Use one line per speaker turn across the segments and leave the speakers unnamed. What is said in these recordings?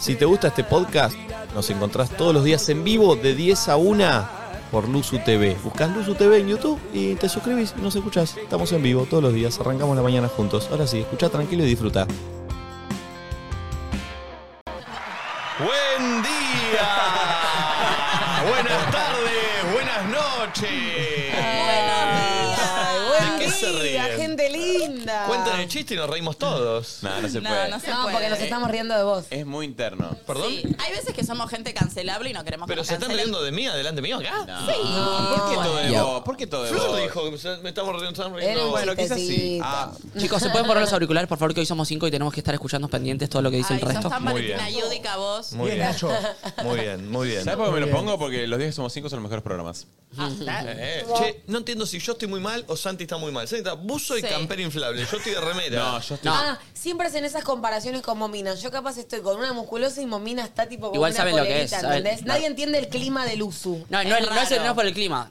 Si te gusta este podcast, nos encontrás todos los días en vivo de 10 a 1 por Luzu TV. Buscás Luzu TV en YouTube y te suscribís y nos escuchás. Estamos en vivo todos los días, arrancamos la mañana juntos. Ahora sí, escucha tranquilo y disfruta. Buen día. Buenas tardes, buenas noches.
Ay,
¿De
buen
qué se
día,
ríen?
gente linda.
Cuentan el chiste y nos reímos todos.
No, no se
No,
puede.
no se
No,
puede.
porque
Eh,
nos estamos riendo de vos.
Es muy interno.
Perdón.
Sí, hay veces que somos gente cancelable y no queremos que
¿Pero
nos
se están
cancelen.
riendo de mí, adelante mío acá?
No.
No.
¿Por qué todo de
Yo.
vos? ¿Por qué todo de
Flor
vos?
dijo que se- me estamos riendo, estamos
Era
riendo.
un
Bueno,
Bueno, quizás sí.
chistecito.
Ah,
Chicos, ¿se pueden poner los auriculares, por favor? Que hoy somos cinco y tenemos que estar escuchando pendientes todo lo que dice
Ay,
el resto.
sos tan
Muy
Valentina
bien.
Iudica vos. Ah,
muy bien. Muy bien, muy bien.
¿Sabes por qué me lo pongo? Porque los días que somos cinco son los mejores programas.
Ah, está.
Eh, che, no entiendo si yo estoy muy mal o Santi está muy mal. Santi está buzo y
Sí.
campera inflable. Yo estoy de remera.
No, yo estoy.
Ah, siempre hacen esas comparaciones con Momina. Yo capaz estoy con una musculosa y Momina está tipo con
Igual
una
saben lo que
polerita,
es, saben.
¿entendés? Nadie entiende el clima del uso.
No, no
Es
es, no, es, no es
raro.
por el clima.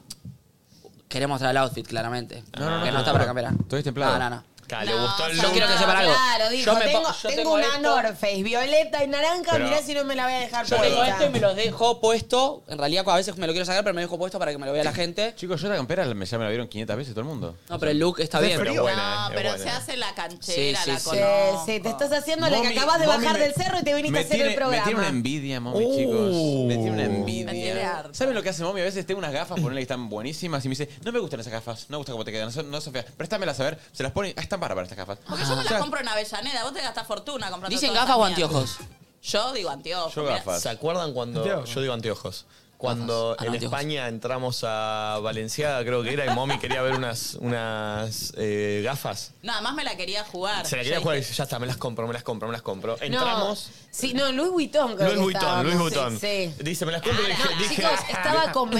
Queremos mostrar el outfit, claramente. que no, está para camperar.
Estoy templado.
No, no, no.
Acá, le
No,
gustó el
yo
look.
quiero que sepan algo.
Claro, dijo,
Yo me
tengo,
po- yo
tengo
tengo
una
esto.
North Face violeta y naranja,
Pero-
mirá si no me la voy a dejar
Yo
puesta.
Tengo esto y me los dejo puesto. En realidad, a veces me lo quiero sacar, pero me lo dejo puesto para que me lo vea la gente.
Chicos, yo esta campera me- ya me la vieron 500 veces todo el mundo.
No, pero el look está bien.
Pero buena,
No,
eh, es
pero
buena.
se hace la canchera,
Sí, sí,
la
sí.
Eh,
conozco.
sí, te estás haciendo la
Momi-
que acabas de
Momi
bajar
me-
del cerro y te viniste
me
a hacer
tiene-
el programa.
Me tiene una envidia, Momi,
Uh.
chicos. Me tiene una envidia.
Me tiene harta.
¿Saben lo que hace Momi? A veces tengo unas gafas, ponele que están buenísimas y me dice, no me gustan esas gafas, no me gusta cómo te quedan, no, no son feas. Préstamelas a ver, se las pone, ah, están bárbaras estas gafas.
Porque yo me
O sea,
las compro en Avellaneda, vos te gastás fortuna comprando
¿Dicen
todas
gafas o
esas mierdas.
anteojos?
Yo digo anteojos.
Yo
mirá.
gafas.
¿Se acuerdan cuando. Yo digo anteojos. Cuando
Ah, no,
en
anteojos.
España entramos a Valenciaga, creo que era, y Mommy quería ver unas, unas eh, gafas.
Nada más me la quería jugar.
Se la
Yo
quería jugar y
dije,
dice, ya está, me las compro, me las compro, me las compro.
No,
Entramos.
sí, no, Luis Vuitton creo
Luis
que
Vuitton,
estábamos.
Luis Vuitton.
Sí, sí.
Dice, me las compro y dije,
Ah,
dije-
Chicos, estaba
Pero mirá si, la va a com-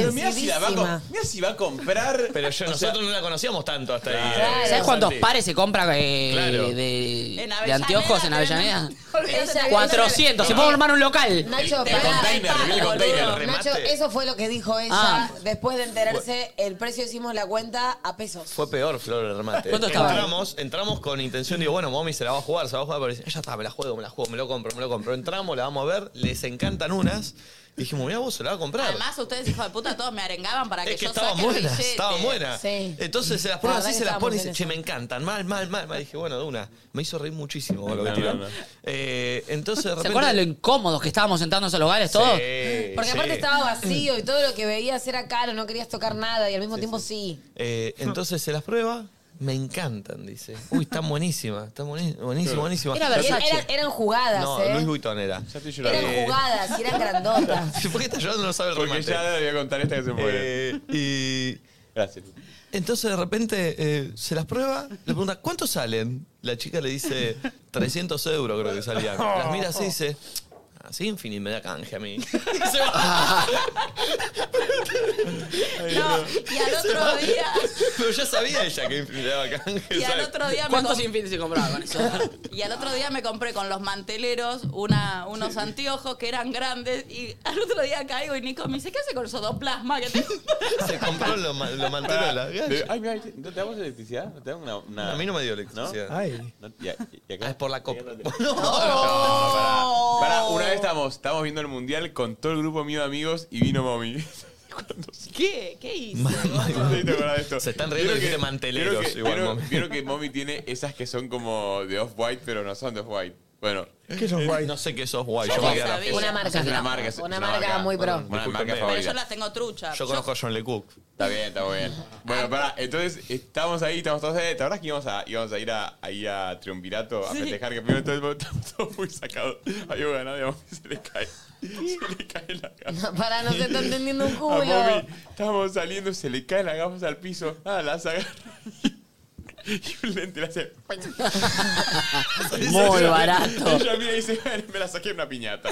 convencidísima.
mirá si va a comprar.
Pero yo,
O sea,
nosotros no la conocíamos tanto hasta ahí.
Claro.
eh,
¿Sabes cuántos
Santi.
pares se compra eh,
Claro.
de,
En
de
Avellaneda
anteojos en
tenés-
Avellaneda?
Olvídate,
Ella-
400. Se puede armar un local.
Nacho,
El
pará.
container, el
Boludo.
container,
remate.
Nacho, eso fue lo que dijo ella.
Ah.
Después de enterarse, el precio hicimos la cuenta a pesos.
Fue peor, Flor, el remate.
¿Cuánto estaba?
entramos, entramos con intención, digo, bueno, mommy se la va a jugar, se la va a jugar, pero dice, ya está, me la juego, me la juego, me lo compro, me lo compro. Entramos, la vamos a ver, les encantan unas. Dijimos, mira vos, se la va a comprar.
Además, ustedes, hijos de puta, todos me arengaban para que,
es que
yo
estaban
saque el
buenas,
billete.
estaban buenas.
Sí.
Entonces se las
La
pone
verdad
así,
que
se las pone
estábamos en
y dice, che,
eso.
me encantan, mal, mal, mal. mal. Dije, bueno, de una. Me hizo reír muchísimo lo que
No,
tiró.
no, no.
Eh, entonces, de
¿Se
repente...
acuerdan lo incómodos que estábamos sentándonos en los hogares todos?
Sí,
Porque
sí.
aparte estaba vacío y todo lo que veías era caro, no querías tocar nada y al mismo tiempo sí.
Eh, entonces se las prueba, me encantan, dice. Uy, están buenísimas, están bueni- buenísimas, buenísimas.
Era
Y
Versace.
Eran, eran jugadas,
No,
¿eh?
Luis Vuitton era.
Ya estoy llorando.
Eran jugadas y eran grandotas.
¿Por qué está llorando? No sabe el
Porque
remate.
ya debía contar esta que se muere.
Eh, y
Gracias.
entonces de repente eh, se las prueba, le pregunta, ¿cuánto salen? La chica le dice, 300 euros creo que salían. Las mira así y dice, así infinito me da canje a mí. Y se va.
No, y al otro día.
Pero ya sabía ella que Infinite me daba canje.
Y al
¿sabes?
otro día me
¿Cuántos
comp-
infinites se compraba con eso?
Y al otro día me compré con los manteleros una, unos anteojos que eran grandes y al otro día caigo y Nico me dice, ¿qué hace con esos dos plasmas que tengo?
Se compró lo, ma- lo mantelo de la
De-
galla.
Ay, mira, ¿no te damos electricidad? ¿No te damos una, una-
A mí no me dio electricidad.
¿No?
Ay.
No, y- y acá-
Ah, es por la copa.
No, pará. Pará, una vez estábamos, estábamos viendo el mundial con todo el grupo mío de amigos y vino Mommy.
¿Qué? ¿Qué hice?
No sé si te acordás de esto.
Se están riendo
Vieron
que dijiste manteleros,
vieron que-
igual,
vieron-
Mommy.
Vieron que Mommy tiene esas que son como de off-white, pero no son de off-white. Bueno,
¿Qué sos guay?
Eh, No sé qué sos guay.
Yo
Yo,
ya
me quedé
sabía.
afuera.
Una
esa
marca.
es una marca. es
Una
una
marca muy pro.
Una marca
Discúlpeme.
Pero yo
favorita.
las tengo truchas.
yo conozco a John LeCook.
Está bien, está bien. Bueno, pará, entonces estábamos ahí, estábamos todos. eh, ¿Te acuerdas que íbamos a, íbamos a ir a, ahí a Triunvirato a festejar? Que primero todo, estamos todos muy sacados. Habíamos ganado y a Mommy se le cae. Se le cae la gafa.
Para, no se está entendiendo un
A
culo.
Mommy, estábamos saliendo, se le caen las gafas al piso. Ah, las agarra. Y un lente le hace.
Muy barato.
Y yo mira y dice, me la saqué en una piñata.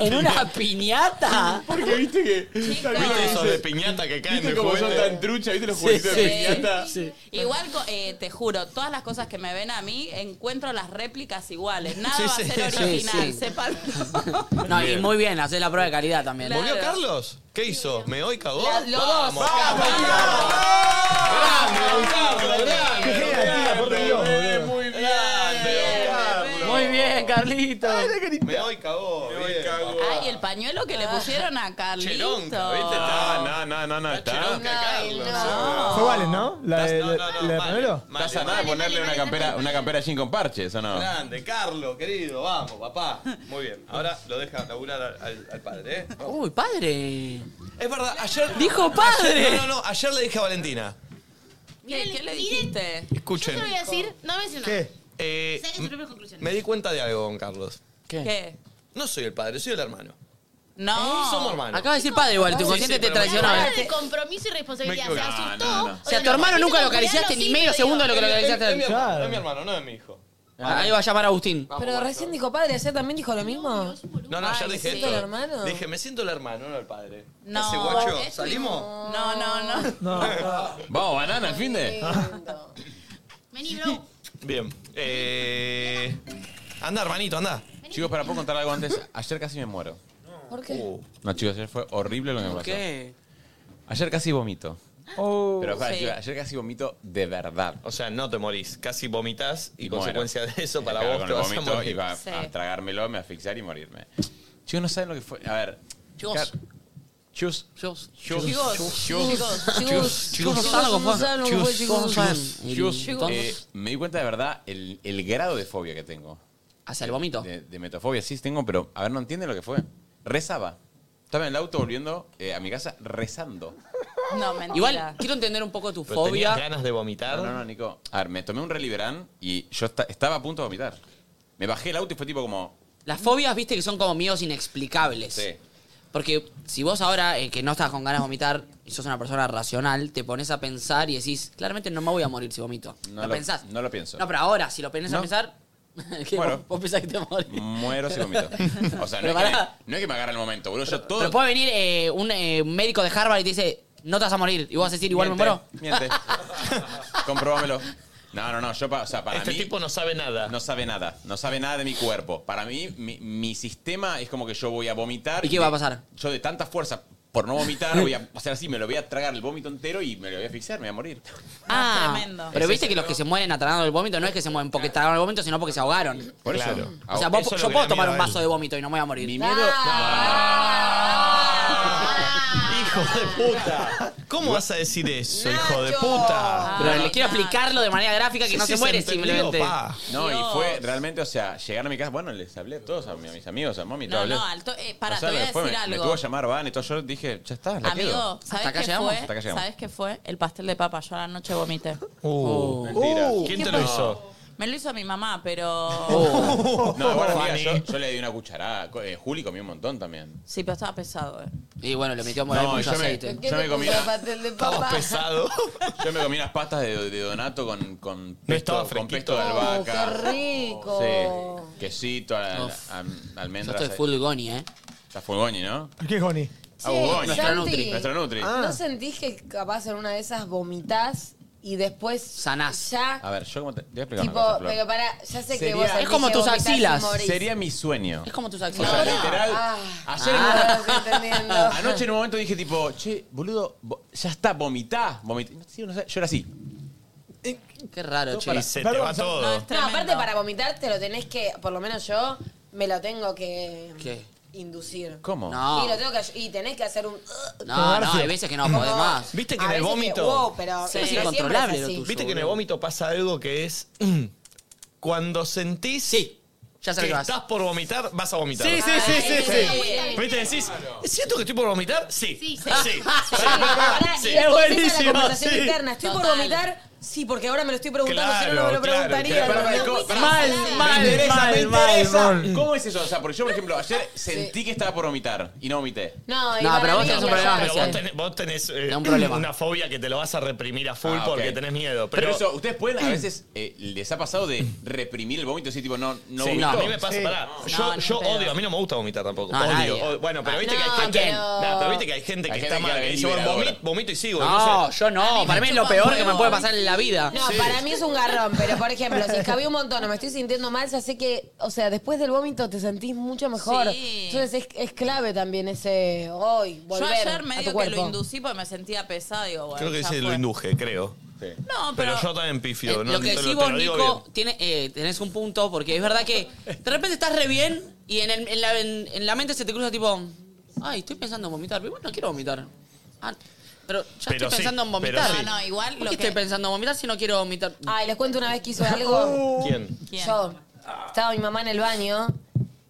¿En una piñata?
Porque viste que.
¿Viste
Viste
esos de piñata que caen
¿Viste
de
como son
juguete?
tan truchas? ¿Viste los juguetitos de
sí,
piñata?
Igual, co- eh, te juro, todas las cosas que me ven a mí, encuentro las réplicas iguales. Nada
Sí,
va
sí.
a ser
Sí,
original,
sí.
sepan.
No, y muy bien, hacer la prueba de calidad también.
Claro.
¿Volvió Carlos? ¿Qué hizo? ¿Me hoy cagó?
La- los
¡Vamos,
dos.
Carlos! ¡Grande, don Carlos! ¡Grande!
Qué creativa, por Dios,
Eh,
boludo.
Muy bien.
¡Grande!
Carlito.
Me doy cagó.
Me voy,
bien.
cago.
Ay, el pañuelo que le pusieron a Carlito.
Chelonca, ¿viste?
Ah, no, no, no, no, está.
Chelonca, Carlos.
No.
Fue Valen, ¿no? La de,
No, no, no,
la de
vale.
Pañuelo.
Vale,
Estás a nada
vale,
de
vale,
ponerle una
vale,
campera,
vale.
una campera jean con parches, ¿o
Ah.
no?
Grande, Carlos, querido, vamos, papá. Muy bien, ahora lo deja laburar al, al- al padre, ¿eh? Vamos.
Uy, padre.
Es verdad, ayer.
Dijo padre.
No, no, no, ayer le dije a Valentina.
¿Qué, qué le dijiste?
Escuchen.
Yo te lo voy a decir, no me nada.
¿Qué?
eh,
Saquen sus propias conclusiones.
me di cuenta de algo, don Carlos.
¿Qué?
No soy el padre, soy el hermano. Eh,
No.
Somos hermanos.
Acaba de decir padre igual, tu
Sí,
inconsciente
sí,
te
pero bueno.
traicionaba.
de compromiso y responsabilidad.
Me
Se
equivoco.
asustó.
No, no, no.
O sea, a tu hermano nunca lo acariciaste ni medio segundo de lo que lo
Es- es- Es, mi
acariciaste.
hermano,
Claro.
es mi hermano, no es mi hijo.
Ah, Ahí va a llamar a Agustín.
Vamos,
Pero
Valentina.
recién dijo padre, ayer también dijo lo mismo.
No, no,
Ay,
ayer
¿me
dije
siento
esto.
el hermano?
Dije, me siento el hermano, no el padre.
No.
Ese guacho,
Es mi-
¿salimos?
No, no, no.
No, no.
Vamos, banana, al fin de.
Vení, bro.
Bien. Eh, anda, hermanito, anda.
Chicos, para poco contar algo antes. Ayer casi me muero.
¿Por qué?
Oh.
No, chicos, ayer fue horrible lo que me pasó.
¿Qué?
Ayer casi vomito.
Oh.
Pero ojalá,
Sí.
chicos, ayer casi vomito de verdad.
O sea, no te morís, casi vomitas y,
Y muero.
consecuencia de eso para
Claro,
vos
con
te
el
vas a
vómito
morir.
iba a-
Sí.
a tragármelo, me asfixiar y morirme. Chicos, no saben lo que fue. A ver.
Chicos.
Car- Chicos.
Chicos.
Chicos.
Chicos.
Chicos.
Chicos,
Chicos, no saben lo que
no saben lo que fue,
fue. Chicos, no
chicos.
saben.
Chicos.
Entonces,
Eh, Me di cuenta de verdad el, el grado de fobia que tengo.
Hacia el vómito.
De, de metafobia, sí tengo, pero a ver, no entienden lo que fue. Rezaba. Estaba en el auto volviendo eh, a mi casa rezando.
No, mentira.
Igual, quiero entender un poco tu
Pero tenías
fobia.
ganas de vomitar.
No, no, no, Nico. A ver, me tomé un Reliberán y yo esta- estaba a punto de vomitar. Me bajé el auto y fue tipo como.
Las fobias, viste, que son como miedos inexplicables.
Sí.
Porque si vos ahora, eh, que no estás con ganas de vomitar, y sos una persona racional, te pones a pensar y decís, claramente no me voy a morir si vomito.
No
lo,
lo-
pensás.
no lo pienso.
No, pero ahora, si lo pones a
No.
pensar, que
Bueno.
vos, vos pensás que te
Ah,
morís.
Muero si vomito. O sea, no,
Pero
es que, me,
pará.
no es que me agarra el momento, boludo. Yo todo.
Pero puede venir eh, un eh, médico de Harvard y te dice, no te vas a morir. Y vos vas a decir, igual
Miente,
me muero.
Miente. Comprobámelo. No, no, no. Yo, pa- o sea, para
Este
mí.
tipo no sabe nada.
No sabe nada, no sabe nada de mi cuerpo. Para mí, mi, mi sistema es como que yo voy a vomitar.
¿Y qué va a pasar?
Yo de tanta fuerza por no vomitar voy a hacer así, me lo voy a tragar el vómito entero y me lo voy a asfixiar, me voy a morir.
Ah,
tremendo.
pero viste que los que se mueren atragando el vómito no es que se mueren porque tragaron el vómito, sino porque se ahogaron.
Por
Claro.
eso.
O sea, vos-
Eso es
yo
lo que
puedo
le da
tomar
miedo
un
a él.
vaso de vómito y no me voy a morir.
mi miedo.
¡Hijo de puta! ¿Cómo vas a decir eso, hijo de
Nacho.
puta?
Pero
Ay,
les quiero
claro.
explicarlo de manera gráfica que
Sí,
no
sí,
se muere
entendió,
simplemente.
pa.
No,
Dios.
y fue realmente, o sea, llegar a mi casa. Bueno, les hablé a todos, a, mi- a mis amigos, a mami, te
No,
hablé.
no, alto. eh, pará,
O sea,
te voy a
después
decir
me, me
algo.
tuvo a llamar Van y todo. Yo dije, ya está, la
Amigo,
quedo.
¿sabes
¿Hasta acá
qué
llegamos?
fue?
Hasta acá llegamos.
¿Sabes qué fue? El pastel de papa. Yo a la noche vomité.
Uh.
Mentira.
¿Quién te lo hizo? Uh.
Me lo hizo mi mamá, pero.
Oh.
No, bueno, amiga,
Fanny.
yo, yo le di una cucharada. Co- eh, Juli comió un montón también.
Sí, pero estaba pesado, eh.
Y bueno, le metió a morar
No,
mucho
yo me-
aceite.
Yo me comí la-
pastel de
Estamos
papá.
Oh, pesado.
Yo me comí unas pastas de, de Donato con, con,
estaba
pesto, con
fresquito.
pesto de
Oh, qué
albahaca.
rico.
Sí. Quesito, al- al-
Uf.
am-
Yo
almendras.
estoy full goni, ¿eh?
Está Fulgoni, ¿no?
¿Qué, Joni?
Sí,
Ah, Bugoni.
Nuestra
Santi, Ah.
Nutri,
Nuestra Nutri.
¿No sentís que capaz en una de esas vomitas y después
Sanás.
ya
A ver, yo como te, te voy a explicar
tipo,
una cosa, Flor.
pero para, ya sé que
Sería-
vos
Es
sentís
como
que
tus
vomitas y
axilas.
morís.
Sería mi sueño.
Es como tus
O
axilas.
sea, literal,
Ah.
ayer en un-
Ah, no estoy entendiendo.
Anoche en un momento dije tipo, che, boludo, vo- ya está, vomitá, vomitá. Sí, no sé, Yo era así.
Qué raro, che.
Y se te va
Vergonzoso.
todo.
No, aparte
Tremendo.
para vomitar te lo tenés que, por lo menos yo, me lo tengo que
¿Qué?
inducir.
¿Cómo?
No.
Y, lo tengo que, y tenés que hacer un...
No, no, hay veces que no podés más.
¿Viste que
A
en el
veces
vómito?
wow, pero
Sí,
pero
es
siempre
incontrolable
es
lo
así.
tuyo.
¿Viste que en el vómito pasa algo que es. mm, Cuando sentís.
Sí, ya sé
que
que vas.
estás por vomitar, vas a vomitar.
Sí, sí, sí, sí, sí.
¿Viste? Decís, ¿siento que estoy por vomitar? Sí.
Sí, sí.
Sí, pará, y empieza la
buenísimo,
conversación
sí.
interna. Estoy por
Total.
vomitar. Sí, porque ahora me lo estoy preguntando, si no, no me
Claro,
lo
claro,
preguntaría.
claro.
¿no?
Pará, pará,
Mal,
Me
mal,
interesa, me
mal, mal,
interesa.
mal.
¿Cómo es eso? O sea, porque yo, por ejemplo, ayer sentí que estaba por vomitar y no vomité.
No, y
No,
para
pero vos
mí
tenés un
que
problema
ya-
Pero vos
especial.
tenés, vos tenés, eh,
Da un problema.
una fobia que te lo vas a reprimir a full
Ah, ok.
porque tenés miedo.
Pero,
Pero,
eso, ustedes pueden, a veces, eh, les ha pasado de reprimir el vómito y decir, tipo, no, no
Sí,
vomito.
a mí me pasa, pará. yo
No, ni
yo
en pedo.
odio, a mí no me gusta vomitar tampoco.
No,
odio.
nadie.
odio. Bueno, pero viste
No,
que hay gente.
pero-
Nah, pero viste que hay gente que
Hay
está
gente que
mal.
es
Que dice, bueno,
liberadora.
vomi- vomito y sigo.
No,
sé.
yo no. Para mí es lo peor que me puede pasar en la vida.
No, para mí es un garrón, pero por ejemplo, si escabé un montón o me estoy sintiendo mal, ya sé que, o sea, después del vómito te sentís mucho mejor.
Sí.
Entonces es, es clave también ese hoy, volver
Yo ayer
a tu
medio que
cuerpo.
lo inducí porque me sentía pesada. Digo, bueno,
Creo que
ya
dice lo
fue.
induje, creo.
No, pero.
Pero yo también pifio,
Eh,
¿no?
lo que
Te
decís
te
vos,
lo digo
Nico, tiene, eh, tenés un punto, porque es verdad que de repente estás re bien y en, el- en la, en- en la mente se te cruza tipo, ay, estoy pensando en vomitar, pero igual no quiero vomitar. Ah, pero ya
Pero
estoy
sí,
pensando en
pero
vomitar.
sí.
No, no, igual
¿Por
lo
qué
que-
estoy pensando en vomitar si no quiero vomitar?
Ay, les cuento una vez que hizo algo.
bien. ¿Quién?
¿Quién?
Yo estaba mi mamá en el baño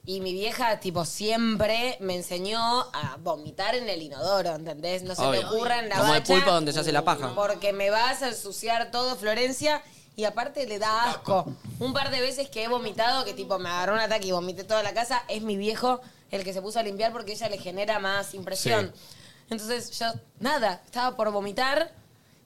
y mi vieja, tipo, siempre me enseñó a vomitar en el inodoro, ¿entendés? No se me
Obvio.
ocurra en la
Como el
bacha,
pulpo donde se hace la paja.
Porque me vas a ensuciar todo, Florencia. Y aparte le da asco. Un par de veces que he vomitado, que tipo me agarró un ataque y vomité toda la casa, es mi viejo el que se puso a limpiar porque ella le genera más impresión. Entonces yo, nada, estaba por vomitar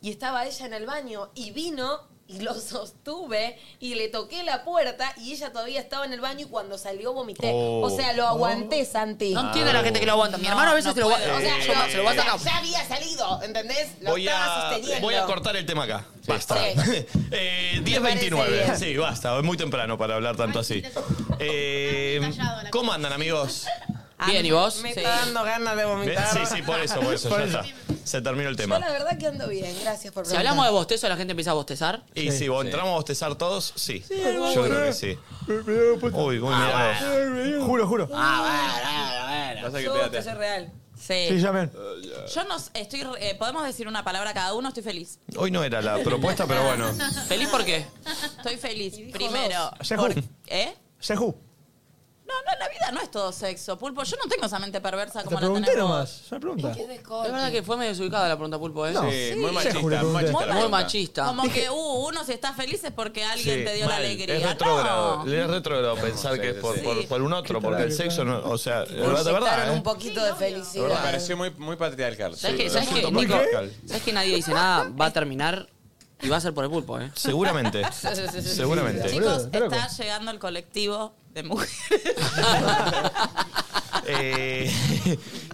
y estaba ella en el baño y vino y lo sostuve y le toqué la puerta y ella todavía estaba en el baño y cuando salió vomité.
Oh.
O sea, lo aguanté, Santi.
Ah.
No entiendo a la gente que lo aguanta. Mi hermano a veces
no
se lo
puede.
aguanta.
o sea,
yo
no,
se lo aguanta
o sea,
acá.
ya había salido, ¿entendés? Lo
Voy
estaba
a,
sosteniendo.
voy a cortar el tema acá. Basta.
Sí.
eh,
Me
10.29.
parece
Sí, basta. Es muy temprano para hablar tanto
Ay,
así.
sí,
Eh,
Está callado la
¿Cómo andan, amigos?
Bien, ¿y vos?
Ah, Me
Sí.
está dando ganas de
Bien,
vomitar.
Sí, sí, por eso, por eso. ya está. Se terminó el
Yo
tema.
la verdad que ando bien, gracias por
Si
preguntar.
hablamos de bostezo, la gente empieza a bostezar.
Y si vos entramos a bostezar todos, sí. Yo creo que sí. Uy, uy,
Ah,
mirá vos.
Juro, juro.
Pasa que
Yo,
pégate.
esto es real.
Sí.
Sí, llamen.
Yo no s- estoy. re- eh, Podemos decir una palabra cada uno, estoy feliz.
Hoy no era la propuesta, pero bueno.
¿Feliz por qué?
Estoy feliz. Primero.
Yahoo.
por- ¿Eh?
Seju.
No, no, la vida no es todo sexo, pulpo. Yo no tengo esa mente perversa
Te
como la
pregunté
tenés vos.
nomás. Es una pregunta.
Es verdad que fue medio desubicada la pregunta pulpo, ¿eh?
No.
Sí, muy machista,
juro,
muy machista.
pregunté.
la
Muy
pregunta.
machista.
Como que, uh, uno si está feliz es porque alguien
Sí,
te dio la
mal.
alegría.
Es retrógrado.
No.
Es retrógrado pensar que es por,
sí.
por- por un otro, porque el sexo no. O sea, de verdad, de verdad.
Inyectaron
¿eh?
un poquito de
Me
felicidad.
pareció muy, muy patriarcal.
¿Sabes qué?
Sí,
¿Sabes
lo
qué,
siento,
Nico?
patriarcal.
¿Sabes que nadie dice nada? Va a terminar y va a ser por el pulpo, ¿eh?
Seguramente. Seguramente.
Chicos,
Boludo, está
está llegando el colectivo de mujeres.
Eh,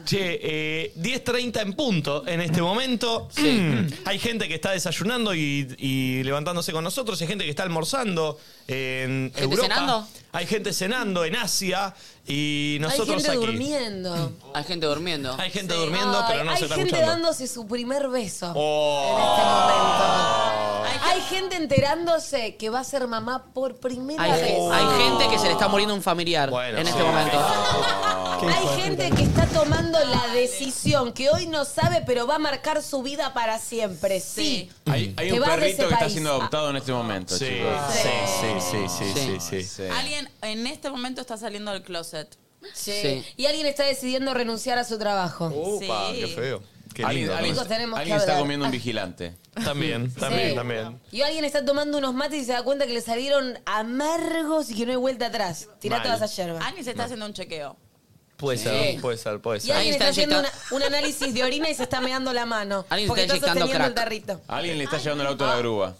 che, eh, 10.30 en punto en este momento. Hay gente que está desayunando y, y levantándose con nosotros. Hay gente que está almorzando en
¿Gente
Europa.
cenando?
Hay gente cenando en Asia y
Hay
nosotros
gente
aquí.
durmiendo.
Hay gente durmiendo.
Hay gente durmiendo,
Ay,
pero no
hay
se está
gente
escuchando.
dándose su primer beso
Oh.
en este momento. Hay gente enterándose que va a ser mamá por primera
Hay,
vez.
hay gente que se le está muriendo un familiar
Bueno,
en
sí.
este momento.
Oh.
Hay gente que está tomando la decisión que hoy no sabe, pero va a marcar su vida para siempre. Sí.
Hay, hay
Que
un
va de
perrito
ese
que está
país.
siendo adoptado en este momento,
Sí,
chicos.
sí, sí, sí, sí, sí, sí.
Eh.
Alguien en este momento está saliendo del closet.
Sí.
Sí.
Y alguien está decidiendo renunciar a su trabajo.
Upa,
Sí.
qué feo. Qué
Alguien,
lindo.
alguien-
¿no?
Chicos, tenemos que
alguien está
hablar.
comiendo un vigilante.
También, también,
Sí.
también.
Y alguien está tomando unos mates y se da cuenta que le salieron amargos y que no hay vuelta atrás. Tirá
Mal.
toda esa yerba.
Alguien se está haciendo un chequeo.
Puede ser, puede ser, puede
Y
ser.
alguien
está
está haciendo una-
inyecta-
un análisis de orina y se está meando la mano.
Alguien
porque
está inyectando
sosteniendo el
crack.
tarrito.
Alguien le está llevando el auto a la grúa.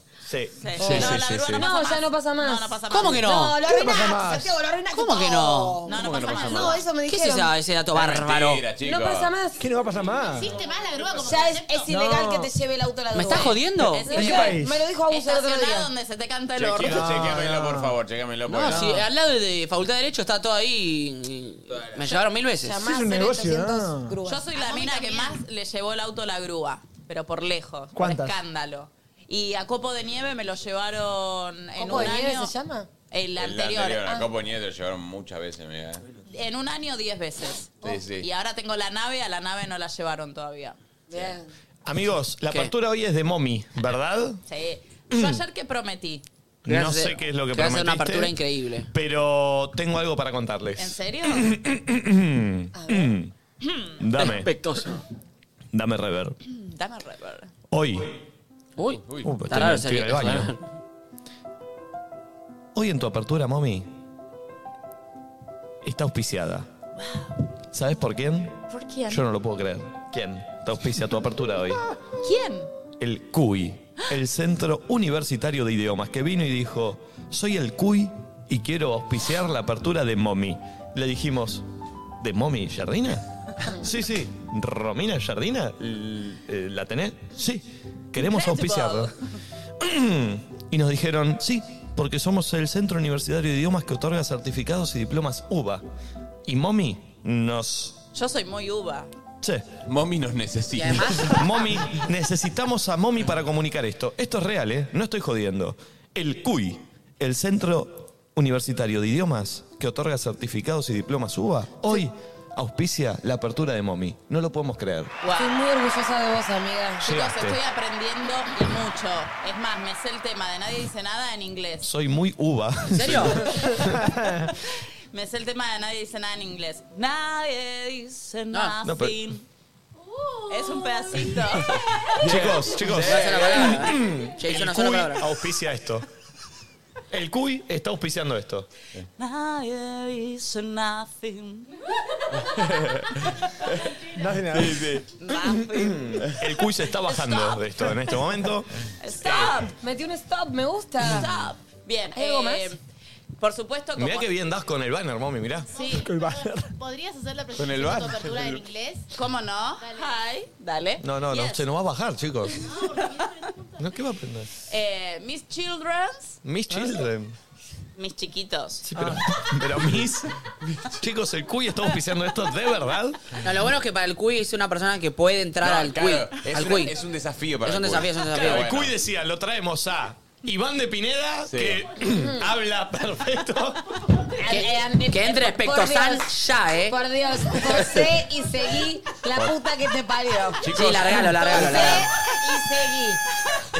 Ah.
Sí,
Sí.
sí, sí,
No, la
sí,
grúa
sí.
no
No, ya no pasa más.
No, no pasa más.
¿Cómo que no?
No, lo
¿Qué pasa
arruinaste,
más?
Santiago, lo arruinaste.
¿Cómo que
todo.
No, no,
¿Cómo que
pasa,
no pasa
más.
No, eso me
¿Qué es
dijeron.
esa- ese dato bárbaro?
Mentira, chicos.
No pasa más.
¿Qué no va a pasar más?
Hiciste mal la grúa como
Ya es,
concepto.
es ilegal
No.
que te lleve el auto a la
¿Me
grúa.
estás jodiendo?
Sí,
¿En qué
yo-
país?
Me lo dijo Agus el otro
Estacioná
día.
donde se te canta el
Chequeame-
orto.
Chequeamelo, por favor, chequeamelo. por
No,
favor.
si al lado de Facultad de Derecho está todo ahí. y- Me llevaron mil veces.
Llamá
es
a
un negocio,
0800
¿no?
grúa.
Yo soy la mina que más le llevó el auto a la grúa, pero por lejos. por
¿Cuántas?
escándalo. Y a Copo de Nieve me lo llevaron en
¿Copo
un
de nieve
año.
se llama?
El
El
anterior.
anterior, a
Ah.
Copo Nieto lo llevaron muchas veces, mira. eh.
En un año, diez veces.
Sí, sí.
Oh, Y ahora tengo la nave, a la nave no la llevaron todavía.
Bien.
Amigos, la
¿Qué?
apertura hoy es de Momi, ¿verdad?
Sí. Yo ayer que prometí.
Que vas a
No
hacer-
sé qué es lo que
que vas a
prometiste.
hacer una apertura increíble.
Pero tengo algo para
¿En
contarles. Mm.
serio?
Dame,
Espectoso.
dame rever.
Dame rever.
Hoy,
Uy,
Uy,
Uh,
está
estoy-
raro salir.
estoy en el baño. hoy en tu apertura, Momi, está auspiciada. ¿Sabes por quién?
¿Por quién?
Yo no lo puedo creer. ¿Quién? Te auspicia tu apertura hoy.
¿Quién?
el CUI, el Centro Universitario de Idiomas, que vino y dijo, soy el CUI y quiero auspiciar la apertura de Momi. Le dijimos, ¿de Momi Jardina? Sí, sí. ¿Romina Jardina? L- eh, ¿La tenés? Sí. Queremos auspiciarla. y nos dijeron, sí, porque somos el Centro Universitario de Idiomas que otorga certificados y diplomas UBA. Y Momi nos...
Yo soy muy uva.
Sí.
Mommy nos necesita.
Mommy, necesitamos a Mommy para comunicar esto. Esto es real, ¿eh? No estoy jodiendo. El CUI, el Centro Universitario de Idiomas, que otorga certificados y diplomas UBA, hoy auspicia la apertura de Mommy. No lo podemos creer.
Estoy muy orgullosa de vos, amiga.
Chicos,
Llegaste.
estoy aprendiendo y mucho. Es más, me sé el tema de nadie dice nada en inglés.
Soy muy UBA.
¿En serio? Me sé el tema de nadie dice nada en inglés. Nadie dice nada.
Ah, no, pero-
Es un pedacito.
Chicos, chicos.
Una sola palabra, ¿eh? Che, hizo
El
una sola
CUI
palabra.
auspicia esto. El CUI está auspiciando esto.
Nadie dice nothing.
Sí, sí. El CUI se está bajando de esto en este momento.
ah.
Stop.
Metí un stop, me gusta.
Stop. Bien.
¿Hay algo
eh, Por supuesto, como...
Mirá que bien das con el banner, mami, mirá.
Sí.
Con el banner.
¿Podrías hacer la
Con el
presentación de tu
bar.
apertura en inglés?
¿Cómo no? Hi. Dale.
No, no, no,
Yes.
se nos va a bajar, chicos. No, ¿qué va a aprender?
Eh, Miss Children's.
Miss Children.
Mis chiquitos. Ah.
Pero, pero Miss. Chicos, el cuy está auspiciando esto de verdad.
No, lo bueno es que para el CUI es una persona que puede entrar
No,
al
claro,
CUI.
es
al
una-
CUI.
es
un desafío
para Es un el CUI. desafío, es un desafío.
Claro, el cuy decía, lo traemos a Iván de Pineda, que habla perfecto.
Que,
que entre Espectosan ya, ¿eh?
Por Dios, José y seguí la
Por-
puta que te parió.
Chicos, Sí, largalo, largalo,
José y seguí.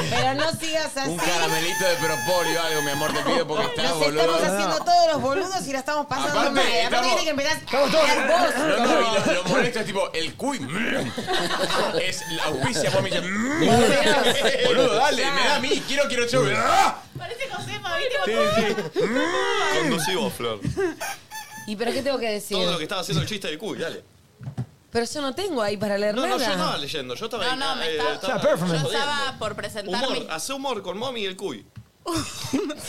Pero no sigas así.
Un caramelito de propóleo o algo, mi amor, te pido porque estás,
Nos
boludo.
estamos haciendo todos los boludos y la estamos pasando
Aparte,
mal. Aparte
estamos-
tiene que empezar
No, no, y lo, lo molesto es tipo, el cuy mm, es la auspicia, mami. dice, mm, Boludo, dale, me da a mí, quiero, quiero, yo. ¡Ah!
Parece Josefa, ¿viste?
Conducivo, Flor.
¿Y pero qué tengo que decir?
Mm. Todo lo que estaba haciendo el chiste del cuy, dale.
Pero yo no tengo ahí para leer
No, no, yo
nada.
estaba leyendo, yo estaba
No,
ahí,
no, me
eh,
estaba-
estaba-
Yo estaba
jodiendo.
por presentar
Humor,
mis-
hace humor con mommy y el cuy.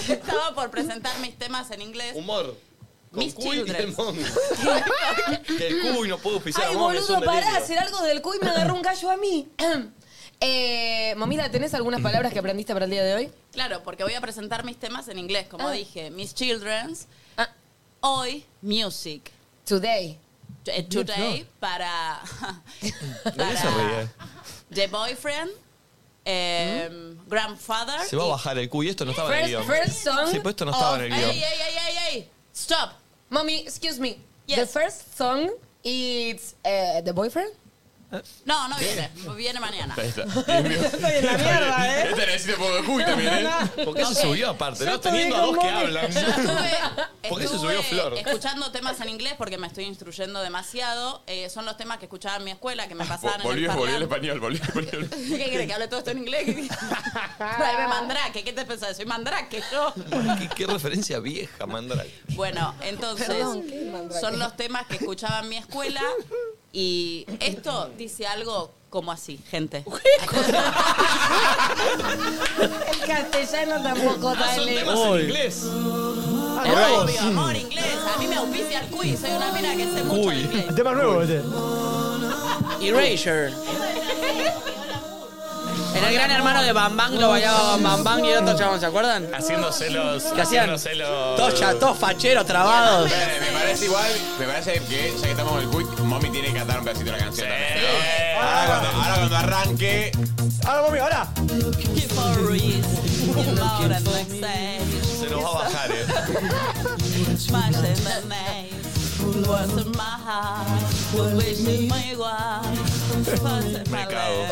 Estaba por presentar mis temas en inglés.
Humor. Con
Mis
cuy y el
children.
mommy. que el cuy no puede auspiciar
Ay,
a mommy, es
boludo,
un
pará,
delirio.
hacer algo del cuy me agarró un gallo a mí. eh, Momila, ¿tenés algunas palabras que aprendiste para el día de hoy?
Claro, porque voy a presentar mis temas en inglés, como
Ah.
dije. Mis children's. Hoy, music.
Today.
Eh, Today, para
¿De qué se ríe?
The Boyfriend, eh, Grandfather.
Se va a bajar el cuy, esto no estaba en el guión.
First, first song.
Sí, pues esto no estaba en el
of-
guión.
Ey, ey, ey, ey, ey. Stop.
Mommy, excuse me. The first song is eh, The Boyfriend.
No, no viene. Viene mañana.
Ahí está. Estoy
en la mierda,
¿eh? Este necesita un poco de cuy también, ¿eh?
¿Por qué se
Ok.
subió aparte?
Yo
¿No?
estuve
Teniendo a
con
dos que
Mommy.
hablan. ¿Por qué se
Estuve
subió Flor?
Escuchando temas en inglés porque me estoy instruyendo demasiado. Eh, son los temas que escuchaba en mi escuela, que me pasaban en el
Volvió, volvió el
parlante.
español, volvió el español.
¿Qué crees? ¿Que hable todo esto en inglés? Tráeme mandrake. ¿Qué te pensás? Soy mandrake yo.
¿Qué, qué referencia vieja, Mandrake.
Bueno, entonces
Perdón, ¿qué es mandrake?
son los temas que escuchaba en mi escuela y esto dice algo como así, gente.
El castellano tampoco,
Ah,
dale.
inglés.
Es obvio, amor inglés. A mí me auspicia el quiz. Soy una mina que sé mucho inglés.
Tema nuevo este.
Erasure. En el gran hermano de Bam Bam lo bailaba Bam Bam Bam y el otro chabón, ¿se acuerdan?
Haciéndose los.
¿Qué hacían?
haciéndose los-
Todos cha- todos facheros, trabados.
Eh, me parece igual, me parece que ya que estamos en el quick, mommy tiene que cantar un pedacito de la canción. también, ¿no? Ahora, cuando, ahora cuando arranque.
Ahora, mami, ahora.
Se nos va a bajar, eh.
Me cago.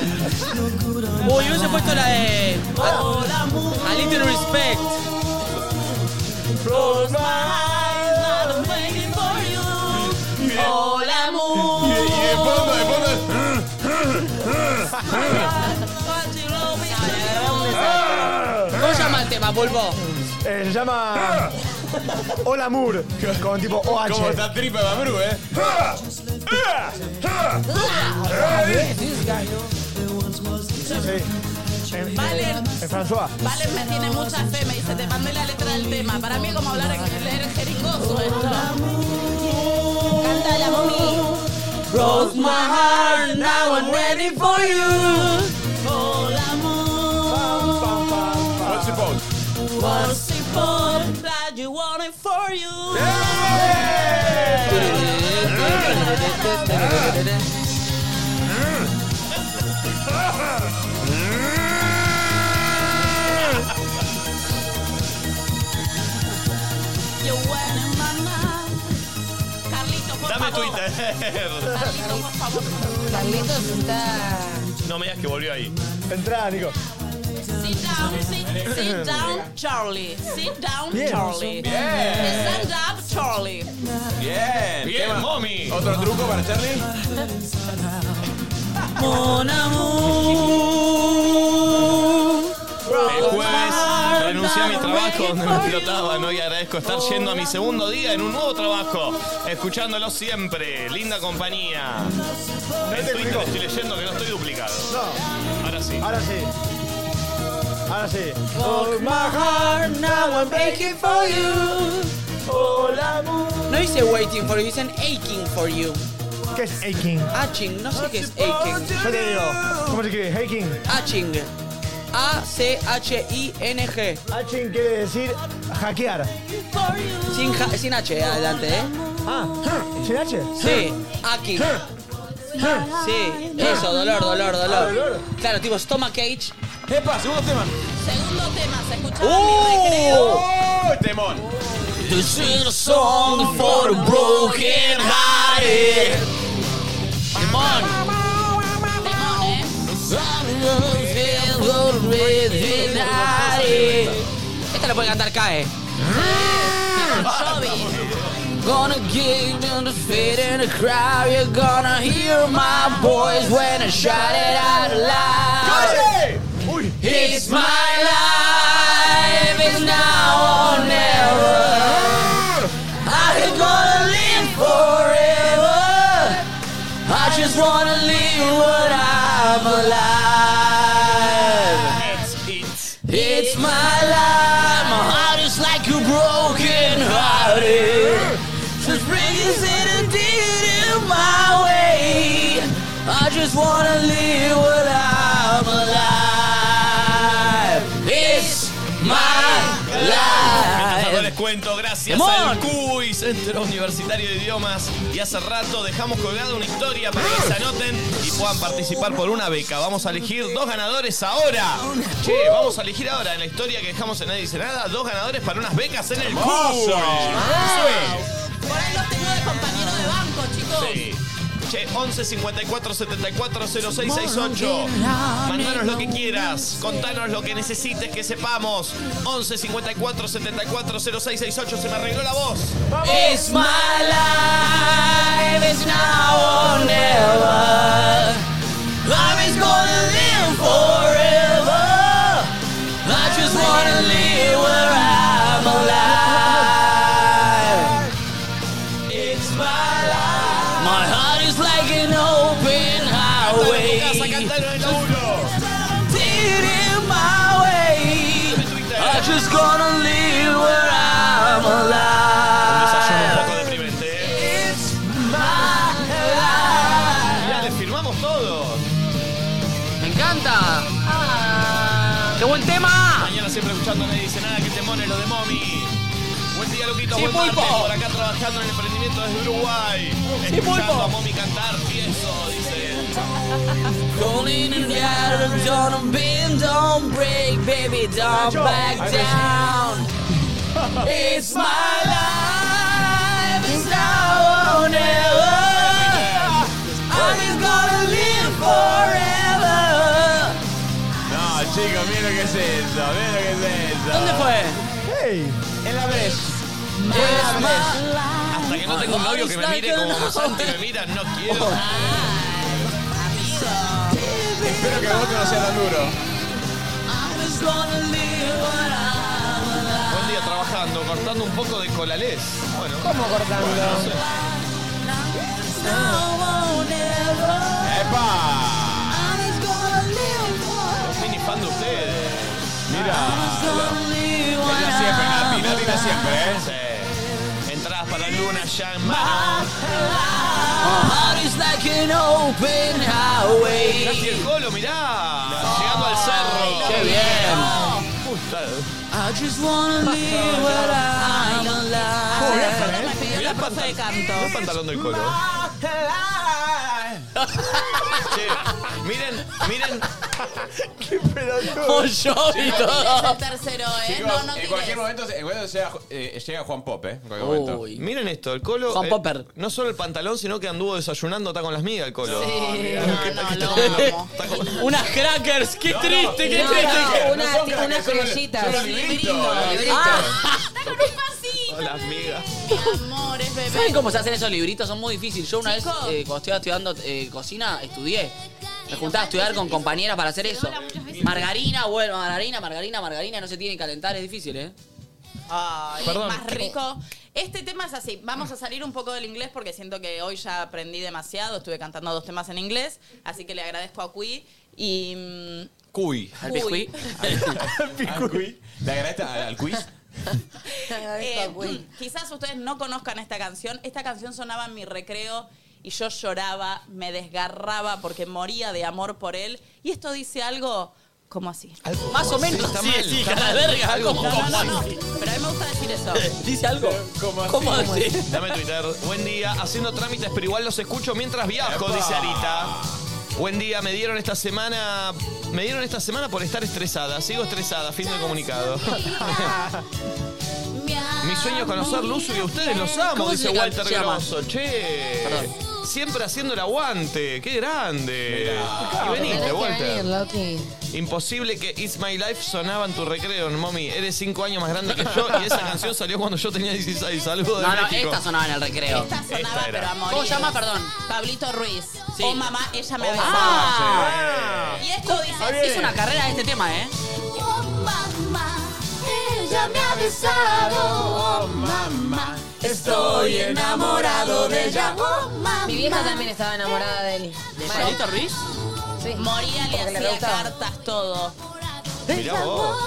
Uy, hubiese puesto la de. A Little Respect.
Close my eyes, I'm waiting for you. All I'm
¿Cómo se llama el tema, Pulpo?
Eh, se llama. Hola Moore. Con tipo OH.
¿Cómo está tripa Mambrú, eh?
Sí. En,
Valen.
en François.
Valen me tiene mucha fe, me dice, te mandé la letra del tema. Para mí es como hablar en leer el jeringoso esto.
Canta la mami.
Broke my heart, now I'm ready for you. All I'm
What's the pose?
was important that you wanted for you.
¡Eh!
Dame Twitter.
Carlitos está.
No me digas que volvió ahí.
Entrá,
Ah,
Nico.
Sit down, sit, sit down, Charlie. Sit down,
Bien.
Charlie.
Bien.
Stand up, Charlie.
Bien.
Bien,
Emma,
mommy.
¿Otro truco para Charlie?
Mon amour.
El jueves renuncié a mi trabajo donde me explotaban. Hoy agradezco estar yendo a mi segundo día en un nuevo trabajo. Escuchándolo siempre. Linda compañía. En Twitter estoy leyendo que no estoy duplicado.
No.
Ahora sí.
Ahora sí. Ahora sí.
No dice waiting for you, dicen aching for you.
¿Qué es aching?
Aching, no sé qué es aching.
Yo te digo. ¿Cómo se escribe? Haking.
Aching. A-C-H-I-N-G.
Aching quiere decir hackear.
Sin, ja- sin H adelante, ¿eh?
Ah, ¿sin H?
Sí, aquí. Sí, eso, dolor, dolor,
Ah,
dolor. Claro, tipo stomach cage.
¡Epa! ¡Segundo tema!
Segundo tema, se escucha
¡Oh! ¡Temón!
This is a song for the broken hearted. Come on.
Temón, ¿eh?
Esta la puede cantar E. CAE.
Ah,
Jovi.
Gonna give you the fit in the crowd. You're gonna hear my voice when I shout it out loud.
¡Uy!
It's my life, it's now or never. I'm gonna live forever. I just wanna live what I'm alive. It's my life, my heart is like a broken hearted. Just brings it and did it my way. I just wanna live what I'm alive. It's my life.
No les cuento, gracias
Come
al
on.
CUI, Centro Universitario de Idiomas. Y hace rato dejamos colgada una historia para que se anoten y puedan participar por una beca. Vamos a elegir dos ganadores ahora. Che, vamos a elegir ahora en la historia que dejamos en Nadie Dice Nada, dos ganadores para unas becas en el CUI.
Por ahí los tengo de compañero de banco, chicos.
Sí. Che, 11 54 74 06 68. Mandanos lo que quieras. Contanos lo que necesites que sepamos. 11 54 74 06 68. Se me arregló la voz.
It's my life, it's now or never. Life is gonna live forever. I just wanna live where I'm alive. It's my life. My heart is like an open highway.
Casa, cantalo en el laburo.
Did it my way.
En Twitter.
I just gonna live where I'm alive.
Un poco deprimente, ¿eh? Ya le firmamos todo.
Me encanta.
Ah.
¡Qué buen tema!
Mañana siempre escuchando nadie dice nada que te mone lo de mommy. Buen día, Luquito.
Sí,
buen
pulpo.
martes. por acá trabajando en el emprendimiento desde Uruguay.
Sí,
Escuchando
pulpo.
a mommy cantar tieso, dice él.
Rolling and gathering, don't bend, don't break, baby, don't back down. It's my life, it's now or never. I'm just gonna live forever.
No, chicos, miren lo que es eso, miren lo que es eso.
¿Dónde fue?
¡Hey!
En la vez.
It's my
Hasta que no tengo un novio que me mire como Santi me mira, no quiero.
Espero que a vos no sea tan duro.
Buen día trabajando, cortando un poco de colales. Bueno,
¿Cómo cortando?
no sé.
¡Epa!
mini fan de ustedes.
Mira. Nina siempre, Nati, Nati está siempre, ¿eh?
Sí. Entradas para Luna ya en mano.
heart is like an open highway.
Nati el Colo, mirá. Llegando al cerro.
¡Qué bien!
I just wanna live what I'm alive. me pidió la profe de canto.
¿Qué pantalón del Colo? Miren, miren.
Qué
Bon
Jovi y
Es
todo.
el tercero, ¿eh?
Chicos,
no, no
en
tires.
cualquier momento, en cualquier momento llega, eh, llega Juan Pop, ¿eh? En cualquier
Uy.
momento.
Miren esto, el colo.
Juan
eh,
Popper.
no solo el pantalón, sino que anduvo desayunando, está con las migas el colo.
Sí, no, no, lo amo.
Unas crackers, qué triste, qué
No,
triste.
no, una-
son crackers,
unas
son el-
estrellitas.
Son los libritos. los libritos.
Está con un pasito.
Las migas.
Mi amor, es bebé.
¿Saben cómo se hacen esos libritos? Son muy difíciles. Yo una vez,
Chicos.
eh, cuando estaba estudiando eh, cocina, estudié. Me juntaba a estudiar con compañeras para hacer eso. Margarina, bueno, margarina, margarina, margarina, no se tiene que calentar, es difícil, ¿eh?
Ay,
Perdón.
es más rico. Este tema es así. Vamos a salir un poco del inglés porque siento que hoy ya aprendí demasiado. Estuve cantando dos temas en inglés, así que le agradezco a Cui y mm,
Cuy.
Al
Uy.
biscuit.
Al quiz. ¿Le agradezco al al quiz?
Eh,
Agradezco a Will.
quizás ustedes no conozcan esta canción. Esta canción sonaba en mi recreo y yo lloraba, me desgarraba porque moría de amor por él. Y esto dice algo como así.
Más o menos.
está
Sí,
mal,
sí,
está
hija de
mal.
verga.
Algo
¿Cómo?
está
No, no, no. Pero a mí me gusta decir eso.
¿Dice algo?
¿Cómo así?
¿Cómo así?
Dame Twitter. Buen día, haciendo trámites, pero igual los escucho mientras viajo, dice Arita. Buen día, me dieron esta semana. Me dieron esta semana por estar estresada. Sigo estresada, fin de comunicado. Mi sueño es conocer Luzu y a ustedes los amo,
¿Cómo
dice
se
Walter
llama?
Grosso. Che. Siempre haciendo el aguante, qué grande. Y
Tenés
veniste,
que venir,
Walter.
Loki.
Imposible que It's My Life sonaba en tu recreo, mommy. Eres cinco años más grande que yo y esa canción salió cuando yo tenía 16. Saludos de
No, no,
México.
esta sonaba en el recreo.
Esta sonaba,
Esta era.
pero a morir.
¿Cómo se llama? Perdón.
Pablito Ruiz.
Sí.
Oh, mamá, ella me besaba.
Ah,
Y esto dice así.
es una carrera este tema, ¿eh?
Oh mamá, ella me ha besado. Oh mamá,
Estoy enamorado de ella.
oh mamá.
Mi vieja también estaba enamorada de él.
¿De
Mal.
Pablito Ruiz?
Sí.
Moría, le
Porque le
hacía
gustaba.
cartas, todo.
Mirá vos.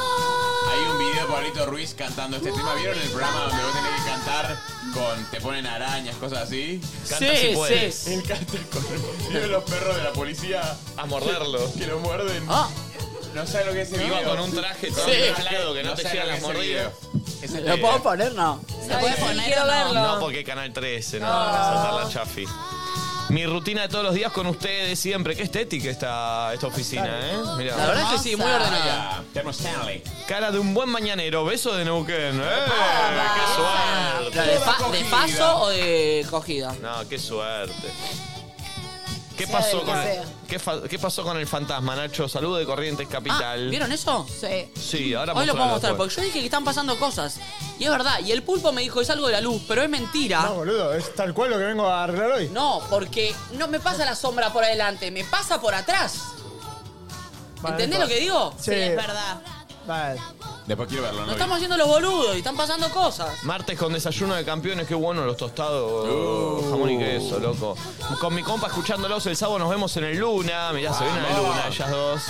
Hay un video de Pablito Ruiz cantando este tema. ¿Vieron el programa donde vos tenés que cantar con te ponen arañas, cosas así?
Canta si puedes.
sí.
Él canta con vienen los perros de la policía
A morderlo.
que lo muerden.
Ah,
No sabe lo que es el
Iba
video.
con un traje todo
Sí.
inflado que no, te
sabe
llegan
lo
las
que es el
mordidas.
video. Esa es la
¿Lo
idea.
puedo poner? No. Ah,
¿Se puede poner
quiero
o no?
verlo.
No, porque Canal 13, no, para saltar la chafi. Mi rutina de todos los días con ustedes siempre. Qué estética está esta oficina, ¿eh? Mirá.
La verdad es que sí, muy ordenada.
Ah, Termo Stanley.
Cara de un buen mañanero. Beso de Neuquén. ¡Eh! ¡Qué suerte!
Pero ¿De, fa- de paso o de cogida?
No, qué suerte. ¿Qué
Sea
pasó,
del que
con
sea.
¿qué, fa- qué pasó con el fantasma, Nacho? Saludo de Corrientes
Ah,
Capital.
¿Vieron eso?
Sí.
Sí, ahora
Hoy lo puedo
mostralo
mostrar, porque
después.
yo dije que están pasando cosas. Y es verdad, y el pulpo me dijo, es algo de la luz, pero es mentira.
No, boludo, es tal cual lo que vengo a arreglar hoy.
No, porque no me pasa la sombra por adelante, me pasa por atrás.
Vale,
¿Entendés lo que digo?
Sí, es verdad.
Vale.
Después quiero verlo, ¿no?
No estamos haciendo los boludos y están pasando cosas.
Martes con desayuno de campeones, qué bueno los tostados, jamón y queso, loco. Con mi compa escuchándolos, el sábado nos vemos en el Luna, mirá, se ven en el Luna, ellas dos.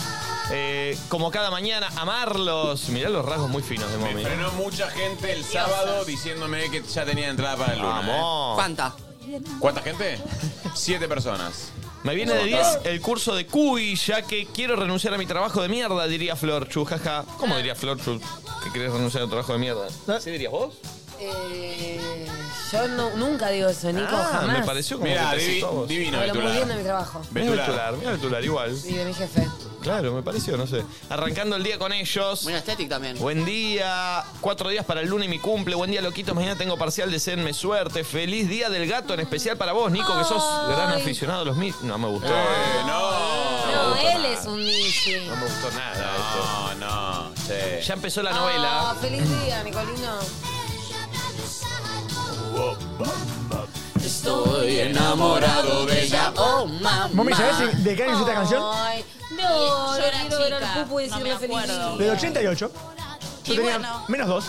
Eh, como cada mañana, amarlos. Mirá los rasgos muy finos de
Me
mommy.
frenó mucha gente el sábado diciéndome que ya tenía entrada para el luna.
Vamos.
¿Cuánta?
¿eh? ¿Cuánta gente? Siete personas.
Me viene de 10 el curso de Cuy, ya que quiero renunciar a mi trabajo de mierda, diría Florchu, jaja. ¿Cómo diría Florchu que querés renunciar a tu trabajo de mierda? ¿Sí dirías vos?
Eh, yo no- nunca digo eso, Nico,
Ah,
jamás.
me pareció como
Mira,
que te asustó a vos.
divino,
Hablo muy bien de mi
Betular.
trabajo
Mirá el
Betular.
tular, mirá el tular, igual.
y de mi jefe.
Claro, me pareció, no sé. Arrancando el día con ellos.
Muy estética también.
Buen día, cuatro días para el lunes y mi cumple. Buen día, loquitos. Mañana tengo parcial, deseenme suerte. Feliz día del gato, en especial para vos, Nico, que sos gran aficionado a los mil. No me
Ah.
gustó.
Eh, no.
No, él es un Nishi.
No me gustó nada esto.
No, no. che.
Ya empezó la
Ah,
novela.
feliz día, Nicolino.
Estoy enamorado de ella. Oh, mamá. Oh.
Mami, ¿sabés de qué año es esta canción?
Ay, no,
Yo
no
era
quiero ver al
chica,
pupu y
no me
decirle feliz
acuerdo.
día.
Del 88. Yo
Y
tenía
bueno.
menos dos.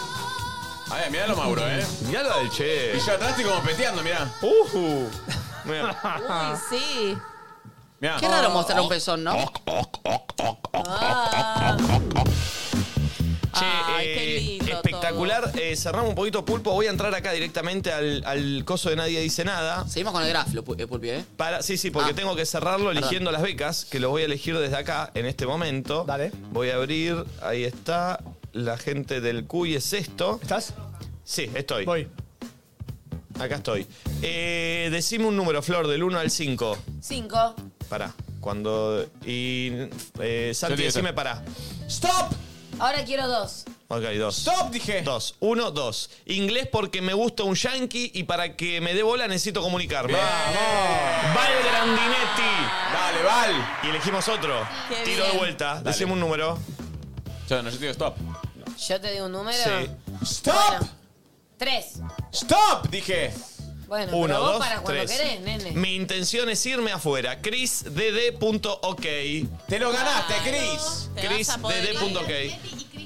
A ver, mirá lo Mauro, ¿eh?
Mirá lo del
Y
che.
yo atrás estoy como peteando, mirá.
Ujú. Mirá.
Uy, sí.
Mirá.
Qué raro mostrar
Oh,
un pezón, ¿no?
Che,
Ay, qué
eh,
lindo
espectacular. Eh, cerramos un poquito pulpo. Voy a entrar acá directamente al, al coso de Nadie Dice Nada.
Seguimos con el graf, lo pu- eh, Pulpi, ¿eh?
Para, sí, sí, porque
Ah.
tengo que cerrarlo eligiendo las becas, que lo voy a elegir desde acá en este momento.
Dale.
Voy a abrir, ahí está. La gente del CUI es esto.
¿Estás?
Sí, estoy.
Voy.
Acá estoy. Eh, decime un número, Flor, del 1 al 5.
Cinco.
Pará. Cuando. Y. Eh, Santi,
digo
decime
tres.
pará.
¡Stop! Ahora quiero dos.
Ok, dos. ¡Stop! Dije. Dos. Uno, dos. Inglés porque me gusta un yankee y para que me dé bola necesito comunicarme. ¡Vamos! Val Grandinetti. Dale, Val. Y elegimos otro.
Qué
Tiro de
bien.
vuelta. Decime un número.
Yo no, yo te digo stop.
Yo te digo un número.
¡Stop!
Bueno, tres.
¡Stop! Dije.
Bueno,
Uno,
pero vos
dos,
para cuando
tres.
querés, nene.
Mi intención es irme afuera. ChrisDD.ok. Te lo ganaste, Chris.
Te vas a poder
ChrisDD.ok.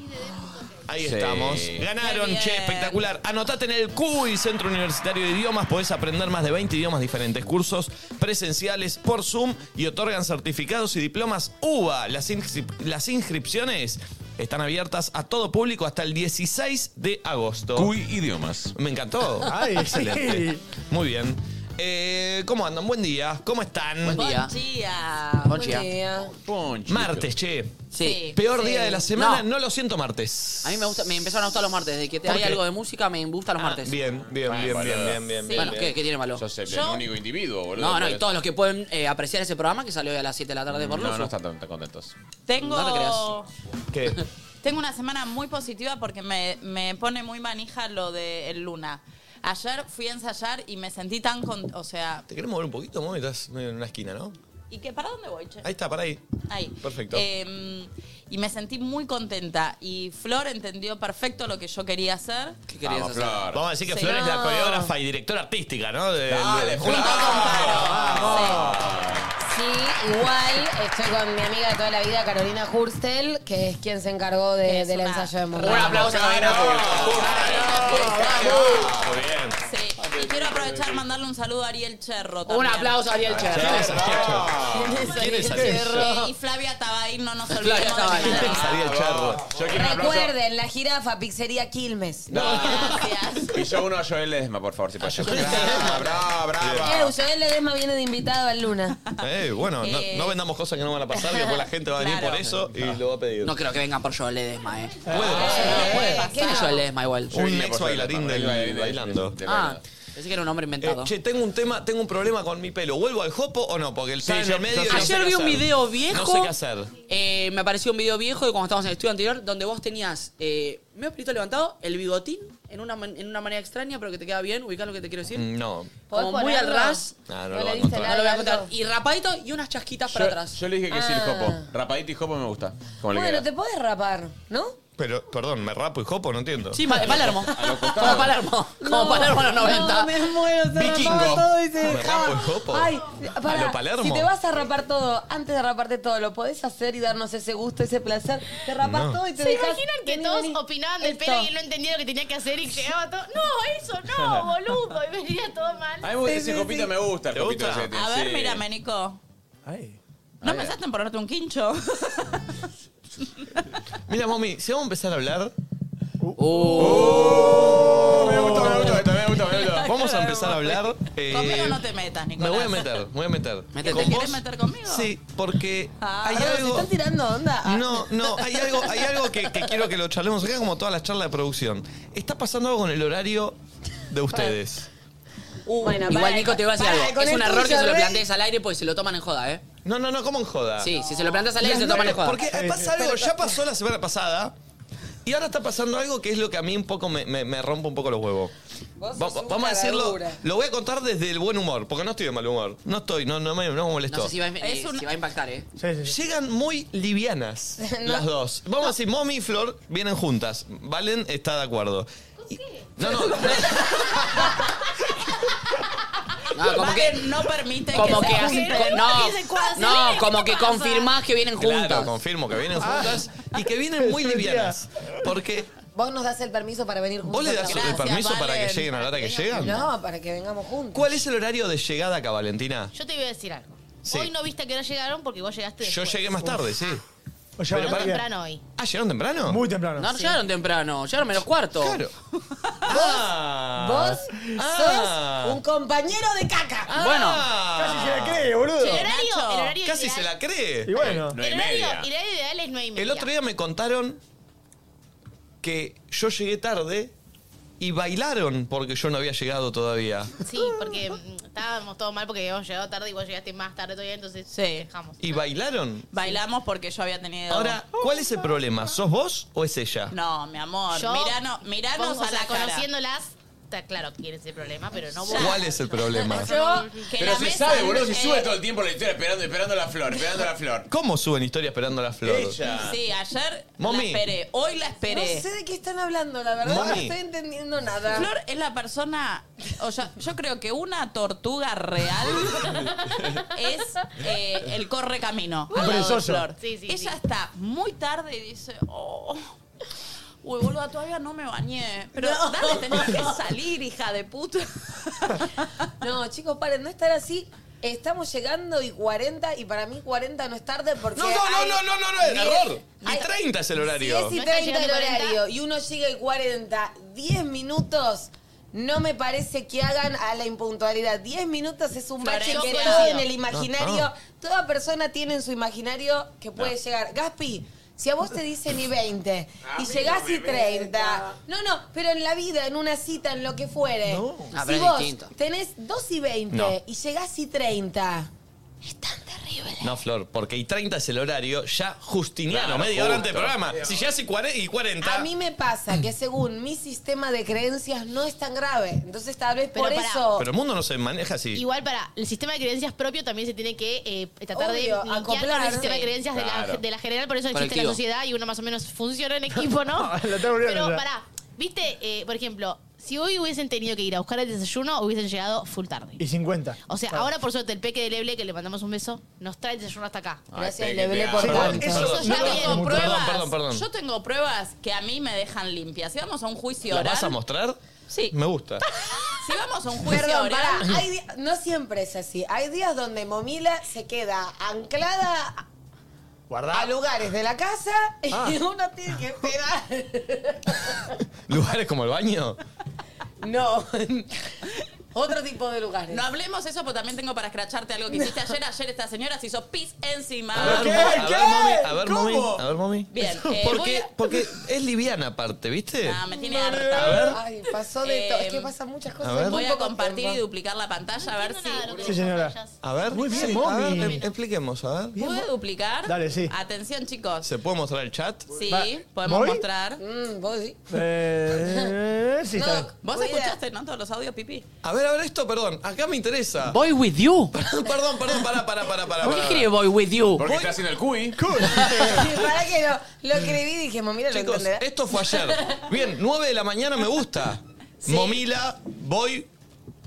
Ahí
Sí.
estamos.
Qué
Ganaron,
bien.
che, espectacular. Anotate en el CUI, Centro Universitario de Idiomas. Podés aprender más de 20 idiomas diferentes, cursos presenciales por Zoom y otorgan certificados y diplomas UBA. Las, inscri- las inscripciones están abiertas a todo público hasta el 16 de agosto.
Cuy Idiomas.
Me encantó.
Ay.
Excelente. Muy bien. Eh, ¿Cómo andan? Buen día. ¿Cómo están?
Buen día.
Buen día. Martes, che.
Sí.
Peor
Sí.
día de la semana.
No.
No, lo siento martes.
A mí me, gusta, me empezaron a gustar los martes. Desde que te
¿Por
hay
qué? Ah,
algo de música, me gustan los martes.
Bien, bien, bien, bien, bien, bien, bien.
Bueno, ¿qué, qué tiene malo?
Sos el, el
Yo-
único individuo, boludo.
No, no, y
Podés-
todos los que pueden eh, apreciar ese programa que salió hoy a las 7 de la tarde por
Mm, No,
Luzu.
no están tan, tan contentos.
Tengo.
No te
creas. ¿Qué?
Tengo una semana muy positiva porque me, me pone muy manija lo del Luna. Ayer fui a ensayar y me sentí tan con, o sea,
¿Te querés mover un poquito, Mami? Estás medio en una esquina, ¿no?
¿y qué para dónde voy, che?
Ahí está, para ahí.
Ahí.
Perfecto.
Eh, y me sentí muy contenta y Flor entendió perfecto lo que yo quería hacer.
querías Vamos, hacer? Flor.
Vamos a decir que
Sí.
Flor es la
No.
coreógrafa y directora artística, ¿no? De,
Dale, Flor.
Sí, igual estoy con mi amiga de toda la vida, Carolina Hurstel, que es quien se encargó de- del ensayo de Monroe.
Muy bien.
Y quiero aprovechar mandarle un saludo a Ariel Cherro también.
aplauso a Ariel Cherro.
¿Quién es Ariel Cherro? ¿Quién es Ariel Cherro?
Y Flavia Tabaín, no nos olvidemos.
Flavia
de
Tabaín.
Flavia Tabaín.
Ariel Cherro.
Yo quiero un aplauso.
Recuerden, la jirafa, pizzería Quilmes.
No. Y yo uno a Joel Ledesma, por favor, si puedes.
Ah,
Brava, brava, brava.
Eu, Joel Ledesma viene de invitado al Luna.
Eh, bueno, no,
Eh.
no vendamos cosas que no van a pasar, que después la gente va a venir
Claro.
por eso y lo va a pedir.
No creo que vengan por Joel Ledesma, eh.
¿Qué
¿Quién es Joel Ledesma igual?
Un ex bailarín del bailando.
Ah, pensé que era un hombre inventado.
Eh, che, tengo un tema, tengo un problema con mi pelo. ¿Vuelvo al jopo o no? Porque el
Sí,
pelo en
yo-
el medio.
yo-
no
ayer
sé qué
vi un
hacer.
video viejo.
No sé qué hacer.
Eh, me apareció un video viejo de cuando estábamos en el estudio anterior, donde vos tenías eh, medio pelito levantado, el bigotín, en una, man- en una manera extraña, pero que te queda bien, ubicás lo que te quiero decir.
No.
Como muy al ras.
Ah,
¿No
no lo
le
voy a
diste
encontrar.
No lo voy a
Algo.
contar. Y rapadito y unas chasquitas para
Yo,
atrás.
yo le dije que sí, el
Ah.
jopo. Rapadito y jopo me gusta. Como le
Bueno,
queda.
te podés rapar, ¿no?
Pero, perdón, ¿me rapo y jopo? No entiendo.
Sí, pa- Palermo. Como
costados.
Palermo. Como Palermo en los 90.
No, me muero, se
Vikingo.
rapaba todo y se
¿Me
dejaba.
rapo el jopo?
Ay, pará,
¿A lo Palermo?
si te vas a rapar todo, antes de raparte todo, lo podés hacer y darnos ese gusto, ese placer. Te rapas
No.
todo y te
¿Se
dejas...
imaginan que
Vení,
todos
vení.
opinaban del
Esto.
pelo y él no entendía lo que tenía que hacer y llegaba todo? No, eso no, boludo. Y venía todo mal.
A mí me gusta ese copito, me gusta el
¿Te
copito
gusta?
ese.
A
sí.
ver, mírame, Nico.
Ay.
¿No
Ay,
pensaste en ponerte un quincho?
Mira, mami, si vamos a empezar a hablar, Oh.
Oh, Me gusta, me gusta, esto, me gusta, me gusta.
vamos a empezar a hablar. eh,
Conmigo no te metas,
me
Nicolás.
voy a meter, me voy a meter.
Métete.
¿Con
¿Te quieres
vos?
meter conmigo?
Sí, porque
Ah,
hay
Perdón, ¿Se
algo.
están tirando onda? Ah.
No, no, hay algo, hay algo que, que quiero que lo charlemos acá, como todas las charlas de producción. Está pasando algo con el horario de ustedes.
Bueno,
Igual
pará,
Nico te voy a decir
pará,
algo.
con
Es un
el
error que
tuyo,
se lo
Rey.
plantees al aire porque se lo toman en joda, ¿eh?
No, no, no, ¿cómo en joda?
Sí, si se lo planteas al aire se lo toman en
Pero,
joda.
Porque
Eh,
pasa algo, ya pasó la semana pasada. Y ahora está pasando algo que es lo que a mí un poco me, me- me rompe un poco los huevos.
Vos
Va-
sos un
vamos a decirlo,
caradura.
lo voy a contar desde el buen humor, porque no estoy de mal humor. No estoy, no, no, me, no me molestó.
No sé si va, a- eh,
Es un-
si va a impactar, ¿eh?
Sí, sí, sí.
Llegan muy livianas las dos. Vamos a decir, Mommy y Flor vienen juntas. Valen está de acuerdo. Y- No, no, no.
No, Ah, como que...
Valen no permite
Como
que,
que
se
así,
junten.
co- no, no, como que confirmás que vienen
Claro,
juntas. Ah.
confirmo que vienen juntas y que vienen muy livianas. Porque
Vos nos das el permiso para venir juntos.
vos le das el
Gracias,
permiso para que
Valen.
lleguen a la hora que llegan.
No, para que vengamos juntos.
¿Cuál es el horario de llegada acá, Valentina?
Yo te voy a decir algo.
Sí.
Hoy no viste que no llegaron porque vos llegaste
Yo
después.
llegué más tarde, sí.
O sea,
Pero
para-
temprano hoy.
Ah, ¿llegaron temprano?
Muy temprano.
No, no llegaron temprano, llegaron menos cuarto.
Claro. Ah.
Vos
Ah.
sos un compañero de caca.
Casi se la cree, boludo.
El horario,
Nacho,
el horario
Casi se
ideal,
la cree.
Y bueno.
No hay
el horario,
media.
el horario ideal es 9 y media.
El otro día me contaron que yo llegué tarde y bailaron porque yo no había llegado todavía.
Sí, porque mm, estábamos todos mal porque habíamos llegado tarde y vos llegaste más tarde todavía, entonces dejamos.
¿Y bailaron?
Bailamos porque yo había tenido.
Ahora, ¿cuál es el problema? ¿Sos vos o es ella?
No, mi amor.
Yo
mirano- miranos
pongo,
a
o sea,
la cara.
conociéndolas, está claro quién es el problema, pero no vos.
¿Cuál es el problema?
Pero se sabe, boludo, se sube todo el tiempo la historia esperando, esperando la flor, esperando la flor.
¿Cómo suben historia esperando la flor?
Ella.
Sí, ayer
Mami.
la esperé, hoy la esperé.
No sé de qué están hablando, la verdad no
Mami.
estoy entendiendo nada.
Flor es la persona, o sea, yo creo que una tortuga real es eh, el corre camino.
Ah,
Un perezoso.
Flor.
Sí, sí,
Ella está muy tarde y dice, oh, uy, boluda, todavía no me bañé. Pero
No.
dale, tenés que salir, hija de puta.
No, chicos, paren, no estar así. Estamos llegando y 40, y para mí 40 no es tarde porque.
No, no, no,
hay
no, no, no, no, error. Ni
Ay,
30 es el
10
horario.
y
está
30 el
llegando el
horario y uno llega y 40, 10 minutos. No me parece que hagan a la impuntualidad. 10 minutos es un bache
Florencia.
que
Yo
todo en
coincido.
el imaginario.
No, no.
Toda persona tiene en su imaginario que puede
No.
llegar. Gaspi, si a vos te dicen y 20
A
y
mí
llegás
no me
y 30. No, no, pero en la vida, en una cita, en lo que fuere.
Ah, pero
Si
es
vos
distinto.
tenés 2 y 20
No.
y llegás y 30.
No, Flor, porque y 30 es el horario, ya Justiniano,
Claro,
media hora
justo.
antes del programa. Si ya hace 40 y 40.
A mí me pasa que según mi sistema de creencias no es tan grave. Entonces tal vez por
pará.
eso...
Pero el mundo no se maneja así.
Igual para el sistema de creencias propio también se tiene que eh, tratar de
Obvio,
linkear con
acoplar.
el sistema de creencias de la- de,
Claro.
la, general, por eso existe
Colectivo.
la sociedad y uno más o menos funciona en equipo, ¿no?
Lo tengo bien,
Pero
ya.
pará, viste, eh, por ejemplo, si hoy hubiesen tenido que ir a buscar el desayuno, hubiesen llegado full tarde.
Y 50.
O sea, ahora por suerte el peque de Leble, que le mandamos un beso, nos trae el desayuno hasta acá.
Ay, Gracias, peque, Leble, te por amo. tanto.
Eso yo
No, no,
tengo
no,
pruebas.
perdón, perdón, perdón.
Yo tengo pruebas que a mí me dejan limpia. Si vamos a un juicio
¿La
oral.
vas a mostrar?
Sí.
Me gusta.
Si vamos a un juicio
Perdón,
oral.
pará, hay di- no siempre es así. Hay días donde Momila se queda anclada a- a lugares de la casa
Ah.
y uno tiene que esperar.
¿Lugares como el baño?
No. Otro tipo de lugares.
No hablemos eso porque también tengo para escracharte algo que hiciste ayer. Ayer esta señora se hizo pis encima.
A ver, mami, a ver, mami, a ver, mami.
Bien, eh, voy
porque,
a-
porque es liviana aparte, ¿viste?
Ah, me tiene
No, no, no.
harta.
A ver.
Ay, pasó de todo. Es que
Em,
pasan muchas
a
cosas.
ver.
en muy
Voy a
poco
compartir
tiempo.
y duplicar la pantalla a ver si.
Sí, señora.
A ver.
Muy bien,
sí, a
mami.
ver, em- expliquemos, a ver.
¿Pude duplicar?
Dale, sí.
Atención, chicos.
¿Se puede mostrar el chat?
Sí,
Va-
podemos
¿voy?
mostrar.
Mm,
Eh, sí, está bien.
Vos escuchaste, ¿no? Todos los audios, pipí.
A ver, a ver esto, perdón. Acá me interesa.
Voy with you.
perdón, perdón, pará, pará, pará, pará.
¿Por qué
pará.
escribe voy with you?
Porque está
haciendo el cuy.
Sí, para que lo, lo escribí y dije, Momila lo
Chicos,
entenderá.
esto fue ayer. Bien, 9 de la mañana me gusta. Momila, voy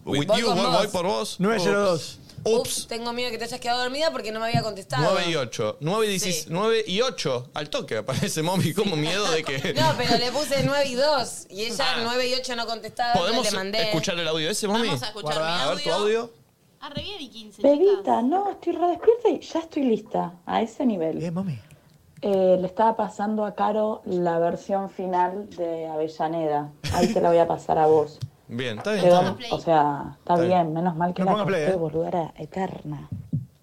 with
Voy
you,
con
voy,
vos.
voy por vos.
902.
Ups, tengo miedo que te hayas quedado dormida porque no me había contestado.
9 y 8. 9 y, 16, 9 y 8. Al toque aparece Momi, como miedo de que.
No, pero le puse 9 y 2 y ella
Ah.
9 y 8 no contestaba.
¿Podemos
entonces le mandé.
escuchar el audio ese, Momi?
Vamos a escuchar
Guarda,
mi
A ver tu audio.
Bebita, no, estoy re despierta y ya estoy lista, a ese nivel. Eh, le estaba pasando a Caro la versión final de Avellaneda. Ahí te la voy a pasar a vos.
Bien, está bien.
Quedó-
Está bien.
o sea, está,
Está
bien.
bien.
menos mal que
No
la
ponga play,
corté,
eh.
boluda, era eterna.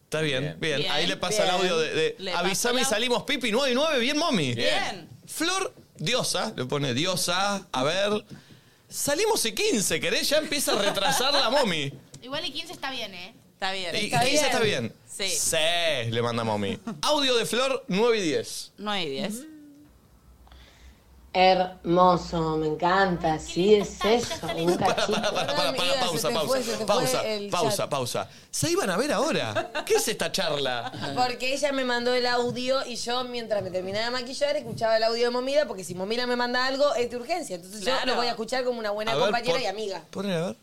Está bien, bien. Ahí le pasa el
Bien.
audio de,
Le
de
pasa
avisame y salimos pipi 9 y 9, bien Momi. Flor, diosa, le pone diosa, a ver. Salimos y 15, ¿querés? Ya empieza a retrasar la Momi.
Igual el 15 está bien, ¿eh?
Está bien.
Y 15 está bien.
Sí.
Sí, le manda Momi. Audio de Flor 9 y 10.
9 y 10.
Hermoso, me encanta, sí es eso, un cachito.
Para, para, para, pausa,
te
pausa.
fue, se te
pausa,
fue el
pausa,
chat.
pausa. ¿Se iban a ver ahora? ¿Qué es esta charla?
Porque ella me mandó el audio y yo, mientras me terminaba de maquillar, escuchaba el audio de Momila, porque si Momila me manda algo, es de urgencia. Entonces yo
Claro.
lo voy a escuchar como una buena
A ver,
compañera
pon-
y amiga.
Ponle a ver.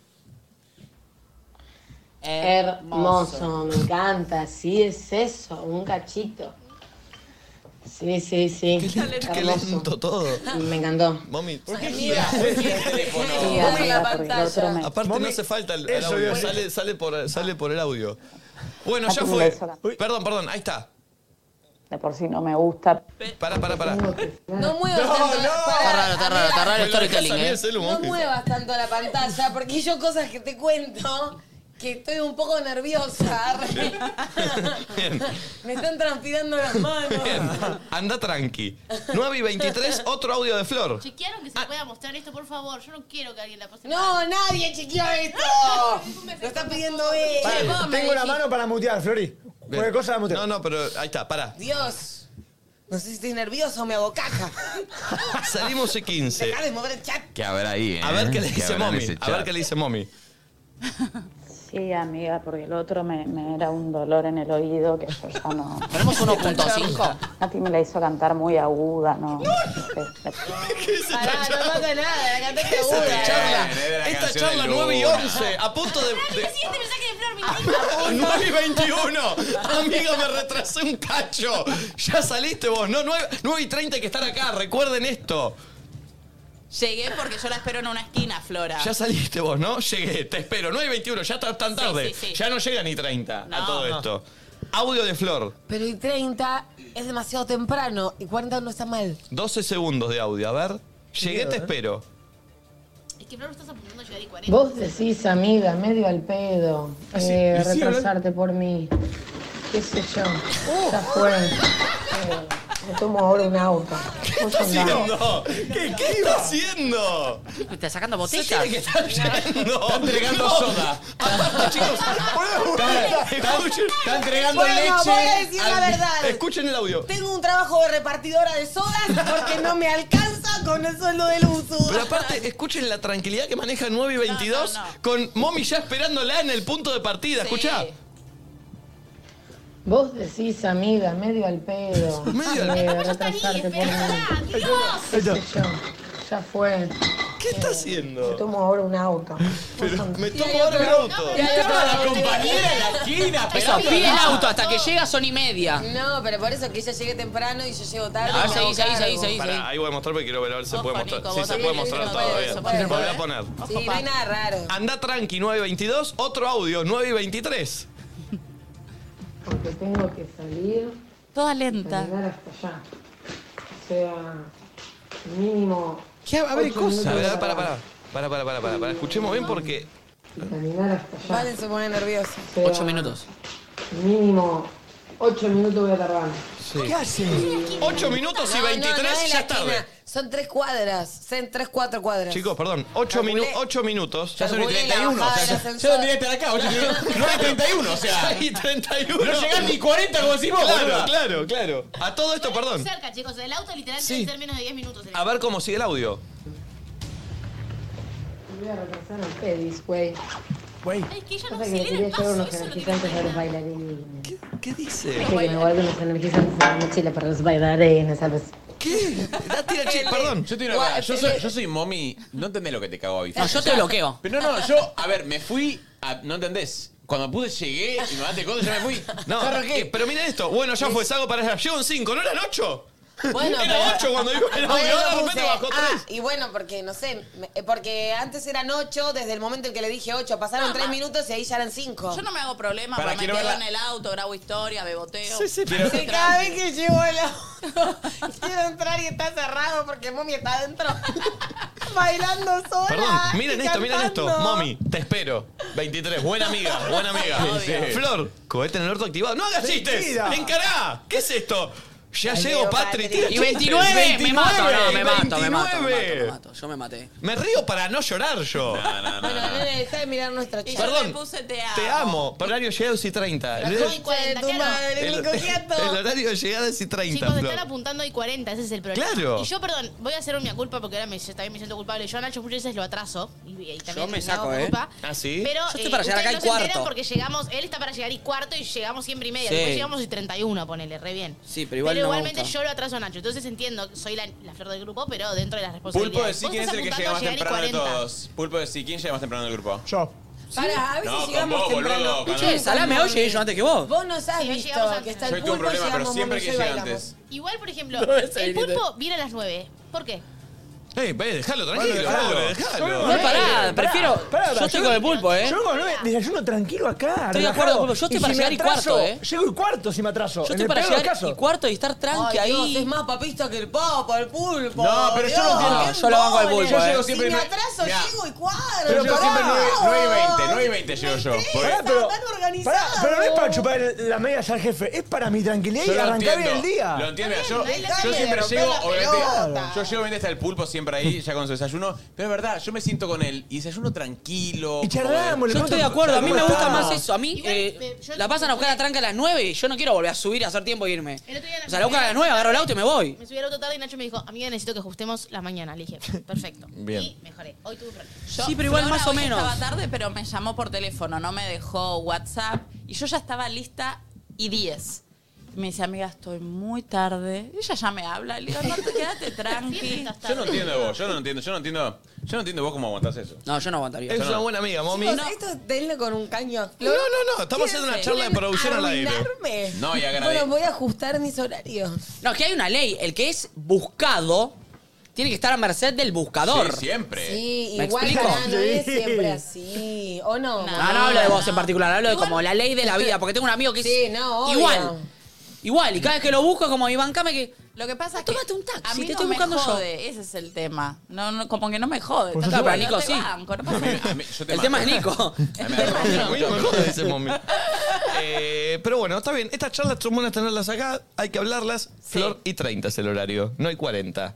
Hermoso, me encanta, sí es eso, un cachito. Sí, sí, sí.
Qué
hermoso.
lento todo.
Me encantó.
Mami, ¿por qué
Amiga.
giras el teléfono?
Sí, Mami, amiga, la porque pantalla. nosotros me-
Aparte
Mami,
no hace falta el, el
eso iba
audio,
a decir.
sale, sale, por, sale por el audio. Bueno,
Date
ya
un
fue.
beso, la-
Uy, Perdón, perdón, ahí está.
De por sí no me gusta.
Pará, pará, pará.
No muevas
No,
tanto
no.
la
Está
pantalla.
raro, está raro, está raro el
Me lo dejás
storytelling,
a mí
eh.
el celu,
No
Monje.
muevas tanto la pantalla, porque yo cosas que te cuento que estoy un poco nerviosa. Me están transpirando las manos.
Anda tranqui. 9 y 23, otro audio de Flor. Ah.
¿Chequearon que se pueda mostrar esto, por favor? Yo no quiero que alguien la pase
No,
mal.
nadie chequeó esto. Lo está pidiendo
Eh,
él.
Vale, tengo la mano para mutear, Flori. Cualquier cosa la muteo.
No, no, pero ahí está, para.
Dios. No sé si estoy nervioso o me hago caja.
Salimos y 15.
Dejá de mover el chat.
¿Qué habrá ahí, A ver qué le
¿Qué
dice
habrá en
mommy.
ese
A ver
chat?
qué le dice mommy.
Sí, amiga, porque el otro me, me era un dolor en el oído que yo ya no.
Tenemos 1.5.
Nati me la hizo cantar muy aguda, ¿no?
Pará, no pasa nada, la cantaste aguda.
Charla,
es de la
esta
canción
charla
de
9 y
Luna.
11, a punto de... de-
siguiente mensaje de Flor, mi
Ah, 9 y 21. Amiga, me retrasé un cacho. Ya saliste vos, ¿no? 9, 9 y 30 hay que estar acá, recuerden esto.
Llegué porque yo la espero en una esquina, Flora.
Ya saliste vos, ¿no? Llegué, te espero. 9 y 21, ya está tan tarde.
Ah. sí, sí.
Ya no llega ni 30 a
No.
todo esto. Audio de Flor,
Pero y 30 es demasiado temprano y 40 no está mal.
12 segundos de audio, a ver. Llegué,
miedo,
te
¿eh?
espero.
Es que Flor estás apuntando a llegar y 40.
Vos decís, amiga, medio al pedo,
Ah, sí,
eh,
sí, ¿verdad?
retrasarte por mí. ¿Qué sé yo? Ya fue. Eh, me tomo ahora un auto. Vos andá.
¿Qué, qué está haciendo?
Está sacando
Se tiene que estar yendo.
Está entregando soda.
Aparte, chicos,
Está-
está
entregando
Bueno, leche voy a decir la al- verdad.
Escuchen el audio.
Tengo un trabajo de repartidora de sodas porque no me alcanza con el sueldo del uso.
Pero aparte, escuchen la tranquilidad que maneja 9 y 22 con Mommy ya esperándola en el punto de partida. Escuchá.
Vos decís, amiga, medio al pedo,
Medio al-
eh, retrasarte por mí. ¿Qué sé yo? Ya fue.
¿Qué está haciendo?
Me tomo ahora un auto.
Me
tomo ahora un auto.
Estaba la
compañera en la esquina,
Eso,
pero-
pide el auto hasta que llega son y media.
No, pero por eso que ella llegue temprano y yo llego tarde.
Ah,
y me
seguí,
hago
seguí,
cargo.
seguí, seguí.
Pará, ahí voy a mostrar porque quiero ver a ver si se puede mostrar.
Nico,
Sí,
vos
se
también
puede
tenés
mostrar
que
todo
poner
bien.
eso,
Volví
puede
a
ser.
poner.
Sí, no hay nada raro.
Anda tranqui, 9 y 22. Otro audio, 9 y 23.
Porque tengo que salir.
Toda
lenta. Llegar hasta allá. O sea, mínimo.
¿Qué? A ver,
ocho
cosa.
minutos
Pará, pará, pará. Pará, pará, pará, pará, pará. Escuchemos bien porque.
Y caminar hasta allá.
Valen se pone nervioso.
Ocho
minutos.
Mínimo 8 minutos voy a tardar.
¿Qué hace? 8 minutos y
No, no,
23,
no es la
ya es tarde.
esquina. Son tres cuadras. Son tres, cuatro cuadras.
Chicos, perdón, 8,
Calculé.
minutos.
Ya son y Calculé la 31, bajada o sea, del yo- ascensor. yo debería estar acá, ocho y minutos.
No hay 31, o sea.
Hay 31.
No llegás ni 40 como decís vos,
Claro,
boluda.
claro, claro. A todo esto, perdón.
Cerca, chicos. El auto literal
Sí.
debe ser menos de 10 minutos.
A ver cómo sigue el audio.
Voy a repasar al pedis, güey.
Güey.
Es
que ella
no que le quería llevar unos energizantes a los bailarines. ¿Qué,
dice?
Dice que me guardo unos energizantes en la mochila para los bailarines, ¿sabes?
¿Qué?
perdón. Yo te digo una cosa, yo soy, yo soy mommy, no entendés lo que te cago a bifar.
No, yo te bloqueo.
Pero no, no, yo, a ver, me fui, a- no entendés. Cuando pude llegué y me mandaste cosas, yo me fui.
No,
¿Sabes por qué?
eh, pero mira esto. Bueno, ya fue, salgo para allá. Llevo un 5, ¿no eran 8?
Bueno,
Era 8 cuando dijo el audio.
Bueno,
ahora de repente
puse,
bajó 3.
ah, y bueno, porque no sé, me- eh, porque antes eran ocho, desde el momento en que le dije ocho, pasaron tres minutos y ahí ya eran cinco.
Yo no me hago problema,
Pará,
pero me
quiero
quedo
verla.
en el auto, grabo historia, beboteo.
Sí, sí,
pero...
Cada vez que llevo el auto, quiero entrar y está cerrado porque mami está adentro bailando sola.
Perdón,
y
miren esto, miren esto.
cantando.
Mommy, te espero. 23, buena amiga, buena amiga.
Obvio. Sí.
Flor, cohete en el orto activado. No hagas chistes.
Mentira.
Encará. ¿Qué es esto? Ya
Ay,
llego,
Leo,
Patri.
Patri.
tira
Y
chistes.
29, me mato,
no, me mato, me mato, me
29.
mato, me mato. Yo me maté.
Me río para no llorar yo.
Bueno, nene, deja de mirar nuestra chica.
Perdón,
te
Te amo. Pero Horario de llegada es y 30. El,
Las 40,
tu
claro.
madre, Nico, quieto.
el horario de llegada es y 30.
Chicos,
Flor.
están apuntando y 40, ese es el problema.
Claro.
Y yo, perdón, voy a hacer un mea culpa porque ahora me, yo también me siento culpable. Yo a Nacho muchas veces lo atraso y, y también
Yo me
hago
saco,
por
¿eh?
culpa.
¿Ah, sí?
Pero
Yo estoy
eh,
para llegar acá
ustedes
al
no se enteran
cuarto.
porque llegamos, él está para llegar y cuarto y llegamos siempre y media.
Sí.
Después llegamos y 31, ponele, re bien.
Sí, pero igual
Pero
no me
igualmente
gusta.
yo lo atraso a Nacho. Entonces entiendo, que soy la, la flor del grupo, pero dentro de las
Pulpo
responsabilidades.
decí
Vos
quién es
estás
el que llega
apuntando a
más
llegar y
temprano de
40.
todos. Pulpo decí quién llega más temprano del grupo.
Yo.
Pará, a veces
No, con
llegamos
vos, boludo,
temprano.
con-
Che, salame hoy llegué yo antes que vos.
Vos no has visto que está
Yo
el
tuve
pulpo y
un problema, pero
llegamos
siempre
momento
que
y
llega
bailamos.
antes.
Igual, por ejemplo,
No, ese
el
grito.
pulpo viene a las 9. ¿Por qué?
Eh, ve, déjalo tranquilo,
Bueno, dejalo.
pobre, dejalo.
Yo me
No,
voy.
pará, prefiero.
Pará,
yo estoy con el pulpo, ¿eh?
Yo con el desayuno tranquilo acá.
Estoy de acuerdo,
relajado.
pulpo. Yo estoy
Y
para
si me
llegar y
atraso,
cuarto, ¿eh?
Llego y cuarto si me atraso.
Yo
en
estoy
el
para
peor de los
llegar
casos.
y cuarto y estar tranqui
Ay, Dios,
ahí.
es más papista que el papa, el pulpo.
No, pero yo no entiendo.
Dios, qué
Yo lo banco al
embole.
pulpo, Yo llego eh.
siempre
Si me
nueve-
atraso,
Mirá.
llego y cuadro.
Yo llego
pará.
siempre 9, 20, 9 y 20 llego yo. Porque-
Pará, Eh, pero, pará, pero no es para chupar el- la media al jefe, es para mi tranquilidad
Yo
y
lo
arrancar bien
entiendo,
el día.
Lo entiendo.
Está
Yo,
bien,
yo
está bien,
siempre
rompe
llego,
la
obviamente.
pelota.
Yo llego, obviamente está el pulpo siempre ahí, ya con su desayuno. Pero es verdad, yo me siento con él y desayuno tranquilo.
Y charlamos, le
Yo
pregunto,
estoy de acuerdo, a mí
¿cómo
me gusta
está?
más eso. A mí eh, la pasan a buscar a tranca a las 9 y yo no quiero volver a subir a hacer tiempo e irme.
El otro día
O sea, la buscan a las 9, agarro el auto y me voy.
Me subí al auto tarde y Nacho me dijo, amiga, necesito que ajustemos la mañana. Le dije, perfecto.
Bien.
Mejoré. Hoy tuve problemas.
Sí, pero igual
Flora
más o
hoy
menos.
Estaba tarde, pero me llamó por teléfono, no me dejó WhatsApp. Y yo ya estaba lista y 10. Me dice, amiga, estoy muy tarde. Ella ya me habla. Le digo, no, tú quédate tranqui.
Yo no entiendo de vos, yo no entiendo, yo no entiendo, yo no entiendo vos cómo aguantás eso.
No, yo no aguantaría.
Es una buena amiga, mami.
Chicos, Esto es denle con un caño.
No, no, no, estamos haciendo una charla de producción
al
al aire.
No, y agrade-
Bueno, voy a ajustar mis horarios.
No, es que hay una ley. El que es buscado tiene que estar a merced del buscador.
Sí, siempre.
Sí,
Eh, ¿Me
igual
explico?
pará, no es
Sí.
siempre así. ¿O no?
No, no hablo de vos en particular, hablo de como la ley de la vida, porque tengo un amigo que es
Sí, no, obvio.
igual. Igual, y cada vez que lo busco es como, Iván, came que...
Lo que pasa es que. Tómate un taxi, a mí
te
no
estoy buscando
me
yo.
jode, Ese es el tema. No, no, como que no me jode.
Pues
Tanto
yo
que
soy
no
Nico,
te
sí.
banco, no pasa nada.
El tema es Nico.
Ese momi. Eh, pero bueno, está bien. Estas charlas son buenas tenerlas acá. Hay que hablarlas. Flor y 30 es el horario. No hay 40.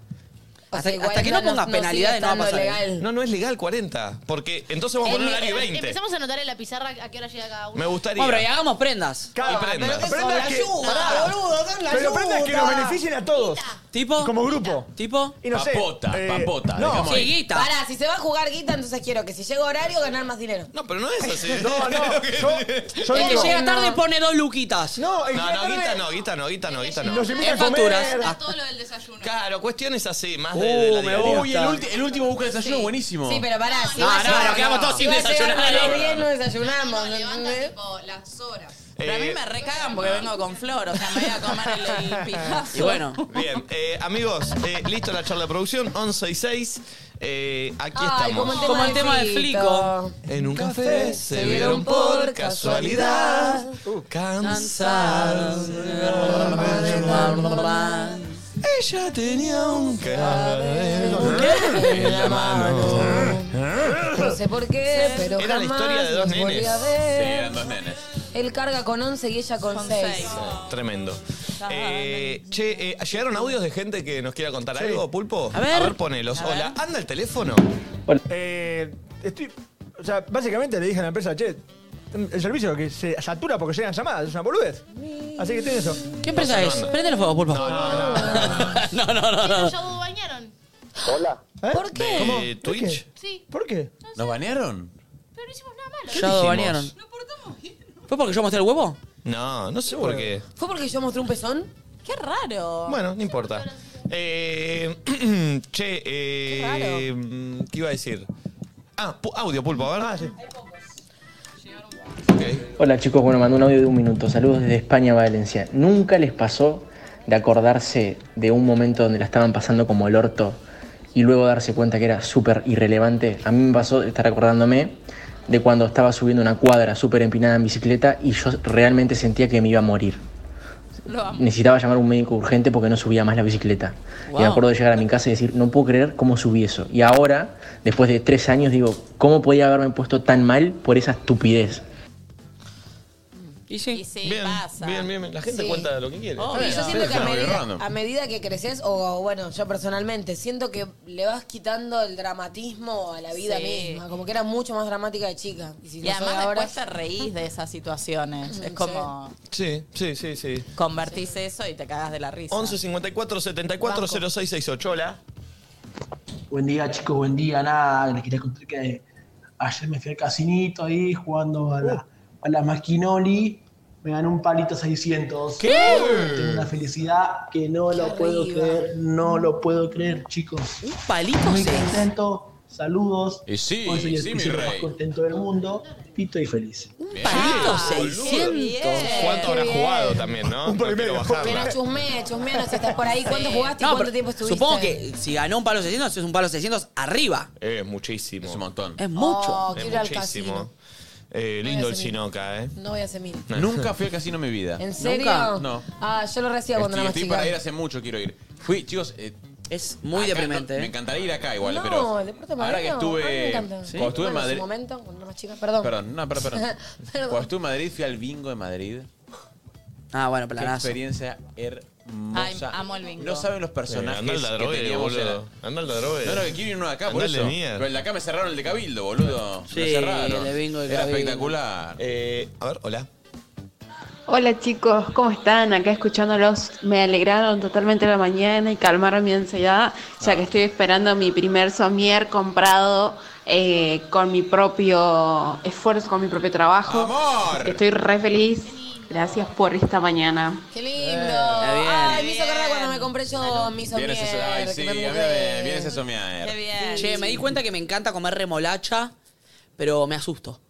Hasta- igual hasta que no no- pongas no sigue penalidades, no va a estando pasar. legal.
No, no es legal 40. Porque entonces vamos a
Em-
poner horario
em-
20.
Empezamos a anotar en la pizarra a qué hora llega cada uno.
Me gustaría.
Bueno, y hagamos prendas.
y prendas.
Prendas que,
ayuda,
pará,
boludo, dan la
pero prendas que nos
ayuda.
beneficien a todos.
¿Tipo?
Como grupo.
¿Tipo?
Y no sé,
Papota,
eh,
papota,
No,
dejamos ahí. Sí, guita.
Pará, si se va a jugar guita, entonces quiero que si llega horario, ganar más dinero.
No, pero no es así.
No, no,
Yo el que
digo-
llega tarde pone dos luquitas.
No,
No, no, guita no, guita no, guita no, guita no.
Nos invita a En comer. facturas. Ah.
Todo lo del desayuno.
Claro, cuestiones así, más de, de la
Uh, me
diaria. Eh,
voy, el, ulti- el último busca desayuno
Sí.
buenísimo.
Sí, pero pará, si
No,
va a
no,
llegar-
nos quedamos todos
si
sin
va a llegar
desayunar.
a las 10 no desayunamos. ¿entendés?
las horas. Pero a mí me recagan porque vengo con flor, o sea, me voy a comer el, el pijazo.
Y bueno. Bien, eh, amigos, eh, listo la charla de producción, 11 y 6. Eh, aquí
Ay,
estamos.
como el tema Como el de tema de Flico.
En un café se vieron por casualidad. Cansados. Ella tenía un cabello en la mano.
No sé por qué, pero
Era la
jamás
historia de dos
nos volví
nenes.
a ver.
Sí, eran dos nenes.
Él carga con 11 y ella con 6.
Tremendo. Eh, che, eh, ¿llegaron audios de gente que nos quiera contar algo, Pulpo?
A ver.
ponelos.
A ver.
Hola, anda el teléfono.
Eh, estoy, o sea, básicamente le dije a la empresa, che, el servicio que se satura porque llegan llamadas, es una boludez. Así que estoy en eso.
¿Qué empresa es? Prende el fuego, por favor. No, no, no. no,
Chicos, ya vos bañaron.
Hola.
¿Por qué?
¿De Twitch?
Sí,
¿Eh? ¿Por qué?
¿Nos banearon?
pero no hicimos nada malo.
Ya lo banearon. ¿Fue porque yo mostré el huevo?
No, no sé por qué.
¿Fue porque yo mostré un pezón?
Qué raro.
Bueno, no importa. Eh, che, eh, mm, ¿qué iba a decir? Ah, pu- audio, pulpo, a ver.
Hola chicos, bueno, mandó un audio de un minuto. Saludos desde España, Valencia. ¿Nunca les pasó de acordarse de un momento donde la estaban pasando como el orto y luego darse cuenta que era súper irrelevante? A mí me pasó de estar acordándome de cuando estaba subiendo una cuadra súper empinada en bicicleta y yo realmente sentía que me iba a morir.
Lo amo.
Necesitaba llamar a un médico urgente porque no subía más la bicicleta. Y me
Wow.
acuerdo de llegar a mi casa y decir, no puedo creer cómo subí eso. Y ahora, después de tres años, digo, ¿cómo podía haberme puesto tan mal por esa estupidez?
Y sí.
bien, bien, bien, bien. La gente
Sí.
cuenta lo que quiere.
Pero yo siento que a medida,
Random.
a medida que creces, o bueno, yo personalmente, siento que le vas quitando el dramatismo a la vida
Sí.
misma. Como que era mucho más dramática de chica. Y, si
Y
no soy
además
ahora,
después te reís de esas situaciones. Es
Sí.
como
Sí, sí, sí, sí.
convertís eso y te cagas de la risa.
11 54 74 0668. Hola.
Buen día, chicos, buen día. Nada, les quería contar que ayer me fui al casinito ahí jugando a la,
Uh.
a la maquinoli. Me gané un palito 600.
¿Qué?
Tengo una felicidad que no lo puedo creer. No lo puedo creer, chicos. ¿Un
palito
Muy contento. Saludos.
Y sí,
Hoy soy
y
el
sí, mi
pisero más
rey.
contento del mundo. Pito y feliz.
Palito
600.
¿Cuánto habrá
Bien.
jugado también, no? No quiero bajarla.
Pero chusmea, chusmea, si estás por ahí. ¿Cuánto
Sí.
jugaste y
No,
cuánto
pero
tiempo estuviste?
Supongo que si ganó un palo 600, es un palo 600 arriba.
Es muchísimo. Es un
montón.
Es mucho.
Oh,
es
quiero ir al
muchísimo. Eh, lindo el Sinoca, ¿eh?
No voy a hacer mil.
Nunca fui al casino en mi vida.
¿En serio?
No.
Ah, yo lo recibía cuando
Estoy,
era más
estoy
chica.
para ir hace mucho, quiero ir. Fui, chicos.
es muy
deprimente. me encantaría ir acá igual,
no,
pero.
el deporte
ahora que
moderno, a mí me
estuve.
encanta.
Cuando estuve en
Bueno,
Madrid.
su momento, cuando era más chica, perdón.
Perdón, no, Pues- perdón, perdón.
Perdón.
Cuando estuve en Madrid fui al bingo de Madrid.
Ah, bueno,
Qué
planazo.
experiencia hermosa.
Ay, amo el bingo.
No saben los personajes
Eh, anda al
que
Ladroe,
teníamos.
boludo.
era-
Anda al Ladroe.
No, no, que quiero ir uno de acá, por
Andale
eso.
mierda.
Pero el de acá me cerraron el de Cabildo, boludo.
Sí,
me cerraron.
el de bingo de
Era
Cabildo.
espectacular.
Eh, a ver, hola.
Hola chicos, ¿cómo están? Acá escuchándolos me alegraron totalmente la mañana y calmaron mi ansiedad, ya
Ah.
que estoy esperando mi primer somier comprado eh, con mi propio esfuerzo, con mi propio trabajo. Estoy re feliz. Gracias por esta mañana.
Qué
Eh,
lindo.
Ah,
Está bien.
Ay, me hizo acordar cuando me compré yo mi
Vienes
somier.
eso, ay,
que
sí,
me
a mí
mudé.
me- vienes eso, mía.
Qué bien.
Che, me di cuenta que me encanta comer remolacha, pero me asusto.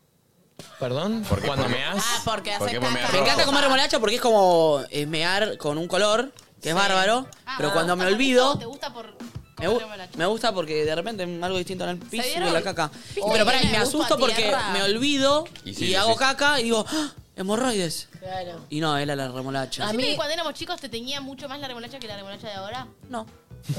¿Perdón? ¿Por
Cuando me has.
Ah, porque
¿Por qué
hace
vos me
caca.
has
Me encanta
rojo?
comer remolacha porque es como eh, mear con un color, que es bárbaro, pero cuando me olvido...
¿Te gusta por
Me, gu- me gusta porque de repente algo distinto en el piso y
vieron?
la caca.
Viste que
Pero pará,
tiene
me
gusto a
asusto porque
tierra.
me olvido y,
Y sí, sí,
hago
sí.
caca y digo, ¡Ah! hemorroides.
Claro.
Y no, era la remolacha.
¿Siempre que cuando éramos chicos te tenía mucho más la remolacha que la remolacha de ahora?
No.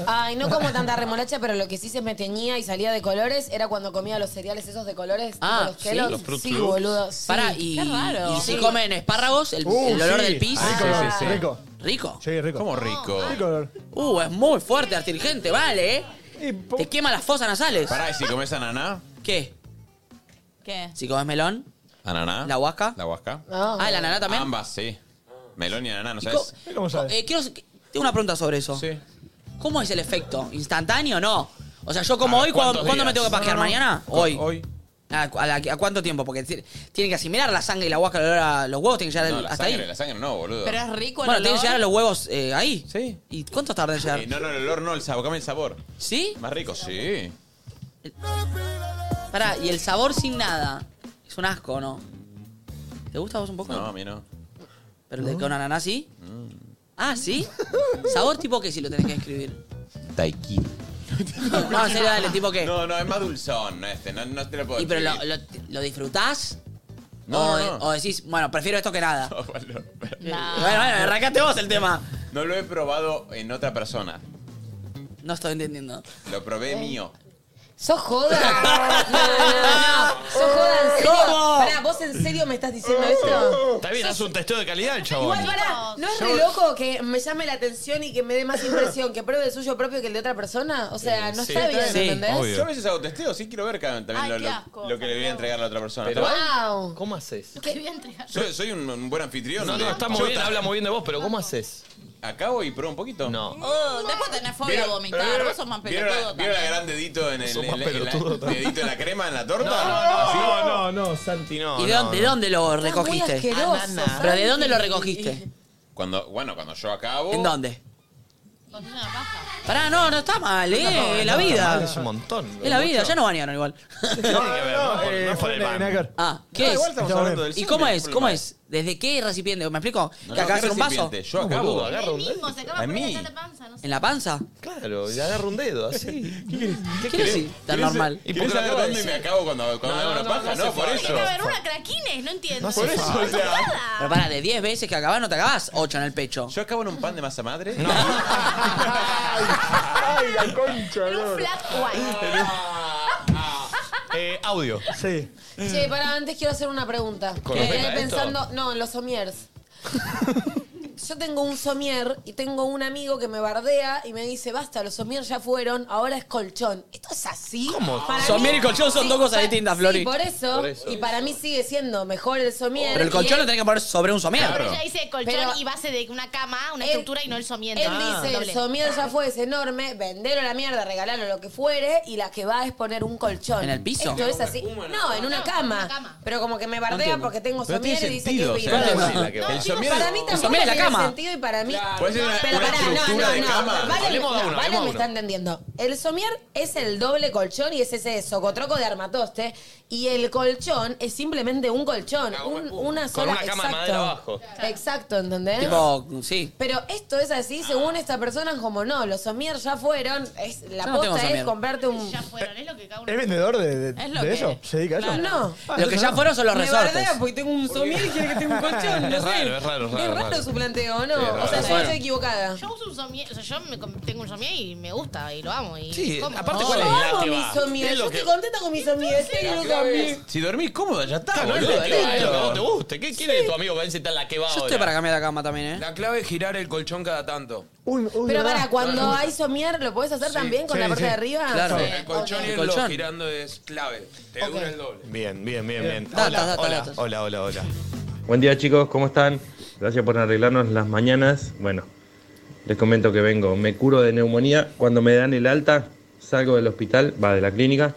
Ay, no como tanta remolacha, pero lo que sí se me teñía y salía de colores era cuando comía los cereales esos de colores. tipo
Ah,
los
sí,
Kellogg's.
los Fruit
Sí,
Loops.
boludo. Sí.
Pará, y, y si comen espárragos, el,
Uh,
el olor
sí.
del piso.
Rico,
Ah, sí, sí, sí. rico.
Rico.
Sí, rico.
¿Cómo rico?
Uh, es muy fuerte, astringente, vale, ¿eh? Te quema las fosas nasales.
Pará, ¿y si comes ananá?
¿Qué?
¿Qué?
Si comes melón,
¿Ananá?
la huasca.
¿La huasca?
Ah, ¿la ananá también?
Ambas, sí. Melón y ananá, ¿no
¿Y co-
sabes?
Eh, quiero, tengo una pregunta sobre eso.
Sí.
¿Cómo es el efecto? ¿Instantáneo o no? O sea, yo como
A ver,
hoy, ¿cuándo,
Ah, ¿cuántos
cuándo me
días?
tengo que pajear?
No, no, no.
¿Mañana?
Cu-
Hoy. ¿A, a la- a cuánto tiempo? Porque ti- tienen que asimilar la sangre y la huasca, el olor a los huevos, tienen que llegar
No,
al-
la
hasta
sangre,
ahí.
la sangre no, boludo.
Pero es rico el
Bueno, tienen que
olor.
llegar a los huevos eh, ahí. Sí. ¿Y cuánto tarda en llegar?
Eh, no, no, el olor no, el sabor, cambia el sabor.
¿Sí?
Más rico, sí.
Pará, y el sabor sin nada. Es un asco, ¿no? ¿Te gusta a vos un poco?
No, Mm. a mí no.
Pero el de con ananá sí. Ah, ¿sí? ¿Sabor tipo qué si lo tenés que escribir?
Taiki.
No, en serio, dale, tipo qué.
No, no, es más dulzón este, no, no te lo puedo
¿Y pero lo,
describir.
lo- lo disfrutás?
No,
o,
no, no.
o decís, bueno, prefiero esto que nada.
bueno,
Bueno, bueno, arrancate vos el tema.
No lo he probado en otra persona.
No estoy entendiendo.
Lo probé mío.
¿Sos joda? No, no, no. ¿Sos joda en serio?
¿Cómo?
Pará, ¿vos en serio me estás diciendo
Ah.
esto?
Está bien, haz un testeo de calidad el chabón.
Igual, pará, ¿no es re loco que me llame la atención y que me dé más impresión que pruebe el suyo propio que el de otra persona? O
Eh,
sea, no está bien, ¿entendés?
Yo a veces hago testeo, sí quiero ver cada- también
Ay,
lo,
qué
lo-
asco,
lo que le voy a entregar a la otra persona.
Pero-
¿Está mal?
¡Wow!
¿Cómo haces?
Lo que voy a entregar.
Soy, soy un, un buen anfitrión.
No, no, está muy bien, habla muy bien de vos, pero
Ah.
¿cómo haces?
Acabo y pruebo un poquito. No.
Oh, después tenés fobia a vomitar.
¿Vieron- eh,
Vos sos más
¿Vieron la,
pelotudo.
¿Vieron la gran dedito en el,
Sos
en
más
la- en la-
pelotudo también.
dedito en la crema, en la torta?
No,
¿Sí?
no, no, no, Santi, no.
¿Y de
no,
dónde,
no.
dónde lo
muy
recogiste?
asqueroso,
Ananá. ¿Pero de
Santi.
dónde lo recogiste?
Cuando, bueno, cuando yo acabo.
¿En dónde? Pará, no, no está mal, eh.
No,
es
no,
la vida.
Es un montón.
Es la vida, ya no bañaron igual.
no, no, eh,
fue
el
nada que ver.
Ah, ¿qué
No,
es?
igual estamos hablando del
¿Y
semen,
cómo es?
por el
¿Cómo
mar.
es? ¿Desde qué recipiente? ¿Me explico?
No,
¿Que
no,
acá
¿qué
hacer un vaso?
recipiente? Yo acabo.
agarro un
Mismo, se acaba
A
de poner
mí.
acá la panza, no sé.
¿En la panza?
Claro, y agarro un dedo, así.
¿Qué quieres decir? Tan
¿Quieres-
normal.
¿Y
¿Quieres
por qué
saber
lo acabo de
dónde me
decir?
acabo cuando, cuando hago una paja? No, por eso.
Tiene que haber una craquines, no entiendo.
Por eso, o sea.
Pero pará, de 10 veces que acabás no te acabás 8 en el pecho.
Yo acabo en un pan de masa madre.
Ay, la concha,
Era un
bro.
flat white.
Eh, audio.
Sí.
Che, pará, antes quiero hacer una pregunta.
¿Con
Me
respecto
quedé
a esto?
pensando, no, en los somiers. Yo tengo un somier y tengo un amigo que me bardea y me dice, basta, los somier ya fueron, ahora es colchón. ¿Esto es así?
¿Cómo?
Para
Somier
mí-
y colchón son
Sí,
dos cosas
pa-
distintas,
sí,
Flori.
por, eso, y para mí sigue siendo mejor el somier.
Pero el colchón lo
y él-
tenés que poner sobre un somier.
Pero ella dice colchón
Pero-
y base de una cama, una
Él-
estructura y no el somiento.
Él
Ah.
dice,
Doble.
el somier ya fue, es enorme, vendelo a la mierda, regalalo lo que fuere, y la que va es poner un colchón.
¿En el piso?
Esto es así. No, en una cama. Pero como que me bardea
entiendo.
porque tengo
Pero
somier
tiene
y dice que
sentido. o
es
sea,
vivo.
no, el somier-
Para mí
el
tampoco
somier es la
tiene En el
cama.
sentido y para mí.
Puede ser una-
pero
una
pará, no,
estructura
no,
de
no.
cama.
Vale,
Hablemos de
no,
uno,
Vale
hablemos
me
de
está entendiendo. El somier es el doble colchón y es ese socotroco de armatoste. Y el colchón es simplemente un colchón. un- una
Con
sola.
una cama de
exacto.
madera abajo.
Exacto,
¿Eh?
¿entendés?
Tipo, sí.
Pero esto es así según esta persona, como no, los somier ya fueron. Es, la
Yo no tengo
posta es
somier.
comprarte un.
¿Es vendedor de, de-
Es lo
de
que-
eso? ¿Se dedica a eso?
Claro. No.
Ah,
Lo que
entonces
ya
no.
fueron son los
Me
resortes.
bardea porque tengo un somier y quiere que tenga un colchón. no
Es
sé.
raro, es raro, es raro,
Es
es
raro
raro.
su planteo, ¿o ¿no?
Sí, es
o
raro.
sea, yo
Bueno.
estoy equivocada.
Yo uso un somier, o sea, yo me com- tengo un somier y me gusta y lo amo. Y
Sí,
como.
aparte,
Yo
¿cuál es la
amo
que
mi
va?
somier.
Es lo
Yo
que-
estoy contenta con mi somier. Yo quiero cambiar.
Si dormís cómodo, ya está,
Claro,
boludo.
es lo
Dale, dale,
que
lo que
quiero.
a vos te guste. ¿Qué quiere tu amigo? Ven, si está la que va
Yo
ahora.
estoy para cambiar la cama también, ¿eh?
La clave es girar el colchón cada tanto.
Pero para, cuando hay somier, ¿lo puedes hacer también con
Sí,
la parte
sí.
de arriba?
Claro.
Sí.
El colchón
Ok.
y el,
Colchón.
dos girando es clave. Te dura el doble.
Bien, bien, bien, bien.
Datos,
hola,
datos,
hola,
datos.
hola, hola, hola.
Buen día chicos, ¿cómo están? Gracias por arreglarnos las mañanas. Bueno, les comento que vengo, me curo de neumonía, cuando me dan el alta, salgo del hospital, va de la clínica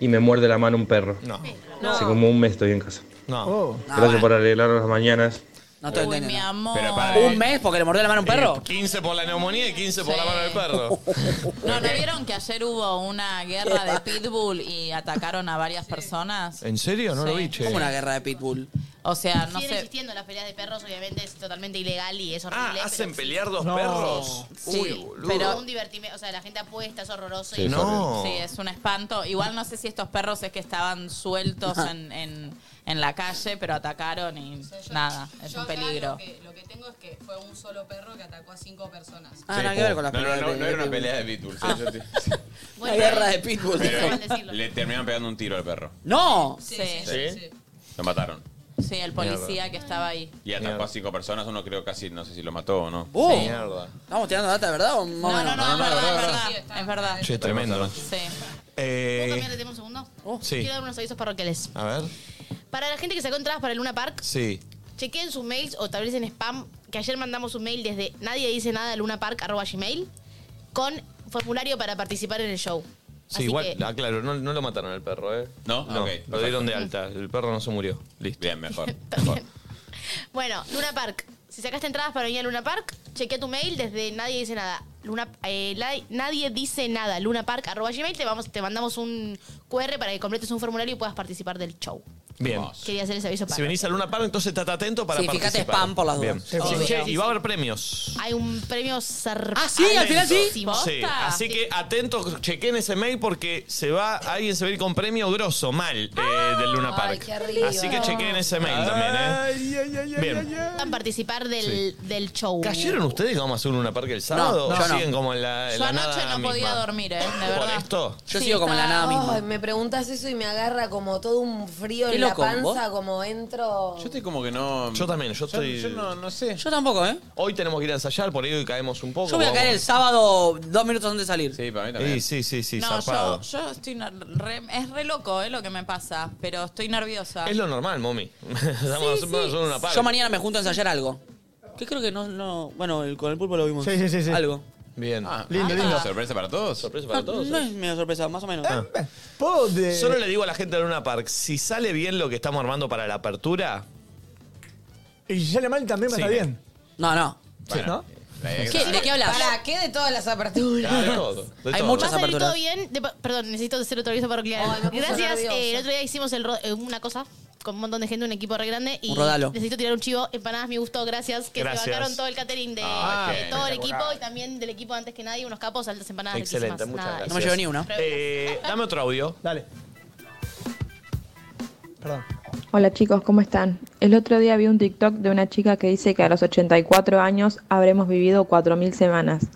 y me muerde la mano un perro.
No.
Hace como un mes estoy en casa.
No.
Gracias por arreglarnos las mañanas.
No estoy entendiendo.
mi amor.
¿Un mes porque le mordió la mano a un perro? Uh,
15 por la neumonía y 15 eh, por la mano del perro.
No, ¿no vieron que ayer hubo una guerra de pitbull y atacaron a varias personas?
¿En serio? No lo vi, che.
Como una guerra de pitbull.
O sea, Ah, no
Siguen
sé.
existiendo las peleas de perros, obviamente es totalmente ilegal y es
Ah,
horrible. pero
¿Hacen
existe.
pelear dos
No.
perros?
Sí,
Uy, boludo.
Pero un divertimento, o sea, la gente apuesta, es horroroso.
Sí,
y-
no.
Sí, es un espanto. Igual no sé si estos perros es que estaban sueltos en, en- en la calle, pero atacaron y nada, es
Yo
un
acá
peligro.
Lo que, lo que tengo es que fue un solo perro que atacó a cinco personas.
Ah, nada que ver con las
no, no,
peleas
no,
de-
no era
de
una pelea de
pitbull.
sí, yo te-
Bueno,
guerra de pitbull.
Pero
Mal
le terminaron pegando un tiro al perro.
¡No!
Sí,
¿Sí? Lo mataron.
sí, el policía que estaba ahí.
Y atacó a cinco personas, uno creo casi, no sé si lo mató o no.
¡Oh!
Mierda.
¿Estamos tirando data de verdad o
No, no, no, es verdad,
no,
es
no.
verdad, es verdad.
Che, tremendo.
Sí.
¿Puedo
Eh,
cambiar de tema un segundo?
Sí.
Quiero dar unos avisos parroquiales.
a ver.
Para la gente que sacó entradas para el Luna Park,
Sí.
chequeen sus mails o tal vez en spam, que ayer mandamos un mail desde nadie dice nada lunapark.gmail con formulario para participar en el show.
Sí,
Así
igual,
que-
aclaro, no, no lo mataron al perro, ¿eh?
No,
no
Ok,
lo dieron de alta, el perro no se murió. Listo.
Bien, mejor.
Bueno, Luna Park. Si sacaste entradas para venir a Luna Park, chequea tu mail desde nadie dice nada. Luna, eh, la- nadie dice nada. Lunapark.gmail. Te, vamos, te mandamos un QR para que completes un formulario y puedas participar del show.
Bien.
Quería hacer ese aviso para.
Si venís a Luna Park, entonces estate atento para
Sí, fíjate
participar.
spam por las dudas.
Bien.
Obvio. Ah,
Che, y va a haber premios.
Hay un premio zarpado.
Ah, Sí, así que atentos, chequen ese mail porque se va, alguien se va a ir con premio grosso, mal, eh, del Luna Park.
qué rico.
así que chequen ese mail también, ¿eh? Bien.
Puedan participar del, del show.
¿Cayeron ustedes que vamos a hacer un Luna Park el sábado?
No,
¿O
yo no.
siguen como en la, en
Yo
la
anoche
nada
no podía
misma?
dormir, ¿eh? De
¿Por
verdad.
esto?
Yo sigo como en la nada
Ay,
misma.
me preguntas eso y me agarra como todo un frío
Qué
en la
loco,
panza,
¿vos?
como entro.
Yo estoy como que no.
Yo también, yo estoy.
yo no- sé.
Yo tampoco, ¿eh?
Hoy tenemos que ir a ensayar, por ahí hoy caemos un poco.
Yo voy a
vamos.
caer el sábado dos minutos antes de salir.
Sí, para mí
Sí, sí, sí, sí,
No,
zarpado.
yo, yo estoy ner- re- es re loco eh, lo que me pasa, pero estoy nerviosa.
Es lo normal, mami. Estamos haciendo Luna Park.
Yo mañana me junto a ensayar algo. Que creo que no, no. Bueno, el- con el pulpo lo vimos.
Sí, sí, Ah, sí, sí.
Algo.
Bien.
Lindo, lindo.
¿Sorpresa para todos?
Sorpresa para
No,
todos. Eh,
No es medio sorpresa, más o menos.
Ah. Solo le digo a la gente de Luna Park, si sale bien lo que estamos armando para la apertura,
Y si sale mal también va a estar bien.
No, no.
¿No?
Eh,
Para, ¿qué de todas las aperturas?
Hay muchas
Va a salir
aperturas.
todo bien. De- perdón, necesito hacer otro aviso parroquial.
Ay, me puse
Gracias.
nerviosa.
eh, el otro día hicimos el ro- eh, una cosa con un montón de gente, un equipo re grande. Y
Un rodalo.
necesito tirar un chivo. Empanadas, me gustó. Gracias. Que
Gracias.
se bancaron todo el catering de,
Ah,
de
qué
todo el
espectacular.
equipo y también del equipo antes que nadie. Unos capos, altas empanadas.
excelente,
riquísimas.
muchas
Nada.
gracias.
No me llevo ni una.
Eh, dame otro audio.
Dale. Perdón.
Hola chicos, ¿cómo están? El otro día vi un TikTok de una chica que dice que a los 84 años habremos vivido 4.000 semanas.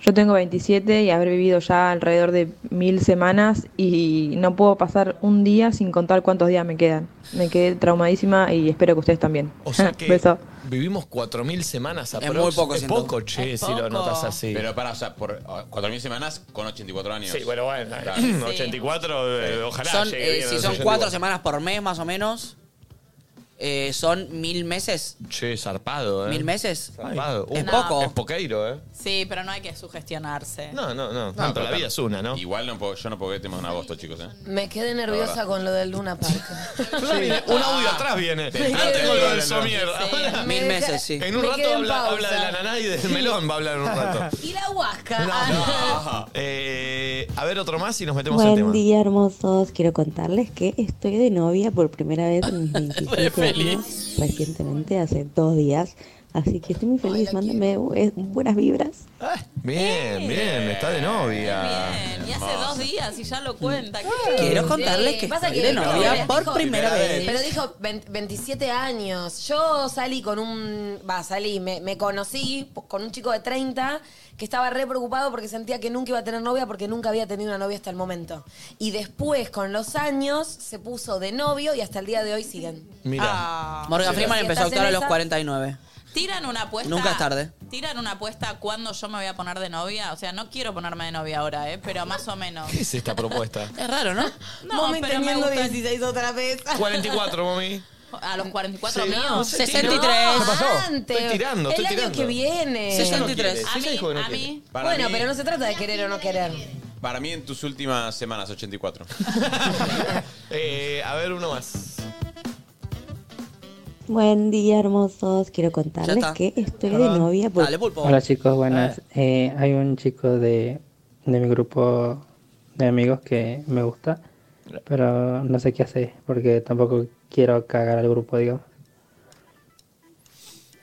Yo tengo 27 y habré vivido ya alrededor de 1.000 semanas y no puedo pasar un día sin contar cuántos días me quedan. Me quedé traumadísima y espero que ustedes también.
O sea que
Beso.
vivimos 4.000 semanas a
Es muy poco,
Es
siento.
poco, che, si lo notas así.
Pero para, o sea, por ah, 4.000 semanas con 84 años.
Sí, bueno, bueno.
Claro.
84, eh, ojalá.
Son,
llegue
eh,
bien a
si
los
son
84.
cuatro semanas por mes, más o menos. eh, son mil meses.
Che, zarpado, ¿eh?
¿Mil meses?
Zarpado.
Ay, es
Uh,
poco.
Es poqueiro, ¿eh?
Sí, pero no hay que sugestionarse.
no, no.
pero
la vida es una, ¿no?
Igual no puedo, yo no puedo temas en agosto, chicos, ¿eh?
Me quedé
La
nerviosa
verdad.
con lo del Luna Park.
Un audio atrás viene.
Sí.
Ah, tengo lo del
Sí.
somier. Ahora-
Mil Me meses, deja- sí.
En un
me
rato
quedé en
habla,
pausa.
habla de la naná y del melón va a hablar en un rato.
y la huasca. Ah,
Eh, a ver otro más y nos metemos en
Buen
tema.
día, hermosos. Quiero contarles que estoy de novia por primera vez en mis 27
feliz.
años, recientemente, hace dos días. Así que estoy muy feliz. Mándame bu- eh, buenas vibras.
Bien, bien, está de novia.
Eh. Y hace dos días y ya lo cuenta. ¿Qué?
Quiero contarles que
pasa
estoy de
no,
novia
pero
por primera vez.
Pero dijo "Vein- 27 años. Yo salí con un. Va, salí, me, me conocí p- con un chico de 30 que estaba re preocupado porque sentía que nunca iba a tener novia porque nunca había tenido una novia hasta el momento. Y después, con los años, se puso de novio y hasta el día de hoy siguen.
Mira.
Morgan
Sí.
Freeman
Si
empezó a
estás en
actuar a los
esa-
49.
Tiran una apuesta.
Nunca es tarde.
Tiran una apuesta a cuándo yo me voy a poner de novia. O sea, no quiero ponerme de novia ahora, ¿eh? Pero más o menos.
¿Qué es esta propuesta?
Es raro, ¿no? No,
Mami
pero me
teniendo
gusta.
16 otra vez.
44, mami.
A los 44
Sí,
míos.
no, se tira. ¿Qué pasó?
Antes.
Estoy tirando,
el
estoy
año
tirando.
que viene.
Sí, ella no quiere, sí,
A
ella
mí,
dijo que no
a
quiere.
mí.
Para
bueno,
mí-
pero no se trata de querer o no querer.
Para mí en tus últimas semanas, 84.
Eh, a ver uno más.
Buen día, hermosos. Quiero
Ya
contarles
está.
que estoy de
Perdón.
novia por...
Dale, pulpo.
Hola chicos, buenas. Eh, hay un chico de, de mi grupo de amigos que me gusta, pero no sé qué hace, porque tampoco quiero cagar al grupo, digamos.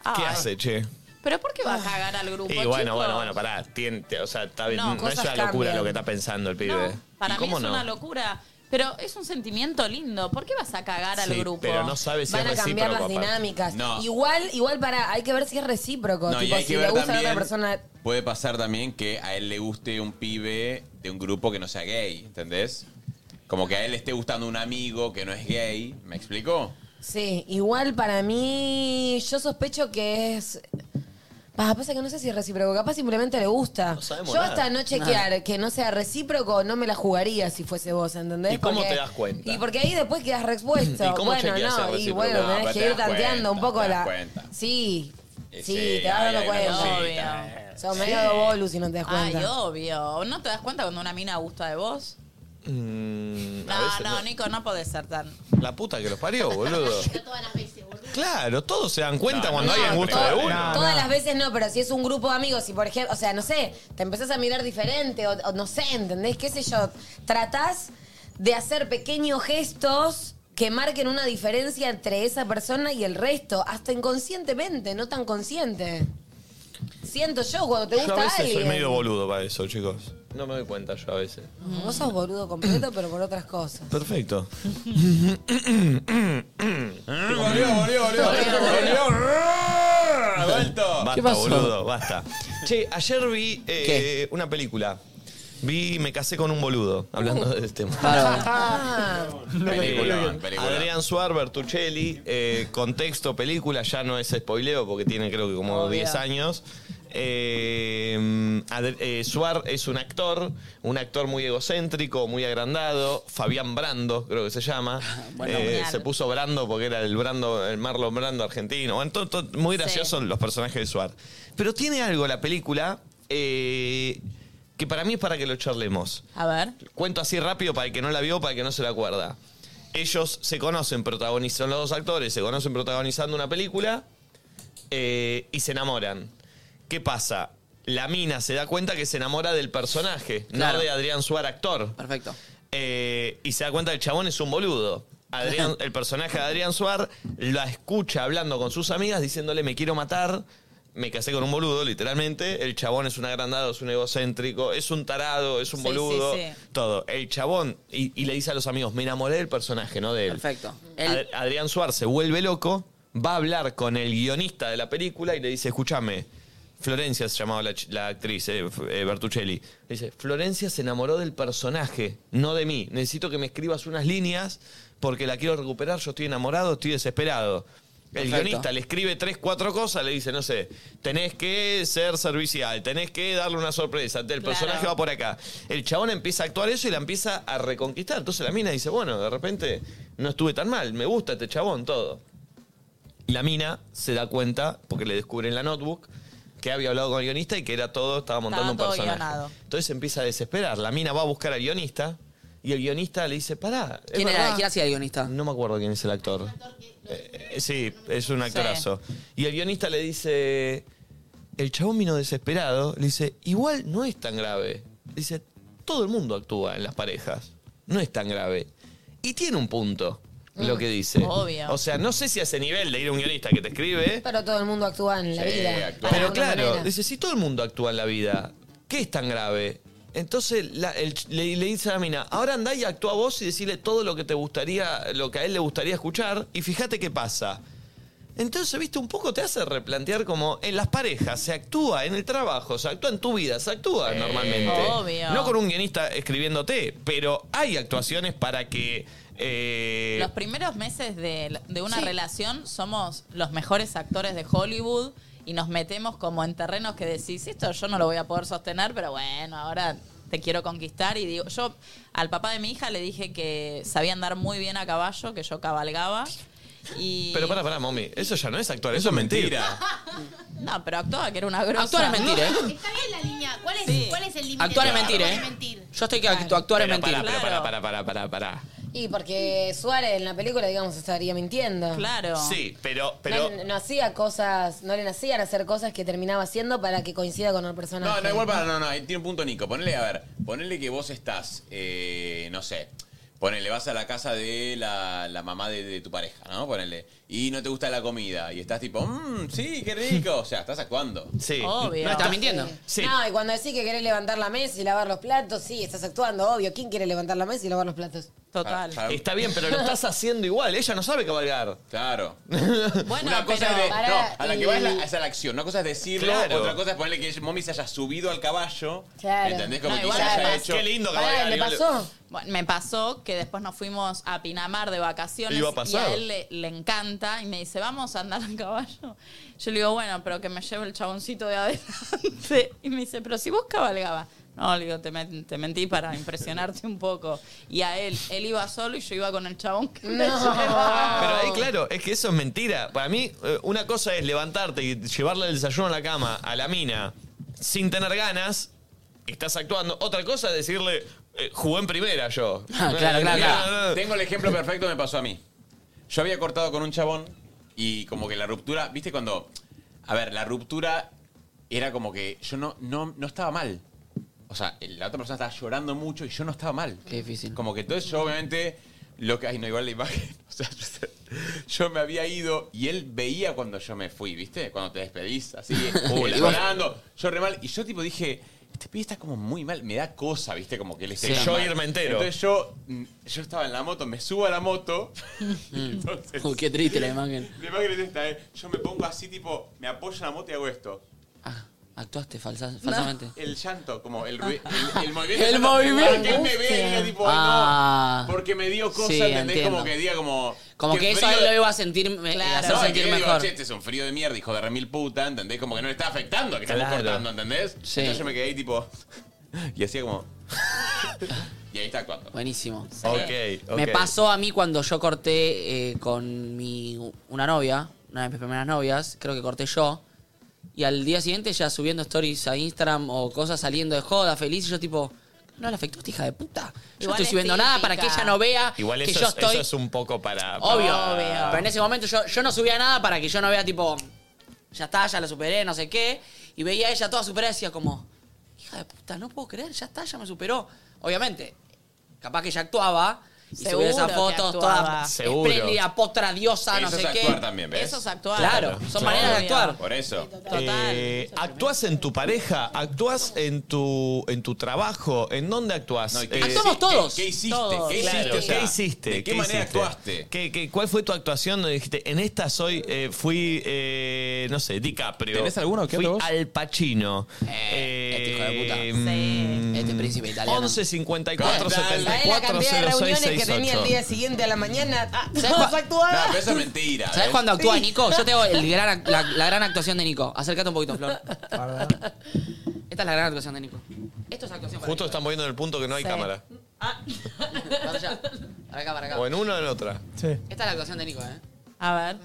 Ah.
¿Qué hace, che?
¿Pero por qué va a cagar al grupo?
Ah. Y bueno,
chicos?
bueno, bueno, pará. Tiene, te- o sea, está bien.
No,
No, es
cosas
una locura
cambian.
lo que está pensando el pibe.
Para
¿Y
mí
cómo
es
no?
una locura. Pero es un sentimiento lindo. ¿Por qué vas a cagar al
Sí,
grupo?
pero no sabes si
Van a
es
cambiar
recíproco,
las
aparte.
dinámicas.
No.
Igual, igual para, hay que ver si es recíproco.
No, y
tipo,
hay que
si
ver
le gusta a la
también-
otra persona.
Puede pasar también que a él le guste un pibe de un grupo que no sea gay, ¿entendés? Como que a él le esté gustando un amigo que no es gay. ¿Me explico?
Sí, igual para mí, yo sospecho que es. Ah, pasa que no sé si es recíproco, capaz simplemente le gusta.
sabemos
yo
nada.
hasta no chequear que no sea recíproco, no me la jugaría si fuese vos, ¿entendés?
¿Y cómo te das cuenta?
Y porque ahí después quedas re expuesto.
¿Y cómo
bueno,
chequeas el
no, y
recíproco?
bueno,
No, pero
tenés que
te
ir
das
tanteando un
cuenta,
poco
te das
la.
cuenta. Eh,
Sí, sí,
sí,
te vas
ahí
dando
hay una
cuenta.
cosita.
Sos
Sí.
medio bolu si no te das cuenta.
Ay, obvio. ¿No te das cuenta cuando una mina gusta de vos?
Mm, a
No,
veces
no, Nico, no podés ser tan.
La puta que los parió, boludo. Claro, todos se dan cuenta
No,
cuando
no,
alguien
no,
gusta de
todo-
uno.
Todas las veces no, pero si es un grupo de amigos, si por ejemplo, o sea, no sé, te empezás a mirar diferente, o, o no sé, ¿entendés? ¿Qué sé yo? Tratás de hacer pequeños gestos que marquen una diferencia entre esa persona y el resto, hasta inconscientemente, no tan consciente. Siento yo cuando te
Yo
gusta
a veces
alguien.
soy medio boludo para eso, chicos. No me doy cuenta yo a veces.
Vos sos boludo completo, pero por otras cosas.
Perfecto. Hmm.
Eh, Volvió, volvió, volvió.
Basta,
¿Qué pasó?
boludo, basta. Che, ayer vi eh, una película. Vi Me casé con un boludo, hablando
Uh.
de este tema.
Ah.
Película, Adrián Suar, Bertuccelli, eh, contexto película, ya no es spoileo porque tiene creo que como
Obvio.
10 años. Eh, Adr- eh, Suar es un actor, un actor muy egocéntrico, muy agrandado, Fabián Brando creo que se llama.
Bueno,
Eh,
genial.
se puso Brando porque era el Brando, el Marlon Brando argentino. Bueno, to- to- muy graciosos los personajes de Suar. Pero tiene algo la película eh, que para mí es para que lo charlemos.
A ver.
Cuento así rápido para el que no la vio, para el que no se la acuerda. Ellos se conocen, protagonizan los dos actores, se conocen protagonizando una película eh, y se enamoran. ¿Qué pasa? La mina se da cuenta que se enamora del personaje,
Claro.
no de Adrián Suar, actor.
Perfecto.
Eh, y se da cuenta que el chabón es un boludo. Adrián- el personaje de Adrián Suar la escucha hablando con sus amigas diciéndole me quiero matar, me casé con un boludo, literalmente. El chabón es un agrandado, es un egocéntrico, es un tarado, es un
Sí,
boludo.
sí, sí.
Todo. El chabón, y, y le dice a los amigos, me enamoré del personaje, no de él.
Perfecto.
Ad- Adrián Suar se vuelve loco, va a hablar con el guionista de la película y le dice, escúchame, Florencia se llamaba la, ch- la actriz, eh, F- eh, Bertuccelli. Le dice, Florencia se enamoró del personaje, no de mí. Necesito que me escribas unas líneas porque la quiero recuperar, yo estoy enamorado, estoy desesperado. El
Perfecto.
guionista le escribe tres, cuatro cosas, le dice, no sé, tenés que ser servicial, tenés que darle una sorpresa, el personaje va por acá. El chabón empieza a actuar eso y la empieza a reconquistar. Entonces la mina dice, bueno, de repente no estuve tan mal, me gusta este chabón, todo. la mina se da cuenta, porque le descubren la notebook, que había hablado con el guionista y que era todo, estaba
Estaba
montando un
todo
personaje.
guionado.
Entonces se empieza a desesperar. La mina va a buscar al guionista y el guionista le dice, pará. ¿es
¿Quién era?
verdad?".
¿Quién hacía el guionista?
No me acuerdo quién es el actor. Eh, eh, sí, es un actorazo. Y el guionista le dice, el chabón vino desesperado, le dice, igual no es tan grave. Dice, todo el mundo actúa en las parejas, no es tan grave. Y tiene un punto lo que dice.
obvio.
O sea, no sé si a ese nivel de ir a un guionista que te escribe,
Pero todo el mundo actúa en la
Sí,
vida.
actúa.
Ah, de
Eh, Pero
alguna
claro,
manera.
dice, si todo el mundo actúa en la vida, ¿qué es tan grave? Entonces la- el ch- le, le dice a la mina, ahora andá y actúa vos y decirle todo lo que te gustaría, lo que a él le gustaría escuchar, y fíjate qué pasa. Entonces, viste, un poco te hace replantear como en las parejas se actúa, en el trabajo, se actúa en tu vida, se actúa normalmente.
obvio.
No con un guionista escribiéndote, pero hay actuaciones para que. eh,
Los primeros meses de, de una relación somos los mejores actores de Hollywood y nos metemos como en terrenos que decís, esto yo no lo voy a poder sostener, pero bueno, ahora te quiero conquistar. Y digo, yo al papá de mi hija le dije que sabía andar muy bien a caballo, que yo cabalgaba. Y
Pero pará, pará, mami, eso ya no es actuar, eso es mentira.
no, pero actuaba que era una grosa.
Actuar es mentir, ¿eh?
Está bien la línea. ¿Cuál es, ¿cuál es el límite?
Actuar es
de
mentir,
cuál
¿eh? Yo estoy que actuar es
Pero
mentir.
pará, pero pará, pará, pará, pará, pará.
Y porque Suárez en la película, digamos, estaría mintiendo.
Sí, pero.
No-
pero
no, hacía cosas, no le nacían hacer cosas que terminaba haciendo para que coincida con el personaje.
No, no, igual para, no, no, ahí tiene un punto Nico. Ponele, a ver, ponele que vos estás, eh, no sé, ponele, vas a la casa de la, la mamá de, de tu pareja, ¿no? Ponele, y no te gusta la comida, y estás tipo, mmm, sí, qué rico. O sea, estás actuando.
Sí.
Obvio.
No, estás mintiendo.
No, y cuando decís que querés levantar la mesa y lavar los platos, sí, estás actuando, obvio. ¿Quién quiere levantar la mesa y lavar los platos?
Ah,
Está bien, pero lo estás haciendo igual. Ella no sabe cabalgar.
Claro.
Bueno,
una cosa
pero-
es de,
Pará,
no, a la
y-
que va es, la, es a la acción. Una cosa es decirlo,
Claro.
otra cosa es ponerle que mommy se haya subido al caballo.
Claro.
¿Entendés? Como
No,
que
igual
se haya
además-
hecho.
Qué
lindo
Bueno, me pasó que después nos fuimos a Pinamar de vacaciones
Iba
y
pasado.
a él le, le encanta y me dice, vamos a andar en caballo. Yo le digo, bueno, pero que me lleve el chaboncito de adelante. Y me dice, pero si vos cabalgabas. No, le digo, te, men- te mentí para impresionarte un poco. Y a él, él iba solo y yo iba con el chabón que me
No.
llevaba.
Pero ahí, claro, es que eso es mentira. Para mí, eh, una cosa es levantarte y llevarle el desayuno a la cama, a la mina, sin tener ganas, y estás actuando. Otra cosa es decirle, eh, jugué en primera yo. Eh,
Ah, Mirá,
mirá,
Tengo el ejemplo perfecto, me pasó a mí. Yo había cortado con un chabón y como que la ruptura, ¿viste cuando? A ver, la ruptura era como que yo no, no, no estaba mal. O sea, la otra persona estaba llorando mucho y yo no estaba mal. Qué difícil. Como que entonces yo obviamente lo que. Ay, no, igual la imagen. O sea, yo, yo me había ido y él veía cuando yo me fui, ¿viste? Cuando te despedís, así,
Uh, la-
llorando, yo re mal. Y yo tipo dije, este pibe está como muy mal, me da cosa, ¿viste? Como que él está
Sí.
tan
Yo
mal.
irme entero.
Entonces yo, mm, yo estaba en la moto, me subo a la moto.
Mm.
entonces,
Uy, qué triste la imagen.
La imagen es esta, ¿eh? Yo me pongo así, tipo, me apoyo en la moto y hago esto.
Actuaste falsa- falsamente.
El llanto, como el, rui- el, el movimiento.
El
del
movimiento.
llanto, Para que él me vea y diga, tipo, ay,
Ah.
no. Porque me dio cosa,
Sí,
¿entendés?
entiendo.
Como que diga, como.
Como
qué
que eso a
frío
él
de-
lo iba a sentir, me- hacer
no,
sentir
que yo digo,
mejor.
"Che, este es un frío de mierda, hijo de remil puta, ¿entendés? Como que no le está afectando, que estamos
Claro.
cortando, ¿entendés?
Sí.
Entonces yo me quedé ahí, tipo. Y hacía como. y ahí está actuando.
Buenísimo.
Ok, ok.
Me pasó a mí cuando yo corté eh, con mi, una novia, una de mis primeras novias, creo que corté yo. Y al día siguiente ya subiendo stories a Instagram o cosas saliendo de joda, feliz, y yo tipo, no le afectó esta hija de puta. Yo no
Igual
estoy
es
subiendo nada para que
típica.
ella no vea
Igual
que
eso,
yo
es,
estoy.
eso es un poco para.
Obvio.
para-
Pero en ese momento yo, yo no subía nada para que yo no vea, tipo, ya está, ya la superé, no sé qué. Y veía a ella toda superada y decía como, hija de puta, no puedo creer, ya está, ya me superó. Obviamente, capaz que ella actuaba y
Seguro
subía esas
que
fotos
actuaba.
toda
Seguro.
espléndida, potra, diosa, no
Eso
sé
es
qué.
actuar también, ¿ves?
Eso es actuar. Claro, son maneras de actuar.
Por eso.
Eh, ¿Actúas en tu pareja? ¿Actúas en tu, en tu trabajo? ¿En dónde actúas?
No, ¿y qué
Eh,
hiciste? Actuamos todos. ¿Qué- qué hiciste? Todos, ¿Qué
Claro,
hiciste? O sea,
¿Qué hiciste?
¿de qué
¿Qué
manera
hiciste?
actuaste?
¿Qué- qué- cuál fue tu actuación donde dijiste, en esta soy, eh, fui, eh, no sé, DiCaprio?
¿Tenés alguno? ¿Qué
Fui
otro vos?
Al Pacino. Eh,
este hijo de puta.
Este
príncipe italiano.
11 54
¿Sabés la
74
cantidad de
06
reuniones que tenía el día
68.
siguiente a la mañana? Ah,
¿Sabés
todos
cua-
actuaban.
No, pero eso es mentira.
¿Sabes
¿ves?
cuando actúa
Sí.
Nico? Yo te hago el gran ac- la, la gran actuación de Nico. Acércate un poquito, Flor. Esta es la gran actuación de Nico. Esto es actuación para
Justo están poniendo en el punto que no hay
Sí.
cámara.
Ah. Para allá. Para acá, para acá.
O en una o en otra.
Esta es la actuación de Nico, ¿eh?
A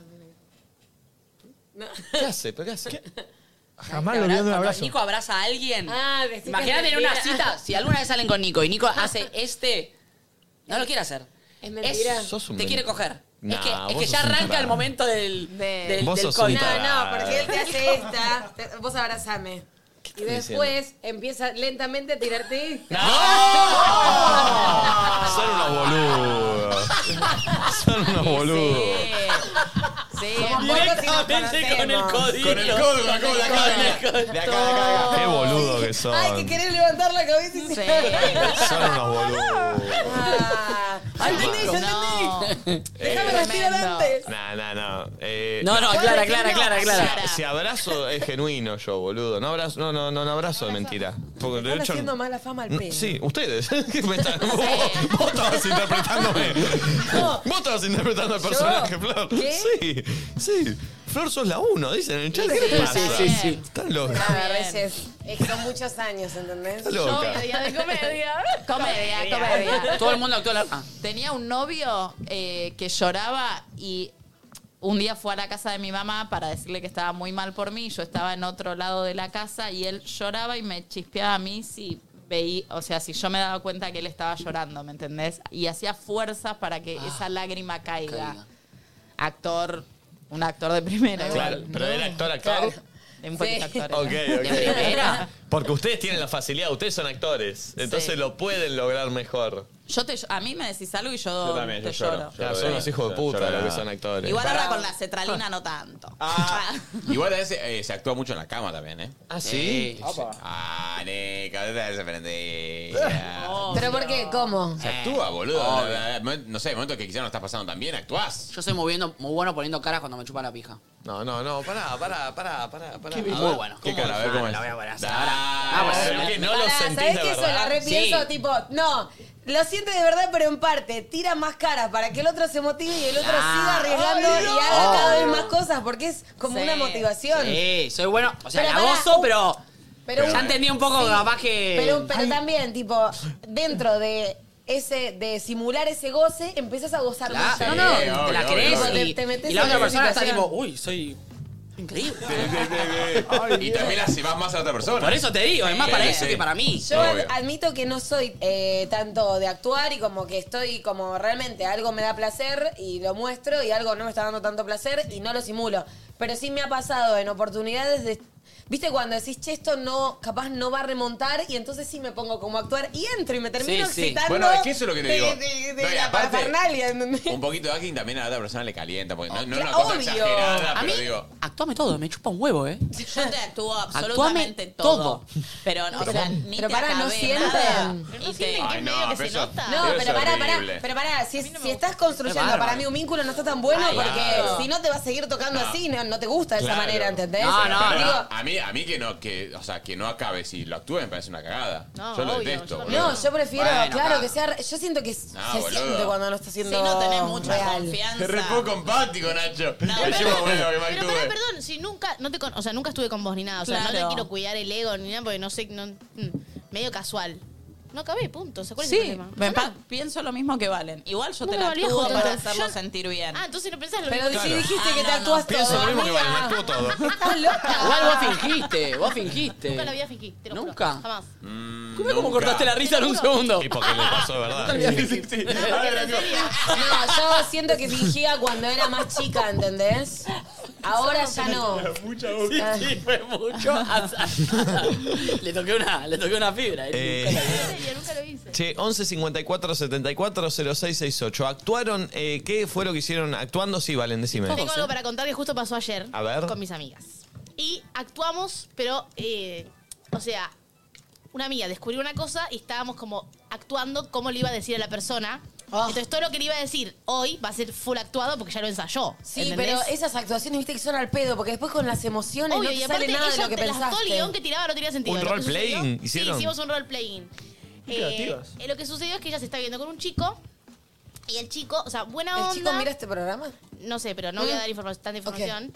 ver.
¿Qué hace? ¿Pero qué hace?
Jamás
Te
lo vi dando
abra-
un
cuando
abrazo.
Nico abraza a alguien.
Ah, decís que
Imagínate
es
en una
mentira.
cita, si alguna vez salen con Nico y Nico hace este, no lo quiere hacer.
Es
mentira.
Sos un
te
men-
quiere coger.
Nah,
es que, es
vos
que ya
sos un
arranca
tarado.
el momento del, del,
Vos
del
sos un
coito.
tarado.
No, porque él te hace esta, te- vos abrazame. Y
estás
después empieza lentamente a tirarte esta.
Son unos boludos. Son unos boludos.
Sí,
Somos
pocos y nos
Directamente con el
conocemos.
codillo.
Con el codo, con el codo, de acá, de
Con el codo.
Qué boludo que son.
Ay, que querés levantar la cabeza y se...
Son unos boludos.
Ay, entendí, ya entendí.
Eh,
Déjame respirar antes.
No, no, no. Eh,
No, no, aclara, aclara, aclara,
Si,
aclara.
si abrazo es genuino yo, boludo. No abrazo, no, no, no, no abrazo de mentira. Porque de
Están
hecho.
haciendo mala fama al
no-
pelo.
Mm, sí, ustedes. que me están- vos, vos estabas interpretándome. Vos estabas interpretando al
¿Yo?
personaje, Flor.
¿Qué?
Sí, sí. Flor sos la uno, dicen en el chat.
Sí,
¿Qué te
sí,
pasa?
sí, sí, sí.
Están locos.
A veces. Es que son muchos años, ¿entendés?
Está loca.
Comedia de comedia. Comedia, comedia.
Todo el mundo actúa la... ah.
Tenía un novio eh, que lloraba y un día fue a la casa de mi mamá para decirle que estaba muy mal por mí. Yo estaba en otro lado de la casa y él lloraba y me chispeaba a mí si veía, o sea, si yo me daba cuenta que él estaba llorando, ¿me entendés? Y hacía fuerzas para que esa lágrima caiga. Actor, un actor de primera.
Claro,
igual.
pero era actor, actor.
De un poquito actor. era.
Ok, ok.
De primera.
Porque ustedes tienen la facilidad, ustedes son actores. Entonces lo pueden lograr mejor.
Yo te, a mí me decís algo y yo,
Yo también,
te
yo lloro.
lloro.
Claro, son unos hijos de puta los que son actores.
Igual ahora con la cetralina no tanto.
Igual a veces eh, se actúa mucho en la cama también, ¿eh?
Ah, ¿sí?
Opa.
Ah, Nica, te das aprender.
¿Pero eh, por qué? ¿Cómo?
Se actúa, boludo.
Obvio.
La- la- No sé, en momentos que quizás no estás pasando tan bien, actuás.
Yo soy moviendo, muy bueno poniendo caras cuando me chupa la pija.
No, no, no, pará, pará, pará, pará, pará.
Ah,
¿Cómo?
bueno.
¿Qué cara? A ver cómo es.
Ah, bueno,
Pero que no lo
Pará,
sentís
¿sabés
de
que eso la
verdad?
repienso?
Sí.
Tipo, no, lo siente de verdad, pero en parte, tira más caras para que el otro se motive y el otro siga
Ah.
arriesgando
Ay,
y haga
no.
cada
Ah.
vez más cosas, porque es como
Sí.
una motivación.
Sí, soy bueno. O sea,
Pero
la
pará,
gozo, pero,
Pero
ya
un-
entendí un poco,
sí.
capaz que...
Pero, pero también, tipo, dentro de ese de simular ese goce, empezás a gozar
Claro,
más.
no,
también.
no,
Tipo,
te la
te-
crees
te-
y,
te metes
y la
en
otra persona está
situación.
tipo, uy, soy increíble.
y también la llevas más a otra persona.
Por eso te digo, es más para eso que para mí.
Yo ad- admito que no soy eh, tanto de actuar y como que estoy como realmente algo me da placer y lo muestro y algo no me está dando tanto placer y no lo simulo. Pero sí me ha pasado en oportunidades de... ¿Viste cuando decís, che, esto no, capaz no va a remontar? Y entonces sí me pongo como a actuar y entro y me termino
Sí, sí.
excitando.
Bueno, es que eso es lo que te
de-
digo.
de- de
No, y
la
aparte-
parafernalia, ¿entendés?
Un poquito de acting también a la otra persona le calienta. Porque no, no es una
Obvio.
cosa exagerada,
A
pero
mí-
digo.
Actuame todo, me chupa un huevo, ¿eh?
Yo te actúo absolutamente
Actuame
todo.
todo.
Pero, o sea, ni
Pero
te
pará, no
acabé
sienten.
nada.
Pero
Y te-
Ay, no, pero eso-
No,
eso
pero
es
pará, pará,
horrible.
pero pará, si, es- si estás construyendo
Es
para
bárbaro.
mí un vínculo no está tan bueno
Ay,
porque
claro.
si no te va a seguir tocando así, no, no te gusta de
Claro.
esa manera, ¿entendés?
No, no,
Digo,
no. A mí, a mí que no, que, o sea, que no acabe si lo actúe me parece una cagada.
No,
yo lo
obvio,
detesto,
yo-
boludo.
No, yo prefiero,
Bueno,
claro,
nada.
que sea. Yo siento que se
boludo.
siente cuando no está siendo.
Si no tenés mucha
real.
confianza.
Es re poco empático, Nacho.
No,
Me
pero-
llevo bueno que me
Pero
actúe.
pará, perdón, si nunca, no te con- o sea, nunca estuve con vos ni nada. O sea, no
Claro.
te quiero cuidar el ego ni nada porque no sé, no- mm, medio casual. No acabé, punto. O sea, ¿cuál es el
Sí,
problema?
me pa- pienso lo mismo que Valen. Igual yo
No
te
me
la
valía
actúo
joder,
para
entonces.
hacerlo
Yo-
sentir bien.
Ah, entonces no pensás lo
Pero
mismo.
si dijiste que te actúas
Pienso
todo.
lo mismo que
amiga.
vale, me actúo todo.
Estás loca.
Igual vos fingiste, vos fingiste.
Nunca lo había fingido, te lo juro.
Nunca.
Jamás.
Mira cómo cortaste la risa en un segundo.
Y porque le pasó de verdad.
No, yo siento que fingía cuando era más chica, ¿entendés? Ahora ya no.
Sí, sí, fue mucho. le toqué una, le toqué una fibra. él
Eh.
nunca la vio.
Che, 11 54 74 06 68. ¿Actuaron? eh, ¿Qué fue lo que hicieron actuando? Sí, Valen, decime.
Tengo algo para contar que justo pasó ayer
¿eh? A ver.
con mis amigas. Y actuamos, pero, eh, o sea, una amiga descubrió una cosa y estábamos como actuando cómo le iba a decir a la persona.
Ah.
Entonces todo lo que le iba a decir hoy va a ser full actuado porque ya lo ensayó.
Sí,
¿entendés?
pero esas actuaciones, viste, que son al pedo, porque después con las emociones
Obvio,
no
y
te sale
aparte
nada de
ella
lo que
te- las- todo el guión
pensaste.
que tiraba no tenía sentido.
¿Un
Lo que
role-playing
sucedió-
hicieron?
Sí, hicimos un role-playing.
Qué creativas.
eh, lo que sucedió es que ella se está viendo con un chico y el chico, o sea, buena
¿El
onda.
chico mira este programa?
No sé, pero no voy a
Mm.
dar informa- tanta información.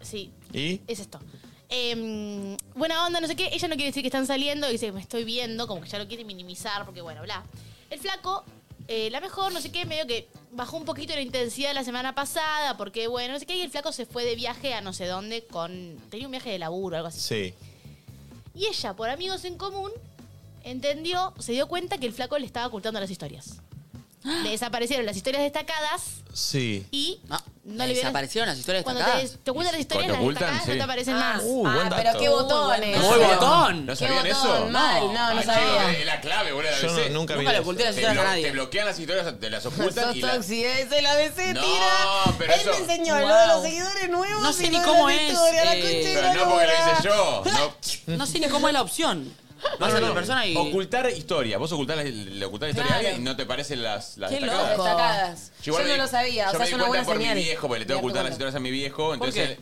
Sí,
¿Y?
es esto. Em, buena onda, no sé qué. Ella no quiere decir que están saliendo. Dice, me estoy viendo. Como que ya lo quiere minimizar porque, bueno, bla. El flaco, eh, la mejor, no sé qué, medio que bajó un poquito la intensidad la semana pasada porque, bueno, no sé qué, y el flaco se fue de viaje a no sé dónde con... Tenía un viaje de laburo, algo así.
Sí.
Y ella, por amigos en común, entendió, se dio cuenta que el flaco le estaba ocultando las historias. Le desaparecieron las historias destacadas
Sí.
y no,
le
le vieron
desaparecieron las historias
Cuando
destacadas.
te, te ocultan las historias,
Cuando
las
ocultan,
destacadas
sí.
no te aparecen
Ah,
más.
uh, buen dato.
pero qué botones.
¡Muy
pero-
botón!
¿No sabían Qué botón, eso? mal, no, no
Ah,
sabía.
chico, Es la clave, boludo.
Yo no- nunca vi Nunca le eso. oculté las
Te
historias a
blo-
nadie.
Te bloquean las historias, te las ocultan
Sos
y las...
tóxica, esa es la BC,
No,
tira.
pero
Él
eso-
me enseñó
Wow.
lo de los seguidores nuevos.
No sé
y
ni
lo de
cómo
las
es,
historias, la
eh,
concha de
Pero
la
no porque lo
lora.
hice yo. No.
No sé ni cómo es la opción. Vas a la persona y...
Ocultar historia. Vos ocultás, la- le ocultás la historia a
Claro.
alguien y no te parecen las, las
Qué
destacadas.
loco. Destacadas. Yo,
igual
no
me-
lo sabía, o
Yo
sea,
me
es
di
una
cuenta
buena
por mi
señal.
viejo, porque le tengo que
Mira,
ocultar las
tu
historias a mi viejo. Entonces,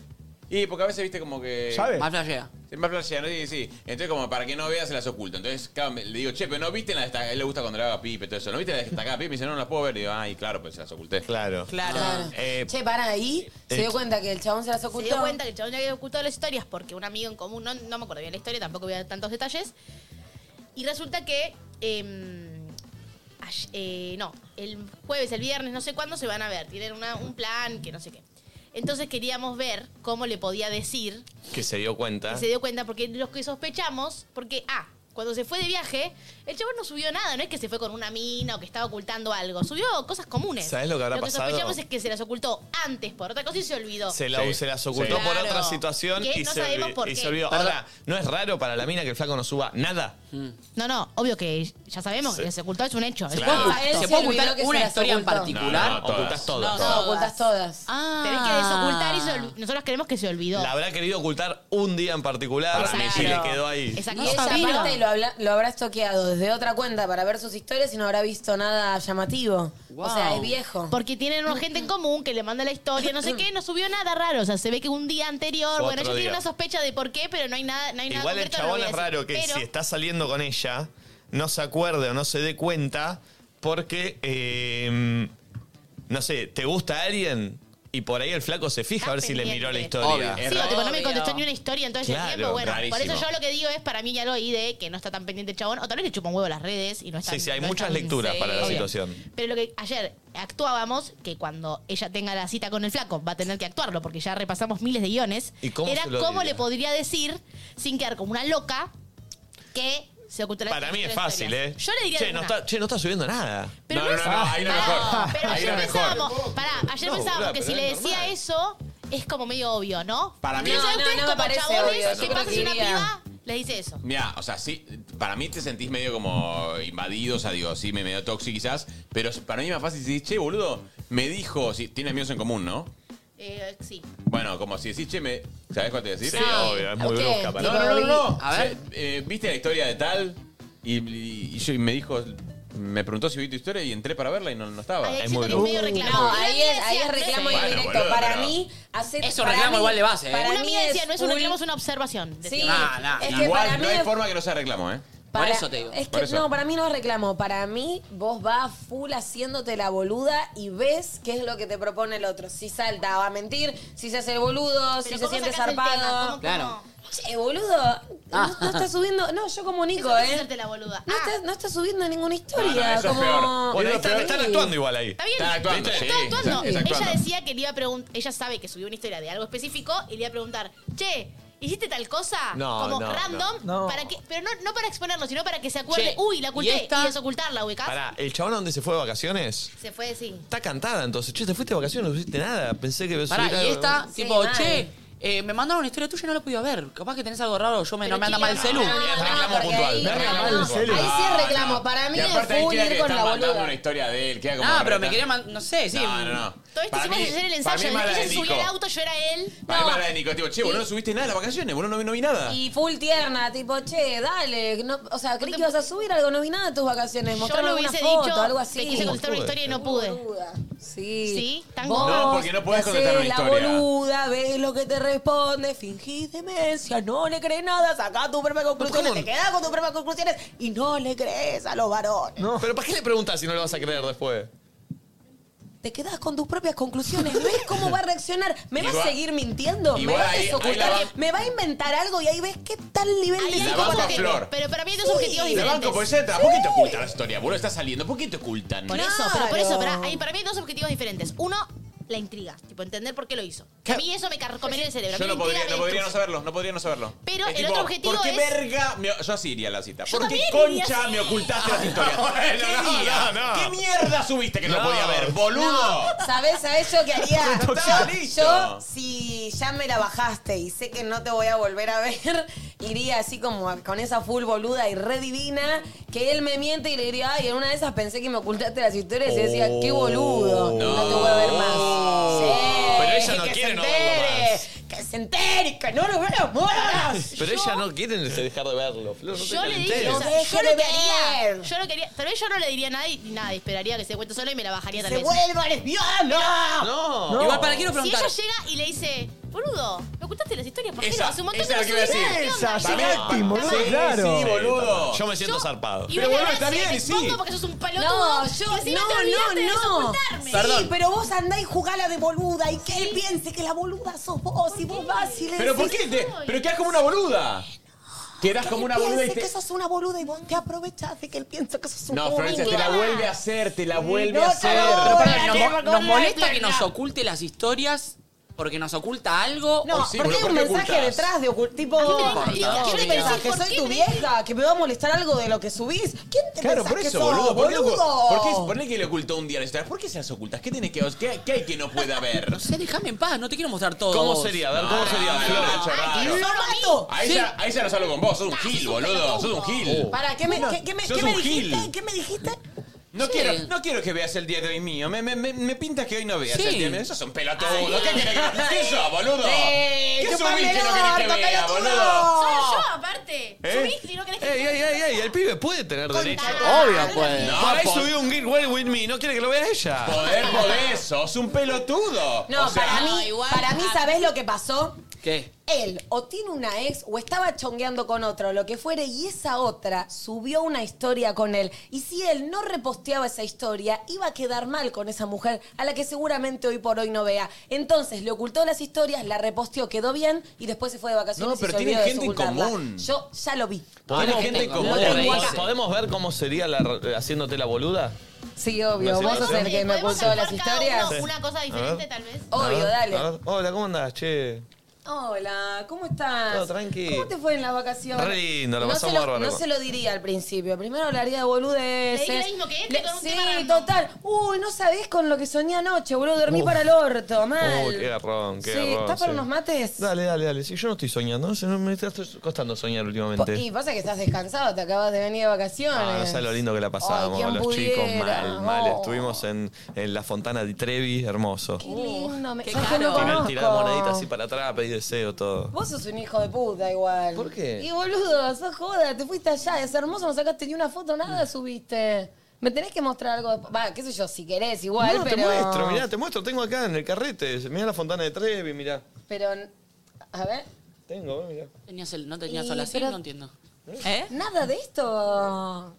Y porque a veces, viste, como que.
¿Sabe? Más flashea.
Sí, más flashea, ¿no? Sí, sí. Entonces, como para que no veas, se las oculto. Entonces, claro, me- le digo, che, pero no viste la destacada. A él le gusta cuando le haga pipe y todo eso. ¿No viste la destacada pipe? Y me dice, no, no las puedo ver. Y digo, ay, claro, pues se las oculté. Ah,
Claro.
Claro.
Eh,
Che, para ahí. Se
Eh,
Este.
dio cuenta que el chabón se las
Se
ocultó.
dio cuenta que el chabón ya había ocultado las historias porque un amigo en común, no, no me acuerdo bien la historia, tampoco voy a dar tantos detalles. Y resulta que. eh, ay- eh, no, el jueves, el viernes, no sé cuándo se van a ver. Tienen una- un plan que no sé qué. Entonces queríamos ver cómo le podía decir
Que se dio cuenta.
que se dio cuenta porque los que sospechamos, porque ah, cuando se fue de viaje, el chabón no subió nada, no es que se fue con una mina o que estaba ocultando algo, subió cosas comunes.
¿Sabés lo que habrá pasado?
Lo que sospechamos es que se las ocultó antes por otra cosa y se olvidó.
Se, la- se las ocultó por otra situación
Que
y,
no
se
sabemos
olvi-
por
y
qué.
se olvidó.
Perdón.
Ahora, ¿no es raro para la mina que el flaco no suba nada?
No, no, obvio que ya sabemos que se ocultó, es un hecho.
Claro.
Ah,
Es
¿Se
un
puede
puede
ocultar una historia en particular?
No, no, todas. Ocultás todas.
No, ocultas todas.
Ah. Tenés que desocultar y se olvi- nosotros creemos que se olvidó.
La habrá querido ocultar un día en particular
Exacto.
y le quedó ahí.
Exacto.
Y ella
sabía.
aparte lo, habla- lo habrá estoqueado desde otra cuenta para ver sus historias y no habrá visto nada llamativo. O sea, es viejo.
Porque tienen una gente en común que le manda la historia, no sé qué, no subió nada raro. O sea, se ve que un día anterior,
Otro
bueno, ella
día.
tiene una sospecha de por qué, pero no hay nada, no hay nada
Igual el
concreto, no lo voy
chabón
a
es
decir.
raro que
Pero-
si está saliendo con ella, no se acuerde o no se dé cuenta porque, eh, no sé, te gusta alguien y por ahí el flaco se fija a ver si le miró la historia.
Sí, o tipo, no me contestó ni una historia en todo ese
Claro,
tiempo. Bueno, por
rarísimo.
eso yo lo que digo es, para mí ya lo oí de que no está tan pendiente el chabón, o tal vez le chupa un huevo las redes y no está
Sí, sí, hay
no es
muchas
tan-
lecturas
Sí,
para la
obvio.
situación.
Pero lo que ayer actuábamos, que cuando ella tenga la cita con el flaco va a tener que actuarlo, porque ya repasamos miles de guiones,
¿Y cómo
era
se lo
cómo le
diría?
podría decir, sin quedar como una loca, que se ocultó la
Para mí
la
es fácil,
historia.
¿eh?
Yo le diría
che,
de
no
una.
está, che, no está subiendo nada.
Pero
no, no, no, no, ahí la mejor.
Pero
ahí
ayer
la mejor.
pensábamos, pará, ayer
No,
pensábamos
boluda,
que
pero
si
es
le decía eso, es como medio obvio, ¿no?
Para mí-
Entonces,
No, no,
ustedes
no me
como
parece
chabones,
obvio.
¿qué
Yo creo
pasa
que
si una
iría-
piba les dice eso?
Mira, o sea, sí, para mí te sentís medio como invadido, o sea, digo, sí, me medio tóxico quizás, pero para mí es más fácil si decís, che, boludo, me dijo, si tiene amigos en común, ¿no?
Eh, sí.
Bueno, como si decís, che, me. ¿Sabés cuál te decís?
Sí, Sí. obvio, es muy ¿Qué? brusca para-
No, no, no, no.
A ver.
O sea, eh, ¿Viste la historia de tal? Y, y- y yo- y me dijo. Me preguntó si vi tu historia y entré para verla y no, no estaba.
Ay,
Es muy
que es medio reclamo.
No,
Una
ahí
amiga
es, ahí
decía,
es
no
reclamo
es-
indirecto.
Bueno, boludo,
para
pero-
mí, hace.
Eso
para
reclamo
mí-
igual de base, ¿eh?
Para
Una
mí
amiga decía, no es un
full-
reclamo, es una observación.
Sí,
Decía.
es que para
Igual
mí
no hay
es-
forma que no sea reclamo, ¿eh?
para- Es
Por
que
eso.
no, para mí no es reclamo. Para mí, vos vas full haciéndote la boluda y ves qué es lo que te propone el otro. Si salta, va a mentir, si se hace el boludo, si se
¿cómo
siente
sacás el tema?
zarpado.
¿Cómo- Claro.
Che, boludo, no, no está subiendo. No, yo comunico,
Eso es
¿eh?
hacerte la boluda. Ah.
No, está, no está subiendo ninguna historia.
No, no, eso es
como...
peor. Bueno, ahí están,
Ah, peor.
están actuando igual ahí.
Está bien.
Están actuando,
Está
sí,
actuando.
está- está actuando.
Ella decía que le iba a preguntar. Ella sabe que subió una historia de algo específico y le iba a preguntar, che. ¿Hiciste tal cosa?
No,
como
no,
random,
no. No.
Para que, pero no, no para exponerlo, sino para que se acuerde,
Che,
uy, la oculté,
¿y
y,
esta?
desocultarla, ubicás.
Pará, el chabón a donde se fue de vacaciones
Se fue, sí.
está cantada, entonces, che, te fuiste de vacaciones, no pusiste nada. Pensé que
Pará,
subir
y
algo.
esta, tipo,
mal.
che, eh, me mandaron una historia tuya y no la podía ver. Capaz que tenés algo raro, yo me, no
Pero
me anda
chica,
mal el celu.
no, no, Es no, reclamo porque puntual. ahí-
Es reclamo
no, no,
puntual.
ahí sí es reclamo. Para mí
y
es
aparte ahí
full
queda
ir
que
con
están
la
mandando
boluda.
una historia de él. Queda como
Ah, pero
reta.
me quería mandar, no sé, sí.
No, no, no.
Todo esto
Para
hicimos
mí-
hacer el
para
ensayo.
mí
Desde
mala
que
de
ella subió
Nico.
al auto, yo era él.
Para mí
No.
mala de Nico, tipo, che, boludo, no subiste nada de las vacaciones, boludo, no vi, no vi nada.
Y full tierna, tipo, che, dale. no- o sea, creí que ibas a subir algo, no vi nada de tus vacaciones.
Yo
Mostrame
lo
alguna
hubiese
foto,
dicho,
algo
me
así.
quise contestar una
Boluda.
historia y no pude.
Sí.
Sí, tan
Vos
No, porque no podés
te
contestar
hacés
una historia.
la boluda, ves lo que te responde, fingís demencia, no le crees nada, sacás tus propias conclusiones, te quedás con tus propias conclusiones y no le crees a los varones.
Pero ¿para qué le preguntas si no lo vas a creer después?
te quedás con tus propias conclusiones. ¿Ves cómo va a reaccionar? ¿Me va a
Igual-
seguir mintiendo? ¿Me
igual
va a
ahí- ahí la
desocultar?
va-
¿Me va a inventar algo? Y ahí ves qué tal nivel
Ahí
de
hay
La
psicópata
banco
que-
Flor.
Pero para mí hay dos
Sí.
objetivos
La
diferentes.
banco, por eso ¿por qué te ocultan la historia, boludo? Está saliendo, ¿por qué te ocultan?
Por eso, pero por eso, para, para mí hay dos objetivos diferentes. Uno, la intriga, tipo entender por qué lo hizo. A mí eso me car- comería el cerebro. A mí
Yo
la
no podría,
intriga
no
me
podría no
destruye.
saberlo, no podría no saberlo.
Pero
Es
el
tipo,
otro objetivo
¿Por qué
es-
verga? me- yo así iría a la cita. ¿Por qué
también iría
concha
así.
me ocultaste las historias?
Bueno,
¿Qué,
no, no,
día?
no.
¿Qué mierda subiste que no,
No.
podía ver, boludo?
No, ¿Sabes? ¿Sabes yo qué haría?
Está
yo,
listo.
yo, si ya me la bajaste y sé que no te voy a volver a ver, iría así como a- con esa full boluda y re divina, que él me miente y le diría, ay, en una de esas pensé que me ocultaste las historias y decía, qué boludo, no, te voy a ver más. Sí,
Pero ella no
que
quiere
se
no
entere,
verlo más.
Que se entere, que no lo veo más.
Pero ella no quiere dejar de verlo, Flor. No te
Yo le
calentes.
dije, o sea, yo lo que haría, yo lo quería, tal vez yo no le diría a nadie ni nada, esperaría que se cuente solo y me la bajaría
Que
tal
se
vez.
vuelva lesbiana.
No.
No. Igual, ¿para qué lo
Si
preguntaron?
ella llega y le dice, boludo, me ocultaste las historias, ¿por qué
Esa-
no? Hace un montón
esa
que
es lo que
no
iba a
subís,
decir.
¿qué onda?
Esa,
Llega-
Valentín, boludo,
Sí,
claro.
Sí, boludo. Yo me siento
Yo-
zarpado.
Y bueno, está bien, sí. porque sos un pelotudo.
No, yo
y encima te
no,
olvidaste de
no, no.
soportarme.
Sí,
Perdón.
pero vos andá y jugala de boluda y que él piense que la boluda sos vos y vos vas y le
¿Pero por
decís,
qué? te- ¿Pero quedas como una boluda? Quedas
que
como
él
una boluda y
piense
te...
que sos una boluda y vos te aprovechás de que él piensa que sos un
No, Florencia, te la vuelve a hacer, te la vuelve
no,
a hacer.
no,
Pero
no,
pará,
no,
nos, mo-
no,
nos
no,
molesta
no,
que
no.
nos oculte las historias porque nos oculta algo.
No, porque hay un mensaje detrás de ocult- tipo,
A mí me da
¿qué
intriga. Yo
te
me
pensás
decís,
que
¿por
soy
qué
tu
me-
vieja? ¿Que me va a molestar algo de lo que subís? ¿Quién te
Claro,
pensás
por
que
eso,
sos,
boludo. ¿Por qué, lo-
boludo?
por qué- ponele que le ocultó un día las historias? ¿Por qué se las ocultas? ¿Qué tiene que qué, qué hay que no pueda ver? Ah,
O sea, déjame en paz, no te quiero mostrar todo.
¿Cómo
vos.
sería? A ver, ¿cómo sería?
¡Lo mato!
Ahí
Sí.
ya, ahí ya no salgo con vos, sos un gil, boludo, sos un gil.
Para, ¿qué me, qué, qué me,
Sos
qué me
un
dijiste?
gil.
¿Qué me dijiste?
No,
Sí.
quiero, no quiero que veas el día de hoy mío. Me, me, me, me pintas que hoy no veas
Sí.
el día de hoy. Eso es un pelotudo.
Ay.
¿Qué querés que ¿Qué
Ah,
sos, boludo?
Sí,
¿Qué subís que no
chupame el
querés que
orto,
vea,
pelotudo.
boludo?
Soy yo, aparte.
¿Eh?
Subiste y no querés que
Ey, ey, ey, ey, el pibe puede tener derecho.
Obvio, puede.
No,
No,
ahí
por-
subió un Get Well With Me, no quiere que lo vea ella.
Poder, poder, sos un pelotudo.
No,
O sea,
para mí, para mí, ¿sabés lo que pasó?
¿Qué?
Él o tiene una ex o estaba chongueando con otro, lo que fuere, y esa otra subió una historia con él. Y si él no reposteaba esa historia, iba a quedar mal con esa mujer a la que seguramente hoy por hoy no vea. Entonces le ocultó las historias, la reposteó, quedó bien y después se fue de vacaciones.
No,
y
pero
se
tienen
olvidó de
gente en
ocultarla.
común.
Yo ya lo vi.
¿Podemos,
Tienen gente en común.
¿podemos-
Lo tengo acá.
¿podemos ver cómo sería la- haciéndote la boluda?
Sí, obvio.
¿Una
Vos sos
situación?
el que me
¿Podemos
ocultó las
abarcar cada
historias.
uno una cosa
Sí.
diferente,
A ver.
tal vez?
Obvio,
A ver,
dale.
a ver. Hola, ¿cómo andás, che?
Hola, ¿cómo estás?
Todo tranqui.
¿Cómo te fue en la vacación?
Re lindo, la
no se
pasamos
lo,
bárbaro.
No se lo diría al principio. Primero hablaría de boludeces.
Le diría lo mismo que este,
Le-
con un
Sí,
tema
total. Uy, no sabés con lo que soñé anoche, boludo. Dormí para el orto, mal.
Uy, qué garrón, qué
Sí,
garrón.
¿estás para unos mates?
Dale, dale, dale. Si yo no estoy soñando, no sé, no me está costando soñar
Po-
últimamente.
Y pasa que estás descansado, te acabas de venir de vacaciones.
Ah, no sabes lo lindo que la pasábamos
Ay,
con
¿quién
los chicos,
pudiera?
mal, mal.
Oh.
Estuvimos en, en la fontana de Trevi, hermoso.
Qué lindo, me
qué
¿sabés que no
Tirar,
conozco?
tirar moneditas así para atrás, pedir deseo, todo.
Vos sos un hijo de puta igual.
¿Por qué?
Y boludo, sos joda, te fuiste allá, es hermoso, no sacaste ni una foto,
Mm.
nada subiste. Me tenés que mostrar algo después. Va, qué sé yo, si querés, igual,
no,
pero.
te muestro, mirá, te muestro. Tengo acá en el carrete. Mirá la fontana de Trevi, mirá.
Pero. A ver.
Tengo, mirá.
Tenías el, no tenías
Y,
sola
pero-
no entiendo.
¿Eh?
Nada de esto.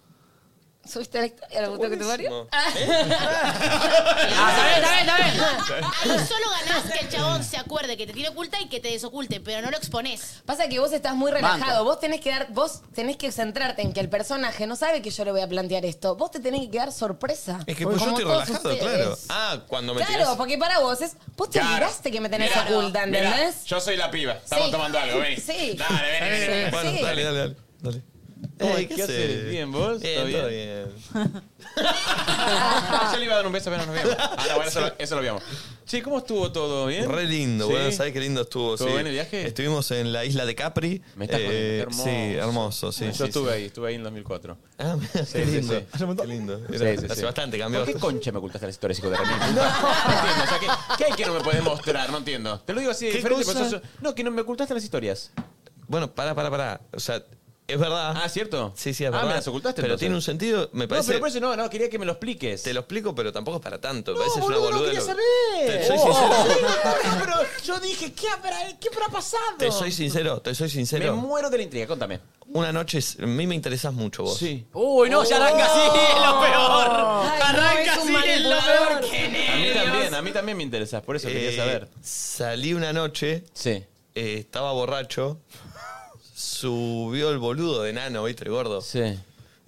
Subiste la historia, la foto que te parió. Ah.
¿Eh?
Ahí Ah, solo ganás que el chabón se acuerde que te tiene oculta y que te desoculte, pero no lo exponés.
Pasa que vos estás muy relajado,
Banco.
vos tenés que dar, vos tenés que centrarte en que el personaje no sabe que yo le voy a plantear esto. Vos te tenés que quedar sorpresa.
Es que pues, yo
Como
estoy
todos
relajado,
ustedes.
claro. Ah, cuando me
Claro,
tirás-
porque para vos es. Vos te
Claro.
olvidaste que me tenés
Mirá,
oculta,
mirá,
¿entendés?
yo soy la piba. Estamos
Sí.
tomando algo, vení.
Sí.
Dale, vení, vení,
Sí.
vení.
Bueno,
Sí.
dale, dale, dale. dale.
Ey,
Ay,
¿qué haces?
haces?
¿Bien, vos?
Bien,
¿Todo bien?
todo bien.
Ah, Yo le iba a dar un beso, pero no nos veamos. Ah, no, bueno, eso, lo- eso lo veamos. Che, ¿cómo estuvo todo? ¿Bien?
Re lindo,
Sí.
bueno, ¿sabes qué lindo estuvo? Oh,
¿Estuvo
sí.
bueno el viaje?
Estuvimos en la isla de Capri. Me
estás jodiendo, qué
Sí, hermoso, sí.
Yo
sí,
estuve
sí.
ahí, estuve ahí en 2004.
Ah, mira,
Sí,
qué
sí,
lindo.
sí.
Qué lindo.
Sí,
Era-
sí, sí.
Hace bastante cambió.
¿Por qué concha me ocultaste las historias, hijo de remil? No, entiendo. O sea, ¿qué, ¿Qué hay que no me puedes mostrar? No entiendo. Te lo digo así de
¿Qué
diferente,
cosa?
pero sos- No, que no me ocultaste las historias.
Bueno, pará, pará, pará. O sea, Es verdad.
Ah, ¿cierto?
Sí, sí, es
Ah,
verdad.
me las ocultaste,
Pero
entonces.
tiene un sentido, me
No,
parece.
pero por eso no, no, quería que me lo expliques.
Te lo explico, pero tampoco es para tanto.
No,
parece
boludo,
una
no
boludez
quería
lo-
saber.
Te soy
Oh.
sincero.
Pero yo dije, ¿qué habrá, qué habrá pasado?
Te soy sincero, te soy sincero.
Me muero de la intriga, contame.
Una noche, es- a mí me interesás mucho vos. Sí.
Uy, no, ya arranca así, es
Oh.
lo peor.
Ay,
arranca
no, es
así,
un
es lo peor.
manipulador.
¿Qué
A mí
nervios.
también, a mí también me interesas, por eso quería saber.
Eh, Salí una noche. eh,
Sí.
estaba borracho. Subió el boludo de nano, ¿viste? El gordo.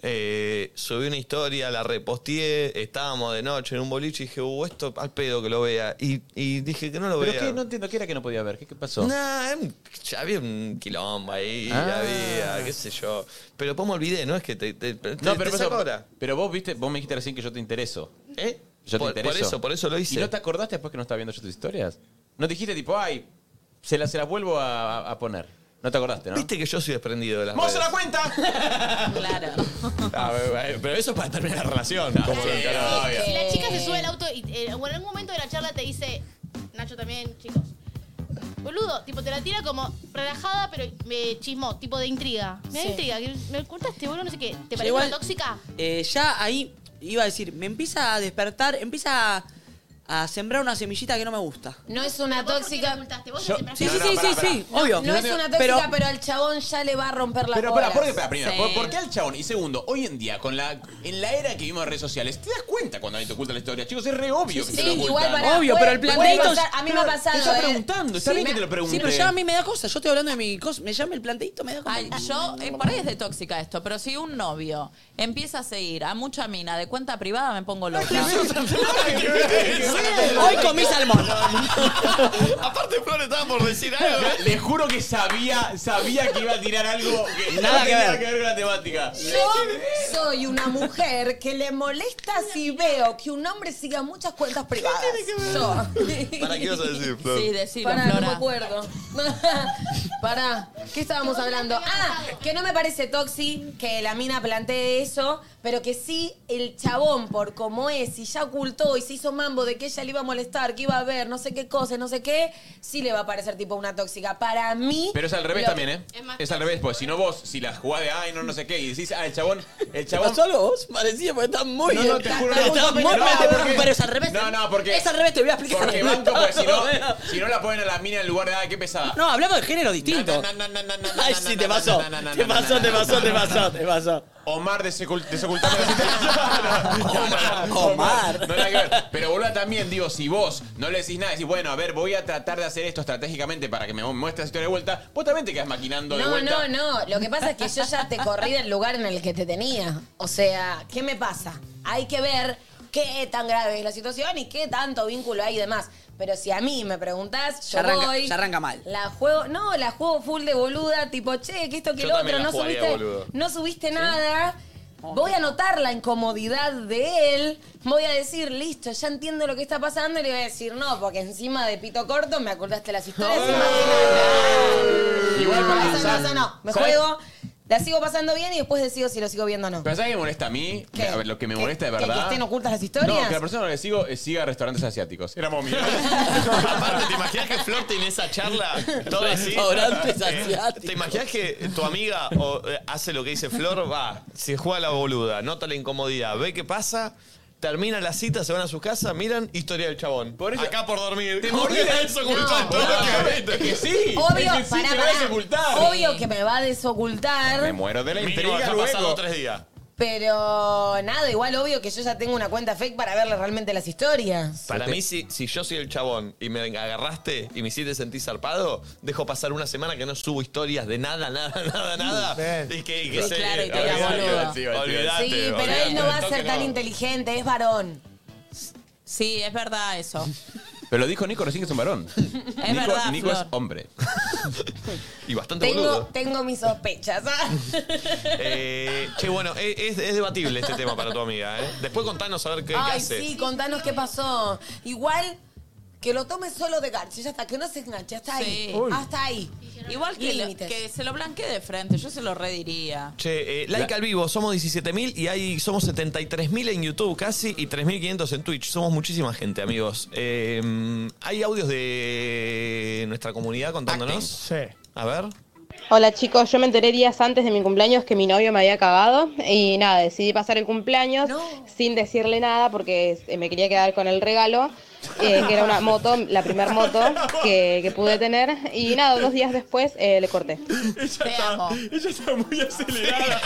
Eh,
Sí.
subí una historia, la reposteé. Estábamos de noche en un boliche y dije, uh, esto al pedo que lo vea. Y, y dije que no lo
Pero
vea.
qué, no entiendo, ¿qué era que no podía ver? ¿Qué, qué pasó?
Nah, em, ya había un quilombo ahí,
Ah.
había, qué sé yo. Pero pues me olvidé, ¿no es que te, te, te-
No, pero,
te
por
saco
eso-
ahora.
pero vos viste, vos me dijiste recién que yo te intereso.
¿Eh?
Yo
Por-
te
por
intereso.
eso, por eso lo hice.
¿Y no te acordaste después que no estaba viendo yo tus historias? ¿No dijiste tipo, ay, se las se las vuelvo a, a- a poner? No te acordaste, ¿no?
Viste que yo soy desprendido de las
¡Vos se la
redes.
cuenta! Ah, eh, pero eso es para terminar la relación. Como lo encaró la novia.
Si la chica se sube al auto y eh, o en algún momento de la charla te dice, Nacho también, chicos. Boludo, tipo, te la tira como relajada, pero me chismó, tipo de intriga. Me da
Sí.
intriga, que me contaste, boludo, no sé qué. ¿Te
Pero
pareció
igual-
una tóxica?
Eh, ya ahí iba a decir, me empieza a despertar, empieza a, a sembrar una semillita que no me gusta.
No es una tóxica.
Yo- te sí, sí, sí, sí, sí, obvio.
No, es una tóxica,
Pero-
pero, al chabón ya le va a romper la
Pero pará, ¿por qué? Pará, primero, ¿por, por qué al chabón? Y segundo, hoy en día, con la, en la era que vivimos en redes sociales, ¿te das cuenta cuando alguien te oculta la historia? Chicos, es re obvio que
Sí,
te lo ocultan.
igual para. puede- puede
planteíto-
pasar, A mí me ha
Pero
pasado.
Te está
eh.
preguntando,
está bien que te lo pregunte.
Sí, pero ya a mí me da cosa. Yo estoy hablando de mi cosa. Me llama el planteito, me da cosa.
Ay, yo, eh, por ahí es de tóxica esto, pero si un novio empieza a seguir a mucha mina de cuenta privada, me pongo loca.
Hoy comí salmón.
Aparte, Flor estaba por decir algo.
Le juro que sabía, sabía que iba a tirar algo que
Nada
no
que
tenía
ver.
que ver con la temática.
Yo soy una mujer que le molesta si veo que un hombre siga muchas cuentas privadas. Yo.
¿Para qué ibas a decir, Flor?
Sí, decilo, Pará, no me acuerdo. Pará, ¿qué estábamos hablando? Ah, que no me parece toxi que la mina plantee eso, pero que sí el chabón, por cómo es, y ya ocultó y se hizo mambo de que ella le iba a molestar, que iba a ver no sé qué cosas, no sé qué, sí le va a parecer tipo una tóxica. Para mí...
Pero es al revés
lo-
también, ¿eh? Es, al revés, pues si no vos, si la jugás de ay, no, no sé qué, y decís, ah, el chabón, el chabón.
pasó algo? Vos parecía porque estás muy
No,
bien.
no, te juro.
Pero estás muy bien,
porque-
pero es al revés. ¿eh?
No, no, porque.
Es al revés, te voy a explicar.
Porque banco, porque si no, si no la ponen a la mina en lugar de, ay, qué pesada.
No, hablamos de género distinto. Ay, sí, te pasó. Te pasó, te pasó, te pasó, te pasó.
Omar desocul- desocultando las Omar. Omar. No nada que ver. Pero boluda también, digo, si vos no le decís nada, decís, bueno, a ver, voy a tratar de hacer esto estratégicamente para que me muestres la historia de vuelta, vos también te quedas maquinando de
No,
vuelta.
no, no. Lo que pasa es que yo ya te corrí del lugar en el que te tenía. O sea, ¿qué me pasa? Hay que ver qué tan grave es la situación y qué tanto vínculo hay y demás. Pero si a mí me preguntás, yo
Ya arranca-
voy,
ya arranca mal.
La juego, no, la juego full de boluda, tipo, che, que esto, que
Yo
lo otro,
también la
no
jugaría
subiste,
boludo.
no subiste nada. Voy a notar la incomodidad de él, voy a decir, listo, ya entiendo lo que está pasando y le voy a decir, no, porque encima de pito corto me acordaste las historias.
Ah.
y
Igual para
eso no, eso no. Me
¿sabes?
juego, la sigo pasando bien y después decido si lo sigo viendo o no.
Pero ¿sabes qué me molesta a mí? A ver, lo que me molesta de
¿Que, que
verdad.
estén ocultas las
No,
historias?
que la persona a la que sigo eh, siga restaurantes asiáticos. Era momia.
Aparte, ¿te imaginas que Flor tiene esa charla? Todo así.
Restaurantes
Eh, ¿Te imaginas que tu amiga o, eh, hace lo que dice Flor? Va, se juega la boluda, nota la incomodidad, ve qué pasa. Termina la cita, se van a su casa, miran historia del chabón. Acá por dormir.
Te
Como que
morís.
la desocultó
No,
todo lo que
boludo.
viste.
Es que sí.
Obvio,
Es que sí,
pará,
te va a
pará.
desocultar.
Obvio que me va a desocultar.
Me muero de la
Mínimo,
intriga
ya
luego.
pasado tres días.
Pero nada, igual obvio que yo ya tengo una cuenta fake para verle realmente las historias.
Para mí, si, si yo soy el chabón y me agarraste y me hiciste sentir zarpado, dejo pasar una semana que no subo historias de nada, nada, nada, nada. Y que, y que
Sí,
se-
claro, y te
olvidate,
la boluda.
olvidate, olvidate,
Sí, pero
olvidate.
él no va a
toque
ser tan
no.
inteligente, es varón.
Sí, es verdad eso.
Pero lo dijo Nico recién que es un varón.
Es
Nico,
verdad,
Nico es
Flor.
hombre.
y bastante
Tengo,
boludo.
tengo mis sospechas.
Eh, che, bueno, eh, es, es debatible este tema para tu amiga. ¿eh? Después contanos a ver qué, qué
Ay,
hace.
sí, contanos qué pasó. Igual que lo tomes solo de gancho, ya está, que no se enganche, hasta
Sí.
ahí.
Uy.
Hasta ahí.
Igual que, lo-
Límites.
que se lo blanquee de frente, yo se lo rediría.
Che, eh, like al vivo, somos 17.000 y ahí somos 73.000 en YouTube casi y 3.500 en Twitch. Somos muchísima gente, amigos. Eh, hay audios de nuestra comunidad contándonos. Sí. A ver.
Hola chicos, yo me enteré días antes de mi cumpleaños que mi novio me había cagado y nada, decidí pasar el cumpleaños sin decirle nada porque eh, me quería quedar con el regalo, eh, que era una moto, la primera moto que, que pude tener y nada, dos días después eh, le corté.
Ella está, ella está muy acelerada.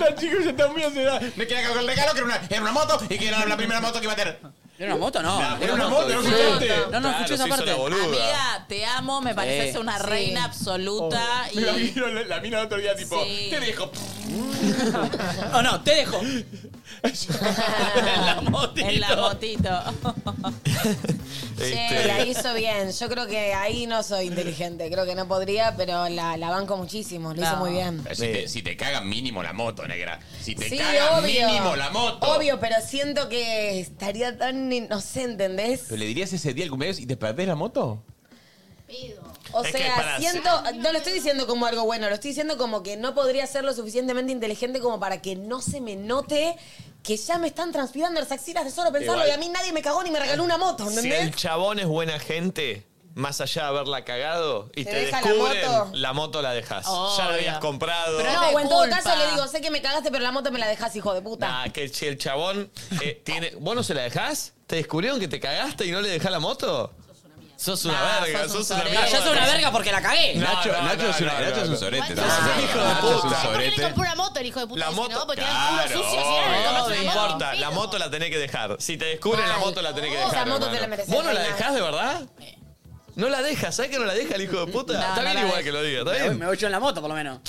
La chica ya está muy acelerada. Me quería cargar el regalo que era una, era una moto y que era la primera moto que iba a tener.
¿Era una moto? No.
Era una moto, no escuchaste.
No, no, escuché esa parte.
Amiga, te amo, me pareces una reina absoluta.
Me la
y...
miro- la miro el otro día, tipo, te dejo.
Oh, no, te dejo.
en la motito. En la motito.
Che, la hizo bien. Yo creo que ahí no soy inteligente. Creo que no podría, pero la, la banco muchísimo. Lo hizo muy bien.
Pero Si te, si te cagan mínimo la moto, negra. Si te
Sí,
cagan
obvio.
mínimo la moto.
Obvio, pero siento que estaría tan inocente, ¿entendés?
¿Pero le dirías ese día el cumpleaños y te perdés la moto?
O
Es que
sea,
para-
siento, no lo estoy diciendo como algo bueno, lo estoy diciendo como que no podría ser lo suficientemente inteligente como para que no se me note que ya me están transpirando las axilas de solo pensarlo
Igual.
y a mí nadie me cagó ni me regaló una moto,
Si
¿entendés?
el chabón es buena gente, más allá de haberla cagado y
Te
te,
deja la
descubren, la
moto.
moto. la dejas. Ya la habías comprado.
no, o en todo caso le digo, sé que me cagaste, pero la moto me la dejás, hijo de puta.
Nah, que si el chabón eh, tiene. ¿Vos no se la dejás? ¿Te descubrieron que te cagaste y no le dejás la moto? Sos una
Nah,
verga,
sos un
sos una
sorete.
mierda.
Yo soy una verga porque la cagué.
Nacho,
no,
Nacho
no,
es, una-
no,
Nacho es
no,
un
no.
sorete.
Igual
estamos
sos
hablando.
hijo de
Nacho es un
puta.
sorete.
Compró una moto, el hijo de puta.
La
ese,
moto.
¿no? Porque tenía el
Claro,
culo sucio. si no, no
no,
tomas
te
una moto.
importa. La moto la tenés que dejar. Si te descubren la
Mal.
moto, la tenés que
Esa
dejar.
moto te la
hermano.
mereces,
¿Vos no la
reina.
dejás de verdad? No la dejas, ¿sabes que no la deja el hijo de puta?
No,
está
no
bien
la
igual
dejo.
que lo diga, está
Me voy,
bien.
me voy yo en la moto, por lo menos.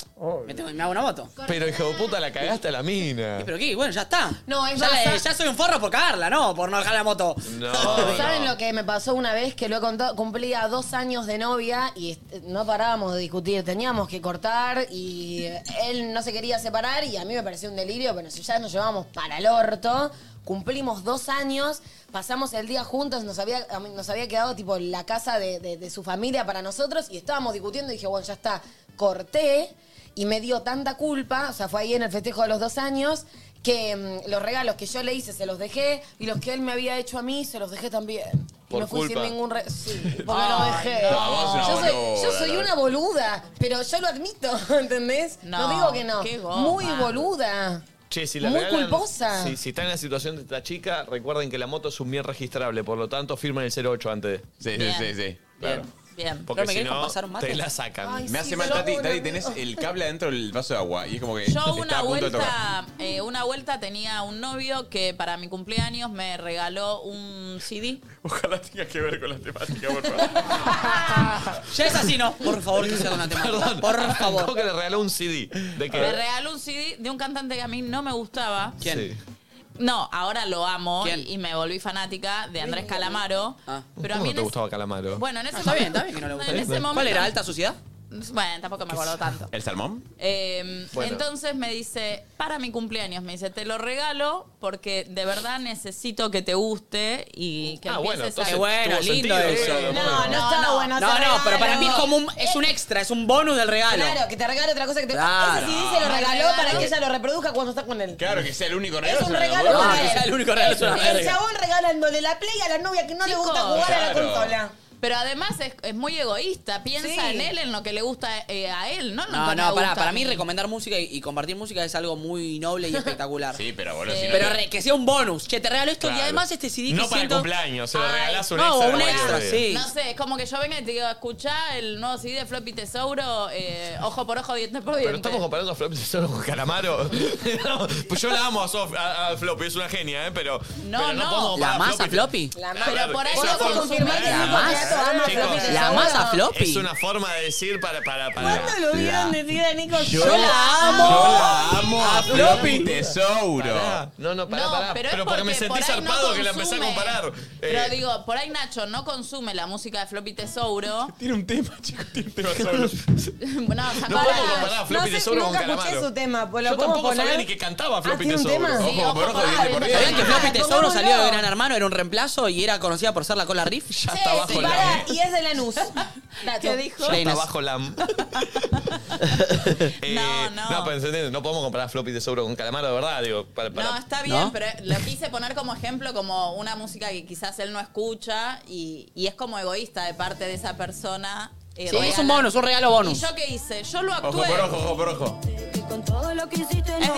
Me, tengo- me hago una moto.
Pero hijo de puta, la cagaste a la mina.
Pero qué, bueno, ya está.
No, es
ya,
más,
la-
¿sabes?
ya soy un forro por cagarla, ¿no? Por no dejar la moto.
No.
¿Saben
Ah,
lo que me pasó una vez que lo he contado? Cumplía dos años de novia y est- no parábamos de discutir. Teníamos que cortar y él no se quería separar y a mí me pareció un delirio. Pero si ya nos llevábamos para el orto, cumplimos dos años, pasamos el día juntos, nos había, a mí- nos había quedado tipo la casa de, de- de su familia para nosotros y estábamos discutiendo y dije, bueno, ya está, corté. Y me dio tanta culpa, o sea, fue ahí en el festejo de los dos años, que mm, los regalos que yo le hice se los dejé y los que él me había hecho a mí se los dejé también. Y
Por
me fui
culpa.
sin ningún re- Sí, porque
Ay,
lo dejé.
no, vos una
yo, soy, yo
boluda,
soy
la
una boluda, pero yo lo admito, ¿entendés? No,
No,
digo que no.
qué goma.
Muy boluda.
Che, si la
Muy
regalan-
culposa.
Si, si están en la situación de esta chica, recuerden que la moto es un bien registrable, por lo tanto firmen el 08 antes.
Sí,
Bien.
sí, sí, sí.
Claro.
Bien.
Porque
Pero me
si
querés
no,
pasar un mate.
te la sacan.
me hace mal, Tati. Tati, tenés el cable adentro del vaso de agua. Y es como que.
Yo
está
una
a punto de tocar.
vuelta, eh, una vuelta tenía un novio que para mi cumpleaños me regaló un CD.
Ojalá tenga que ver con la temática, por favor.
Ya es así, ¿no? Por favor, que sea una temática. Por favor.
Creo que le regaló un CD. ¿De
Me
qué?
regaló un CD de un cantante que a mí no me gustaba.
Sí.
No, ahora lo amo
¿Quién?
y, y me volví fanática de Andrés Calamaro. Pero a mí
¿Cómo no
en ese-
te
este-
gustaba Calamaro?
Bueno, en ese
Ah. está bien,
momento-
está bien que no le guste.
En ese momento.
¿Cuál era? ¿Alta suciedad?
Bueno, tampoco me acuerdo tanto.
¿El salmón?
Eh,
Bueno.
Entonces me dice, para mi cumpleaños, me dice, te lo regalo porque de verdad necesito que te guste y que
Ah, bueno,
empieces
entonces
a...
bueno, tuvo lindo sentido. eso. No, no estaba
bueno
No,
ese
no, pero para
regalo.
mí es como un, es un extra, es un bonus del regalo.
Claro, que te regale otra cosa que te
Claro.
Ese CD se lo
Me
regaló
regaló.
para que ella lo reproduzca cuando está con él.
Claro, que sea el único regalo.
Es un
una
regalo
boludez.
para él.
es una
El
verga.
chabón regalándole la play a la novia que no le gusta
Chicos.
jugar a la
Claro.
consola.
Pero además es, es muy egoísta, piensa
Sí.
en él, en lo que le gusta eh, a él, ¿no? en lo
No,
que
no,
me gusta
para,
a
para mí recomendar música y, y compartir música es algo muy noble y espectacular. sí,
pero boludo, si no
Pero
te-
re- que sea un bonus. Che, te regalo esto y
Claro.
además este CD
No
que
para el
siento...
cumpleaños, se lo
Ay,
regalás un
no,
extra de
un
la
extra,
boludez.
sí.
No sé, es como que yo venga y te digo, escuchá el nuevo CD de Floppy Tesauro, eh, ojo por ojo, diente por
Pero
diente.
estamos comparando a Floppy solo con Calamaro. No, pues yo la amo a, Sof- a- a Floppy, es una genia, ¿eh? Pero.
No,
pero
no.
podemos
¿La
comparar a
masa floppy?
La
masa.
Pero por ahí
Esa
no puedo
forma-
confirmar que
La
ningún
masa.
candidato ama a
Chicos,
Floppy
la
Tesauro.
masa floppy.
Es una forma de decir para. para, para
¿Cuándo lo vieron decir a Nico?
Yo-
"Yo la amo"?
Yo la amo a
A
Floppy
Ah, Floppy
Tesauro.
Tesauro.
No, no, pará,
No,
pará.
pero
Pero,
es
porque me
porque
sentí
por ahí no
zarpado que la empecé a
consume.
comparar.
Pero
Eh,
digo, por ahí Nacho no consume la música de Floppy Tesauro.
Tiene un tema, chicos, tiene un tema solo.
bueno, sacó
No
ahora-
podemos comparar a Floppy
sé,
Tesauro con
nunca escuché
Calamaro.
su tema, pues, ¿lo
Yo
podemos
tampoco sabía
poner? Ah,
ni que cantaba Floppy
¿tiene un
Tesauro.
tema? Sí,
Ojo por ojo, diente por diente. ¿Sabían que Floppy Tesauro salió de Gran Hermano? Era un reemplazo y era conocida por ser la cola riff. Ya
Sí, sí, pará, y es de Lanús. Dato.
¿Qué dijo?
Ya está
Reinas.
bajo la. no, no. No, pero ¿entendés? no podemos comparar Floppy Tesauro con Calamaro, de verdad. Digo, para, para-
No, está bien,
¿No?
pero lo quise poner como ejemplo, como una música que quizás él no escucha y, y es como egoísta de parte de esa persona
Sí,
regalan.
es un bonus, un regalo bonus.
¿Y yo qué hice? Yo lo
Ojo
actué.
por ojo, ojo por ojo.
Es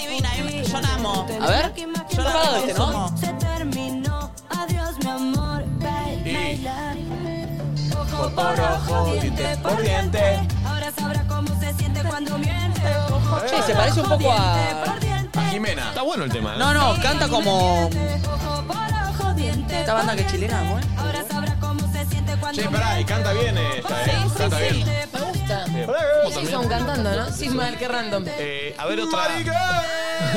divina, yo- yo la amo.
A ver.
Yo la amo.
este, ¿no?
Se terminó. Adiós, mi amor.
Y-
Ojo por ojo, diente por diente. Ahora sabrá cómo se siente cuando miente. Ojo
Che, se parece un poco a.
A Jimena.
Está bueno el tema. ¿eh?
No, no, canta como.
por diente.
Esta banda que es chilena, ¿no?
Ahora sabrá cómo se siente cuando
Che, pará, y canta bien esta, eh. Canta bien.
Me gusta.
Bien.
Sí, son cantando, ¿no? Sí, mal, qué random.
Eh, a ver otra.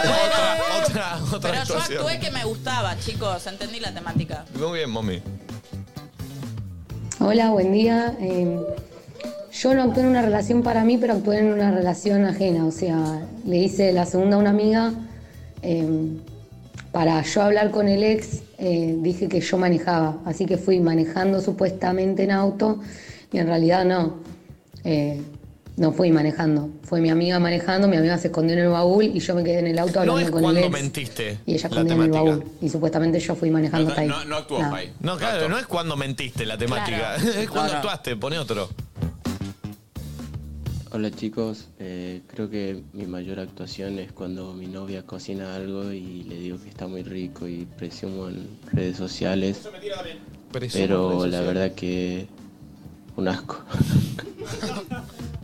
otra, otra, otra
Pero yo
actuación.
actué que me gustaba, chicos. Entendí la temática.
Muy bien, mami.
Hola, buen día. Eh, yo no actué en una relación para mí, pero actué en una relación ajena. O sea, le hice la segunda a una amiga. eh, para yo hablar con el ex, eh, dije que yo manejaba. Así que fui manejando supuestamente en auto y en realidad no. Eh, no fui manejando. Fue mi amiga manejando, mi amiga se escondió en el baúl y yo me quedé en el auto
No
hablando
es
con el
cuando
ex.
mentiste.
Y ella
la
escondida en el
temática.
baúl. Y supuestamente yo fui manejando hasta ahí. Nada.
No, claro, no es cuando mentiste la temática.
Claro.
Es cuando
No, no.
actuaste, pone otro.
Hola chicos, Eh, creo que mi mayor actuación es cuando mi novia cocina algo y le digo que está muy rico y presumo en redes sociales.
Presumo en
Pero
redes
la
sociales.
verdad que un asco.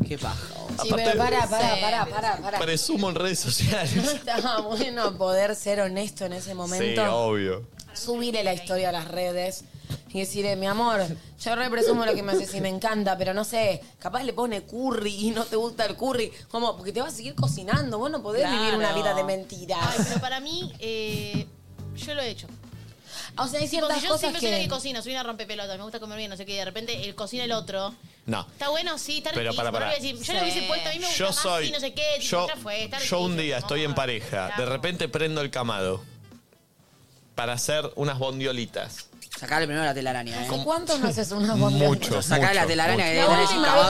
Qué paja.
Sí, pero pará, pará, pará, pará, pará.
Presumo en redes
No
sociales.
está bueno poder ser honesto en ese
Sí,
momento.
obvio.
Subirle la historia a las redes y decirle, mi amor, yo re presumo lo que me haces y me encanta, pero no sé, capaz le pone curry y no te gusta el curry. ¿Cómo? Porque te vas a seguir cocinando, vos no podés vivir una
Claro.
vida de mentiras.
Ay, pero para mí, eh, yo lo he hecho.
O sea, hay
Tipo,
ciertas
si yo
cosas
siempre soy
que-
la que cocina, soy una rompepelotas, me gusta comer bien, no sé qué, y de repente el cocina el otro.
No.
Está bueno, sí, está
Pero
riquísimo,
para, para.
pero voy a decir, Yo le hubiese puesto, a mí me gusta
Yo
más,
soy.
sí, no sé qué, tipo,
Yo,
otra fue, está
yo un
riquísimo.
día estoy en pareja, de repente prendo el camado para hacer unas bondiolitas.
Sacale primero la telaraña, eh.
¿Hace cuánto no haces una bomba?
Mucho.
Sacale la telaraña que
La
debe tener ese
última vez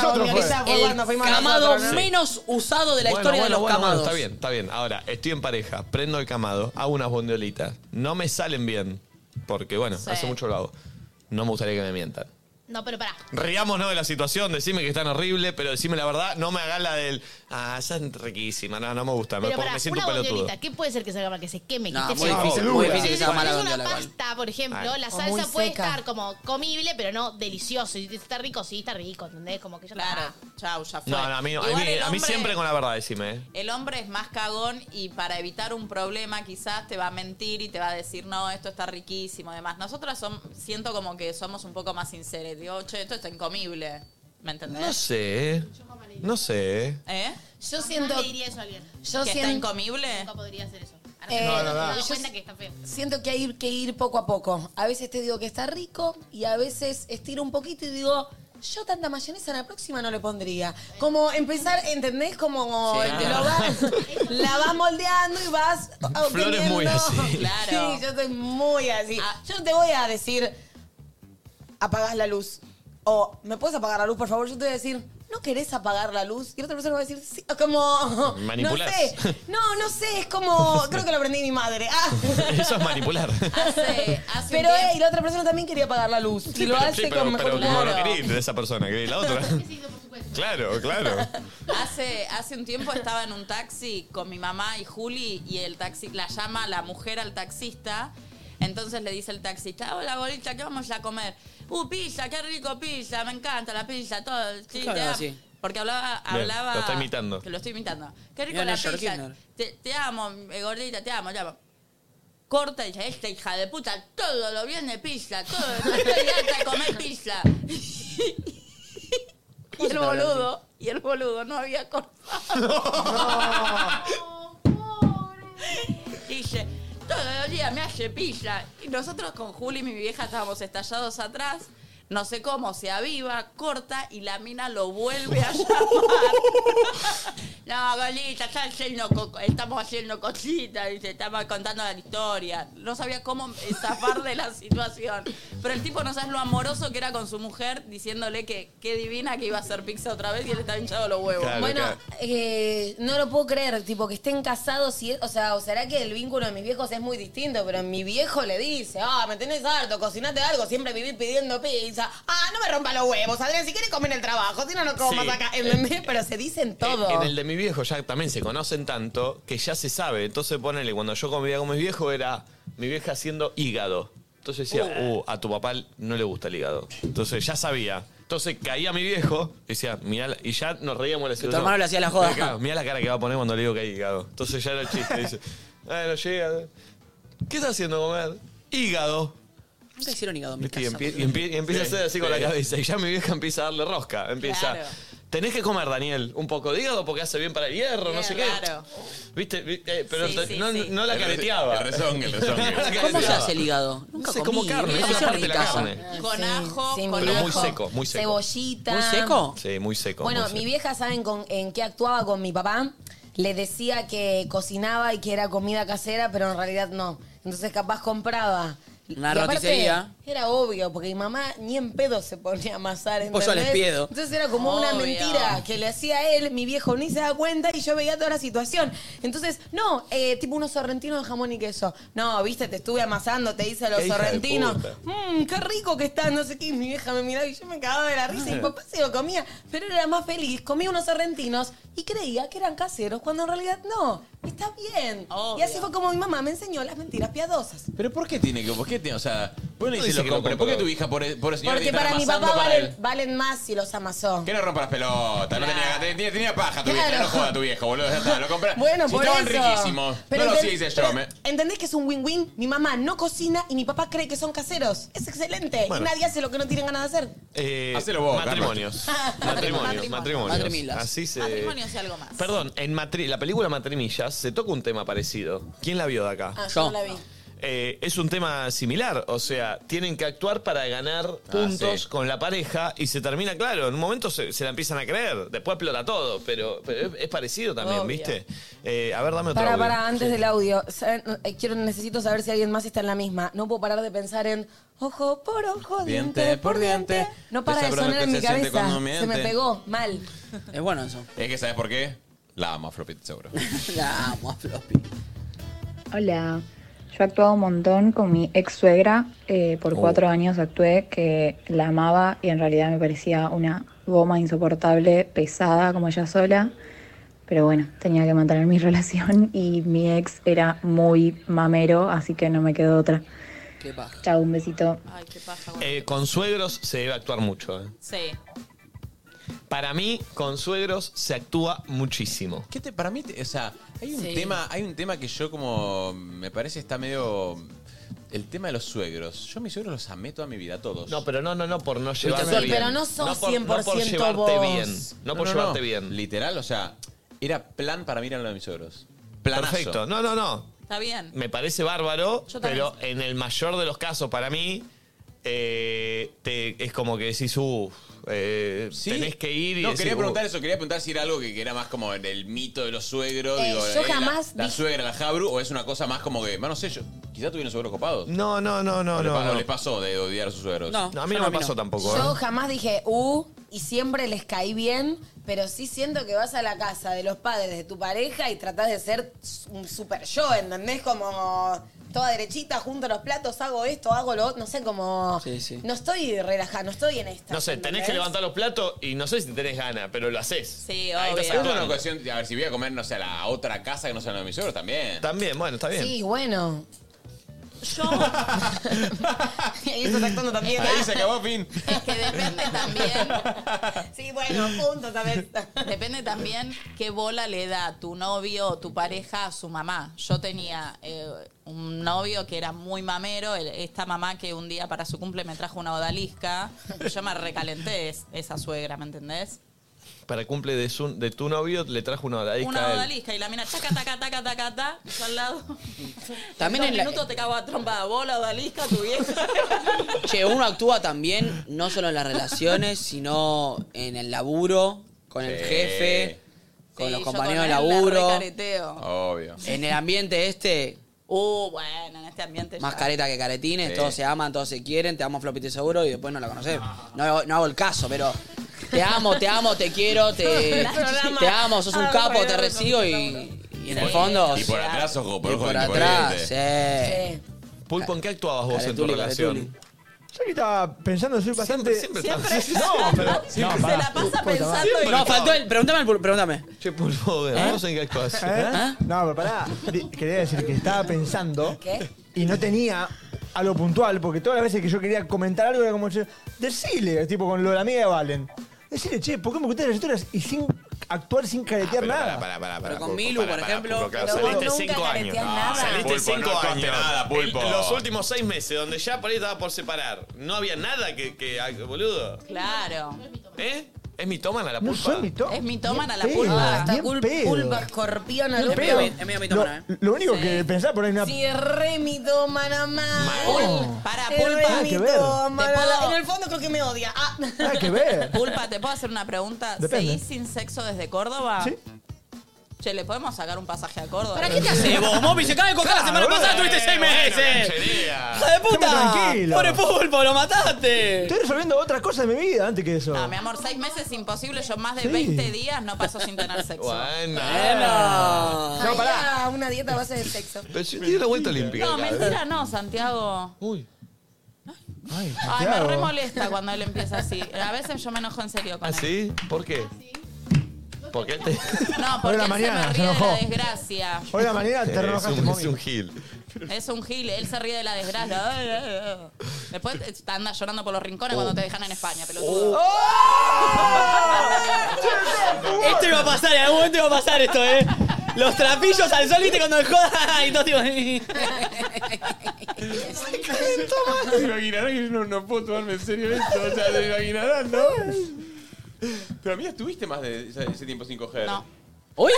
cavado.
que hiciste Con una nosotros fue. bombiolita fue cuando
El
fuimos a
camado
nosotros, ¿no?
menos usado de la historia de los camados.
está bien, está bien. Ahora, estoy en pareja, prendo el camado, hago unas bondiolitas. No me salen bien, porque bueno,
Sí.
hace mucho lo hago. No me gustaría que me mientan.
No, pero pará.
Riámonos de la situación, decime que es tan horrible, pero decime la verdad, no me hagas la del. Ah, esa es riquísima, no, no me gusta, me,
Pero
pongo-
pará,
me siento
una
pelotudo.
bondiolita, ¿qué puede ser que salga mal? Que se queme, que
No,
esté
muy
fea.
difícil, muy difícil que salga
Cuando
mala
es
bondiola
una
igual.
pasta, por ejemplo,
Ay.
la
O muy
salsa puede
seca.
estar como comible, pero no delicioso. Y si está rico, sí, está rico, ¿entendés? Como que ya
Claro, chau, ya fue.
No, no, a mí, no, a
Igual
mí-
el
a mí
hombre-
siempre con la verdad, decime. ¿eh?
El hombre es más cagón y para evitar un problema quizás te va a mentir y te va a decir, no, esto está riquísimo y demás. Nosotras son- siento como que somos un poco más sinceros. Digo, che, esto está incomible. ¿Me entendés?
No sé, ¿eh? no sé. ¿eh?
¿Eh?
Yo siento...
le diría eso a alguien.
Yo siento-
¿Que está incomible?
Nunca podría hacer eso.
Eh,
no,
no, no, no.
Me doy
Yo
cuenta que está feo.
Siento que hay que ir poco a poco. A veces te digo que está rico y a veces estiro un poquito y digo, yo tanta mayonesa en la próxima no le pondría. Como empezar, ¿entendés? Como
Sí,
lo
claro.
vas- la vas moldeando y vas obteniendo.
Flor es muy así.
Claro.
Sí, yo soy muy así. Yo no te voy a decir, apagás la luz. O, ¿me puedes apagar la luz, por favor? Yo te voy a decir, ¿no querés apagar la luz? Y la otra persona va a decir, sí, como...
Manipulás.
No sé, no, no sé, es como... Creo que lo aprendí de mi madre. Ah.
Eso es manipular.
Pero eh, y la otra persona también quería apagar la luz. y lo
pero,
hace
sí, pero-
con
pero
mejor
como no
claro.
querés de esa persona, querés la otra. Claro, claro.
Hace, hace un tiempo estaba en un taxi con mi mamá y Juli y el taxi la llama la mujer al taxista. Entonces le dice el taxista, hola bolita, ¿qué vamos a comer? Uh, pizza, qué rico pizza, me encanta la pizza, todo.
qué
sí,
hablas
te-
así?
Porque hablaba,
Bien,
hablaba.
lo está imitando.
Que lo estoy imitando. Qué rico
Mira,
la
Néstor
pizza.
Kirchner.
Te, te amo, eh, gordita, te amo, te amo. Corta y dice, esta hija de puta, todo lo viene pizza, todo, no estoy harta de comer pizza. Y el boludo, y el boludo no había cortado. Dice, todo el día me hace pizza. Y nosotros con Juli, mi vieja, estábamos estallados atrás. No sé cómo, se aviva, corta y la mina lo vuelve a llamar. no, Golita, está haciendo co- estamos haciendo cositas, dice, estamos contando la historia. No sabía cómo eh, zafar de la situación. Pero el tipo no sabes lo amoroso que era con su mujer, diciéndole que qué divina que iba a hacer pizza otra vez y él estaba hinchado los huevos.
Bueno, eh, no lo puedo creer, tipo que estén casados y o sea, o será que el vínculo de mis viejos es muy distinto, pero mi viejo le dice, ah, me tenés harto, cocinate algo, siempre viví pidiendo pizza, ah, no me rompa los huevos, Adrián. Si quieres comer en el trabajo, si no, no comas
Sí.
acá. ¿Entendés? Pero se dicen todo.
En el de mi viejo ya también se conocen tanto que ya se sabe. Entonces, ponele, cuando yo comía con mis viejos era mi vieja haciendo hígado. Entonces decía, uh, a tu papá no le gusta el hígado. Entonces ya sabía. Entonces caía mi viejo, decía, mirá, la-", y ya nos reíamos la
tu hermano le hacía la joda.
Mira la cara que va a poner cuando le digo que hay hígado. Entonces ya era el chiste. Dice, bueno, Ah, llega. ¿Qué está haciendo comer? Hígado.
Nunca hicieron hígado en mi
¿Viste? Y,
casa,
empie-
boludo.
y empie- y empieza
Sí,
a hacer así con
sí.
la cabeza. Y ya mi vieja empieza a darle rosca. Empieza.
Claro.
Tenés que comer, Daniel, un poco de hígado porque hace bien para el hierro, no sé qué. ¿Viste? Vi- eh, pero
Sí,
te-
sí,
no,
sí.
no la
El re-
careteaba.
el rezongue, el rezongue.
No la
¿Cómo
careteaba.
se hace el hígado? Nunca
Es como
comí.
carne,
Me
es
hicieron
una parte de
en
la
mi casa.
carne.
Con ajo,
con Pero muy ajo, seco, muy seco.
Cebollita.
Sí, muy seco.
Bueno,
muy seco.
mi vieja, ¿saben con, en qué actuaba con mi papá? Le decía que cocinaba y que era comida casera, pero en realidad no. Entonces capaz compraba.
Una
Y aparte,
roticería.
Era obvio, porque mi mamá ni en pedo se ponía a amasar.
Un pollo al
¿entendés?
espiedo.
Entonces era como una
Obvio.
mentira que le hacía él, mi viejo ni se da cuenta y yo veía toda la situación. Entonces, no, eh, tipo unos sorrentinos de jamón y queso. No, viste, te estuve amasando, te hice los
Qué hija de
sorrentinos.
puta.
Mmm, qué rico que está, no sé qué. Y Mi vieja me miraba y yo me cagaba de la risa y
Ah.
mi papá se lo comía. Pero era más feliz, comía unos sorrentinos y creía que eran caseros, cuando en realidad no. Está bien. Y así fue como mi mamá me enseñó las mentiras piadosas.
Pero ¿por qué tiene que.? ¿Por qué tiene.? O sea, vos no dices
dice
lo
que lo
compré. ¿Por qué tu hija por, por el señor
Porque
que está
para mi
amasando
papá
para
valen,
él?
valen más si los amasó.
Que no rompa las pelotas. No tenía, tenía, tenía paja tu vieja.
Claro.
No joda tu viejo, boludo. Ya está, lo compré.
Bueno,
si
por
estaban
eso.
riquísimos.
Pero
no los
enten-
hice yo.
pero
Me...
¿Entendés que es un win-win? Mi mamá no cocina y mi papá cree que son caseros. Es excelente.
Bueno.
Y nadie hace lo que no tienen ganas de hacer.
Eh,
Hacelo vos,
matrimonios. matrimonios.
Matrimonio.
Matrimonios.
Matrimilas.
Así se.
Matrimonios y algo más.
Perdón, en matri- la película Matrimillas se toca un tema parecido. ¿Quién la vio de acá?
Ah, yo no Yo. la vi.
Eh, es un tema similar, o sea, tienen que actuar para ganar
Ah,
puntos
sí.
con la pareja y se termina, claro, en un momento se, se la empiezan a creer, después explota todo, pero, pero es, es parecido también,
Obvio.
¿viste? Eh, a ver, dame otro
Para,
audio.
para, antes
Sí.
del audio, ¿saben? Eh, quiero, necesito saber si alguien más está en la misma. No puedo parar de pensar en ojo por ojo, diente, por diente. No para de
Esa broma
sonar en
que
mi
se siente
cabeza.
cuando
Se me
miente.
pegó, mal.
Es bueno eso.
Es que, ¿sabes por qué? La amo a Floppy, seguro.
La amo a Floppy.
Hola, yo actuaba un montón con mi ex suegra, eh, por cuatro años actué que la amaba y en realidad me parecía una goma insoportable, pesada como ella sola, pero bueno, tenía que mantener mi relación y mi ex era muy mamero, así que no me quedó otra.
Qué paja.
Chao, un besito.
Ay, qué paja.
Eh, con suegros se debe actuar mucho. eh.
Sí.
Para mí, con suegros se actúa muchísimo.
¿Qué te, para mí, te- o sea, hay un,
Sí.
tema, hay un tema que yo como, me parece está medio, el tema de los suegros. Yo a mis suegros los amé toda mi vida, a todos.
No, pero no, no, no, por no
Sí,
llevarte
pero
bien.
no sos
por- No por
100%
llevarte
vos.
bien. No por llevarte bien.
Literal, o sea, era plan para mirar a lo de mis suegros. Planazo.
Perfecto. No, no, no.
Está bien.
Me parece bárbaro,
Yo también.
pero en el mayor de los casos, para mí, eh, te- es como que decís, uff, eh, tenés que ir y
No,
decir,
quería
uh,
preguntar eso, quería preguntar si era algo que, que era más como en el mito de los suegros.
Eh,
digo,
yo
eh, la-
jamás
La,
vi-
suegra, la jabru, o es una cosa más como que, bueno, no sé, yo, quizá tuvieron suegros copados.
No, no, no, no,
¿O le,
no,
pa- o
no.
le pasó de odiar a sus suegros?
No,
No, a mí no me pasó tampoco.
Yo
¿eh?
jamás dije, uh, y siempre les caí bien, pero sí siento que vas a la casa de los padres de tu pareja y tratás de ser un super yo, ¿entendés? Como toda derechita, junto los platos, hago esto, hago lo otro, no sé, como...
Sí, sí.
No estoy relajada, no estoy en esta.
No sé, tenés que levantar los platos y no sé si tenés ganas, pero lo haces. Sí,
Ahí te sacó una ocasión, a ver, si voy a comer, no sé, a la otra casa que no sea la de mis suegros, también.
También, bueno, está
Sí, bueno. Yo... y eso está actuando también.
Ahí se acabó, fin.
Sí, bueno, punto, también.
Depende también qué bola le da tu novio o tu pareja a su mamá. Yo tenía eh, un novio que era muy mamero, el- esta mamá que un día para su cumple me trajo una odalisca. Yo me recalenté es- esa suegra, ¿me entendés?
Para el cumple de, su- de tu novio le trajo una odalisca.
una
a él.
odalisca y la mina taca, taca, taca, taca, taca, y yo al lado.
También
en
en
dos
la-
minutos te cago a trompa de bola, odalisca, tu vieja.
Che, uno actúa también, no solo en las relaciones, sino en el laburo, con el
Sí.
jefe, con
Sí,
los
yo
compañeros de
él la
laburo.
recareteo.
Obvio.
En el ambiente este,
Uh, bueno, en este ambiente
más
ya.
careta que caretines,
Sí.
todos se aman, todos se quieren, te amo Floppy, te seguro y después no la conoces. No, hago- no hago el caso, pero te amo, te amo, te quiero, te,
El programa
te amo, sos un
al
capo,
revés,
te recibo y, y en el fondo.
Y por atrás, ojo, por
y
ojo,
por
y
atrás,
diente.
sí.
Pulpo, ¿en qué actuabas vos en tu
Caretuli,
relación?
Yo que estaba pensando, soy bastante. Siempre,
siempre.
No, pero.
Siempre.
pará.
Se la pasa
Puta madre.
pensando y- No, faltó el- Pregúntame al pul- Pregúntame.
Che, pulpo,
vamos
en qué
¿Eh?
¿Ah?
No, pero pará. Di- Quería decir que estaba pensando
¿Qué?
y no tenía algo puntual, porque todas las veces que yo quería comentar algo era como, che, decile, tipo con lo de la amiga de Valen. Decile, che, ¿por qué me contaste las historias y sin actuar, sin caretear
Ah, pero
nada?
pará, pará, pará,
Pero
con Milu, por ejemplo.
Pero vos
saliste
nunca
cinco años.
careteás
nada.
Saliste
Pulpo,
cinco
no actuaste
años.
nada, Pulpo.
El- los últimos seis meses, donde ya por ahí estaba por separar. No había nada que. que ah, boludo.
Claro.
¿Eh? ¿Es mitómana la
No
pulpa?
soy Es mitómana la
Bien
pulpa.
pedo,
Está
bien
cul-
pedo.
pulpa escorpión
Bien
al
pedo.
Es medio mitómana,
Lo, lo único que pensaba por ahí ¡Ah, una.
Sí, es re mitómana más.
Para
Es re
pulpa.
que ver.
mitómana.
Te puedo-
En el fondo creo que me odia. Ah.
Nada que ver.
Pulpa, ¿te puedo hacer una pregunta?
Depende.
¿Seguís sin sexo desde Córdoba? Sí. Che, ¿le podemos sacar un pasaje a Córdoba?
¿Para qué te haces vos, Momi? Se acaba de coger la semana
boludo.
pasada, tuviste seis
Bueno,
meses.
canchería.
¡Hija de
Ah. Estamos
puta!
tranquilos.
¡Pobre pulpo, lo mataste! Ah,
Estoy resolviendo otras cosas de mi vida antes que eso.
No, Ah, mi amor, seis meses imposible. Yo más de
Sí.
20 días no paso sin tener sexo.
Bueno.
Bueno.
No, pará. Una dieta a base de sexo.
Pero si tiene la vuelta olímpica.
No,
acá, ¿eh?
mentira no, Santiago.
Uy.
Ay, me
Santiago.
re molesta cuando él empieza así. A veces yo me enojo en serio con
¿Ah,
él.
sí? ¿Por qué? Porque él te.
No,
Hoy
porque
a la
él
mañana
se me ríe de
se enojó.
la desgracia.
Hoy a la mañana te
es
enojaste,
un,
mami.
es un gil.
Es un gil, él se ríe de la desgracia. Después te andas llorando por los rincones
Oh.
cuando te dejan en España, pelotudo. Oh.
Esto iba a pasar, en algún momento iba a pasar esto, ¿eh? Los trapillos al sol, ¿viste? Cuando me jodan y todo tipo...
Se imaginarán que yo no, no puedo tomarme en serio esto. O sea, se imaginarán, ¿no? Pero mira, estuviste más de ese, ese tiempo sin coger.
No.
Oye,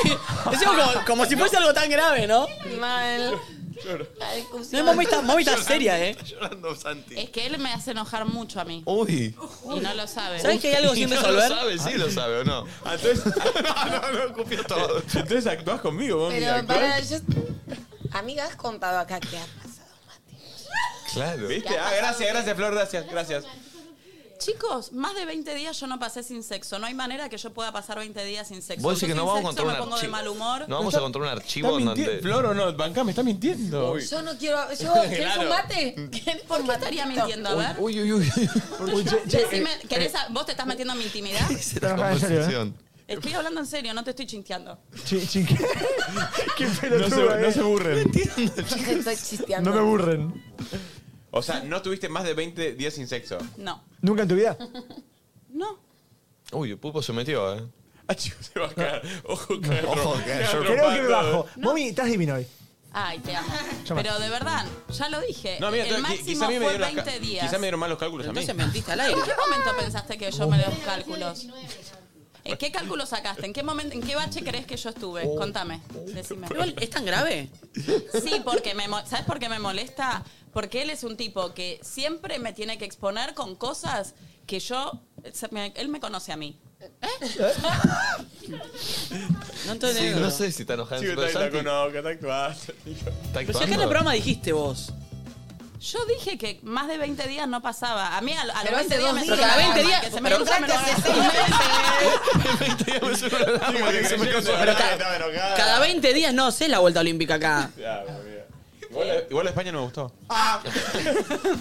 decimos como, como si fuese algo tan grave, ¿no?
Mal.
La
No,
discusión.
es mami está, mami está seria, ¿eh?
Llorando, Santi.
Es que él me hace enojar mucho a mí.
Uy.
Y no lo sabe.
¿Sabes que hay algo sin
No
resolver?
lo sabe,
Ah.
sí lo sabe, ¿o no?
Entonces,
no, no, no, copió todo.
Entonces actuás conmigo, vos.
Pero para yo. Amiga, has contado acá que ha pasado.
Claro.
¿Viste? Ah, gracias, gracias, Flor, gracias, gracias.
Chicos, más de 20 días yo no pasé sin sexo. No hay manera que yo pueda pasar 20 días sin sexo.
Vos decís
Yo
que no
sin
vamos a
sexo
encontrar un
me pongo de
archivo.
mal humor.
No vamos a encontrar un archivo
¿Estás
donde.
mintiendo? Flor o no, Banca me está mintiendo.
Yo no quiero. Yo, ¿Quieres
Claro.
un mate?
¿Por qué estaría mintiendo? A ver.
Uy, uy, uy.
Decime,
eh,
¿querés a- ¿Vos te estás metiendo en mi intimidad?
La
¿eh?
conversación.
Estoy hablando en serio, no te estoy chinteando.
Chi- chi- Qué pelotudo,
No se-
eh.
no se burren.
Estoy chisteando.
No me burren.
O sea, no tuviste más de 20 días sin sexo.
No.
¿Nunca en tu vida?
Uy, el pulpo se metió, ¿eh?
Ah, chicos, se va a caer. Ojo, caer.
Ojo, que yo-
Creo que me bajo. Mami, estás divino hoy.
Ay, te amo.
Yo me-
Pero de verdad, ya lo dije.
No, mira,
Eh, el
entonces, qui-
máximo
quizá a mí me
fue
dieron las ca-
20 días.
quizá me dieron mal los cálculos a mí. Entonces
mentiste al
¿En qué momento pensaste que yo me di los cálculos? ¿En qué cálculo sacaste? ¿En qué momento, en qué bache crees que yo estuve?
Oh.
Contame, decime.
Igual, ¿es tan grave?
Sí, porque me, mo- ¿sabes por qué me molesta? Porque él es un tipo que siempre me tiene que exponer con cosas que yo, se- me- él me conoce a mí.
¿Eh?
No entiendo.
Sí, no sé si está enojado.
Chico,
pero
está
Santi
con Oca, está actuando. chico.
está
Pero si acá en
actuando.
el programa dijiste vos.
Yo dije que más de 20 días no pasaba. A mí a, a los
Pero
20
hace
días me
dos
suena
días.
la
Pero
alarma, que se me
pero
cruza, me lo
hace
hagas.
seis
Chico, que se me cruzó la cara, estaba enojada.
Cada 20 días no sé la vuelta olímpica acá.
Ya, pero mira. Igual, igual España no me gustó.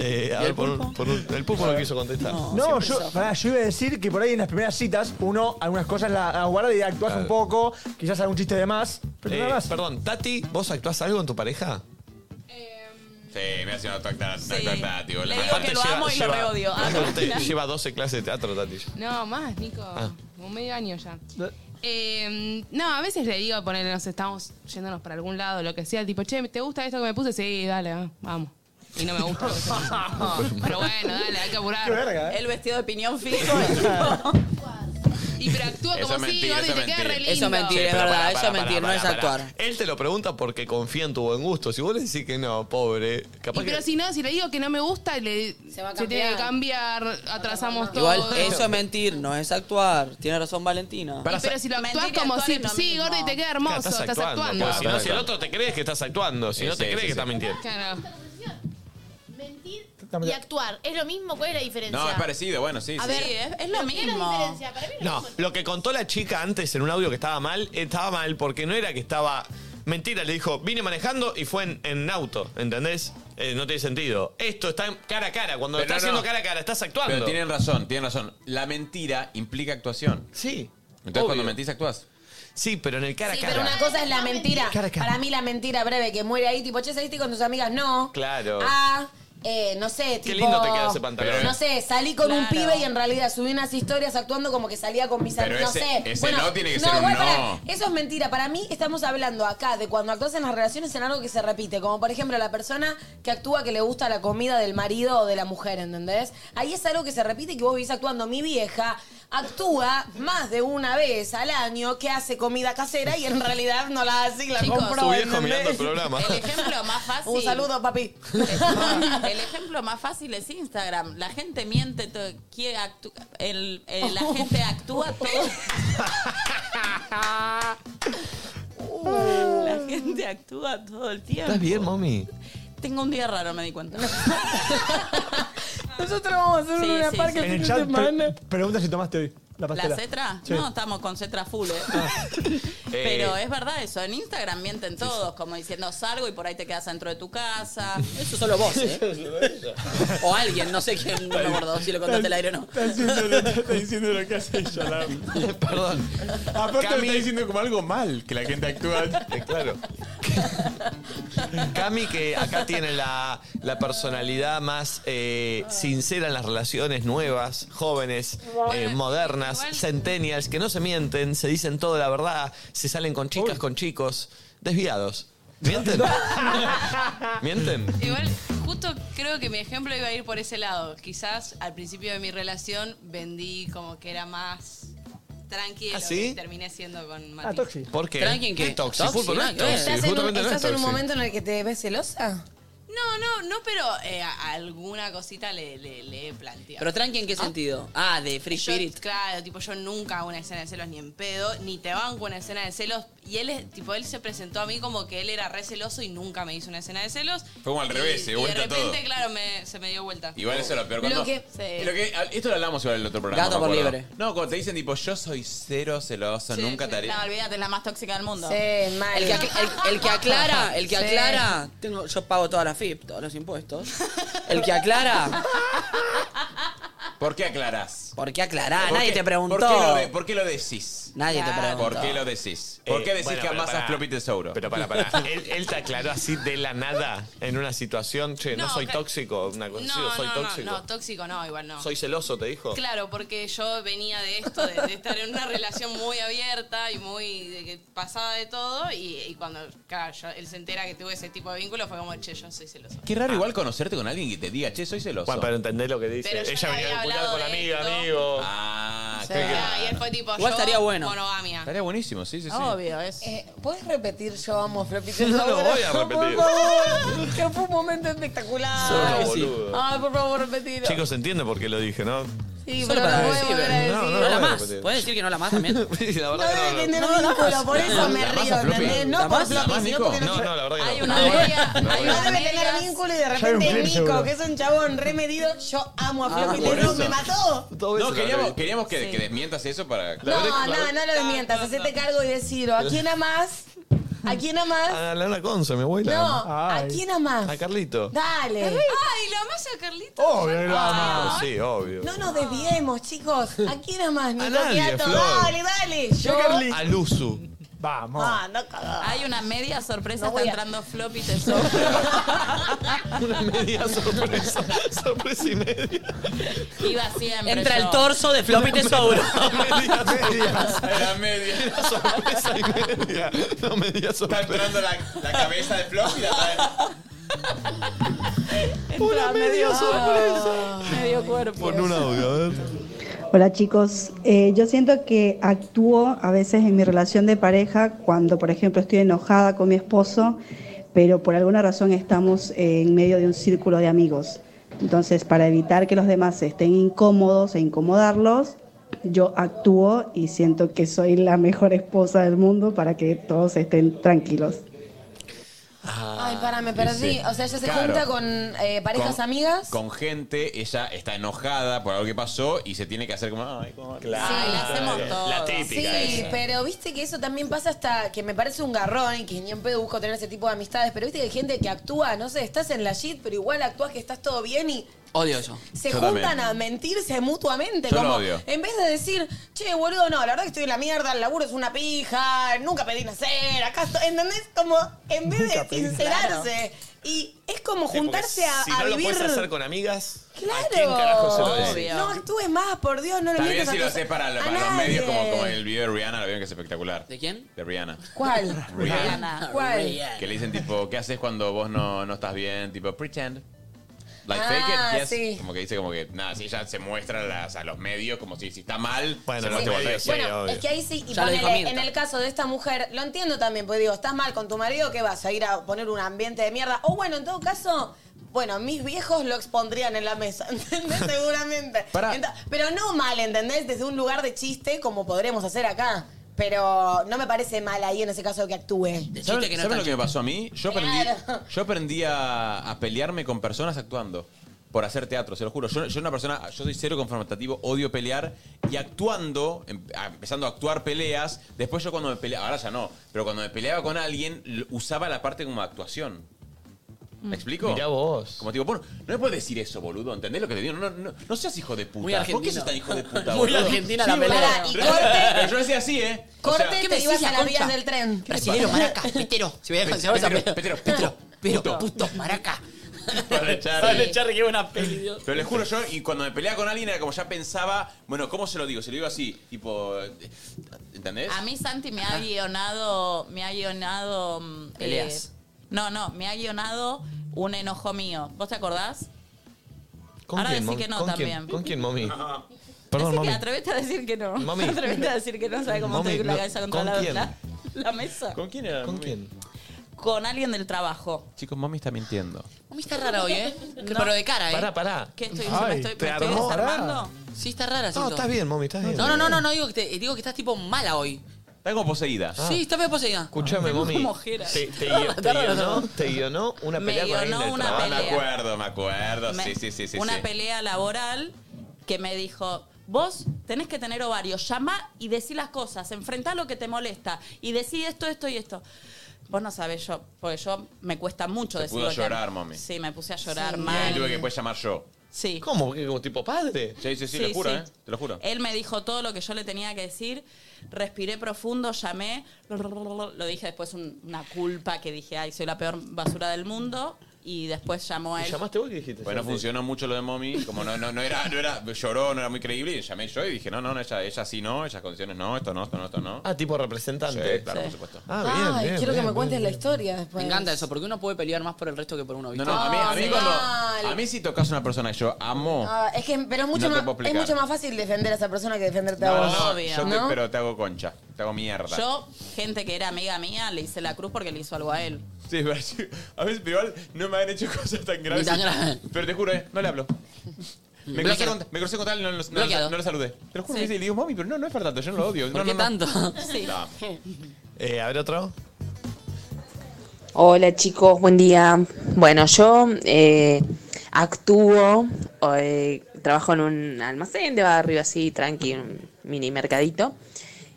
Eh, a ver, por un, por un- el pulpo no quiso contestar.
No, yo, pará, yo iba a decir que por ahí en las primeras citas uno algunas cosas las la guarda y actúas un poco, quizás algún chiste de más, pero
Eh,
nada más.
perdón, Tati, ¿vos actuás algo en tu pareja?
Sí, me hace una tacta, tacta, tío.
Le digo que lo amo y lo reodio. Ah, no.
Aparte, lleva 12 clases de teatro, Tati.
No, más, Nico.
Ah.
Como medio año ya. Eh, no, a veces le digo, ponerle, nos estamos yéndonos para algún lado, lo que sea, tipo, che, ¿te gusta esto que me puse? Sí, dale, va, vamos. Y no me gusta. pero bueno, dale, hay que apurar.
Qué verga, ¿eh?
El
vestido de piñón fijo. el
Y pero actúa
Eso
como
es
si,
mentira,
gordo, y
eso
te
es
queda re
mentira.
lindo.
Eso es mentira, es
pero
verdad,
pará,
eso
pará,
es mentira,
pará,
no es
pará,
actuar.
pará. Él te lo pregunta porque confía en tu buen gusto. Si vos le decís que no, pobre, capaz
Y pero
que...
si no, si le digo que no me gusta, le, se,
va a
tiene que cambiar, atrasamos todo.
Igual, eso es mentir, no es actuar. Tiene razón Valentina.
Y pero si lo actúas como si, sí, gordo, y te queda hermoso, estás, actuando.
pues, si, no, si el otro te crees que estás actuando, si
Sí,
no te
sí,
crees
sí,
que
sí.
estás mintiendo.
Claro.
Mentir y actuar. ¿Es lo mismo? ¿Cuál es la diferencia?
No, es
Parecido, bueno, sí.
A
sí.
ver,
es, lo
¿Qué es la
mismo.
diferencia? Para mí no.
No, lo que contó la chica antes en un audio que estaba mal, estaba mal porque no era que estaba Mentira, le dijo, vine manejando y fue en, en auto, ¿entendés? Eh, no tiene sentido. Esto está en- cara a cara. Cuando
Pero
estás
no, no.
haciendo cara a cara, estás actuando.
Pero tienen razón, tienen razón. La mentira implica actuación.
Sí.
Entonces
obvio.
cuando mentís actúas.
Sí, pero en el cara a
Sí,
cara.
pero una cosa es la mentira. Para mí la mentira breve que muere ahí, tipo, che, saliste con tus amigas, no.
Claro.
Ah, eh, no sé, tipo...
Qué lindo te queda ese pantalón.
eh.
No sé, salí con un
Claro.
pibe y en realidad subí unas historias actuando como que salía con mis
Pero
amigos, no
ese-
sé.
ese no tiene que ser un
igual
no.
pará, eso es mentira. Para mí estamos hablando acá de cuando actúas en las relaciones en algo que se repite. Como por ejemplo la persona que actúa que le gusta la comida del marido o de la mujer, ¿entendés? Ahí es algo que se repite y que vos vivís actuando. Mi vieja actúa más de una vez al año que hace comida casera y en realidad no la hace y la
Chicos,
compró.
Tu viejo
¿entendés?
mirando el
programa.
El ejemplo más fácil.
Un saludo, papi.
El ejemplo más fácil es Instagram. La gente miente, to- quiere actu- el- eh,
Oh.
la gente actúa todo. la gente actúa todo el tiempo.
¿Estás bien, mami?
Tengo un día raro, me di cuenta.
Nosotros vamos a hacer
Sí,
una
sí,
parca
sí.
En el chat pre- pregunta si tomaste hoy la pastela.
¿La cetra?
Sí.
No, estamos con cetra full, ¿eh? Pero es verdad eso, en Instagram mienten todos, como diciendo salgo y por ahí te quedas dentro de tu casa.
Eso solo vos, ¿eh? o alguien, no sé quién, no me acuerdo si lo contaste al aire o no.
Está diciendo, lo- está diciendo lo que hace ella. la-
Perdón.
Aparte lo está diciendo como algo mal, que la gente actúa.
Eh, Claro. Cami, que acá tiene la, la personalidad más eh, sincera en las relaciones nuevas, jóvenes, eh, modernas, centennials, que no se mienten, se dicen toda la verdad, se salen con chicas, con chicos, desviados. ¿Mienten? ¿Mienten?
Igual, justo creo que mi ejemplo iba a ir por ese lado. Quizás al principio de mi relación vendí como que era más tranquilo.
¿Ah, sí?
terminé siendo con Mati.
Ah, Toxi.
¿Por qué? Tranqui, ¿qué? Toxi,
Toxi,
pulpo, no es
nada que ver.
toxi,
¿Estás, en un,
justamente no es
estás en un
toxi.
momento en el que te ves celosa?
No, no, no, pero eh, a- alguna cosita le, le- le he planteado.
Pero tranqui, ¿en qué
Ah.
sentido? Ah, de Free
Yo,
Spirit.
claro, tipo, yo nunca hago una escena de celos ni en pedo, ni te banco una escena de celos. Y él, es- tipo, él se presentó a mí como que él era re celoso y nunca me hizo una escena de celos.
Fue como al
Y-
revés, se
y
vuelta
de repente,
todo.
claro, me- se me dio vuelta.
Igual eso es lo peor cuando.
Lo que- Sí.
lo que- esto lo hablamos igual en el otro programa.
Gato
me
por
acuerdo.
liebre.
No, cuando te dicen tipo, yo soy cero celoso,
Sí,
nunca
sí.
te haré.
No, olvídate, es la más tóxica del mundo.
Sí, mal.
El que, acla- el- el que aclara, el que
Sí.
aclara, tengo, yo pago toda la FIP, todos los impuestos. El que aclara,
¿Por qué aclarás?
¿por qué aclará?
¿Por
Nadie
qué-
te preguntó.
¿Por qué lo, de- por qué lo decís?
Nadie te preguntó.
¿Por qué lo decís? ¿Por
Eh,
qué decís
bueno,
que
pero
amasas
pará.
floppy tesouro?
Pero para, para. Él, él te aclaró así de la nada en una situación, che, no,
No,
soy
ca-
tóxico,
Ah,
una cosa así, o
No,
soy
no,
tóxico.
no, no, tóxico no, igual no.
Soy celoso, te dijo.
Claro, porque yo venía de esto, de, de estar en una relación muy abierta y muy de que pasaba de todo. Y, y cuando claro, yo- él se entera que tuve ese tipo de vínculo, fue como, che, yo soy celoso.
Qué raro igual conocerte con alguien que te diga, che, soy celoso.
Ah. Bueno, pero entendés lo que dice.
Pero yo
Ella
no
venía
había
vinculada con
hablado
la
de
amiga,
esto.
amigo.
Ah,
Sí.
qué-
Ah, y él fue tipo,
Igual
yo,
estaría bueno.
monogamia.
Estaría buenísimo, sí, sí, sí.
Obvio, es.
Eh, ¿Puedes repetir Yo amo Floppy
No lo
Tesouro?
voy a repetir.
Por favor, que fue un momento espectacular.
Solo
Ay, sí.
boludo.
Ay, por favor, repetilo.
Chicos, entiende por qué lo dije, ¿no?
sí, pero lo voy a volver a decir.
No, no,
No,
no,
la
no,
más.
no.
¿Puedes decir que no la más también?
la
No debe tener vínculo, por eso me río, ¿entendés? No por Floppy, sino porque
No, no, la verdad que no.
no debe tener vínculo y de repente
influencer,
Nico,
boludo.
que es un chabón remedido, yo amo a Floppy
por
Tesouro,
eso.
me mató.
No, queríamos, queríamos que,
Sí.
que desmientas eso para.
No, no, no lo desmientas, hacete cargo y decirlo. ¿A quién amás? ¿A quién amás?
A Laura Conce, mi abuela.
No, ¿a quién amás?
A Carlito.
Dale.
Ay, lo amás a Carlito.
Obvio, Sí, obvio.
Ah, No nos desviemos, chicos. ¿A quién amás, Nico
nadie,
Quiato?
Flor.
Dale, dale. Yo.
A Luzu.
Vamos.
Ah, no cagó.
Hay una media sorpresa,
No voy
está
a-
entrando floppy tesoro.
Una media sorpresa. sorpresa y media.
Iba siempre.
Entra
yo.
el torso de Floppy Tesouro.
media,
Era media.
sorpresa y media. No media sorpresa.
Está entrando la, la cabeza de Floppy. La trae-
Una media sorpresa. Medio cuerpo.
Pon un audio, a ver.
Hola chicos, Eh, yo siento que actúo a veces en mi relación de pareja cuando, por ejemplo, estoy enojada con mi esposo, pero por alguna razón estamos eh, en medio de un círculo de amigos. Entonces, para evitar que los demás estén incómodos e incomodarlos, yo actúo y siento que soy la mejor esposa del mundo para que todos estén tranquilos.
Ay,
Ay, para, me perdí.
Dice,
O sea, ella se
claro.
junta con eh, parejas
Con-
amigas.
Con gente, ella está enojada por algo que pasó y se tiene que hacer como. Ay, como
Sí, la hacemos
La
todos.
típica.
Sí,
esa.
pero viste que eso también pasa hasta que me parece un garrón y que ni en pedo busco tener ese tipo de amistades. Pero viste que hay gente que actúa, no sé, estás en la shit, pero igual actúas que estás todo bien y
Odio eso.
se juntan a mentirse mutuamente.
Yo lo
como,
odio.
En vez de decir, che, boludo, no, la verdad que estoy en la mierda, el laburo es una pija, nunca pedí nacer, acá estoy. ¿Entendés? Como, en vez
Nunca
de
pedí.
sincerarse. Y es como
Sí, porque
juntarse a,
Si
a
no lo
vivir.
puedes hacer con amigas,
Claro.
quién carajo se lo decís?
No actúes más, por Dios, no le
Está bien
mientas a
si lo
tus-
haces para,
a
para los
nadie.
medios, como, como el video de Rihanna, lo vieron que es espectacular. ¿De
quién?
De Rihanna.
¿Cuál?
Rihanna.
¿Cuál?
Que le dicen, tipo, ¿qué haces cuando vos no, no estás bien? Tipo, pretend. Like,
Ah,
fake it, yes.
sí.
Como que dice, como que, nada, si ella se muestra a, las- a los medios, como si, si está mal,
Bueno,
se
los
muestra
medios,
como-
bueno, es que ahí sí, y
Ya lo dijo
ponele,
Mirta.
en el caso de esta mujer, lo entiendo también, porque digo, estás mal con tu marido, ¿qué vas a ir a poner un ambiente de mierda? O bueno, en todo caso, bueno, mis viejos lo expondrían en la mesa, ¿entendés? Seguramente. Ento- pero no mal, ¿entendés? Desde un lugar de chiste, como podremos hacer acá. Pero no me parece mal ahí en ese caso que actúe.
¿Sabes sabes lo que me pasó a mí? Yo aprendí,
Claro.
yo aprendí a, a pelearme con personas actuando. Por hacer teatro, se lo juro. Yo, yo era una persona, yo soy cero confrontativo, odio pelear. Y actuando, em- a- empezando a actuar peleas, después yo cuando me peleaba, ahora ya no, pero cuando me peleaba con alguien, l- usaba la parte como actuación. ¿Me explico?
Mirá
vos. Como tipo, bueno, no me puedes decir eso, boludo. ¿Entendés lo que te digo? No, no, no seas hijo de puta.
Muy
¿Por qué
argentino.
sos tan hijo de puta,
Muy
boludo?
argentina la
boludo.
pelea. Y corte.
Pero yo decía así, ¿eh? O sea,
Corte, te ibas a las vías del tren.
Brasilero, maraca, petero. Si me dejan, se va a
Petero, petero, petero.
Pero, puto, maraca.
Vale, Charlie.
Vale, Charlie, que buena peli, Dios.
Pero les juro yo, y cuando me peleaba con alguien era como ya pensaba, bueno, ¿cómo se lo digo? Se lo digo así, tipo, eh, ¿entendés?
A mí Santi me ha guionado, me ha guionado... mm,
Peleas.
eh, no, no, me ha guionado un enojo mío. ¿Vos te acordás?
¿Con
Ahora
quién,
decí
mom-
que no
con quién-
también.
¿Con quién, mami? Perdón,
Así
mami.
que atrevete a decir que no.
Mami.
Atrevete a decir que no, sabe cómo
Mami,
estoy con la
no,
cabeza contra
¿con
la,
quién?
la- la mesa.
¿Con quién era?
¿Con quién?
Con alguien del trabajo.
Chicos, mami está mintiendo.
Mami está rara hoy, ¿eh? Que-
No.
Pero de cara, ¿eh?
Pará,
pará.
¿Qué estoy
Ay,
me estoy,
te
me estoy
armó.
desarmando? Sí, está rara,
No,
siento.
estás bien, mami, estás bien.
No, no, no, no, no, digo que, te- digo que estás tipo mala hoy.
Está como poseída.
Sí, está medio poseída.
Ah. Escúchame,
Tengo
mami.
como ojeras.
Te,
Está
te guio-
rara,
te
está rara,
guionó,
está rara.
te guionó una
Me
pelea con alguien
guionó
del
una
trabajo.
pelea.
Me acuerdo, me acuerdo.
Me-
sí, sí, sí, sí.
una
sí.
pelea laboral que me dijo, vos tenés que tener ovarios, llama y decí las cosas, enfrentá lo que te molesta y decí esto, esto y esto. Vos no sabés yo, porque yo me cuesta mucho
Te
decir.
pudo
lo que-
llorar, mami.
Sí, me puse a llorar
Y ahí
mal.
tuve que después llamar yo.
Sí.
¿Cómo? ¿Porque como tipo padre?
Sí, sí, sí,
Sí,
lo juro,
sí.
¿eh? Te lo juro.
Él me dijo todo lo que yo le tenía que decir, respiré profundo, llamé, lo dije después un- una culpa que dije, ay, soy la peor basura del mundo y después llamó a él.
¿Llamaste vos qué dijiste?
Bueno,
Santi?
funcionó mucho lo de mommy. Como no, no, no, era, no era, lloró, no era muy creíble. Y llamé yo y dije, no, no, no, ella, ella sí no, esas condiciones no, esto no, esto no, esto no.
Ah, tipo representante.
Sí, claro,
Sí.
por supuesto.
Ah, bien,
Ay, quiero
bien, bien,
que me
bien,
cuentes la historia después.
Me encanta eso, porque uno puede pelear más por el resto que por uno, ¿viste?
No, no, a mí, a mí
sí.
cuando-
Mal.
a mí si tocas a una persona que yo amo.
Ah, es que, pero es mucho,
No te puedo
más, es
explicar.
mucho más fácil defender a esa persona que defenderte
No,
a
no,
vos.
no,
Obvio.
yo te-
¿No?
pero te hago concha, te hago mierda.
Yo, gente que era amiga mía, le hice la cruz porque le hizo algo a él.
Sí, pero yo- a veces pero igual no me han hecho cosas tan graves.
tan graves.
Pero te juro, eh, no le hablo. Me crucé,
Bloqueado.
con, me crucé con tal y no, lo- no,
Bloqueado.
no lo saludé. Te lo juro,
Sí.
y le digo, mami, pero no, no es para tanto, yo no lo odio.
¿Por qué tanto?
Sí.
Eh, a ver otro.
Hola chicos, buen día. Bueno, yo eh, actúo, eh, trabajo en un almacén de barrio así, tranqui, un mini mercadito,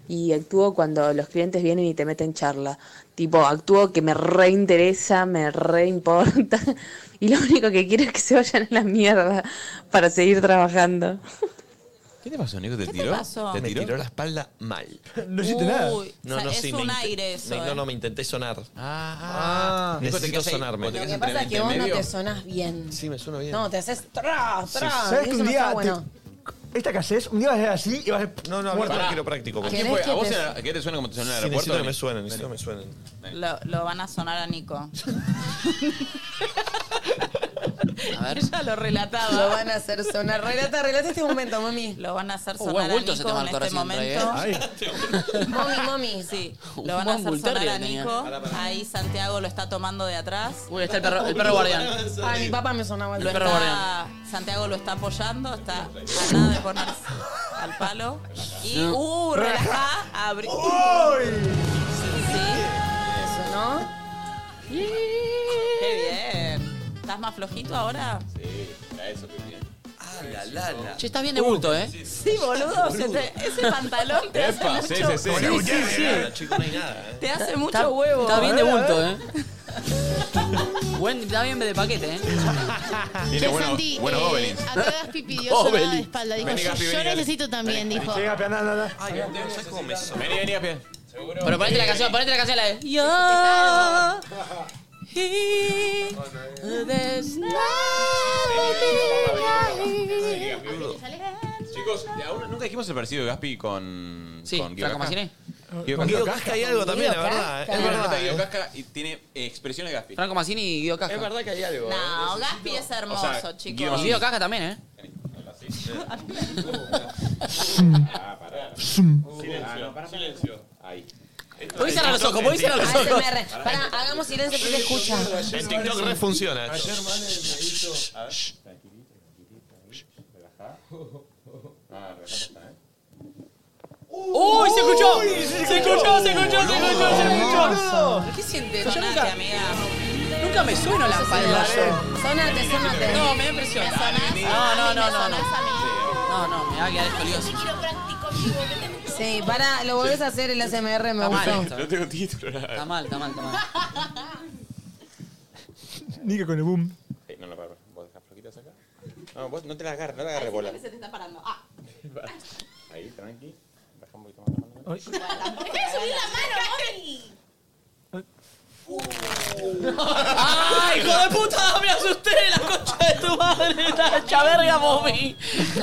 y actúo cuando los clientes vienen y te meten charla. Tipo, actúo que me reinteresa, me reimporta, y lo único que quiero es que se vayan a la mierda para seguir trabajando.
¿Qué te pasó, Nico? ¿Te
¿Qué te tiró? pasó? ¿Te
Me
tiró?
tiró la espalda mal.
No
hiciste nada. Uy, o
No,
sea,
no,
es
sí,
un
me inte-
aire eso,
me- No,
eh.
no, me intenté sonar.
Ah, Nico, te
necesito
quedas ahí-
sonarme.
vos te
Lo que pasa es que vos no te sonás bien.
Sí, me suena bien.
No, te haces tra, tra. y
¿Sabes que
eso
un
no
día
está bueno.
te- esta que haces, un día vas a ser así y vas a ser
No, no,
muerto.
hablando quiropráctico.
¿A quién
¿Querés
fue?
que
¿A vos
te-
en el- a qué te suena como te suena en el
Sí, necesito
aeropuerto?
que me suenen, necesito que me suenen.
Lo, lo van a sonar a Nico.
A ver.
Ella lo relataba.
Lo van a hacer sonar. Relata, relata este momento, mami.
Lo van a hacer
Oh,
sonar
buen
a
bulto
Nico
se te
en
marcó
este
recién,
momento.
Rey, ¿eh?
Mami, mami.
Sí.
Un
Lo van a
buen
hacer
bultario
sonar a
tenía.
Nico.
Pará, pará.
Ahí Santiago lo está tomando de atrás.
Uy, está el perro- el perro guardián.
Ah, mi papá me sonaba.
Lo
perro
está, Santiago lo está apoyando, está a nada de ponerse al palo. Y,
No.
uh, relajá, abrí.
Eso, ¿no?
¿Estás más flojito ahora?
Sí, a eso que viene.
Ah, la, la, la. Che, estás bien de bulto, ¿eh?
Sí, boludo. se te- ese pantalón te hace
Epa,
mucho...
sí,
Sí, sí, sí.
Sí, sí, sí.
Chico, no hay nada.
Te hace
Está-
mucho
está-
huevo.
Está bien de
A ver, a
bulto,
ver.
¿eh? Buen, está bien de paquete, ¿eh?
Tiene bueno- buenos goblins.
eh, Acá Gaspi pidió su
Goblin.
nada de espalda. Dijo,
Vení,
yo,
Gaspi,
yo
vení,
necesito también, dijo.
Vení, vení, a pie.
Pero ponete la canción, ponete la canción, la de...
Yo.
Chicos, aún nunca dijimos el parecido de Gaspi con.
Sí,
con Guido
Franco
Casca.
Maciné.
Ah,
Guido Casca.
hay algo también,
Guido
la verdad.
Es verdad, Guido Casca y tiene eh, expresiones de Gaspi.
Franco Mancini y Guido Casca.
Es verdad que hay algo. eh,
No, Gaspi es hermoso,
O sea,
chicos.
Y Guido Casca también, ¿eh?
Ah,
Uh, Silencio, silencio. Ahí.
Podés cerrar los ojos,
voy a
podés cerrar los
Ay, se
ojos.
me re- Pará, hagamos silencio que se escucha.
El TikTok
Ah,
refunciona.
Ayer
esto.
Male me hizo. A ver. Tranquilita, tranquilita. Relajá. Ah, relajá, ¿eh?
¡Uy, se escuchó! ¡Se escuchó, se escuchó, se escuchó, se
Hermoso.
escuchó!
¿Qué sientes? Sonate, amiga.
Nunca me sueno la espalda.
Sonate, sonate.
No, me da impresión. No, no, no, no. No, no, me va a quedar escolioso.
Sí, pará, lo volvés a hacer el ASMR, me
Está mal
gustó.
esto. ¿eh?
No tengo título, nada.
Está mal, está mal, está mal.
Nica con el boom.
Eh, No, no, para, para. ¿Vos dejás flojitas acá? No, vos no te la agarres, no la agarres bola.
Se te está parando. Ah.
Ahí, tranqui. Baja un poquito más la mano.
Ay.
Dejá de subir la mano, mami.
¡Ay, hijo de puta! ¡Me asusté! ¡La concha de tu madre! ¡Hacha verga, mami!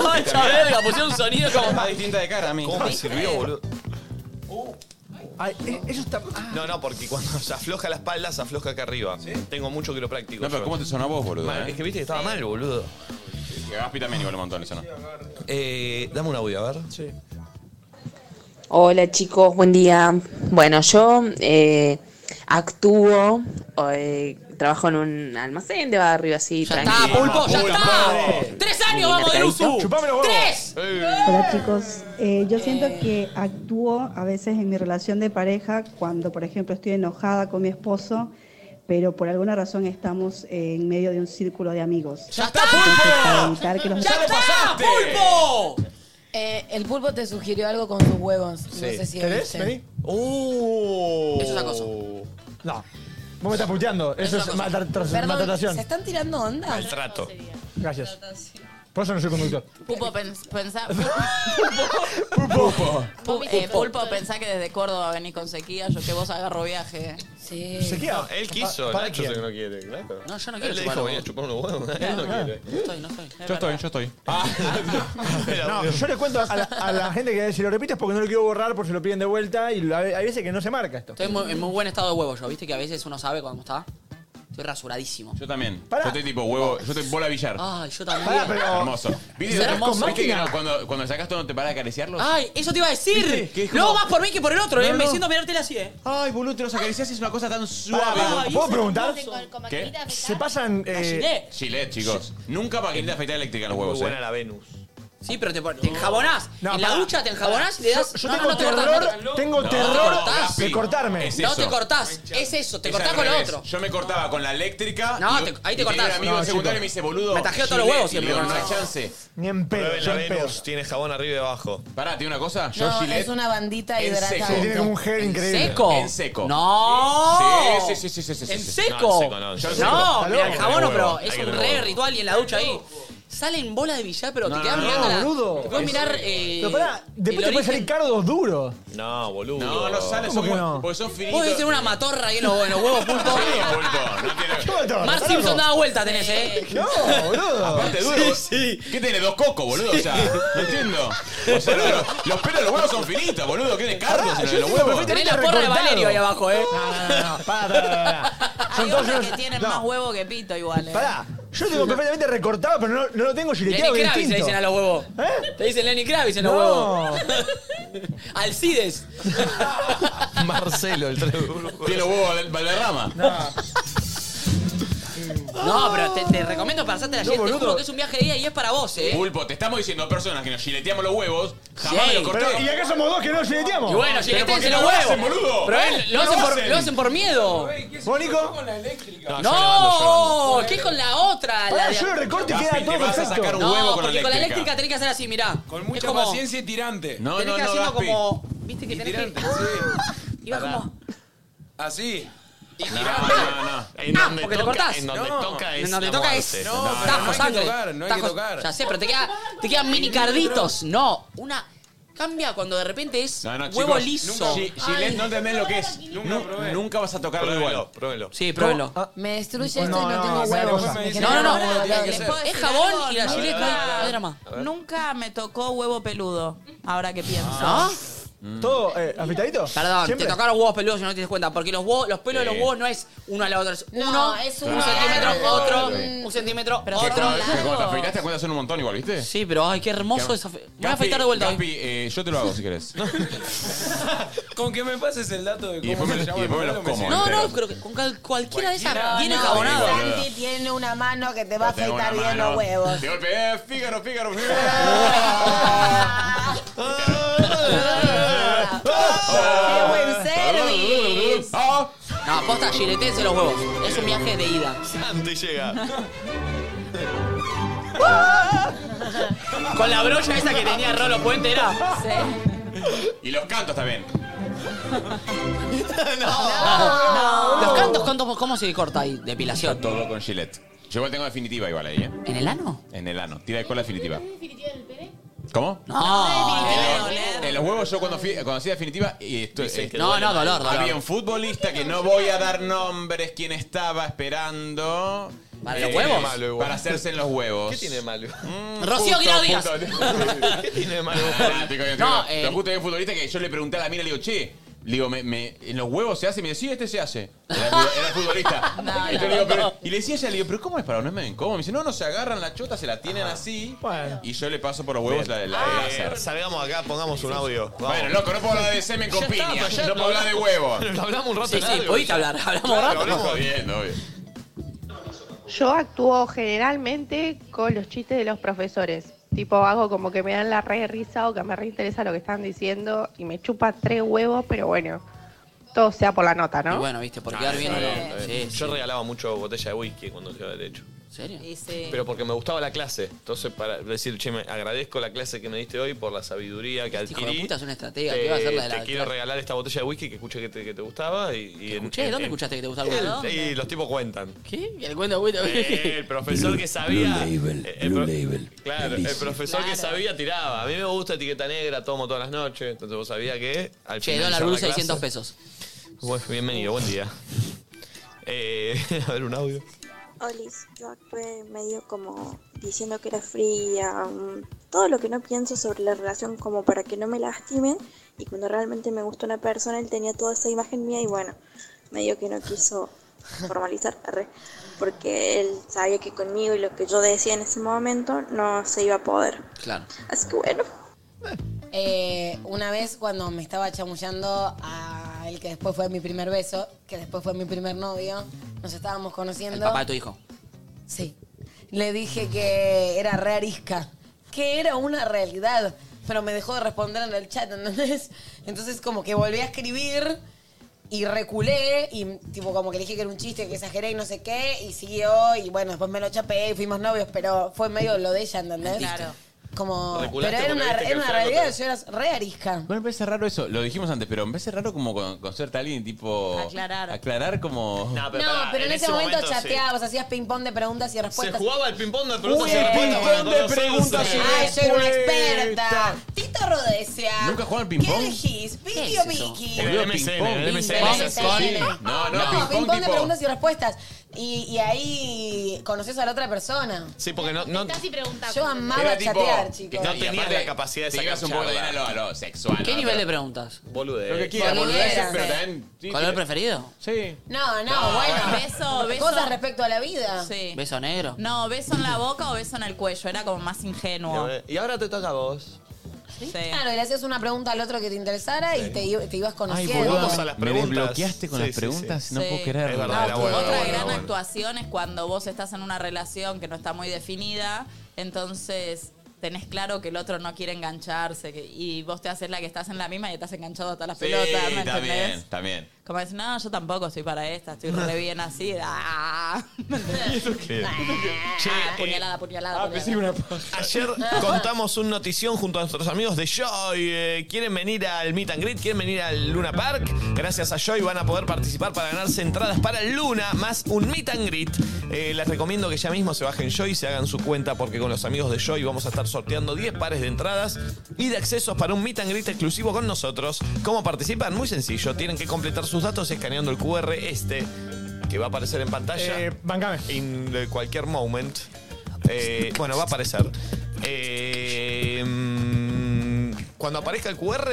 ¡Hacha verga! pues Pusieron un sonido como...
Está distinta de cara a mí.
¿Cómo me sirvió, boludo?
Ay, eh, eso está. ah.
No, no, porque cuando se afloja la espalda, se afloja acá arriba. Tengo mucho quiropráctico.
No, pero
yo.
¿cómo te sonó a vos, boludo,
Mal,
eh?
Es que viste que estaba mal, boludo.
Y a Gaspi también igual un montón le sonó.
Eh, dame un audio, a ver. Sí.
Hola chicos, buen día. Bueno, yo eh, actúo, eh, trabajo en un almacén de barrio así. Ya
está, pulpo, ya está. ¡Tres años vamos de Luzu! ¡Tres!
Hola chicos, Eh, yo siento que actúo a veces en mi relación de pareja cuando, por ejemplo, estoy enojada con mi esposo, pero por alguna razón estamos en medio de un círculo de amigos. ¡Ya está! Para evitar que los
pasaste! ¡Pulpo!
Eh, el pulpo te sugirió algo con sus huevos. No sé si
¿Querés?
viste.
Vení.
Eso
es acoso.
No. Vos me estás puteando. Eso es maltra- tra-
Perdón,
maltratación.
¿se están tirando onda?
Maltrato.
Gracias. Por eso no soy conductor.
Pulpo, pens- pensá...
Pulpo.
Pu- eh, Pulpo, pensá que desde Córdoba venís con sequía, yo que vos agarro viaje.
Sí.
No, él quiso.
¿Para
Nacho
quién?
sé que no quiere, claro.
Eh, No, yo no quiero
Él le
chupar
dijo,
los
venía a chupar unos huevos. Él no
Ah.
quiere.
No estoy, no estoy. Es
Yo
verdad.
estoy, yo estoy.
No, yo le cuento a la, a la gente que si lo repites porque no lo quiero borrar por si lo piden de vuelta y lo- hay veces que no se marca esto.
Estoy en muy, en muy buen estado de huevo yo. ¿Viste que a veces uno sabe cómo está? Estoy rasuradísimo.
Yo también.
Pará.
Yo estoy tipo huevo, yo estoy bola billar.
Ay, yo también.
Pará, pero-
Hermoso. ¿Viste,
¿Será con
¿Viste que
máquina?
no, cuando, cuando sacas todo no te para de acariciarlos?
Ay, eso te iba a decir.
¿Viste? Que es
No
como-
más por mí que por el otro,
No,
¿eh? Me
no.
siento a mirarte así, ¿eh?
Ay, boludo, te los acaricias y es una cosa tan
Pará,
suave.
pará, Ah, ¿Puedo preguntar?
¿Qué?
Se pasan. Eh,
Gilet.
Gilet, chicos. Nunca para que le afeitar eléctrica a los huevos,
Muy buena
eh.
la Venus.
Sí, pero te, pon- te enjabonás.
No,
en la
pará.
ducha te enjabonás y le
Yo-
das.
yo
no,
tengo
no, no te cortás,
terror-
no te cortás.
tengo
No,
terror
te cortás.
de cortarme.
Es
no
eso.
te cortás. Es eso, te
Es
cortás
al
con lo
revés.
otro.
Yo me cortaba con la eléctrica.
No,
y-
te- ahí te
y tenía
cortás.
Un amigo
No,
de secundario
chico.
me dice, boludo.
Me tajeo todos los
Gillette.
huevos
Y
siempre
le digo,
con
No hay
eso.
chance.
ni en pedo.
Prueben
yo
la
en pedo.
Venus. Tiene jabón arriba y abajo.
Pará, tiene una cosa. Yo
No,
Gillette
es una bandita
en
hidratada.
seco.
Tiene como un gel increíble.
¿Seco?
En seco.
No.
Sí, sí, sí, sí, sí, sí,
¿En
sí.
No, en
seco?
seco no, en seco.
No,
Está
mira,
loco.
el jabón no, pero
Hay que
es
tener
un
huevo.
re ritual y en la ducha ahí. Salen bolas de billar, pero te
No,
quedas
no,
mirando la.
boludo.
Te puedes mirar. eh,
Pero pará,
el
después te puede salir
origen.
cardos duros.
No, boludo.
No, no sale.
¿Cómo
Son
que no?
muy- porque son finitos.
Vos debes tener una matorra ahí en los, en los huevos pulpo.
Sí, pulpo. No tiene...
¿Qué mató?
Mar
¿Estás
Simpson
loco?
daba vuelta tenés, eh.
No, boludo.
Aparte duro. ¿Qué tiene? ¿Dos cocos, boludo? O sea, no entiendo. O sea, no, los, los pelos de los huevos son finitos, boludo. ¿Qué de cargos
Pará,
en los
yo tengo
huevos?
perfectamente
Tenés la porra de
recortado.
Valerio ahí abajo, eh.
No, no, no, no. Pará, pará, pará, pará.
Hay
todos
hombres que
unos-
tienen
no,
más huevo que pito igual, eh.
Pará, yo lo tengo perfectamente recortado, pero no, no lo tengo gileteado
Lenny
bien
Kravitz le
distinto.
dicen a los huevos.
¿Eh?
Te dicen Lenny Kravitz en los
No.
huevos. Alcides.
Marcelo, el tren.
Tiene los huevos de Valderrama.
No, pero te, te recomiendo pasarte la gente.
No,
Te
boludo.
juro que es un viaje de día y es para vos, eh.
Pulpo, te estamos diciendo personas que nos gileteamos los huevos, jamás
Sí.
me lo corté.
Pero, ¿y acá
somos dos que no
Y bueno, si
Pero ¿por qué
se
no
los
lo
huevos.
hacen, boludo?
Pero él, lo,
No
hacen
lo
por,
hacen.
lo hacen por miedo.
¿Vos, Nico?
No,
yo le mando llorando.
¿qué con la otra?
Pará,
la de-
yo lo recorto y queda Gaspi, te todo vas a perfecto. sacar un
no,
huevo con la
porque con la
eléctrica.
eléctrica tenés que hacer así, mirá. Con
mucha paciencia y tirante.
No, tenés que haciendo como. ¿Viste que tenés que.? Iba como.
Así. Y
No,
tirante.
no, no. En Ah, donde porque te toca- cortás. en donde toca es
En donde
la
toca
muerte.
es.
No, pero
tajo,
no hay que
sangre.
tocar, no hay que
Tajo-
tocar.
Ya sé, pero
te queda. Te quedan mini carditos. No, una. Cambia cuando de repente es
No, no,
huevo
chicos,
liso.
Nunca, Gi- Gilet, no entendés lo que es. Nunca, nunca vas a tocarlo igual.
Pruébelo.
Sí, pruébelo.
Me destruye esto
No,
y no,
no,
tengo
es una
huevos.
cosa.
Me
No,
genera
no, no.
una-
Tiene que
¿Les
ser.
puedo
Es
decir
jabón
algo?
y la
No,
gilet
no,
no hay-
no.
no hay drama.
Nunca me tocó huevo peludo, ahora que pienso.
¿No?
¿Todo eh, afeitadito?
Perdón,
¿Siempre?
te tocaron huevos peludos y no te das cuenta. Porque los, huevos, los pelos de los
Sí.
huevos no es uno a la otra. Es
No,
uno,
es
un
uno
centímetro,
largo.
otro,
Sí.
un centímetro,
Pero
otro.
son largos.
Cuando te afeitas te cuentas son un montón igual, ¿viste?
ah. Sí, pero ay, qué hermoso esa fe- Voy a afeitar de vuelta hoy.
Gaspi, eh, yo te lo hago si querés.
Con que me pases el dato de
Y
cómo
después me-
se llama
y después me
el
los
modelo,
como.
No,
enteros.
no, creo que con cal- cualquiera de esas
No,
viene
no,
jabonado.
Santi tiene una mano que te va a
Tengo una
afeitar bien
mano.
los huevos.
De golpe, eh, Fígaro, Fígaro, Fígaro.
Ah. No, aposta, giletense los huevos. Es un viaje de ida.
Santi llega.
Con la brocha esa que tenía Rolo Puente era. Sí.
Y los cantos también.
No. Los cantos, ¿cuántos- ¿cómo se corta ahí? Depilación.
Todo con Gillette. Yo igual tengo definitiva igual ahí, ¿eh?
¿En el ano?
En el ano. Tira de cola definitiva. ¿Cómo?
No,
En los huevos yo cuando, fui, cuando hacía definitiva... Y esto, eh,
que No, duele. no, dolor, dolor.
Había un futbolista que no voy a dar nombres quien estaba esperando... eh,
¿Para los huevos? Malo igual.
para hacerse en los huevos.
¿Qué tiene de malo?
Rocío Guirao Díaz.
¿Qué tiene de malo?
No,
No,
eh,
Pero justo había un futbolista que yo le pregunté a la mina, le digo, che... Le digo, me, me- ¿en los huevos se hace? Y me dice, sí, este se hace. Era, el fu- era el futbolista.
No,
y, yo
no,
le digo,
no.
pero- y le decía a ella, le digo, ¿pero cómo es para no me ven cómo? Me dice, no, no, se agarran la chota, se la tienen así. Y yo le paso por los huevos la, la de láser.
Ah, salgamos acá, pongamos un audio. Vamos.
Bueno, loco, no puedo hablar de semen con
Ya está,
piña.
pero ya
no
lo
puedo hablar de huevo.
Lo hablamos un rato
Sí,
en
sí,
algo,
podiste
ya.
hablar, hablamos un
Claro,
rato.
hablamos.
Jodiendo, obvio.
Yo actúo generalmente con los chistes de los profesores. Tipo, hago como que me dan la re risa o que me reinteresa lo que están diciendo y me chupa tres huevos, pero bueno, todo sea por la nota, ¿no?
Y bueno, viste, por
Ah,
quedar bien.
está
no.
está
Sí,
Yo regalaba mucho botella de whisky cuando estudiaba derecho.
¿En serio?
Pero porque me gustaba la clase. Entonces, para decir, che, me agradezco la clase que me diste hoy por la sabiduría que
Este Hijo
adquirí.
de puta es una estratega.
Te,
¿Qué va a hacer la de
te
la
quiero regalar esta botella de whisky que escuché que te, que te gustaba. Y, y en-
escuché?
en-
¿Dónde
en-
escuchaste que te gustaba el
El-
whisky?
Y los tipos cuentan.
¿Qué? Y el cuento, cuento.
Eh, el profesor que sabía. eh, el pro- Claro, el
Buenísimo.
profesor que sabía tiraba. A mí me gusta etiqueta negra, tomo todas las noches. Entonces vos sabías que. Al
Che, dólar
finalizar la
blue
clase-
600 pesos.
Bueno, bienvenido, buen día. Eh, a ver, un audio.
Olis, yo actué medio como diciendo que era fría, mm, todo lo que no pienso sobre la relación como para que no me lastimen y cuando realmente me gusta una persona él tenía toda esa imagen mía y bueno, medio que no quiso formalizar arre, porque él sabía que conmigo y lo que yo decía en ese momento no se iba a poder.
Claro.
Así que bueno.
Eh, una vez cuando me estaba chamullando a el que después fue mi primer beso, que después fue mi primer novio, nos estábamos conociendo.
El papá de tu hijo.
Sí. Le dije que era re arisca, que era una realidad, pero me dejó de responder en el chat, ¿entendés? Entonces como que volví a escribir y reculé y tipo como que le dije que era un chiste, que exageré y no sé qué, y siguió y bueno, después me lo chapé y fuimos novios, pero fue medio lo de ella, ¿entendés? Claro. Como,
Reculaste
Oh, pero era
porque
una,
viste que
era
el
una
flaco
realidad,
te-
yo era re arisca.
Bueno, me parece raro eso, lo dijimos antes, pero me parece raro como con, concerte a alguien tipo.
Aclarar.
Aclarar como. No,
No, pero en, ese momento, chateabas, hacías ping-pong de preguntas y
Se
respuestas.
jugaba el ping-pong de
preguntas y
el
respuestas para conocerse.
Ay, soy una experta. Tito Rodesia.
¿Nunca jugaban
¿Qué
ping-pong?
elegís? Pinky o Vicky.
Boludo, ping-pong. No, no,
¿eh? No,
ping-pong
ping-pong de
tipo.
preguntas y respuestas. Y, y ahí conoces a la otra persona.
Sí, porque no. no
Yo amaba
Era tipo-
chatear, chicos.
No tenía la capacidad de
te ibas
sacar
un poco de
charla.
arena a lo, a lo sexual.
¿Qué nivel de preguntas?
Boludez.
Lo que quieras, boludeces, pero
Sí.
también. ¿eh? sí,
¿Color
tiene-
preferido?
Sí.
No, no,
No,
bueno.
bueno. Beso, beso.
Cosas respecto a la vida.
Sí.
¿Beso negro?
No, beso en la boca o beso en el cuello, era como más ingenuo.
Y ahora te toca a vos.
Claro, y le hacías una pregunta al otro que te interesara y te, i- te ibas
Ay,
conociendo.
volvamos a
las
las
preguntas.
preguntas. Me desbloqueeaste con
Sí,
las
sí,
preguntas,
sí.
no
Sí.
puedo creer.
Es verdad, era bueno,
Otra
bueno,
gran
bueno.
actuación es cuando vos estás en una relación que no está muy definida, entonces tenés claro que el otro no quiere engancharse que- y vos te haces la que estás en la misma y estás enganchado a todas las
Sí,
pelotas, ¿me
también,
entendés?
también.
Como decir, no, yo tampoco estoy para esta, estoy re bien así. Ah, apuñalada, apuñalada. apuñalada.
Ayer contamos un notición junto a nuestros amigos de Joy. Eh, ¿Quieren venir al Meet and Greet? ¿Quieren venir al Luna Park? Gracias a Joy van a poder participar para ganarse entradas para el Luna más un Meet and Greet. Eh, les recomiendo que ya mismo se bajen Joy y se hagan su cuenta porque con los amigos de Joy vamos a estar sorteando 10 pares de entradas y de accesos para un Meet and Greet exclusivo con nosotros. ¿Cómo participan? Muy sencillo. Tienen que completar sus datos escaneando el QR este que va a aparecer en pantalla.
Eh,
En eh, cualquier moment. Eh, bueno, va a aparecer. Eh, mm, cuando aparezca el QR,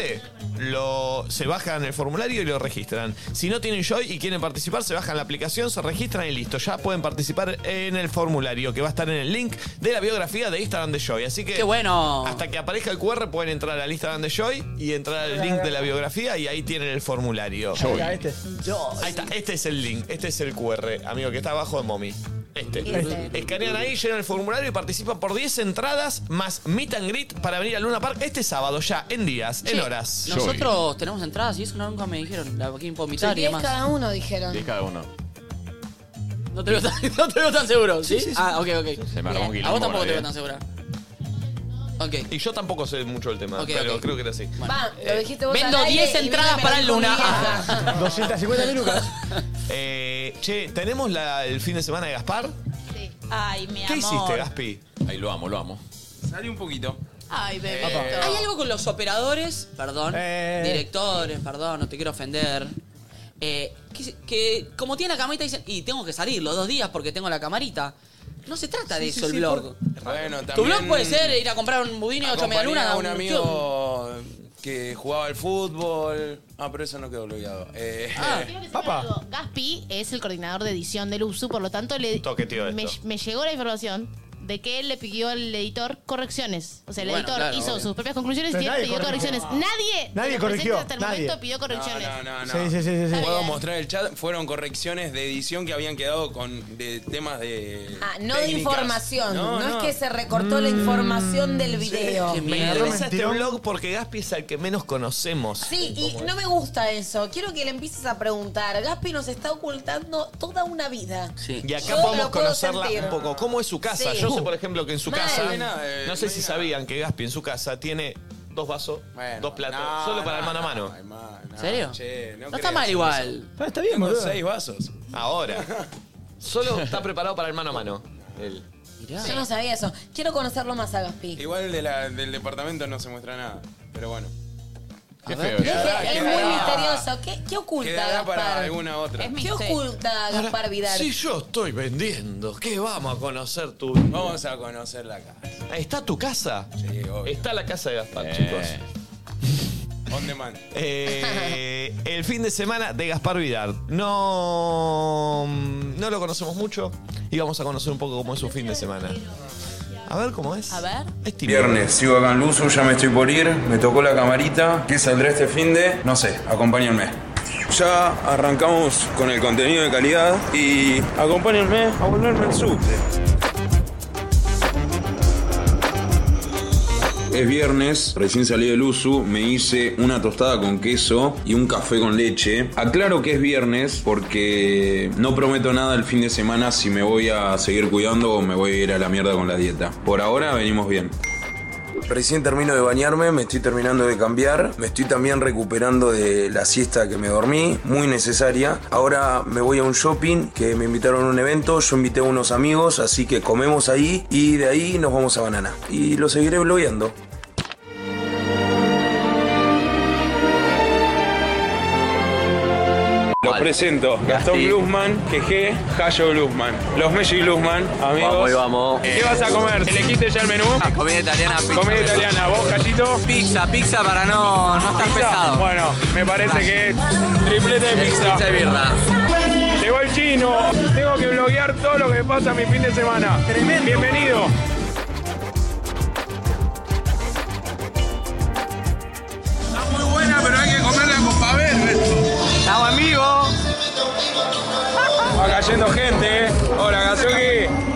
lo, se bajan el formulario y lo registran. Si no tienen Joy y quieren participar, se bajan la aplicación, se registran y listo. Ya pueden participar en el formulario que va a estar en el link de la biografía de Instagram de Joy. Así que.
¡Qué bueno!
Hasta que aparezca el QR, pueden entrar al Instagram de Joy y entrar al link de la biografía y ahí tienen el formulario.
Joy. Ahí está,
Ahí está, este es el link, este es el QR, amigo, que está abajo de Mommy. Este. Escanean ahí, llenan el formulario y participan por 10 entradas más meet and greet para venir a Luna Park este sábado ya, en días, en
Che,
horas.
Nosotros tenemos entradas y eso no, nunca me dijeron. La quieren vomitar y
10
demás.
cada uno, dijeron.
cada uno.
No te veo tan, no te veo tan seguro, ¿sí?
sí, sí.
Ah, ok, ok.
Se me armó un
Bien. A
quilombo,
vos tampoco
la
te veo
idea.
tan segura.
Y yo tampoco sé mucho del tema,
Ok,
pero
ok.
creo que era así.
Va, lo dijiste vos
Vendo
al aire
10
y vino
entradas
y me
para el
dijo
Luna.
mi vieja.
250 mil lucas.
Eh, che, ¿tenemos la- el fin de semana de Gaspar?
Ay, mi
¿Qué
amor.
hiciste, Gaspi?
Ahí lo amo, lo amo.
Salí un poquito.
Ay, bebé.
Hay algo con los operadores, perdón,
Eh.
directores, perdón, no te quiero ofender. eh, que, que como tiene la camarita dicen, y tengo que salir los dos días porque tengo la camarita. No se trata de
Sí, sí,
eso Ah, el
sí,
blog.
por- Bueno, también.
Tu blog puede ser ir a comprar un budín
Ah,
y ocho
acompañé
medialunas.
a un amigo que jugaba al fútbol. Ah, pero eso no quedó bloqueado. Eh,
Papá. Gaspi es el coordinador de edición del UPSU, por lo tanto le,
Toqueteo
me,
esto.
me llegó la información de que él le pidió al editor correcciones. O sea, el
Bueno,
editor
claro,
hizo
obvio.
sus propias conclusiones
Pero
y él
nadie
pidió
corrigió.
correcciones. Nadie,
Nadie
de los
corrigió,
presentes hasta el
nadie.
momento pidió correcciones.
No, no, no.
Sí, sí, sí, sí, sí.
Puedo mostrar el chat. Fueron correcciones de edición que habían quedado con de temas de.
Ah, no de
técnicas.
información. No,
No, no.
es que se recortó la información del video.
qué
Me
mierda.
interesa este
Mentira.
blog porque Gaspi es el que menos conocemos.
Sí, y no me gusta eso. Quiero que le empieces a preguntar. Gaspi nos está ocultando toda una vida.
Y acá
Yo
podemos
lo puedo
conocerla
sentir.
un poco. ¿Cómo es su casa?
Sí.
Yo sé, por ejemplo, que en su
Mal.
casa.
No hay nada, eh,
No sé si sabían que Gaspi en su casa tiene dos vasos, dos platos,
no,
solo
no,
para el mano a mano.
¿En
serio?
Che, no
No está
creas
mal
en
igual.
eso.
Ah, está bien,
Tengo
boludo.
seis vasos.
Ahora. Solo está preparado para el mano a mano. Él.
Yo no sabía eso. Quiero conocerlo más a Gaspi.
Igual el de la- del departamento no se muestra nada. Pero bueno.
Qué
Es, que es muy misterioso. ¿Qué, qué oculta
Quedará para
Gaspar?
alguna otra. Es
¿Qué
misterio.
oculta Gaspar Vidal?
Si yo estoy vendiendo, ¿qué vamos a conocer tú?
Vamos a conocer la casa.
¿Está tu casa?
Sí, obvio.
Está la casa de Gaspar,
Eh.
chicos.
On demand.
Eh, el fin de semana de Gaspar Vidar. No, no lo conocemos mucho y vamos a conocer un poco cómo es su fin de semana. A ver cómo es. A ver.
Viernes, sigo acá en Luzu, ya me estoy por ir, me tocó la camarita, ¿qué saldrá este fin de? No sé, acompáñenme. Ya arrancamos con el contenido de calidad y acompáñenme a volverme al subte. Es viernes, recién salí del uso, me hice una tostada con queso y un café con leche. Aclaro que es viernes porque no prometo nada el fin de semana si me voy a seguir cuidando o me voy a ir a la mierda con la dieta. Por ahora venimos bien. Recién termino de bañarme, me estoy terminando de cambiar, me estoy también recuperando de la siesta que me dormí, muy necesaria. Ahora me voy a un shopping que me invitaron a un evento, yo invité a unos amigos, así que comemos ahí y de ahí nos vamos a banana. Y lo seguiré blogueando. Los presento, Gastón Bluesman, Queje, Jayo Bluesman, los Messi Bluesman, amigos.
Vamos y vamos.
¿Qué vas a comer? ¿Elegiste ya el menú?
Ah, Comida italiana, pizza.
Comida italiana, vos, Callito.
Pizza, pizza para no, no estar pesado.
Bueno, me parece que es triplete de pizza.
Pizza y birra.
Llegó el chino. Tengo que bloguear todo lo que me pasa mi fin de semana. Bienvenido.
trayendo gente. eh. Hola, Gazuki.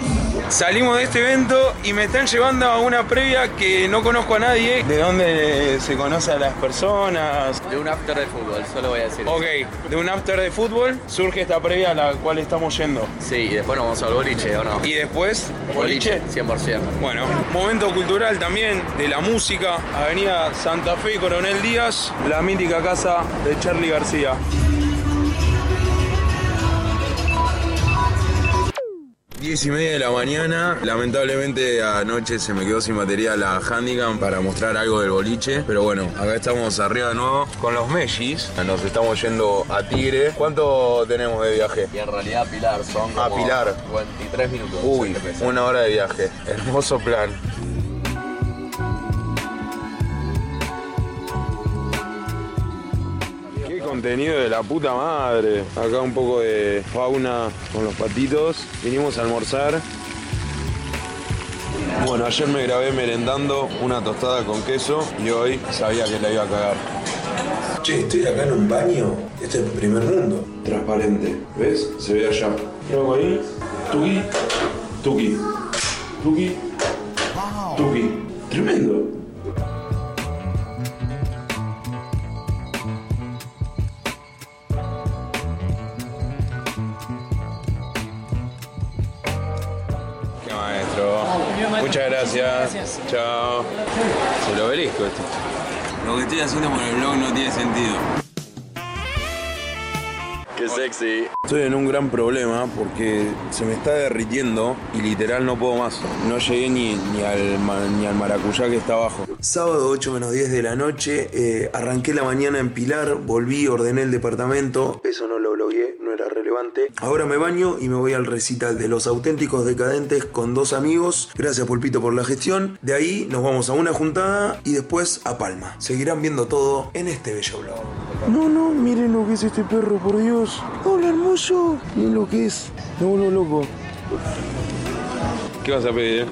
Salimos de este evento y me están llevando a una previa que no conozco a nadie. ¿De dónde se conoce a las personas?
De un after de fútbol, solo voy a decir.
Ok, de un after de fútbol surge esta previa a la cual estamos yendo.
Sí, y después nos vamos al boliche, ¿o no?
¿Y después?
Boliche, 100%.
Bueno, momento cultural también de la música. Avenida Santa Fe, Coronel Díaz, la mítica casa de Charlie García.
Diez y media de la mañana, lamentablemente anoche se me quedó sin batería la Handicam para mostrar algo del boliche, pero bueno, acá estamos arriba de nuevo con los Mellis, nos estamos yendo a Tigre. ¿Cuánto tenemos de viaje?
Y en realidad Pilar son
A
como
Ah, Pilar.
23 minutos.
Uy,
Yo empecé.
una hora de viaje, hermoso plan.
Qué contenido de la puta madre. Acá un poco de fauna con los patitos. Vinimos a almorzar.
Bueno, ayer me grabé merendando una tostada con queso y hoy sabía que la iba a cagar. Che, estoy acá en un baño. Este es el primer mundo. Transparente. ¿Ves? Se ve allá. Luego ahí, tuki, tuki, tuki, tuki. Tremendo. Qué maestro. Muchas gracias. Chao. Se lo obelisco esto.
Lo que estoy haciendo con el blog no tiene sentido.
Qué sexy. Estoy en un gran problema porque se me está derritiendo y literal no puedo más. No llegué ni, ni, al, ma- ni al maracuyá que está abajo. Sábado 8 menos 10 de la noche, eh, arranqué la mañana en Pilar, volví, ordené el departamento. Eso no lo blogueé, no era relevante. Ahora me baño y me voy al recital de Los Auténticos Decadentes con dos amigos. Gracias Pulpito por la gestión. De ahí nos vamos a una juntada y después a Palma. Seguirán viendo todo en este bello blog.
No, no, miren lo que es este perro, por Dios. Hola, hermoso. Miren lo que es. Me vuelvo loco.
¿Qué vas a pedir?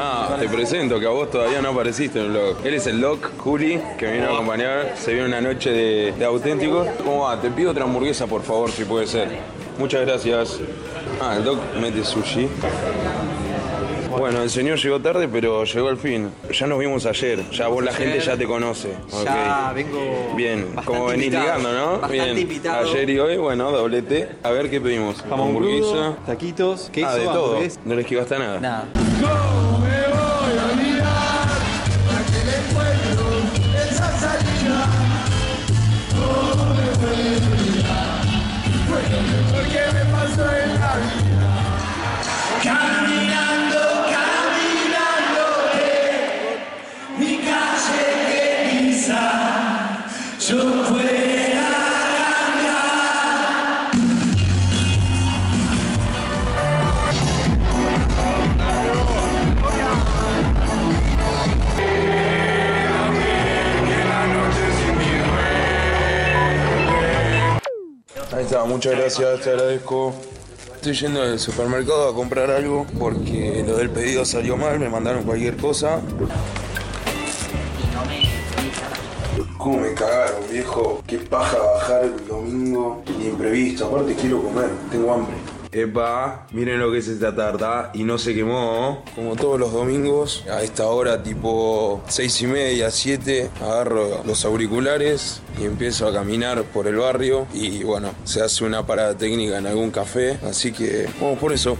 Ah, te presento que a vos todavía no apareciste en el blog. Él es el Doc, Juli, que vino a acompañar. Se viene una noche de, de auténticos. ¿Cómo va? Te pido otra hamburguesa, por favor, si puede ser. Muchas gracias. Ah, el Doc mete sushi. Bueno, el señor llegó tarde, pero llegó al fin. Ya nos vimos ayer. Ya vos, la gente ya te conoce.
Ya
Ok.
vengo.
Bien, como venís
invitado,
ligando, ¿no?
bastante
Bien.
invitado.
Ayer y hoy, bueno, doblete. A ver qué pedimos.
Jamón
Hamburguesa.
crudo,
Taquitos,
queso,
Ah, de todo.
hamburguesa.
No les esquivaste nada. Nada.
Caminando, caminando de mi calle que quizá yo pueda ganar.
Ahí está, muchas gracias, te agradezco. Estoy yendo al supermercado a comprar algo porque lo del pedido salió mal, me mandaron cualquier cosa. ¿Cómo me cagaron, viejo? Qué paja bajar el domingo y imprevisto. Aparte quiero comer, tengo hambre. Epa, miren lo que es esta tarta y no se quemó. Como todos los domingos, a esta hora tipo 6 y media, 7, agarro los auriculares y empiezo a caminar por el barrio. Y bueno, se hace una parada técnica en algún café, así que vamos por eso.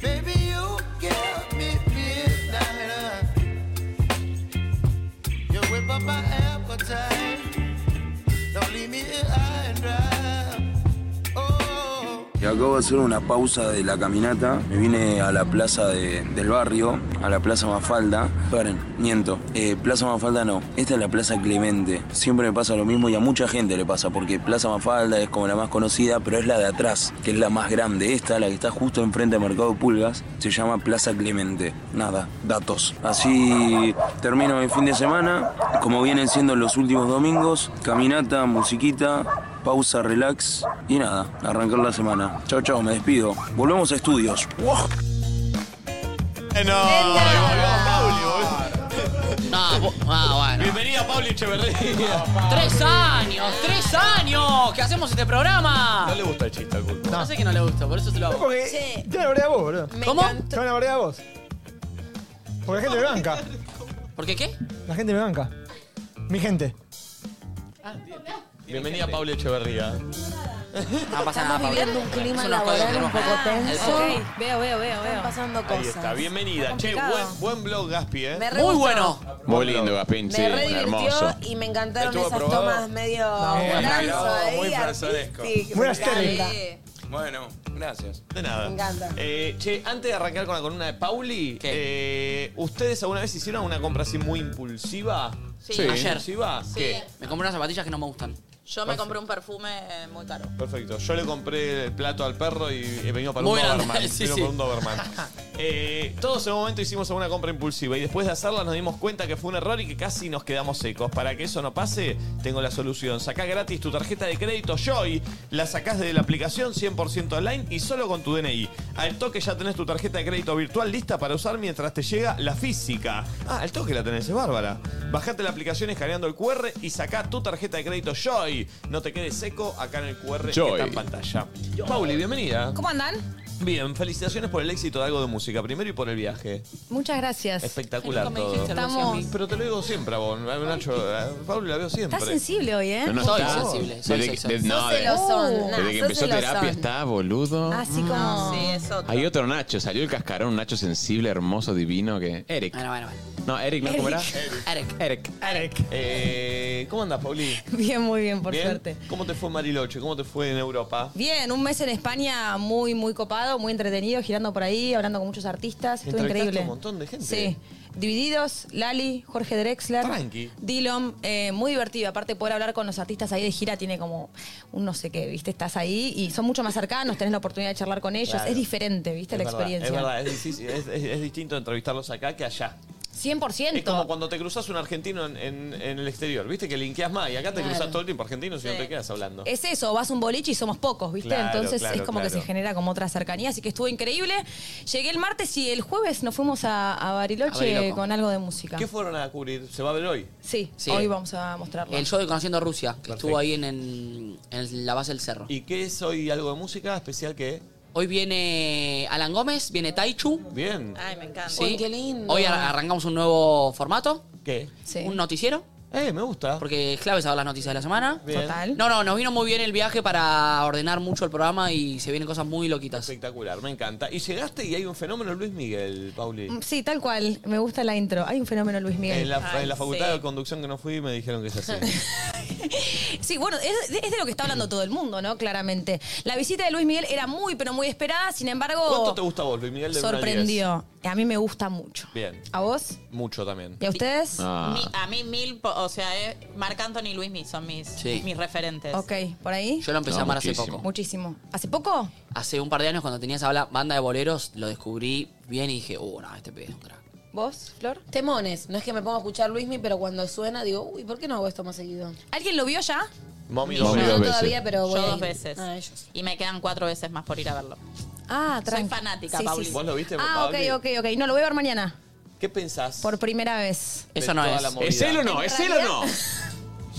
Baby, you give me midnight. You whip up my appetite. Don't leave me here high and dry. Oh.
Y acabo de hacer una pausa de la caminata. Me vine a la plaza de- del barrio, a la plaza Mafalda. Paren, miento. Eh, plaza Mafalda no. Esta es la plaza Clemente. Siempre me pasa lo mismo y a mucha gente le pasa, porque Plaza Mafalda es como la más conocida, pero es la de atrás, que es la más grande. Esta, la que está justo enfrente del Mercado de Pulgas, se llama Plaza Clemente. Nada, datos. Así termino mi fin de semana. Como vienen siendo los últimos domingos, caminata, musiquita, pausa, relax y nada, arrancar la semana. Chao, chao, me despido. Volvemos a estudios.
No,
Venga.
Pauli,
No, bu- ah, bueno.
Bienvenida,
Pablo Echeverría.
¡Tres años! ¡Tres años! ¿Qué hacemos este programa?
No le gusta el chiste al culto.
No sé que no le gusta, por eso se lo hago.
Porque te van a bardear a vos, boludo.
¿Cómo?
Te van a bardear a vos. Porque la gente me banca.
¿Por qué qué?
La gente me banca. Mi gente.
Bienvenida Pablo Echeverría.
No pasa nada,
Estamos
Pablo.
viviendo un clima
Son unos códigos
laboral
que
un poco
tenemos.
tenso.
Ok,
veo, veo, veo. Están pasando cosas.
Ahí está, bienvenida.
Está
Che,
complicado.
buen, buen blog, Gaspi, ¿eh?
Me re Muy gustó. bueno.
Muy lindo, Gapín, sí,
Me re divirtió
hermoso.
y me encantaron
Estuvo
esas
aprobado.
tomas medio
muy
transo
aprobado,
ahí.
muy
artístico,
personesco.
que
Muy
me
estéril.
encanta.
Bueno, gracias. De nada.
Me encanta.
Eh, che, antes de arrancar con la columna de Pauli, eh, ¿ustedes alguna vez hicieron una compra así muy impulsiva?
Sí. Sí. Ayer.
¿Impulsiva?
Sí. ¿Qué?
Me compré unas zapatillas que no me gustan.
Yo me compré un perfume eh, muy caro.
Perfecto. Yo le compré el plato al perro y he venido para
Muy
un
grande,
Doberman.
sí,
Vino
sí.
por un Doberman. Eh, todos en un momento hicimos alguna compra impulsiva y después de hacerla nos dimos cuenta que fue un error y que casi nos quedamos secos. Para que eso no pase, tengo la solución. Sacá gratis tu tarjeta de crédito Joy, la sacás desde la aplicación 100% online y solo con tu DNI. Al toque ya tenés tu tarjeta de crédito virtual lista para usar mientras te llega la física. Ah, al toque la tenés, es bárbara. Bajate la aplicación escaneando el QR y sacá tu tarjeta de crédito Joy. No te quedes seco acá en el QR que
Joy.
está en pantalla. Pauli, bienvenida.
¿Cómo andan?
Bien, felicitaciones por el éxito de algo de música primero y por el viaje.
Muchas gracias.
Espectacular
Nunca me
todo.
dijiste algo así a mí. Estamos-
Pero te lo digo siempre a vos, a Nacho. a Pauli la veo siempre.
Estás sensible hoy, ¿eh?
No, no
Por
estoy
favor.
sensible.
Desde que-
Soy, soy,
desde-
soy.
no,
Sos
desde-
celosón.
desde que Mm.
Nah,
empezó
sos
terapia
celosón.
está, boludo.
Ah,
Así como. Sí, es otro.
Hay otro Nacho, salió el cascarón, un Nacho sensible, hermoso, divino que. Eric.
Bueno, bueno, bueno.
No, Eric, ¿no? ¿Cómo era?
Eric.
Eric. Eric. Eh, ¿Cómo andas, Pauli?
Bien, muy bien, por
¿Bien?
suerte.
¿Cómo te fue en Mariloche? ¿Cómo te fue en Europa?
Bien, un mes en España muy, muy copado, muy entretenido, girando por ahí, hablando con muchos artistas. Estuvo
Entrevistaste
increíble.
un montón de gente.
Sí. Divididos, Lali, Jorge Drexler,
Tranqui.
Dillom, eh, muy divertido. Aparte, poder hablar con los artistas ahí de gira tiene como un no sé qué, ¿viste? Estás ahí y son mucho más cercanos, tenés la oportunidad de charlar con ellos.
Claro.
Es diferente, ¿viste? la
Es verdad,
experiencia.
Es verdad, es, difícil- es- es- es distinto entrevistarlos acá que allá.
100%.
Es como cuando te cruzas un argentino en, en- en el exterior, viste que linkeás más y acá te
Claro.
cruzas todo el tiempo argentino si no
Sí.
te quedas hablando.
Es eso, vas a un boliche y somos pocos, ¿viste?
Claro,
Entonces
claro,
es como que
claro.
se genera como otra cercanía, así que estuvo increíble. Llegué el martes y el jueves nos fuimos a, a
A
Bariloche
Bariloco.
con algo de música.
¿Qué fueron a cubrir? ¿Se va a ver hoy?
Sí,
Sí.
hoy vamos a mostrarlo.
El show de Conociendo Rusia, que estuvo ahí en, en- en la base del cerro.
¿Y qué es hoy algo de música especial que
Hoy viene Alan Gómez, viene Taichu.
Bien.
Ay, me encanta.
Sí. Hoy ar- arrancamos un nuevo formato.
¿Qué?
Un noticiero.
Eh, me gusta.
Porque es clave saber las noticias de la semana.
Bien. Total.
No, no, nos vino muy bien el viaje para ordenar mucho el programa y se vienen cosas muy loquitas.
Espectacular, me encanta. Y llegaste y hay un fenómeno Luis Miguel, Pauli.
Mm, Sí, tal cual. Me gusta la intro. Hay un fenómeno Luis Miguel.
En la, en la facultad de conducción que no fui me dijeron que es así.
Sí, bueno, es, es de lo que está hablando todo el mundo, ¿no? Claramente. La visita de Luis Miguel era muy, pero muy esperada, sin embargo,
¿Cuánto te gusta a vos, Luis Miguel? De uno al
Oh, sorprendió. A mí me gusta mucho.
10? Bien,
¿A vos?
mucho también.
¿Y a ustedes?
Ah.
Mi- a mí mil, po- o sea, eh, Marc Anthony y Luis Mi son mis,
Sí.
mis referentes.
Ok, ¿por ahí?
Yo lo empecé a amar hace poco.
Muchísimo. ¿Hace poco?
Hace un par de años cuando tenía esa bla- banda de boleros, lo descubrí bien y dije, uh, no, este pibe es un crack.
¿Vos, Flor?
Temones. No es que me pongo a escuchar Luismi, pero cuando suena digo, uy, ¿por qué no hago esto más seguido?
¿Alguien lo vio ya?
Mommy
Yo
dos
no
veces.
todavía,
pero voy
Yo
a
dos
ir
veces. Y me quedan cuatro veces más por ir a verlo.
Ah,
Soy
tranqui.
fanática,
Sí, sí,
Pauli.
sí.
¿Vos lo viste,
Ah, ok,
Pauli?
ok, ok. No, lo voy a ver mañana.
¿Qué pensás?
Por primera vez.
Eso no
toda
es.
la movida.
¿Es él o no? ¿Es él o no?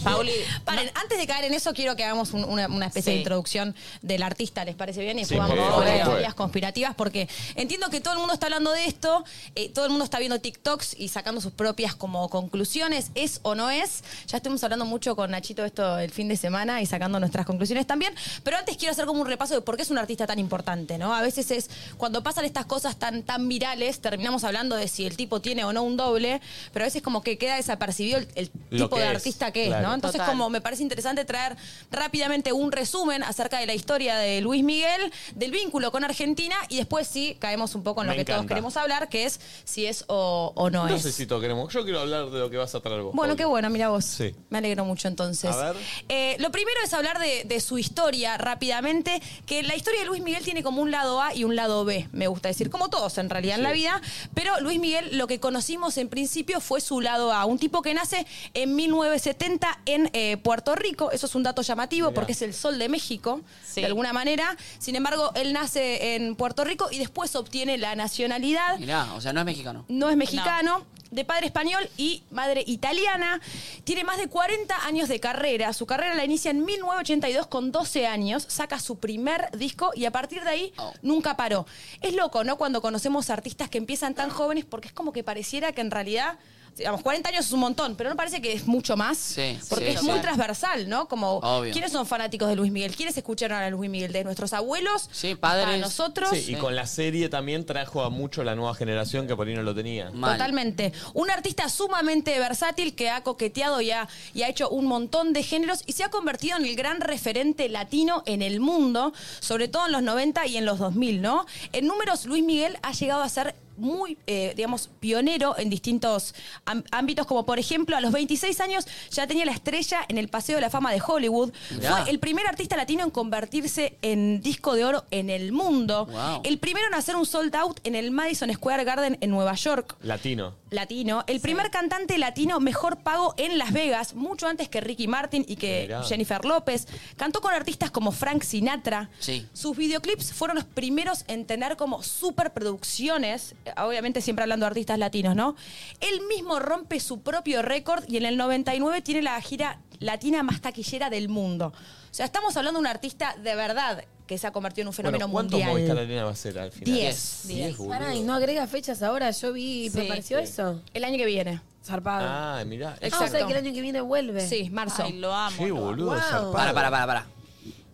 Pauli. Paren, antes de caer en eso, quiero que hagamos un- una, una especie de introducción del artista, ¿les parece bien? Y
Sí,
después
por
vamos
favor.
sobre las
Por favor.
teorías conspirativas, porque entiendo que todo el mundo está hablando de esto, eh, todo el mundo está viendo TikToks y sacando sus propias como conclusiones, es o no es. Ya estuvimos hablando mucho con Nachito esto el fin de semana y sacando nuestras conclusiones también. Pero antes quiero hacer como un repaso de por qué es un artista tan importante, ¿no? A veces es cuando pasan estas cosas tan, tan virales, terminamos hablando de si el tipo tiene o no un doble, pero a veces como que queda desapercibido el, el
Lo
tipo
que
de
es,
artista que es,
claro.
¿no? Entonces,
Total.
como me parece interesante traer rápidamente un resumen acerca de la historia de Luis Miguel, del vínculo con Argentina y después sí caemos un poco en lo
Me
que todos
encanta.
queremos hablar, que es si es o, o no,
No
es.
sé si todo queremos. Yo quiero hablar de lo que vas a traer vos.
Bueno,
Pauli.
qué bueno, mira vos.
Sí.
Me alegro mucho entonces.
A ver.
Eh, lo primero es hablar de, de su historia rápidamente, que la historia de Luis Miguel tiene como un lado A y un lado B, me gusta decir, como todos en realidad en la vida, pero Luis Miguel lo que conocimos en principio fue su lado A, un tipo que nace en 1970 en eh, Puerto Rico, eso es un dato llamativo
Mirá.
porque es el sol de México,
Sí.
de alguna manera, sin embargo, él nace en Puerto Rico y después obtiene la nacionalidad.
Mirá, o sea, no es mexicano.
No es mexicano. de padre español y madre italiana. Tiene más de 40 años de carrera. Su carrera la inicia en 1982 con 12 años. Saca su primer disco y a partir de ahí
Oh.
nunca paró. Es loco, ¿no? Cuando conocemos artistas que empiezan tan jóvenes porque es como que pareciera que en realidad... Digamos, 40 años es un montón, pero no parece que es mucho más.
Sí,
Porque
sí,
es
sí.
muy transversal, ¿no? Como,
Obvio.
¿quiénes son fanáticos de Luis Miguel? ¿Quiénes escucharon a Luis Miguel? ¿De nuestros abuelos?
Sí,
¿A nosotros?
Sí, y con la serie también trajo a mucho la nueva generación que por ahí no lo tenía.
Totalmente. Un artista sumamente versátil que ha coqueteado y ha, y ha hecho un montón de géneros y se ha convertido en el gran referente latino en el mundo, sobre todo en los 90 y en los 2000, ¿no? En números, Luis Miguel ha llegado a ser muy, eh, digamos, pionero en distintos am- ámbitos, como por ejemplo a los 26 años ya tenía la estrella en el Paseo de la Fama de Hollywood.
Mirá.
Fue el primer artista latino en convertirse en disco de oro en el mundo.
Wow.
El primero en hacer un sold out en el Madison Square Garden en Nueva York
Latino.
latino, el primer cantante latino mejor pago en Las Vegas, mucho antes que Ricky Martin y que
Mirá.
Jennifer López. Cantó con artistas como Frank Sinatra.
Sí.
Sus videoclips fueron los primeros en tener como superproducciones, eh, obviamente siempre hablando de artistas latinos, ¿no? Él mismo rompe su propio récord y en el 99 tiene la gira latina más taquillera del mundo. O sea, estamos hablando de un artista de verdad que se ha convertido en un fenómeno
Bueno, ¿Cuántos Movistar
mundial.
Arena va a ser al final?
Diez.
Diez, boludo.
Pará, y no agrega fechas ahora. Yo vi, me pareció eso.
El año que viene.
Zarpado.
Ah, mirá.
Ah, o sea que el año que viene vuelve.
Sí, marzo. Ay,
lo amo.
Qué boludo,
Wow.
zarpado.
Para, para, para, para.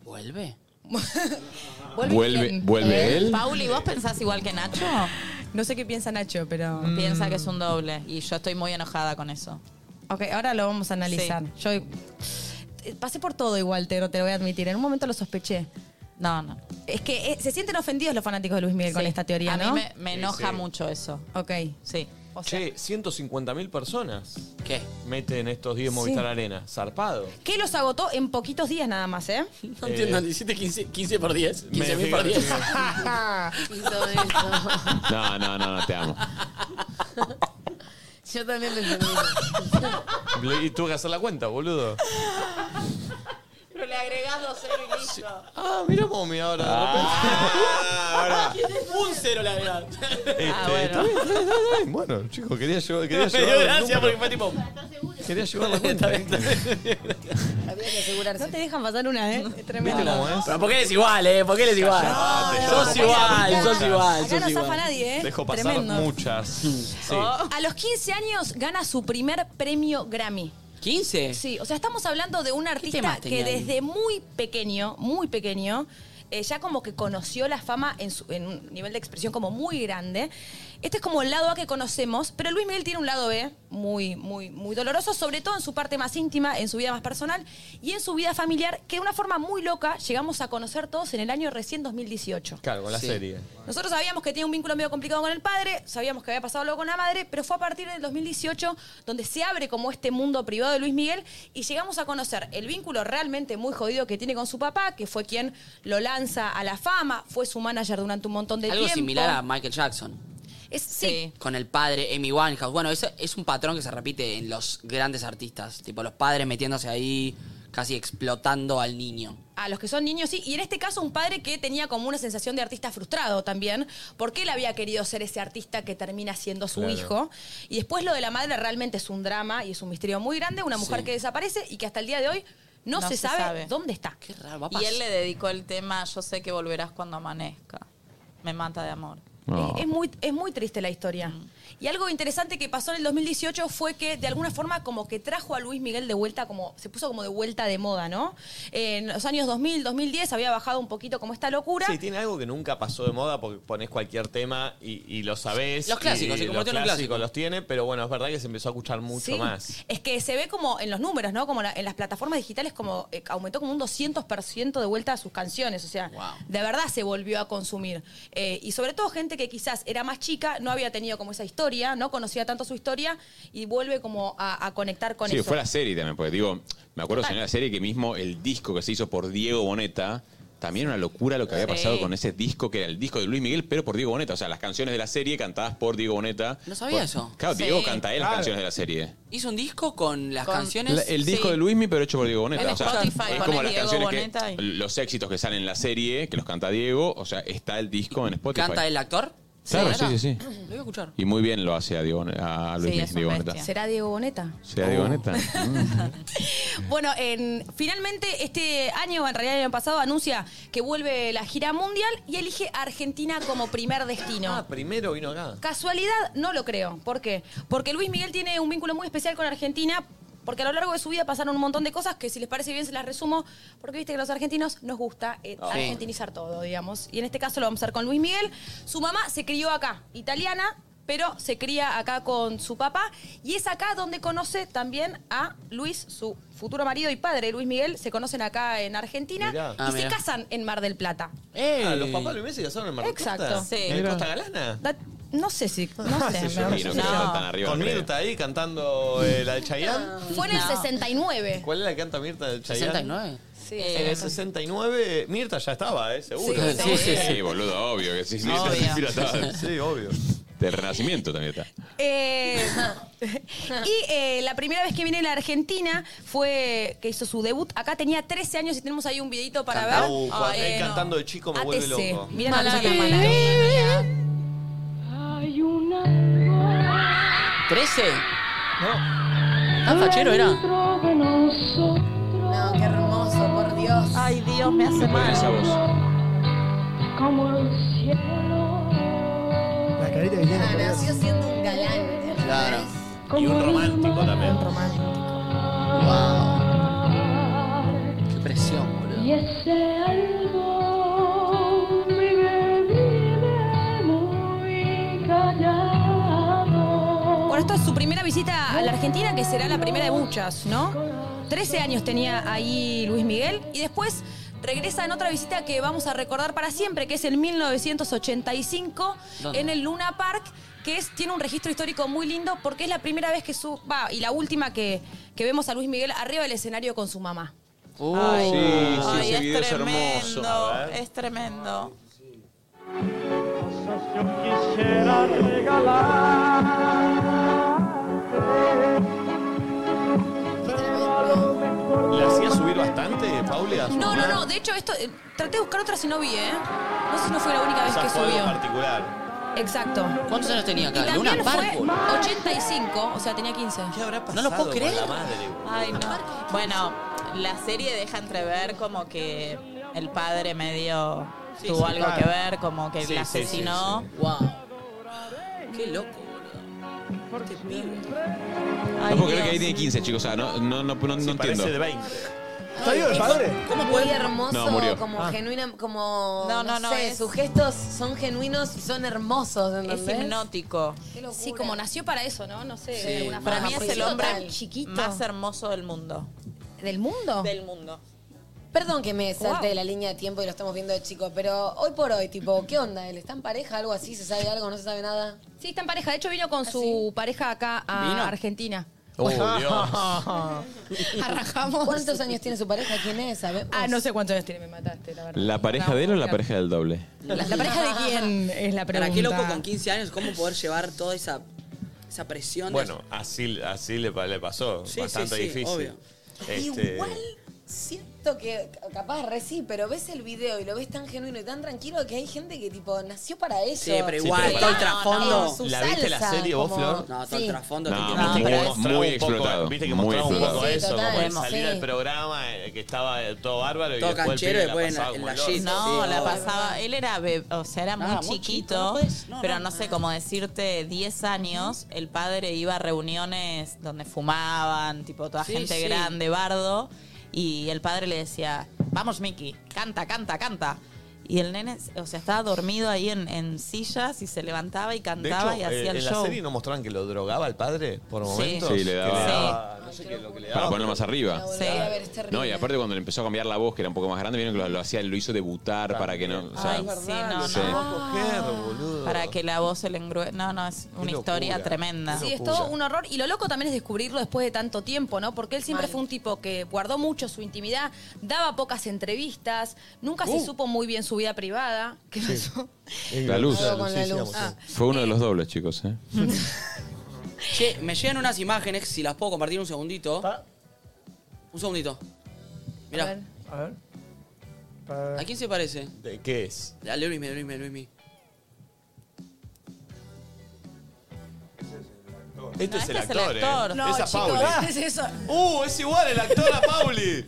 ¿Vuelve?
Vuelve,
¿Vuelve- vuelve él?
Pauli, ¿vos pensás igual que Nacho?
No sé qué piensa Nacho, pero...
Piensa que es un doble y yo estoy muy enojada con eso.
Ok, ahora lo vamos a analizar. Yo eh, pasé por todo igual, te, te lo voy a admitir. En un momento lo sospeché.
No, no.
Es que eh, se sienten ofendidos los fanáticos de Luis Miguel con
Sí.
esta teoría,
A mí
¿no?
me- me Sí, enoja sí.
mucho
eso.
Ok.
Sí.
Che, 150.000 personas.
¿Qué?
Meten estos 10 Movistar Arena. Zarpado.
Que los agotó en poquitos días nada más, ¿eh?
No entiendo, hiciste 15, 15 por 10, 15 mil por
fíjate,
10.
No, no, no, no, te amo.
Yo también lo entendí.
Y tuve que hacer la cuenta, boludo.
Pero le agregás 2-0 y listo.
Ah, mira Momi ahora. de
ahora.
Un cero le agregás.
repente.
Ah,
Este, está bien, está bien, está bien. Bueno, chicos, quería llevar. Quería
Me dio
llevar el
gracia
número.
porque fue tipo.
Quería llevar la cuenta.
Había que asegurarse. No te dejan pasar una, ¿eh? Es tremendo.
¿Viste cómo es?
Pero porque eres igual, ¿eh? Porque eres igual.
Callate,
sos
yo no
igual,
puedo
sos
pasar.
igual,
Acá no
sos
zafa
igual.
nadie, ¿eh?
Dejo pasar
Tremendo. Oh.
muchas. Sí.
A los 15 años gana su primer premio Grammy.
¿15?
Sí, o sea, estamos hablando de un
temas
artista que
tenía ahí?
desde muy pequeño, muy pequeño, eh, ya como que conoció la fama en, su- en un nivel de expresión como muy grande. Este es como el lado A que conocemos, pero Luis Miguel tiene un lado B muy, muy, muy doloroso, sobre todo en su parte más íntima, en su vida más personal y en su vida familiar, que de una forma muy loca llegamos a conocer todos en el año recién 2018.
Claro, con la
Sí.
serie.
Nosotros sabíamos que tenía un vínculo medio complicado con el padre, sabíamos que había pasado algo con la madre, pero fue a partir del 2018 donde se abre como este mundo privado de Luis Miguel y llegamos a conocer el vínculo realmente muy jodido que tiene con su papá, que fue quien lo lanza a la fama, fue su manager durante un montón de
Algo
tiempo.
similar a Michael Jackson.
Es, sí.
Con el padre Amy Winehouse. Bueno, eso es un patrón que se repite en los grandes artistas. Tipo, los padres metiéndose ahí, casi explotando al niño.
A los que son niños, sí. Y en este caso, un padre que tenía como una sensación de artista frustrado también, porque él había querido ser ese artista que termina siendo su
Claro.
hijo. Y después lo de la madre realmente es un drama y es un misterio muy grande. Una mujer
Sí.
que desaparece y que hasta el día de hoy no,
No
se,
se
sabe,
sabe.
dónde está.
Y él le dedicó el tema Yo sé que volverás cuando amanezca. Me mata de amor.
Es- Es, muy, es muy triste la historia.
Mm.
Y algo interesante que pasó en el 2018 fue que de alguna forma como que trajo a Luis Miguel de vuelta, como se puso como de vuelta de moda, ¿no? En los años 2000, 2010 había bajado un poquito como esta locura.
Sí, tiene algo que nunca pasó de moda porque pones cualquier tema y, y lo sabés.
Los clásicos,
y
se convirtió en
los
un clásico.
los tiene, pero bueno, es verdad que se empezó a escuchar mucho
Sí.
más.
Es que se ve como en los números, ¿no? Como la- en las plataformas digitales como eh, aumentó como un 200% de vuelta a sus canciones, o sea, de verdad se volvió a consumir. Eh, y sobre todo gente que quizás era más chica, no había tenido como esa historia, no conocía tanto su historia y vuelve como a, a conectar con
sí,
eso.
fue la serie también, porque digo, me acuerdo que en la serie que mismo el disco que se hizo por Diego Boneta, también era una locura lo que había
Sí.
pasado con ese disco, que era el disco de Luis Miguel, pero por Diego Boneta. O sea, las canciones de la serie cantadas por Diego Boneta.
No sabía
Por-
eso.
Claro,
Sí.
Diego canta él las
Claro.
canciones de la serie.
Hizo un disco con las canciones.
La- el disco de Luismi, pero hecho por Diego Boneta.
En
o sea,
Spotify
es
pones
como las
Diego
canciones
Boneta
que. Los éxitos que salen en la serie, que los canta Diego, o sea, está el disco en Spotify.
¿Canta el actor?
Claro, sí,
¿verdad?
sí, sí.
Lo voy a escuchar.
Y muy bien lo hace a, Diego, a Luis
Sí, es
Miguel
un
Diego
bestia.
Boneta.
¿Será Diego Boneta?
Sea Diego Boneta.
Bueno, en- finalmente este año, en realidad el año pasado, anuncia que vuelve la gira mundial y elige a Argentina como primer destino.
Ah,
Primero vino acá.
Casualidad, no lo creo. ¿Por qué? Porque Luis Miguel tiene un vínculo muy especial con Argentina. Porque a lo largo de su vida pasaron un montón de cosas que, si les parece bien, se las resumo. Porque viste que a los argentinos nos gusta eh,
Ah. Sí.
argentinizar todo, digamos. Y en este caso lo vamos a hacer con Luis Miguel. Su mamá se crió acá, italiana, pero se cría acá con su papá. Y es acá donde conoce también a Luis, su futuro marido y padre, Luis Miguel. Se conocen acá en Argentina
Mirá.
y
Ah,
se
mirá.
casan en Mar del Plata.
Ah, los papás de Luis Messi casaron en Mar del
Exacto.
Plata.
Sí.
¿En
Mira.
Costa Galana?
Da- no sé si. No sé.
Sí, yo
me-
vi, no
no.
creo que están tan arriba, Con Mirta ahí cantando eh, la de Chayanne.
Fue en el 69.
¿Cuál es la que canta Mirta de Chayanne? Eh,
69. Eh, Sí.
En el 69, Mirta ya estaba, ¿eh? Seguro.
Sí, Sí, sí, sí.
Sí, boludo, obvio que sí. sí,
Obvio.
sí, sí, la estaba.
Sí, obvio.
Del Renacimiento también está.
Eh, y eh, la primera vez que vine a la Argentina fue que hizo su debut. Acá tenía 13 años y tenemos ahí un eh, videito para ver.
Uh, cuando
Ay,
él
no. Ah,
cantando de chico me vuelve
ATC.
loco.
Mira la
Mala
música
vida.
mala.
Hay una.
¿13?
No.
Ah, fachero era.
No, qué hermoso, por Dios. Ay, Dios, me hace mal.
esa voz.
Como el cielo.
La carita que tiene. por Dios.
Ah, Nació siendo un galán.
Claro. Y un romántico también.
Qué presión, boludo.
Y ese algo me vive muy callado.
Bueno, esto es su primera visita a la Argentina, que será la primera de muchas, ¿no? 13 años tenía ahí Luis Miguel y después regresa en otra visita que vamos a recordar para siempre, que es en 1985
¿Dónde?
en el Luna Park, que es, tiene un registro histórico muy lindo porque es la primera vez que su va y la última que, que vemos a Luis Miguel arriba del escenario con su mamá.
Ay, sí, sí,
Ay,
ese
es
video es hermoso.
tremendo, es tremendo.
Quisiera
¿La hacía subir bastante, Pauli? a su
No, no,
mamá?
no, de hecho esto eh, traté de buscar otra si no vi, ¿eh? No sé si no fue la única vez
Esa
que
fue algo
subió.
particular.
Exacto.
¿Cuántos años tenía
Y
acá? ¿Luna
también
Park?
fue
boludo?
85, o sea, tenía 15. ¿Qué habrá
No lo puedo
Pasado con
creer.
la madre.
Ay, no. Bueno, la serie deja entrever como que el padre medio
Sí,
tuvo
sí,
algo
claro.
que ver, como que
Sí,
la
sí, sí,
asesinó.
Qué loco, boludo. Este pibe.
no puedo creer que ahí tiene 15, chicos. O sea, no, no, no, no, no entiendo.
parece de 20.
¿Está vivo el padre?
¿Cómo Muy hermoso,
No, murió.
como
Ah.
genuina, como. No,
No, no,
no,
no, es-
Sus gestos son genuinos y son hermosos,
Es
¿entendés?
hipnótico.
Sí, como nació para eso, ¿no? No sé. Pues de alguna
Para
forma.
mí es
Porque
el hombre
chiquito.
más hermoso del mundo.
¿Del mundo?
Del mundo.
Perdón que me salte
Wow.
de la línea de tiempo y lo estamos viendo de chico, pero hoy por hoy, tipo, ¿qué onda? ¿Él está en pareja? ¿Algo así? ¿Se sabe algo? ¿No se sabe nada? Ah,
Sí, está en pareja. De hecho, vino con su pareja acá a
¿Vino?
Argentina.
Oh,
Arrajamos.
¿Cuántos años tiene su pareja? ¿Quién es? ¿Sabemos?
Ah, no sé cuántos años tiene, me mataste, la verdad.
¿La pareja de él o la pareja del doble?
¿La, la pareja de quién es la pregunta?
Para qué loco con 15 años, cómo poder llevar toda esa, esa presión. de-
Bueno, así, así le, pa- le pasó.
Sí,
Bastante
sí, sí,
difícil.
obvio.
Este,
Igual siento que, capaz, re sí, pero ves el video y lo ves tan genuino y tan tranquilo que hay gente que, tipo, nació para eso.
Sí, Eh, pero igual,
pero
todo el
para-
trasfondo.
En su
¿La viste la
salsa,
serie vos,
como-
Flor?
No, todo el trasfondo
No,
que
viste que
tiene.
mostraba
muy
un poco-
explotado,
Viste que
muy
mostraba un poco
explotado.
eso,
Sí,
como el
total,
salir
sí.
del programa eh, que estaba eh, todo bárbaro y
Todo
después el
canchero
pibe
y después en
pasaba
la- en
como
la
loco.
shit.
No,
Sí,
la
obvio.
pasaba. Él era, be- o sea, era
Nada,
muy
muy chiquito,
chiquito,
no podés- no,
pero
no,
no, sé cómo decirte, 10 años. El padre iba a reuniones donde fumaban, tipo toda
Sí,
gente
sí.
grande, bardo. Y el padre le decía, vamos, Miki, canta, canta, canta. Y el nene, o sea, estaba dormido ahí en, en sillas y se levantaba y
De
cantaba
hecho,
y hacía
eh,
el
en
show.
la serie no mostraban que lo drogaba el padre por
Sí.
momentos.
Sí, le daba-
Que
Sí.
Ah, no sé qué es lo que le daba.
Para ponerlo más arriba.
Sí. A ver,
No, y aparte cuando le empezó a cambiar la voz, que era un poco más grande, vieron que lo, lo hacía, lo hizo debutar para que no. O sea,
Ay, sí, no,
Sí.
no.
boludo.
Para que la voz se le engrue... No, no, es una historia
locura.
tremenda.
Sí, es todo un horror. Y lo loco también es descubrirlo después de tanto tiempo, ¿no? Porque él siempre fue un tipo que guardó mucho su intimidad, daba pocas entrevistas, nunca se
Uh.
supo muy bien su vida privada. ¿Qué pasó?
La luz.
Algo con la Sí, sí, luz. Ah. vamos,
Fue uno de los dobles, chicos. ¿eh?
Che, me llegan unas imágenes, si las puedo compartir un segundito. Un segundito. Mirá.
A ver.
A ver.
¿A quién se parece?
¿De ¿Qué es?
Dale, Luismi, Luismi, Luismi.
Este
No,
es
este
el
es el
actor, ¿eh?
actor. No,
Esa
chicos,
Pauli.
¿qué es eso?
¡Uh! Es igual el actor a Pauli.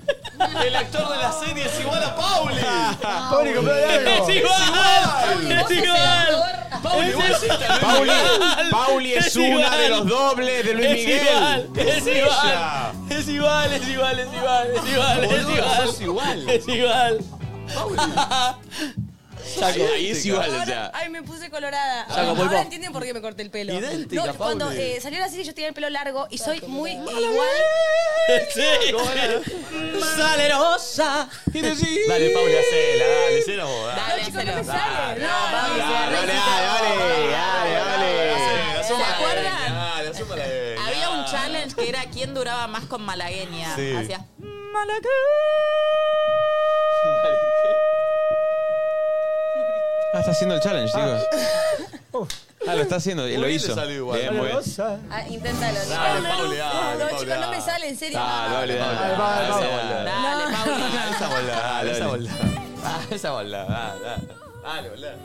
El actor de la serie es igual a Pauli.
Pauli, compró el algo.
¡Es igual!
Pauli, vos sos el actor.
Pauli, vos hiciste a Luis
Pauli,
Miguel.
Pauli es,
Es
una
igual.
de los dobles de Luis
Es
Miguel.
igual, es
ella.
Es igual, es igual, es igual, es igual, es
Boludo,
igual.
sos igual.
Es igual.
Ahí- ahí es igual, o sea.
Ay, me puse colorada.
Saco,
Ahora
pulpo.
entienden por qué me corté el pelo.
Idéntica,
no, cuando
Pauli.
eh, salió la serie yo tenía el pelo largo y soy muy igual.
Sale rosa.
Dale, Pauli, hacela, dale, hacela vos.
Dale,
Dale,
chicos, no me
sale.
No, Pauli,
Dale, dale, dale, dale. Asúmala,
¿Se acuerdan?
Dale, asúmala, Dale,
Había un challenge que era quién duraba más con malagueña.
Sí.
Hacías "Mm, Malagueña.
Ah, está haciendo el challenge, chicos. Ah, lo está haciendo,
Muy
lo
bien
hizo.
le salió igual.
Bien, muy bien.
Ah, inténtalo.
Dale, Pauli, dale,
no,
Pauli,
chicos, no
dale.
me sale, en serio.
Dale, dale,
Dale,
dale.
Pauli.
Dale, Pauli. Esa bola, dale, esa bola. Dale, esa bola, dale, dale. Dale, bola.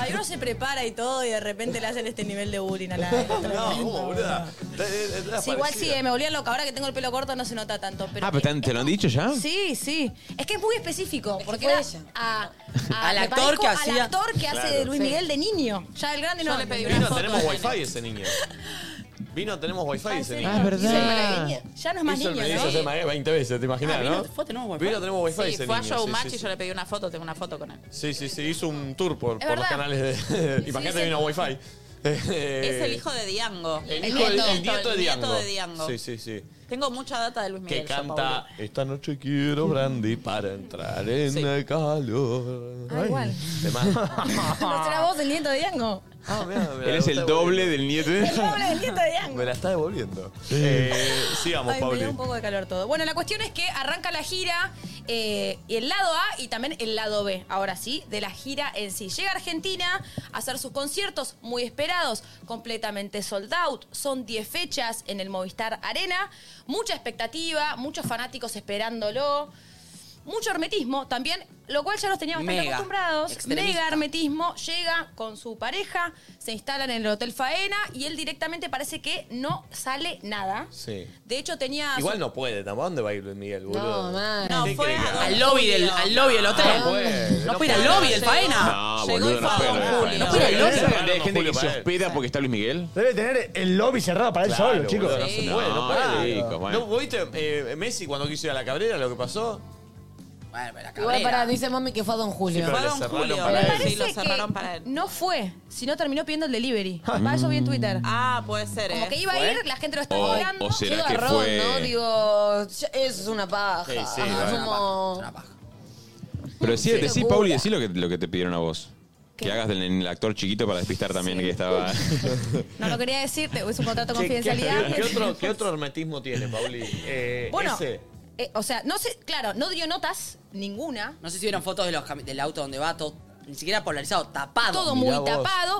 Ay, uno se prepara y todo y de repente le hacen este nivel de bullying a la No,
¿Cómo, boluda? Te- te- te-
Sí, igual sí,
parecida.
eh, me volvía loca. Ahora que tengo el pelo corto no se nota tanto. Pero
Ah, pero te- te lo han dicho ya.
Sí, sí. Es que es muy específico. Porque
fue
era a- a-
Al
me
actor
parezco
que
al
hacía-
actor que hace
Claro.
de Luis
Sí.
Miguel de niño. Ya el grande
Yo
no.
le pedí
Vino, tenemos wifi ese niño. Vino, tenemos wifi ese niño.
Ah, es verdad. Hizo el malagueña. Ya no es más
Hizo el
niño,
mellizo,
¿no?
hace más- 20 veces, te imaginas,
Ah,
¿no?
vino, fue, tenemos wifi.
Vino, tenemos wifi
Sí,
ese
fue a
niño,
Showmatch
sí, sí,
y yo le pedí una foto, tengo una foto con él.
Sí, sí, sí, hizo un tour por,
Es
por
verdad.
los canales de. Imagínate,
sí.
vino Wi-Fi.
es el hijo de Diango.
Eh, El, hijo, el, el nieto de Diango.
nieto de Diango.
Sí, sí, sí.
Tengo mucha data de Luis Miguel.
Que
yo,
canta Esta noche quiero brandy para entrar en el calor.
Ah, igual.
De más.
¿No será vos el nieto de Diango?
Ah, mira,
Él es el doble del nieto de.
el nieto de Diango.
Me la está devolviendo. Eh, sigamos,
Ay, me
Pauli.
dio un poco de calor todo. Bueno, la cuestión es que arranca la gira, eh, y el lado A y también el lado B, ahora sí, de la gira en sí. Llega a Argentina a hacer sus conciertos muy esperados, completamente sold out. Son 10 fechas en el Movistar Arena. Mucha expectativa, muchos fanáticos esperándolo. Mucho hermetismo también, lo cual ya los tenía bastante
Mega.
acostumbrados.
Extremista.
Mega hermetismo. Llega con su pareja, se instalan en el Hotel Faena y él directamente parece que no sale nada.
Sí.
De hecho, tenía.
Igual no puede, tampoco. ¿A dónde va a ir Luis Miguel, boludo?
man.
¿Qué
fue
crees que haga?
Al lobby del, al lobby del hotel.
No puede.
No puede ir al lobby del faena.
No,
Llegó
boludo,
y
no
fue a
puede.
Don
No
Julio.
puede.
No,
¿No
no,
sabes la
no,
cantidad de gente
Julio
que se
para él.
hospeda porque está Luis Miguel?
Debe tener el lobby cerrado para él
Claro,
solo, chicos.
boludo, no se puede, no
No,
puede.
chico, bueno.
¿No ¿Vos viste eh, Messi cuando quiso ir a la Cabrera lo que pasó?
Bueno, pero la
Igual para, dice mami que fue a Don Julio.
Sí, pero le cerraron
Pero
para él.
parece
Sí, lo
que-
cerraron para él.
No fue, sino terminó pidiendo el delivery.
Ah.
Para eso vi en Twitter.
Ah, puede ser.
Como
¿eh?
que iba a
¿Fue?
ir, la gente lo estaba
O,
esperando.
o será que
garrón, ¿no?
fue.
Digo, ya- eso es una paja. Ah,
Sí, sí,
Es
bueno.
como-
Pero decí,
Qué
decí
locura.
Pauli, decí lo que, lo que te pidieron a vos. Que hagas del el actor chiquito para despistar también que estaba.
No lo quería decir, te- es un contrato de
Che, ¿qué-
confidencialidad.
¿Qué otro, qué otro hermetismo tiene, Pauli? Eh,
Bueno,
ese.
Eh, o sea, no sé, claro, no dio notas ninguna.
No sé si vieron fotos de los cami- del auto donde va todo, ni siquiera polarizado, tapado.
Todo
Mirá vos.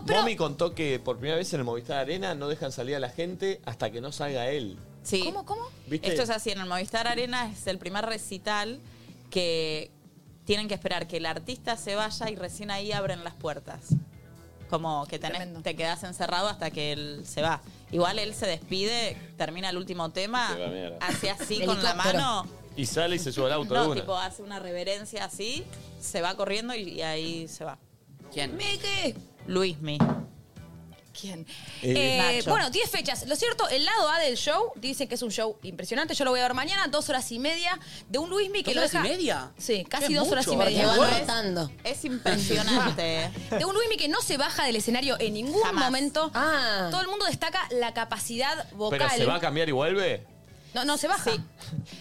pero
Momi contó que por primera vez en el Movistar Arena no dejan salir a la gente hasta que no salga él.
Sí.
¿Cómo, cómo?
¿Viste?
Esto es así, en el Movistar Arena es el primer recital que tienen que esperar que el artista se vaya y recién ahí abren las puertas. Como que tenés- te quedás encerrado hasta que él se va. Igual él se despide, termina el último tema,
Se va a mierda.
hace así con la
Helicóptero.
mano.
Y sale y se sube al auto de
No,
una.
tipo, hace una reverencia así, se va corriendo y, y ahí se va.
¿Quién?
Mike.
Luismi.
¿Quién?
Eh,
Eh,
Nacho.
bueno, 10 fechas. Lo cierto, el lado A del show, dicen que es un show impresionante. Yo lo voy a ver mañana, dos horas y media, de un Luismi que
¿Dos
lo
horas y
deja...
media?
Sí, casi
Es
dos horas y
mucho.
media.
Porque van
Es-
Es impresionante. ¿eh?
De un Luismi que no se baja del escenario en ningún momento. Todo el mundo destaca la capacidad vocal.
Pero se va a cambiar y vuelve.
No, no se baja.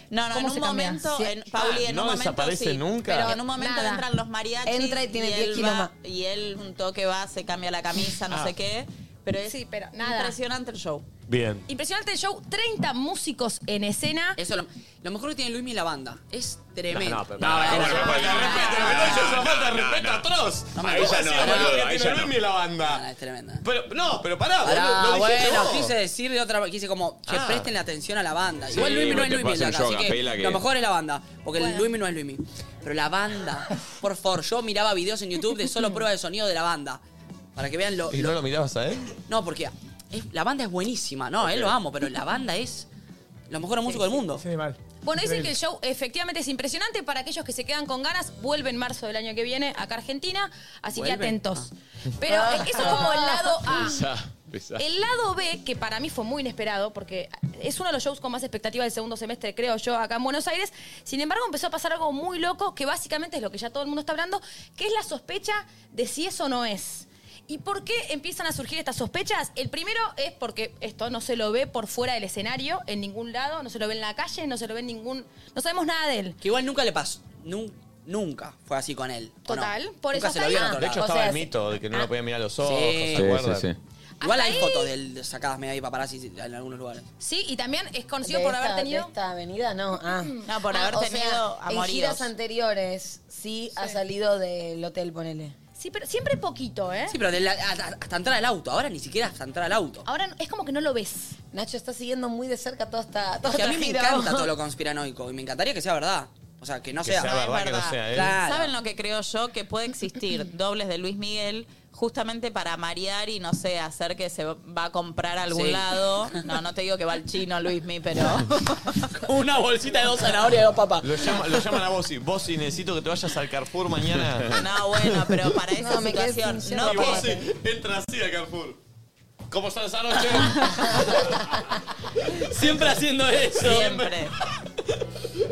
No, no,
¿Cómo
en
se
un
cambia?
momento,
Sí.
en, Pauli,
Ah,
en
¿no
un momento
desaparece
sí.
nunca?
Pero en un momento
Nada.
entran los mariachis.
Entra y tiene 10
él
kilos
va-
más.
Y él un toque va, se cambia la camisa, no
Ah.
sé qué. Pero es
Sí, pero nada.
impresionante el show.
Bien.
Impresionante el show, 30 músicos en escena.
Eso lo, lo mejor que tiene Luis y la banda. Es tremendo.
No, no, pero-
No, no,
No,
no,
bueno, falta
no,
de respeto,
no,
le meto yo
no,
esa falta de
no,
respeto
no,
atroz.
No me
Ahí
gusta.
ya no,
No, no,
boludo,
no,
ahí
ahí
ya
ya
no. ni la banda.
Es tremenda.
Pero, no, pero pará,
Pará,
boludo, lo dijiste
bueno,
vos.
quise decir de otra quise como que
Ah.
presten la atención a la banda.
Sí,
Igual Luimi no
no
es
te
Luimi
pasen
acá,
yo,
así que,
capela que-
lo mejor es la banda, porque el Luimi no es Luimi. Pero la banda, por favor, yo miraba videos en YouTube de solo pruebas de sonido de la banda. Para que vean lo.
¿Y no lo mirabas a él?
No, porque es- la banda es buenísima. No, él lo amo, pero la banda es los mejores músicos del mundo. Sí, mal.
Bueno, dicen que el show efectivamente es impresionante. Para aquellos que se quedan con ganas, vuelve en marzo del año que viene acá a Argentina. Así que
¿Vuelve? Ah.
atentos. Pero
Ah.
eh, eso es como el lado A.
Pesá, pesá.
El lado B, que para mí fue muy inesperado, porque es uno de los shows con más expectativa del segundo semestre, creo yo, acá en Buenos Aires. Sin embargo, empezó a pasar algo muy loco, que básicamente es lo que ya todo el mundo está hablando, que es la sospecha de si eso no es. ¿Y por qué empiezan a surgir estas sospechas? El primero es porque esto no se lo ve por fuera del escenario, en ningún lado, no se lo ve en la calle, no se lo ve en ningún... No sabemos nada de él.
Que igual nunca le pasó. nun- nunca fue así con él. ¿o no?
Total, por
Nunca
eso
se lo
está
vieron.
ahí.
con
De
él.
hecho, O estaba sea, el
mito de que no lo podían mirar a los
Sí.
ojos, ¿se acuerdan?
Igual
Hasta
hay
ahí-
fotos del- de sacadas medio ahí paparazzi en algunos lugares.
Sí, y también es conocido
De
por
esta-
haber tenido...
de esta avenida no. Ah.
No, por haber
o
tenido
En
amoríos.
giras anteriores sí, ha salido del hotel, ponele.
Sí, pero siempre poquito, ¿eh?
Sí, pero de la- hasta, hasta entrar al auto. Ahora ni siquiera hasta entrar al auto.
Ahora es como que no lo ves.
Nacho está siguiendo muy de cerca toda esta. Toda
Que a mí
esta
me
gira.
encanta todo lo conspiranoico. Y me encantaría que sea verdad. O sea, que no
Que
sea.
sea verdad, que no sea él.
Claro.
¿Saben lo que creo yo? Que puede existir dobles de Luis Miguel justamente para marear y, no sé, hacer que se va a comprar a algún
Sí.
lado. No, no te digo que va al chino Luis Miguel, pero...
Una bolsita de dos zanahorias y dos papas.
Lo, llama- lo llaman a vos y vos y necesito que te vayas al Carrefour mañana.
No, bueno, pero para esa
No, me quedé
situación...
sin
No
yerba.
que-
Y vos sí, entra así a Carrefour. ¿Cómo están esa noche?
Siempre haciendo eso.
Siempre.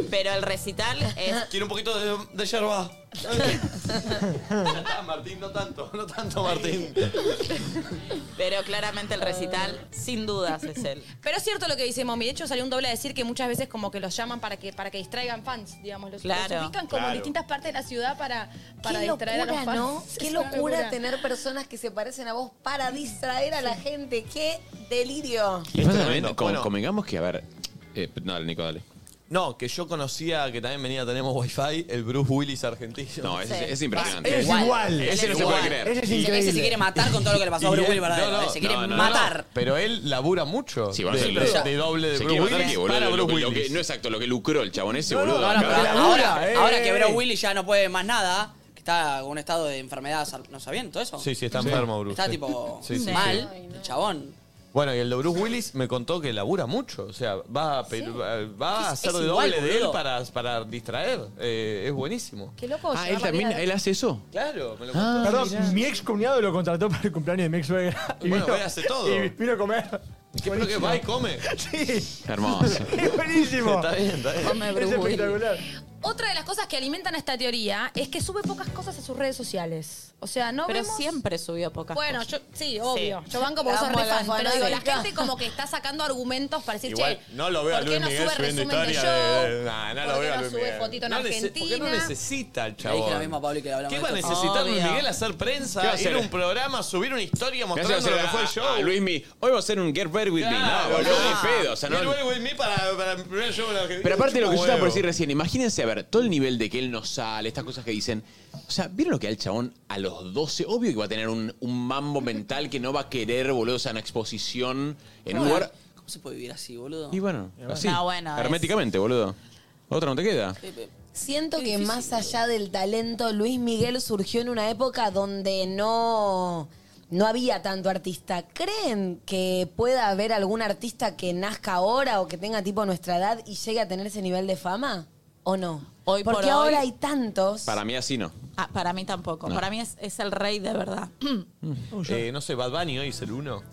Pero el recital es...
Quiero un poquito de, de yerba. Ya está, Martín, no tanto, no tanto, Martín.
Pero claramente el recital, sin dudas, es él.
Pero es cierto lo que dice Momi. De hecho, salió un doble a decir que muchas veces como que los llaman para que, para que distraigan fans, digamos. Los,
Claro.
los ubican como
Claro.
en distintas partes de la ciudad para, para
Qué
distraer a
locura,
los fans.
¿no? Qué
Es una
locura tener personas que se parecen a vos para distraer a la gente. Qué delirio.
Y pasa también, con-
Bueno.
convengamos que, a ver. eh, no, Nico, dale.
No, que yo conocía que también venía Tenemos Wi-Fi, el Bruce Willis argentino.
No, ese- Sí. ese es impresionante.
Ah,
Ese es igual.
Ese no se puede creer. Ese es Ese- ese se increíble. quiere matar con todo lo que le pasó a
Y
Bruce
él-
Willis, verdadero.
no, no,
Se quiere
no, no,
matar.
no. Pero él labura mucho.
Sí, bueno,
de,
se-
de-
se-
de doble de
se
Bruce
quiere matar
Willis
que, boludo,
para
lo-
Bruce
lo que-
Willis.
no exacto, lo que lucró el chabón ese, boludo.
No, no, pero
Acá-
ahora,
eh,
ahora que
eh,
Bro
eh.
Willy ya no puede más nada, que está en un estado de enfermedad, sal- ¿no sabían todo eso?
Sí, sí, está enfermo, Bruce,
Está
sí.
tipo
Sí, sí,
mal, el chabón.
Bueno, y el de Bruce Willis me contó que labura mucho. O sea, va a, pe- va- va a
Es-
hacer
es
de
igual,
doble de él
boludo.
para, para distraer. Eh, es buenísimo.
Qué loco.
Ah, él también, él hace eso. Ah,
Claro, me lo contó.
Perdón,
Mirá.
mi ex cuñado lo contrató para el cumpleaños de mi ex suegra. Y
Bueno, él hace todo.
Y vino a comer.
¿Qué creo que va y come?
Sí.
Hermoso.
Es buenísimo.
Está bien, está bien.
Es espectacular.
Otra de las cosas que alimentan a esta teoría es que sube pocas cosas a sus redes sociales. O sea, no
Pero
vemos...
siempre subió pocas
Bueno,
cosas.
yo, sí, obvio.
Sí.
Yo van como
La
vos sos
amo
re
a la
fan, pero digo, la
fanática.
gente como que está sacando argumentos para decir,
Igual,
che,
no lo veo a
¿por qué
Luis
no
Miguel
sube
subiendo
resumen de
historia
show?
de. Nah, no
¿Por
lo
qué
veo a
no
Luis
sube
Miguel.
fotito en
No nece- ¿Por qué no
Argentina?
necesita el
Le dije lo
chabón?
mismo a Pablo que hablamos
¿Qué
de
va a
esto.
necesitar Luis
Obvio.
Miguel hacer
¿Qué va a
prensa, ir
hacer?
a un programa, subir una historia
¿Qué hace
mostrando lo
hacer
que
a-
fue el show?
a Luismi, hoy va a ser un Get Ready With Me. No,
Claro,
boludo,
no.
de pedo. O sea, no,
Get Ready With Me para, para mi primer show en Argentina.
Pero aparte de lo que yo
Chupa
estaba por
huevo.
decir recién, imagínense, a ver, todo el nivel de que él no sale, estas cosas que dicen. O sea, ¿vieron lo que da el chabón a los 12? Obvio que va a tener un, un mambo mental que no va a querer, boludo, o sea, una exposición en un lugar.
¿Cómo se puede vivir así, boludo?
Y bueno, así.
No, bueno, es-
herméticamente, boludo. Otra no te queda.
Siento que más allá del talento, Luis Miguel surgió en una época donde no, no había tanto artista. ¿Creen que pueda haber algún artista que nazca ahora o que tenga tipo nuestra edad y llegue a tener ese nivel de fama? ¿O no?
Hoy por
Porque
hoy-
ahora hay tantos.
Para mí así no.
Ah, para mí tampoco.
No.
Para mí es, es el rey de verdad.
Eh, no sé, Bad Bunny hoy es el uno.
Oh,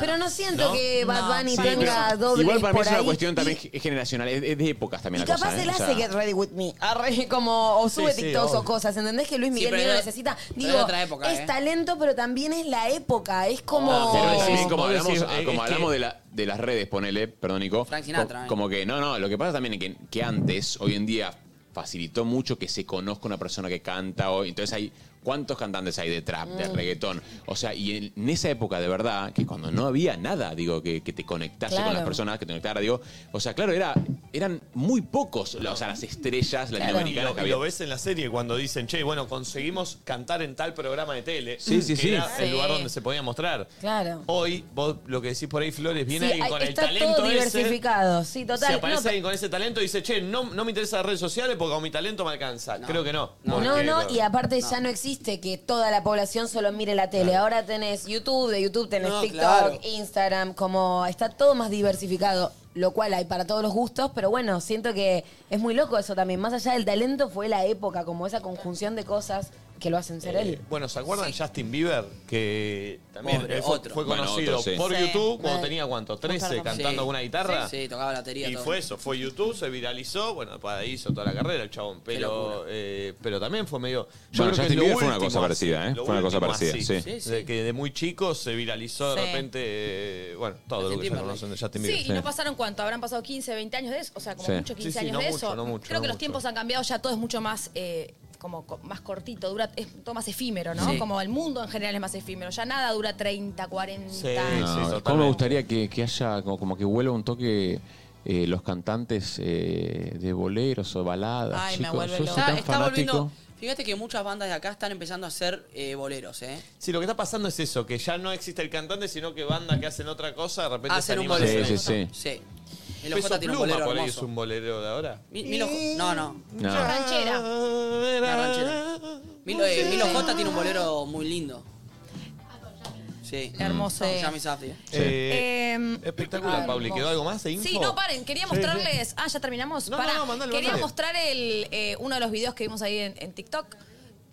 Pero no siento
¿No?
que Bad
No,
Bunny
sí,
tenga
pero
dobles
Igual para mí
por
es una
ahí.
cuestión también ge- generacional, es es de épocas también
Y
la cosa.
capaz
¿eh?
él
O sea,
hace Get Ready With Me. Arre, como o sube
Sí, sí,
TikToks o
obvio.
cosas. ¿Entendés que Luis
Sí,
Miguel
pero
no lo
era-
necesita?
pero
Digo,
era otra época,
es
¿eh?
talento, pero también es la época. Es como...
Ah, Pero es bien como
vos
hablamos,
decís,
ah,
eh,
como
es
hablamos
que-
de, la- de las redes, ponele, perdón Nico.
Frank Sinatra,
co-
eh.
como que, no, no, lo que pasa también es que, que antes, hoy en día, facilitó mucho que se conozca una persona que canta hoy. Entonces hay, ¿cuántos cantantes hay de trap, de
Mm.
reggaetón? O sea, y en, en esa época de verdad, que cuando no había nada, digo, que, que te conectase con
Claro.
las personas, que te conectara, digo, o sea, claro, era, eran muy pocos, la- o sea, las estrellas
Y
latinoamericanas
lo, y
que había.
lo ves en la serie cuando dicen, che, bueno, conseguimos cantar en tal programa de tele.
Sí, sí,
que
sí.
Era
Sí.
el lugar donde se podía mostrar.
Claro.
Hoy, vos lo que decís por ahí, Flores, viene
Sí,
alguien
hay-
con el
está
talento
todo
ese.
diversificado. Sí, total.
Si
No,
aparece
pero-
alguien con ese talento y dice, che, no, no me interesan las redes sociales porque con mi talento me alcanza. Creo que no.
No,
Porque-
no, y aparte ya no existe que toda la población solo mire la tele. Ahora tenés YouTube, de YouTube tenés
No,
TikTok,
claro.
Instagram, como está todo más diversificado, lo cual hay para todos los gustos, pero bueno, siento que es muy loco eso también. Más allá del talento fue la época, como esa conjunción de cosas que lo hacen ser él.
Eh, bueno, ¿se acuerdan Justin Bieber? Que también
Pobre,
él fue,
otro.
fue
Bueno,
conocido
otro, sí.
por
Sí,
YouTube cuando
mal.
tenía cuánto, 13
Perdón.
cantando
Sí.
alguna guitarra.
Sí, sí, tocaba batería,
Y
todo.
fue eso, fue YouTube, se viralizó, bueno, para ahí hizo toda la carrera el chabón, pero, eh, pero también fue medio... Yo
Bueno,
creo que
Justin
lo
Bieber fue una
último
cosa
así,
parecida, ¿eh?
lo
Fue una cosa
último
parecida,
así.
sí.
De que de muy chico se viralizó de
Sí.
repente, eh, bueno, todo lo que ya
Timberlake.
conocen de Justin Bieber.
Sí, y no pasaron cuánto, habrán pasado 15, 20 años de eso, o sea, como
Sí.
mucho 15
Sí, sí,
años
no
de
mucho,
eso.
no mucho,
Creo
no
que los
mucho.
tiempos han cambiado, ya todo es mucho más eh, como co- más cortito, dura es todo más efímero, ¿no?
Sí.
Como el mundo en general es más efímero, ya nada dura 30, 40.
¿Cómo me gustaría que, que haya, como, como que vuelva un toque eh, los cantantes eh, de boleros o baladas?
Ay, me
chicos?
vuelve
Yo
loco.
soy
Está,
tan
está
fanático.
volviendo. Fíjate que muchas bandas de acá están empezando a hacer eh, boleros, ¿eh?
Sí, lo que está pasando es eso, que ya no existe el cantante, sino que bandas que hacen otra cosa, de repente
Hacen
se
un
animan a
bolero.
hacer
Sí, sí,
eso.
Sí. El
Peso
OJ tiene un
Pluma,
bolero
por ahí,
hermoso.
es un bolero de ahora.
Mi- Milo Jo- no, no.
No.
Una ranchera. Una ranchera. Milo, eh, Milo J tiene un bolero muy lindo. Sí.
Hermoso.
Con Yami Safdie.
Eh, espectacular, Pauli. ¿Quedó algo más de info?
Em, Sí, no, paren, quería
Sí,
mostrarles. Ah, ya terminamos. Pará,
no, no, mandale,
quería
mandale.
mostrar el, eh, uno de los videos que vimos ahí en, en TikTok.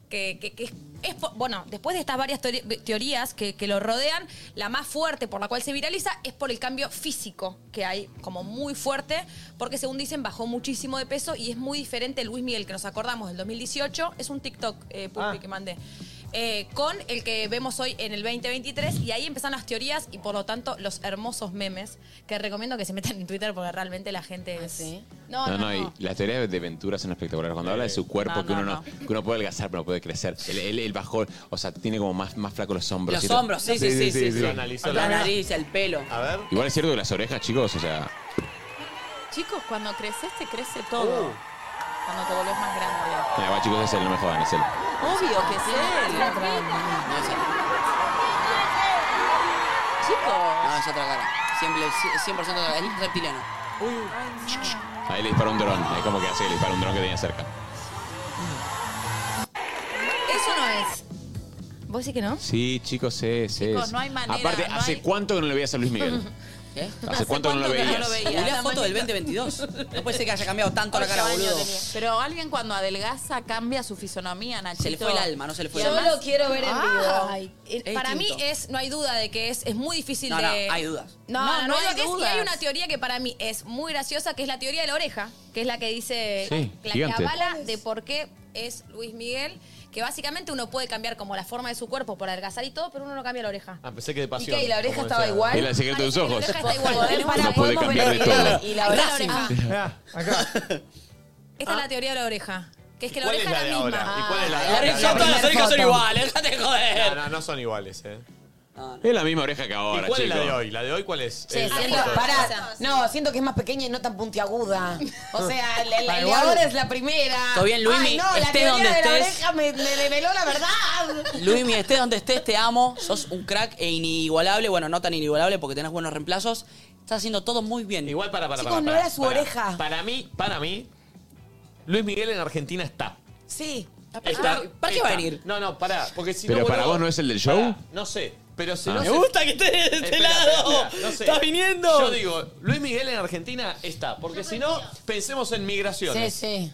Que, que- que es, es po- bueno, después de estas varias teori- teorías que, que lo rodean, la más fuerte por la cual se viraliza es por el cambio físico que hay, como muy fuerte, porque según dicen bajó muchísimo de peso y es muy diferente Luis Miguel, que nos acordamos del 2018, es un TikTok eh, Pupi, que mandé eh, con el que vemos hoy en el 2023 y ahí empiezan las teorías y por lo tanto los hermosos memes que recomiendo que se metan en Twitter porque realmente la gente es... No,
No,
no,
no, y las teorías de aventuras son espectaculares. Cuando habla de su cuerpo,
No,
que,
no,
uno no, que uno puede adelgazar, pero no puede crecer. Él, él, él bajó, o sea, tiene como más, más flacos los hombros.
Los
¿cierto?
hombros, sí, sí, sí, sí. sí. La nariz, el pelo.
A ver.
Igual es cierto que las orejas, chicos, o sea.
Chicos, cuando creces te crece
Oh.
todo. Cuando te volvés más grande.
Mira, va, chicos, es él, no me jodan, es él.
Obvio que es él. Chicos.
No, es otra cara. Siempre, 100% otra cara. Es reptiliano.
Ahí le dispara un dron. Es como que así le dispara un dron que tenía cerca.
eso no es. ¿Vos decís que no?
Sí, chicos, es, es.
Chicos, no hay manera,
Aparte,
no
¿hace
hay-
cuánto que no le veías a Luis Miguel?
¿Qué?
¿Hace cuánto que no lo veías?
Googleá foto del 2022. No puede ser que haya cambiado tanto la cara, boludo.
Pero alguien cuando adelgaza cambia su fisonomía, Nachito.
Se le fue el alma, no se le fue
Y
el alma.
además-
ah,
Ay, eh,
Es
para mí
distinto.
es, no hay duda de que es, es muy difícil
No,
de.
no, hay dudas.
No,
No,
no,
no
hay
hay
duda que es- y hay
dudas.
una teoría que para mí es muy graciosa, que es la teoría de la oreja, que es la que dice,
Sí,
la
gigante.
que avala de por qué es Luis Miguel, que básicamente uno puede cambiar como la forma de su cuerpo por adelgazar y todo, pero uno no cambia la oreja.
Ah, pensé que de pasión.
qué, y la oreja
como
estaba
decía.
igual?
Es el secreto de los ojos.
La oreja está igual.
Uno puede cambiar de todo.
Y la oreja.
ah,
Esta es
Ah.
la teoría de la oreja, que es que la
¿Cuál
oreja
es la de
la misma.
ahora? ¿Y cuál es la
Ah,
de ahora?
la oreja, todas las
primera
orejas son
foto.
iguales, déjate de joder.
No, no, no son iguales, ¿eh?
Es la misma oreja que ahora,
¿Y cuál es la
chico.
de hoy? ¿La de hoy cuál es?
Che,
Eh, la
siento,
foto de-
pará. No, siento que es más pequeña y no tan puntiaguda. O sea, el, el- el
Ah,
de
igual.
ahora es la primera.
Todo bien,
Ah.
Luismi,
Ay, no, la
estés
teoría
donde
de la
estés.
oreja me, me develó la verdad.
Luis, estés donde estés, te amo. Sos un crack e inigualable. Bueno, no tan inigualable porque tenés buenos reemplazos. Estás haciendo todo muy bien.
Igual para, para,
Chicos,
para,
no
para,
era su
para.
oreja.
Para mí, para mí, Luis Miguel en Argentina está.
Sí.
Está,
¿Para qué va
está.
a venir?
No, no, pará. Porque si
Pero
no,
para
boludo,
vos no es el del show.
No sé, pero si
Ah.
no
Me
se-
gusta
que estés de este
Espera,
lado.
espera, espera, no sé.
Estás viniendo.
Yo digo, Luis Miguel en Argentina está, porque si no, pensemos en migraciones.
sí.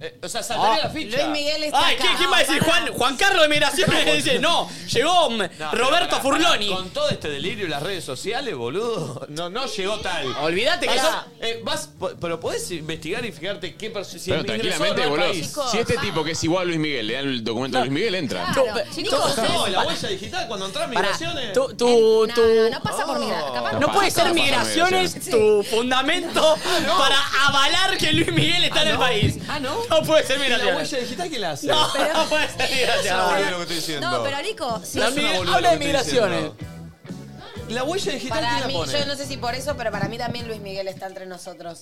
Eh, o sea, saltaría
Ah.
la ficha.
Luis Miguel está
Ay, ¿quién,
acá.
quién va a decir? Juan, Juan Carlos de Migraciones dice, no, llegó mm,
No, pero
Roberto
pará,
Furloni.
pará, Con todo este delirio y las redes sociales, boludo, no, no llegó tal.
Olvídate que
Pará, eh, vas, po- pero podés investigar y fijarte qué persona. Si
Pero
ingresó
tranquilamente,
o no al
boludo.
país.
Si este tipo que es igual a Luis Miguel le dan el documento de Luis Miguel, entra.
No,
Claro,
pe-
Ah,
chicos,
todo-
ustedes-
no, la
pará.
huella digital cuando entras
Pará,
migraciones.
tú, tú, tú.
Eh, No, no pasa por migra- capaz
No,
no
puede
pasa
ser
por
migraciones
migraciones.
tu fundamento
no.
para avalar que Luis Miguel está
Ah,
en el
no.
país.
Ah, no.
No puede ser
¿Y ¿La
migraciones.
huella digital quién la hace?
No, no puede ser
Yo no
migraciones.
sé lo que estoy diciendo.
No, pero Arico, sí.
Luis Miguel habla de migraciones.
La huella digital,
Para
¿quién la
mí,
pone?
yo no sé si por eso, pero para mí también Luis Miguel está entre nosotros.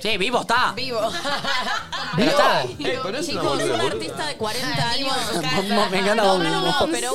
Sí, vivo está.
Vivo.
Pero está.
Eh,
Chicos, un artista
Ah,
de 40 años.
Me encanta
no,
vos
no,
mismo.
no, pero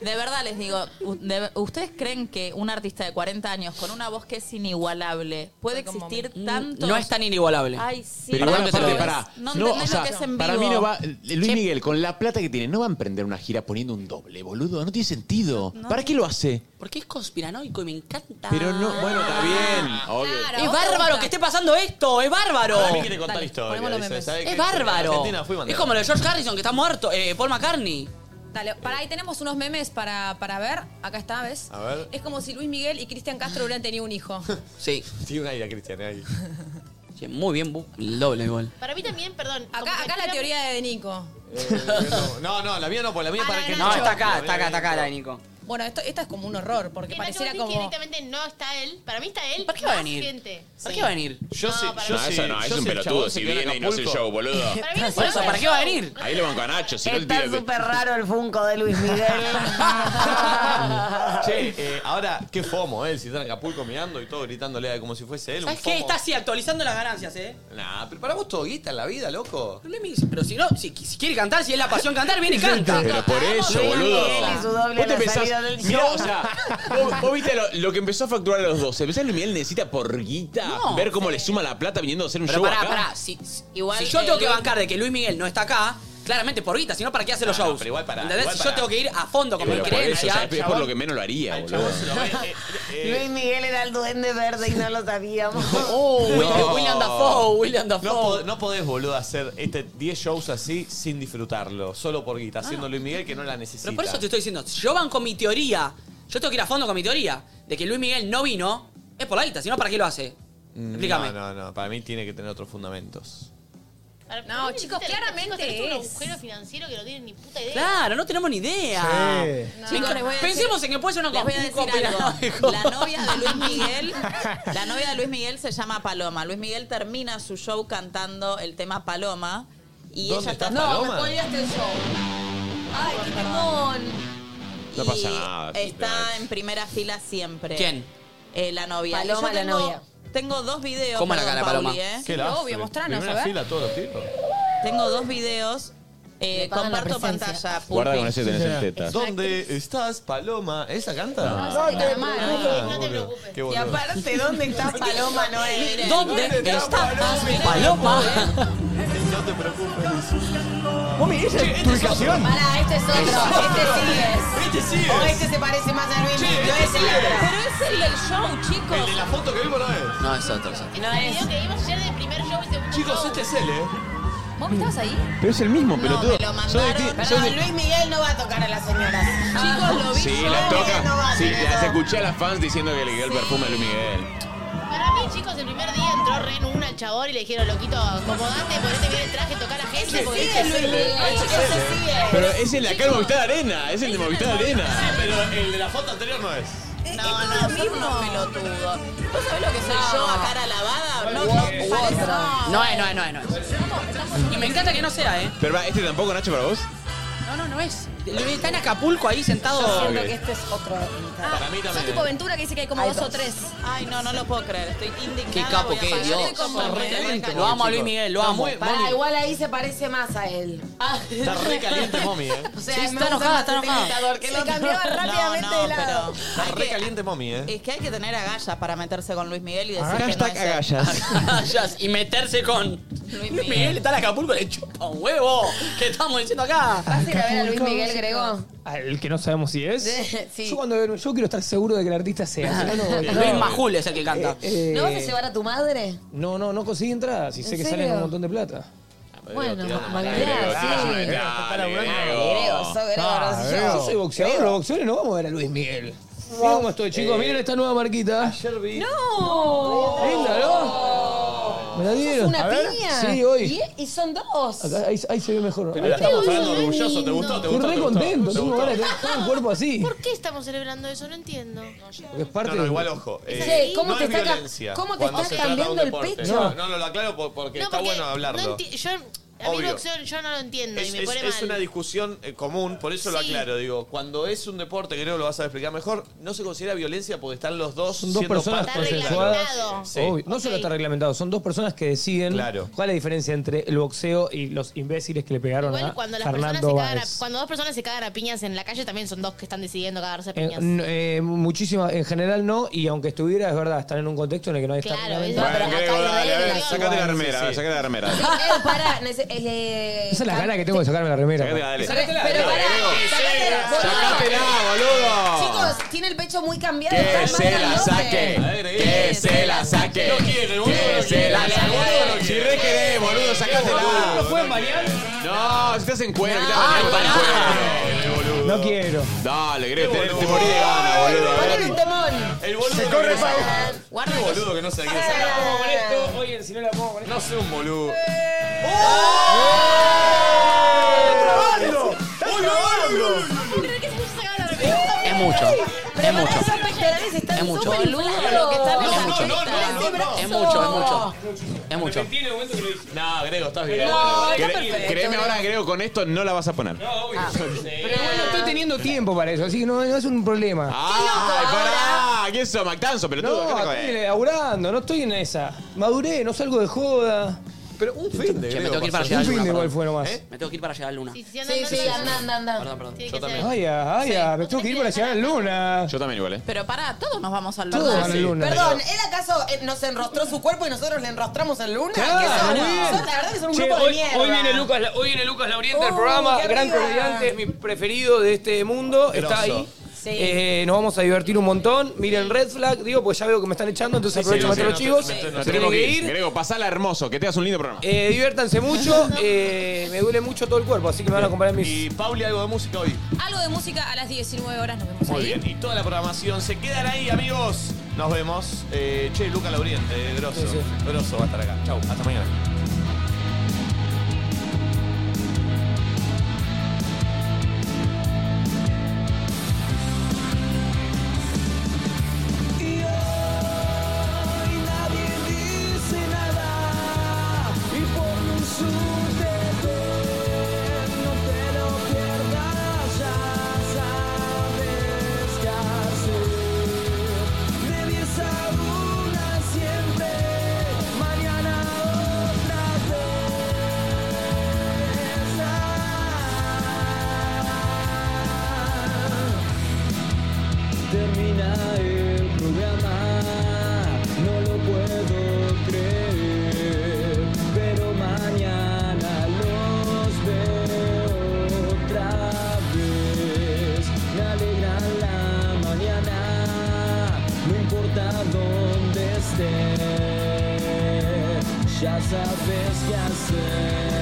de verdad les digo, u- de- ¿ustedes creen que un artista de 40 años con una voz que es inigualable puede existir tanto?
No es tan inigualable.
Ay, sí.
Pero
no,
igual
no,
aparte,
no,
pará.
No
No,
entendés
o sea,
lo que es en vivo.
para mí no va. eh, Luis Miguel, con la plata que tiene, no va a emprender una gira poniendo un doble, boludo. No tiene sentido. ¿Para qué lo hace?
Porque es conspiranoico y me encanta.
Pero no, bueno, está bien. Obvio.
es bárbaro que esté pasando esto, es bárbaro.
Para mí quiere contar historia. dice, ¿sabe qué?
Es bárbaro.
Argentina fui
Es
bandera.
como lo de George Harrison, que está muerto. Eh, Paul McCartney.
Dale, para ahí tenemos unos memes para, para ver. Acá está, ¿ves?
A ver.
Es como si Luis Miguel y Cristian Castro hubieran tenido un hijo.
Sí.
Tiene una ira, Cristian, eh, ahí.
Sí, muy bien, bu- el doble igual.
Para mí también, perdón.
Acá, acá la teoría de Nico.
No, no, la mía no, pues la mía para que
No, está acá, está acá, está acá la de Nico.
Bueno, esto, esta es como un horror, porque pareciera
Que
como.
directamente no está él. Para mí está él. ¿Para
qué va a venir? ¿Para qué va a venir?
Yo sí,
para
yo
No,
sí.
eso no, es
yo
un
sí, el
pelotudo.
chabón se
Si
quedó en
viene y no hace el
Acapulco.
show, boludo.
Para mí no se
Por eso,
puede
¿para qué
hacer
va a
show.
venir?
Ahí lo van con Nacho, si no el
Está
pibe-
súper raro el Funko de Luis Miguel.
Che, eh, ahora, qué fomo eh, él, si está en Acapulco mirando y todo gritándole a- como si fuese él. un
¿Sabes qué?
fomo.
Está así, actualizando las ganancias, ¿eh?
Nah, pero para vos todo guita en la vida, loco.
Pero Luis Miguel, Pero si no, si, si quiere cantar, si es la pasión cantar, viene y canta.
Pero por eso, boludo.
a la salida del
mirá,
show.
o sea, vos, vos viste lo, lo que empezó a facturar a los 12. ¿Pensás que Luis Miguel necesita por guita
No.
ver cómo le suma la plata viniendo a hacer un
Pero
show
pará,
acá?
pará. Si, si-
Igual
si yo
que
tengo que
Luis-
bancar de que Luis Miguel no está acá, claramente por guita, si no, ¿para qué hacer los
No, no,
shows?
pero igual pará,
¿Entendés?
igual
Si
pará.
yo tengo que ir a fondo con mi
Pero por eso, o
creencia.
sea, es por lo que menos lo haría, boludo.
Luis Miguel era el duende verde y no lo sabíamos.
Oh, No.
William
No, pod- no podés, boludo, hacer este 10 shows así sin disfrutarlo. Solo por guita, haciendo Luis Miguel que no la necesita.
Ah. Pero por eso te estoy diciendo, si yo banco mi teoría, yo tengo que ir a fondo con mi teoría de que Luis Miguel no vino, es por la guita, si no, ¿para qué lo hace?
Mm,
Explícame.
No, no, no. Para mí tiene que tener otros fundamentos.
Para-
No,
¿Vos
chicos,
necesitas-
claramente
chicos, tenés un
es.
agujero financiero que no tienen ni puta idea.
Claro, no tenemos ni idea.
No.
Chicos,
Chicos, les voy a
pensemos
decir-
en que puede ser una
les voy a
un
decir
conspiranoico.
algo. La novia de Luis Miguel, la novia de Luis Miguel se llama Paloma. Luis Miguel termina su show cantando el tema Paloma y
¿Dónde
ella
está
No,
Paloma?
me spoileaste el show. Ay, qué temón.
No pasa nada.
Está en primera fila siempre.
¿Quién?
Eh, la novia.
Paloma,
Y yo
la
tengo-
novia.
Tengo dos videos.
¿Cómo la
perdón,
cara, Paloma?
Pauli, eh.
¿Qué la hace? Primera fila todos los tipos.
Tengo dos videos. Eh,
Me pagan la
comparto
presencia.
pantalla.
Guarda con ese tenés
Sí.
en tetas.
¿Dónde estás, Paloma? ¿Esa canta?
No, esa es de Calamar.
Ah,
No te
boludo. Qué
Y
boludo.
aparte, ¿dónde está Paloma Noel?
¿Dónde está Paloma?
No te preocupes.
Mami, esa es tu ubicación.
este Pará, este es otro. Este sí
Este sí
es. O este se parece más a Luis
Che,
Miguel. No
este
es el
sí
otro.
Pero es el del show, chicos.
El de la foto que vimos no es.
No, es otro.
No
El
es.
video que vimos ayer del primer show y segundo
Chicos,
show.
este es él, ¿eh?
¿Vos estabas ahí?
Pero es el mismo,
No,
pelotudo.
me lo
Sos de
mandaron.
ti- sos de-
Perdón, Luis Miguel no va a tocar a las señoras.
Ah.
Chicos, lo vi
Sí, la
yo.
no va
toca.
a
Sí,
tener
las
eso.
escuché a las fans diciendo que le quedó el perfume a Luis Miguel.
Para mí, chicos, el primer día entró re en una al chabón y le dijeron, loquito, acomodate, ponete bien el traje, toca a la gente.
Ese
porque
sí
este
es Luis Miguel. Ese sí es.
Pero es el de acá el Movistar Arena. Es el de Movistar Arena.
Pero el de la foto anterior no es.
No, no, son unos pelotudos. ¿Vos sabés lo que soy yo a cara lavada? No, no, parece- no.
No es, no es, no es, no es. Y me encanta que no sea, ¿eh?
Pero va, este tampoco, Nacho, para vos.
No, no, no es. Luis Miguel Está en Acapulco ahí sentado. Ah.
Siento que este es otro.
Para mí también.
Sos
¿eh?
tipo Ventura que dice que hay como
Hay
dos o
dos.
tres.
Ay, no, no lo puedo creer. Estoy indignada.
Qué capo,
voy a
qué
pagar
Dios.
con mi
Excelente,
Lo amo a
chicos.
Luis Miguel, lo
Está
amo. Ah.
muy-
Pará,
Mami.
igual ahí se parece más a él.
Está re caliente, mommy, ¿eh?
O sea,
Sí,
me
está
gusta
enojada,
más
está
este
enojada.
imitador que el
Se
otro.
cambiaba
No, no, pero
Está
hay
re
que,
caliente, mommy, ¿eh?
es que hay que tener agallas para meterse con Luis Miguel y decir que no
Hashtag
es él.
agallas.
Agallas y meterse con Luis Miguel. está en Acapulco, le chupa un huevo. ¿Qué estamos diciendo acá?
¿Vas a ir a ver a Luis Miguel Grego?
Al que no sabemos si es.
Sí.
Yo, cuando, yo quiero estar seguro de que el artista sea. si no, no,
Luis
no.
Majul es el que canta.
Eh,
¿No vas a llevar a tu madre?
No, no, no conseguí entradas y sé
¿En
que salen
serio?
un montón de plata.
Bueno,
Grego,
Magdalena,
dale,
sí.
dale, Grego.
Grego, sos Grego,
Ah,
no sé
Grego.
yo.
yo soy boxeador, los boxeadores no vamos a ver a Luis Miguel. Miren cómo estoy,
Eh.
chicos, miren esta nueva marquita.
Ayer vi.
¡No!
Linda, ¿no? Me la dieron.
¿Una
A ver.
piña?
Sí, hoy.
Y, y son dos.
Acá, ahí, ahí se ve mejor.
Pero la
Estoy
estamos pagando orgulloso. ¿Te gustó? ¿Te gustó?
re
¿Te gustó?
contento,
¿Te
tengo
gustó?
ganas de tener todo el cuerpo así.
¿Por qué estamos celebrando eso? No entiendo.
Porque es parte
No, no,
de-
igual ojo. eh,
Che, ¿cómo
no
te
es
está ca-
violencia
cómo te
cuando
está
se trata de un
cambiando el
deporte.
pecho?
No, no, no, lo aclaro por- porque
No,
está
porque
bueno
no
hablarlo.
enti- yo A mí
Obvio.
boxeo yo no lo entiendo y
Es,
me
es-
pone
es
mal.
una discusión eh, común, por eso lo
Sí.
aclaro. Digo, cuando es un deporte, creo que lo vas a explicar mejor, no se considera violencia porque están los dos
Son dos
siendo
personas
parte de la-
consensuadas.
Sí.
Obvio, No solo está reglamentado, son dos personas que deciden cuál es la diferencia entre el boxeo y los imbéciles que le pegaron a
Igual cuando las
Fernando
personas se cagan a-
Báez.
cuando dos personas se cagan a piñas en la calle también son dos que están decidiendo cagarse a
En-
piñas.
n- eh, muchísimas, en general no, y aunque estuviera, es verdad, están en un contexto en el que no hay
Claro,
estar
es verdad. Bueno, Diego,
dale, a ver, sacate la remera, sacate la remera.
Eh, pará, nece- eh,
Esa es la gana que tengo de sacarme la remera.
Sacatela, dale.
Sacatela, Pero pará, sacatela, boludo.
Sacatela, boludo.
Chicos, tiene el pecho muy cambiado.
Que
está
se
mal
la
grandote.
saque. Que se la saque. No quiere, boludo. Que se la saque. Si re querés, boludo, sacátela. ¿No pueden bañar? No, si estás en cuero, que te boludo.
No quiero.
Dale, Grego, te, te morí de gana, boludo.
Ponle un temón.
El boludo
Se
que
corre
no
pa-
saca-
Guarda
Qué
los-
boludo que no se la quiere
Ah.
sacar.
Oye, si no la pongo
No sé un boludo. Eh. ¡Oh!
Es mucho. Es mucho.
Es
mucho.
Boludo, que está
Es mucho. Es mucho, es mucho.
Es mucho.
No, Grego, estás bien.
No,
Grego.
Cre- Créeme ahora, Grego, con esto no la vas a poner. Ah.
Pero bueno, estoy teniendo tiempo para eso, así que no, no es un problema.
¡Ay, pará! ¿Quién sos, Mactanzo,
No,
pelotudo? ¿Qué te
estoy
jodés?
laburando, no estoy en esa. Maduré, no salgo de joda. Pero un fin
Che, me tengo que ir para
Un
llegar al
fin
luna.
igual
perdón.
fue nomás.
¿Eh?
Me tengo que ir para llegar al luna.
Sí,
Sí, sí, anda, anda, anda.
Perdón, perdón.
Yo
Ay, ay, ay, me tengo que ir para llegar a la luna.
Yo también igual, eh.
Pero pará, Ah, todos nos vamos al
Todos
lugar.
van al lunar.
Perdón, ¿él acaso eh, nos enrostró su cuerpo y nosotros le enrostramos el luna?
Claro,
¿Qué son?
muy bien.
Son- la verdad que son un
Che,
grupo de
hoy,
mierda.
hoy viene Lucas, La- hoy viene Lucas Lauriente del
Uh,
programa,
qué
gran
arriba.
comediante, es mi preferido de este mundo, está
Grosso.
ahí.
Sí.
Eh, nos vamos a divertir un montón. Miren Red Flag, digo, pues ya veo que me están echando, entonces
Sí,
aprovecho
sí,
más
sí,
los
no te-
chivos.
no
Se
te-
tienen
Nos tenemos que ir.
ir.
Grego, pasala hermoso, que tengas un lindo programa.
Eh, diviértanse mucho, eh, me duele mucho todo el cuerpo, así que me van a acompañar mis.
Y Pauli, algo de música hoy.
Algo de música a las 19 horas nos vemos
Muy
ahí.
bien. Y toda la programación se quedan ahí, amigos. Nos vemos. Eh, che, Luca Lauriente, eh, grosso. Grosso va a estar acá. Chau, hasta mañana.
Y hoy nadie dice nada y por un sujeto no te lo pierdas, ya sabes qué hacer. De 10 a una siempre, mañana otra vez. Termina el programa, no lo puedo creer, pero mañana los veo otra vez. Me alegra la mañana, no importa dónde esté, ya sabes qué hacer.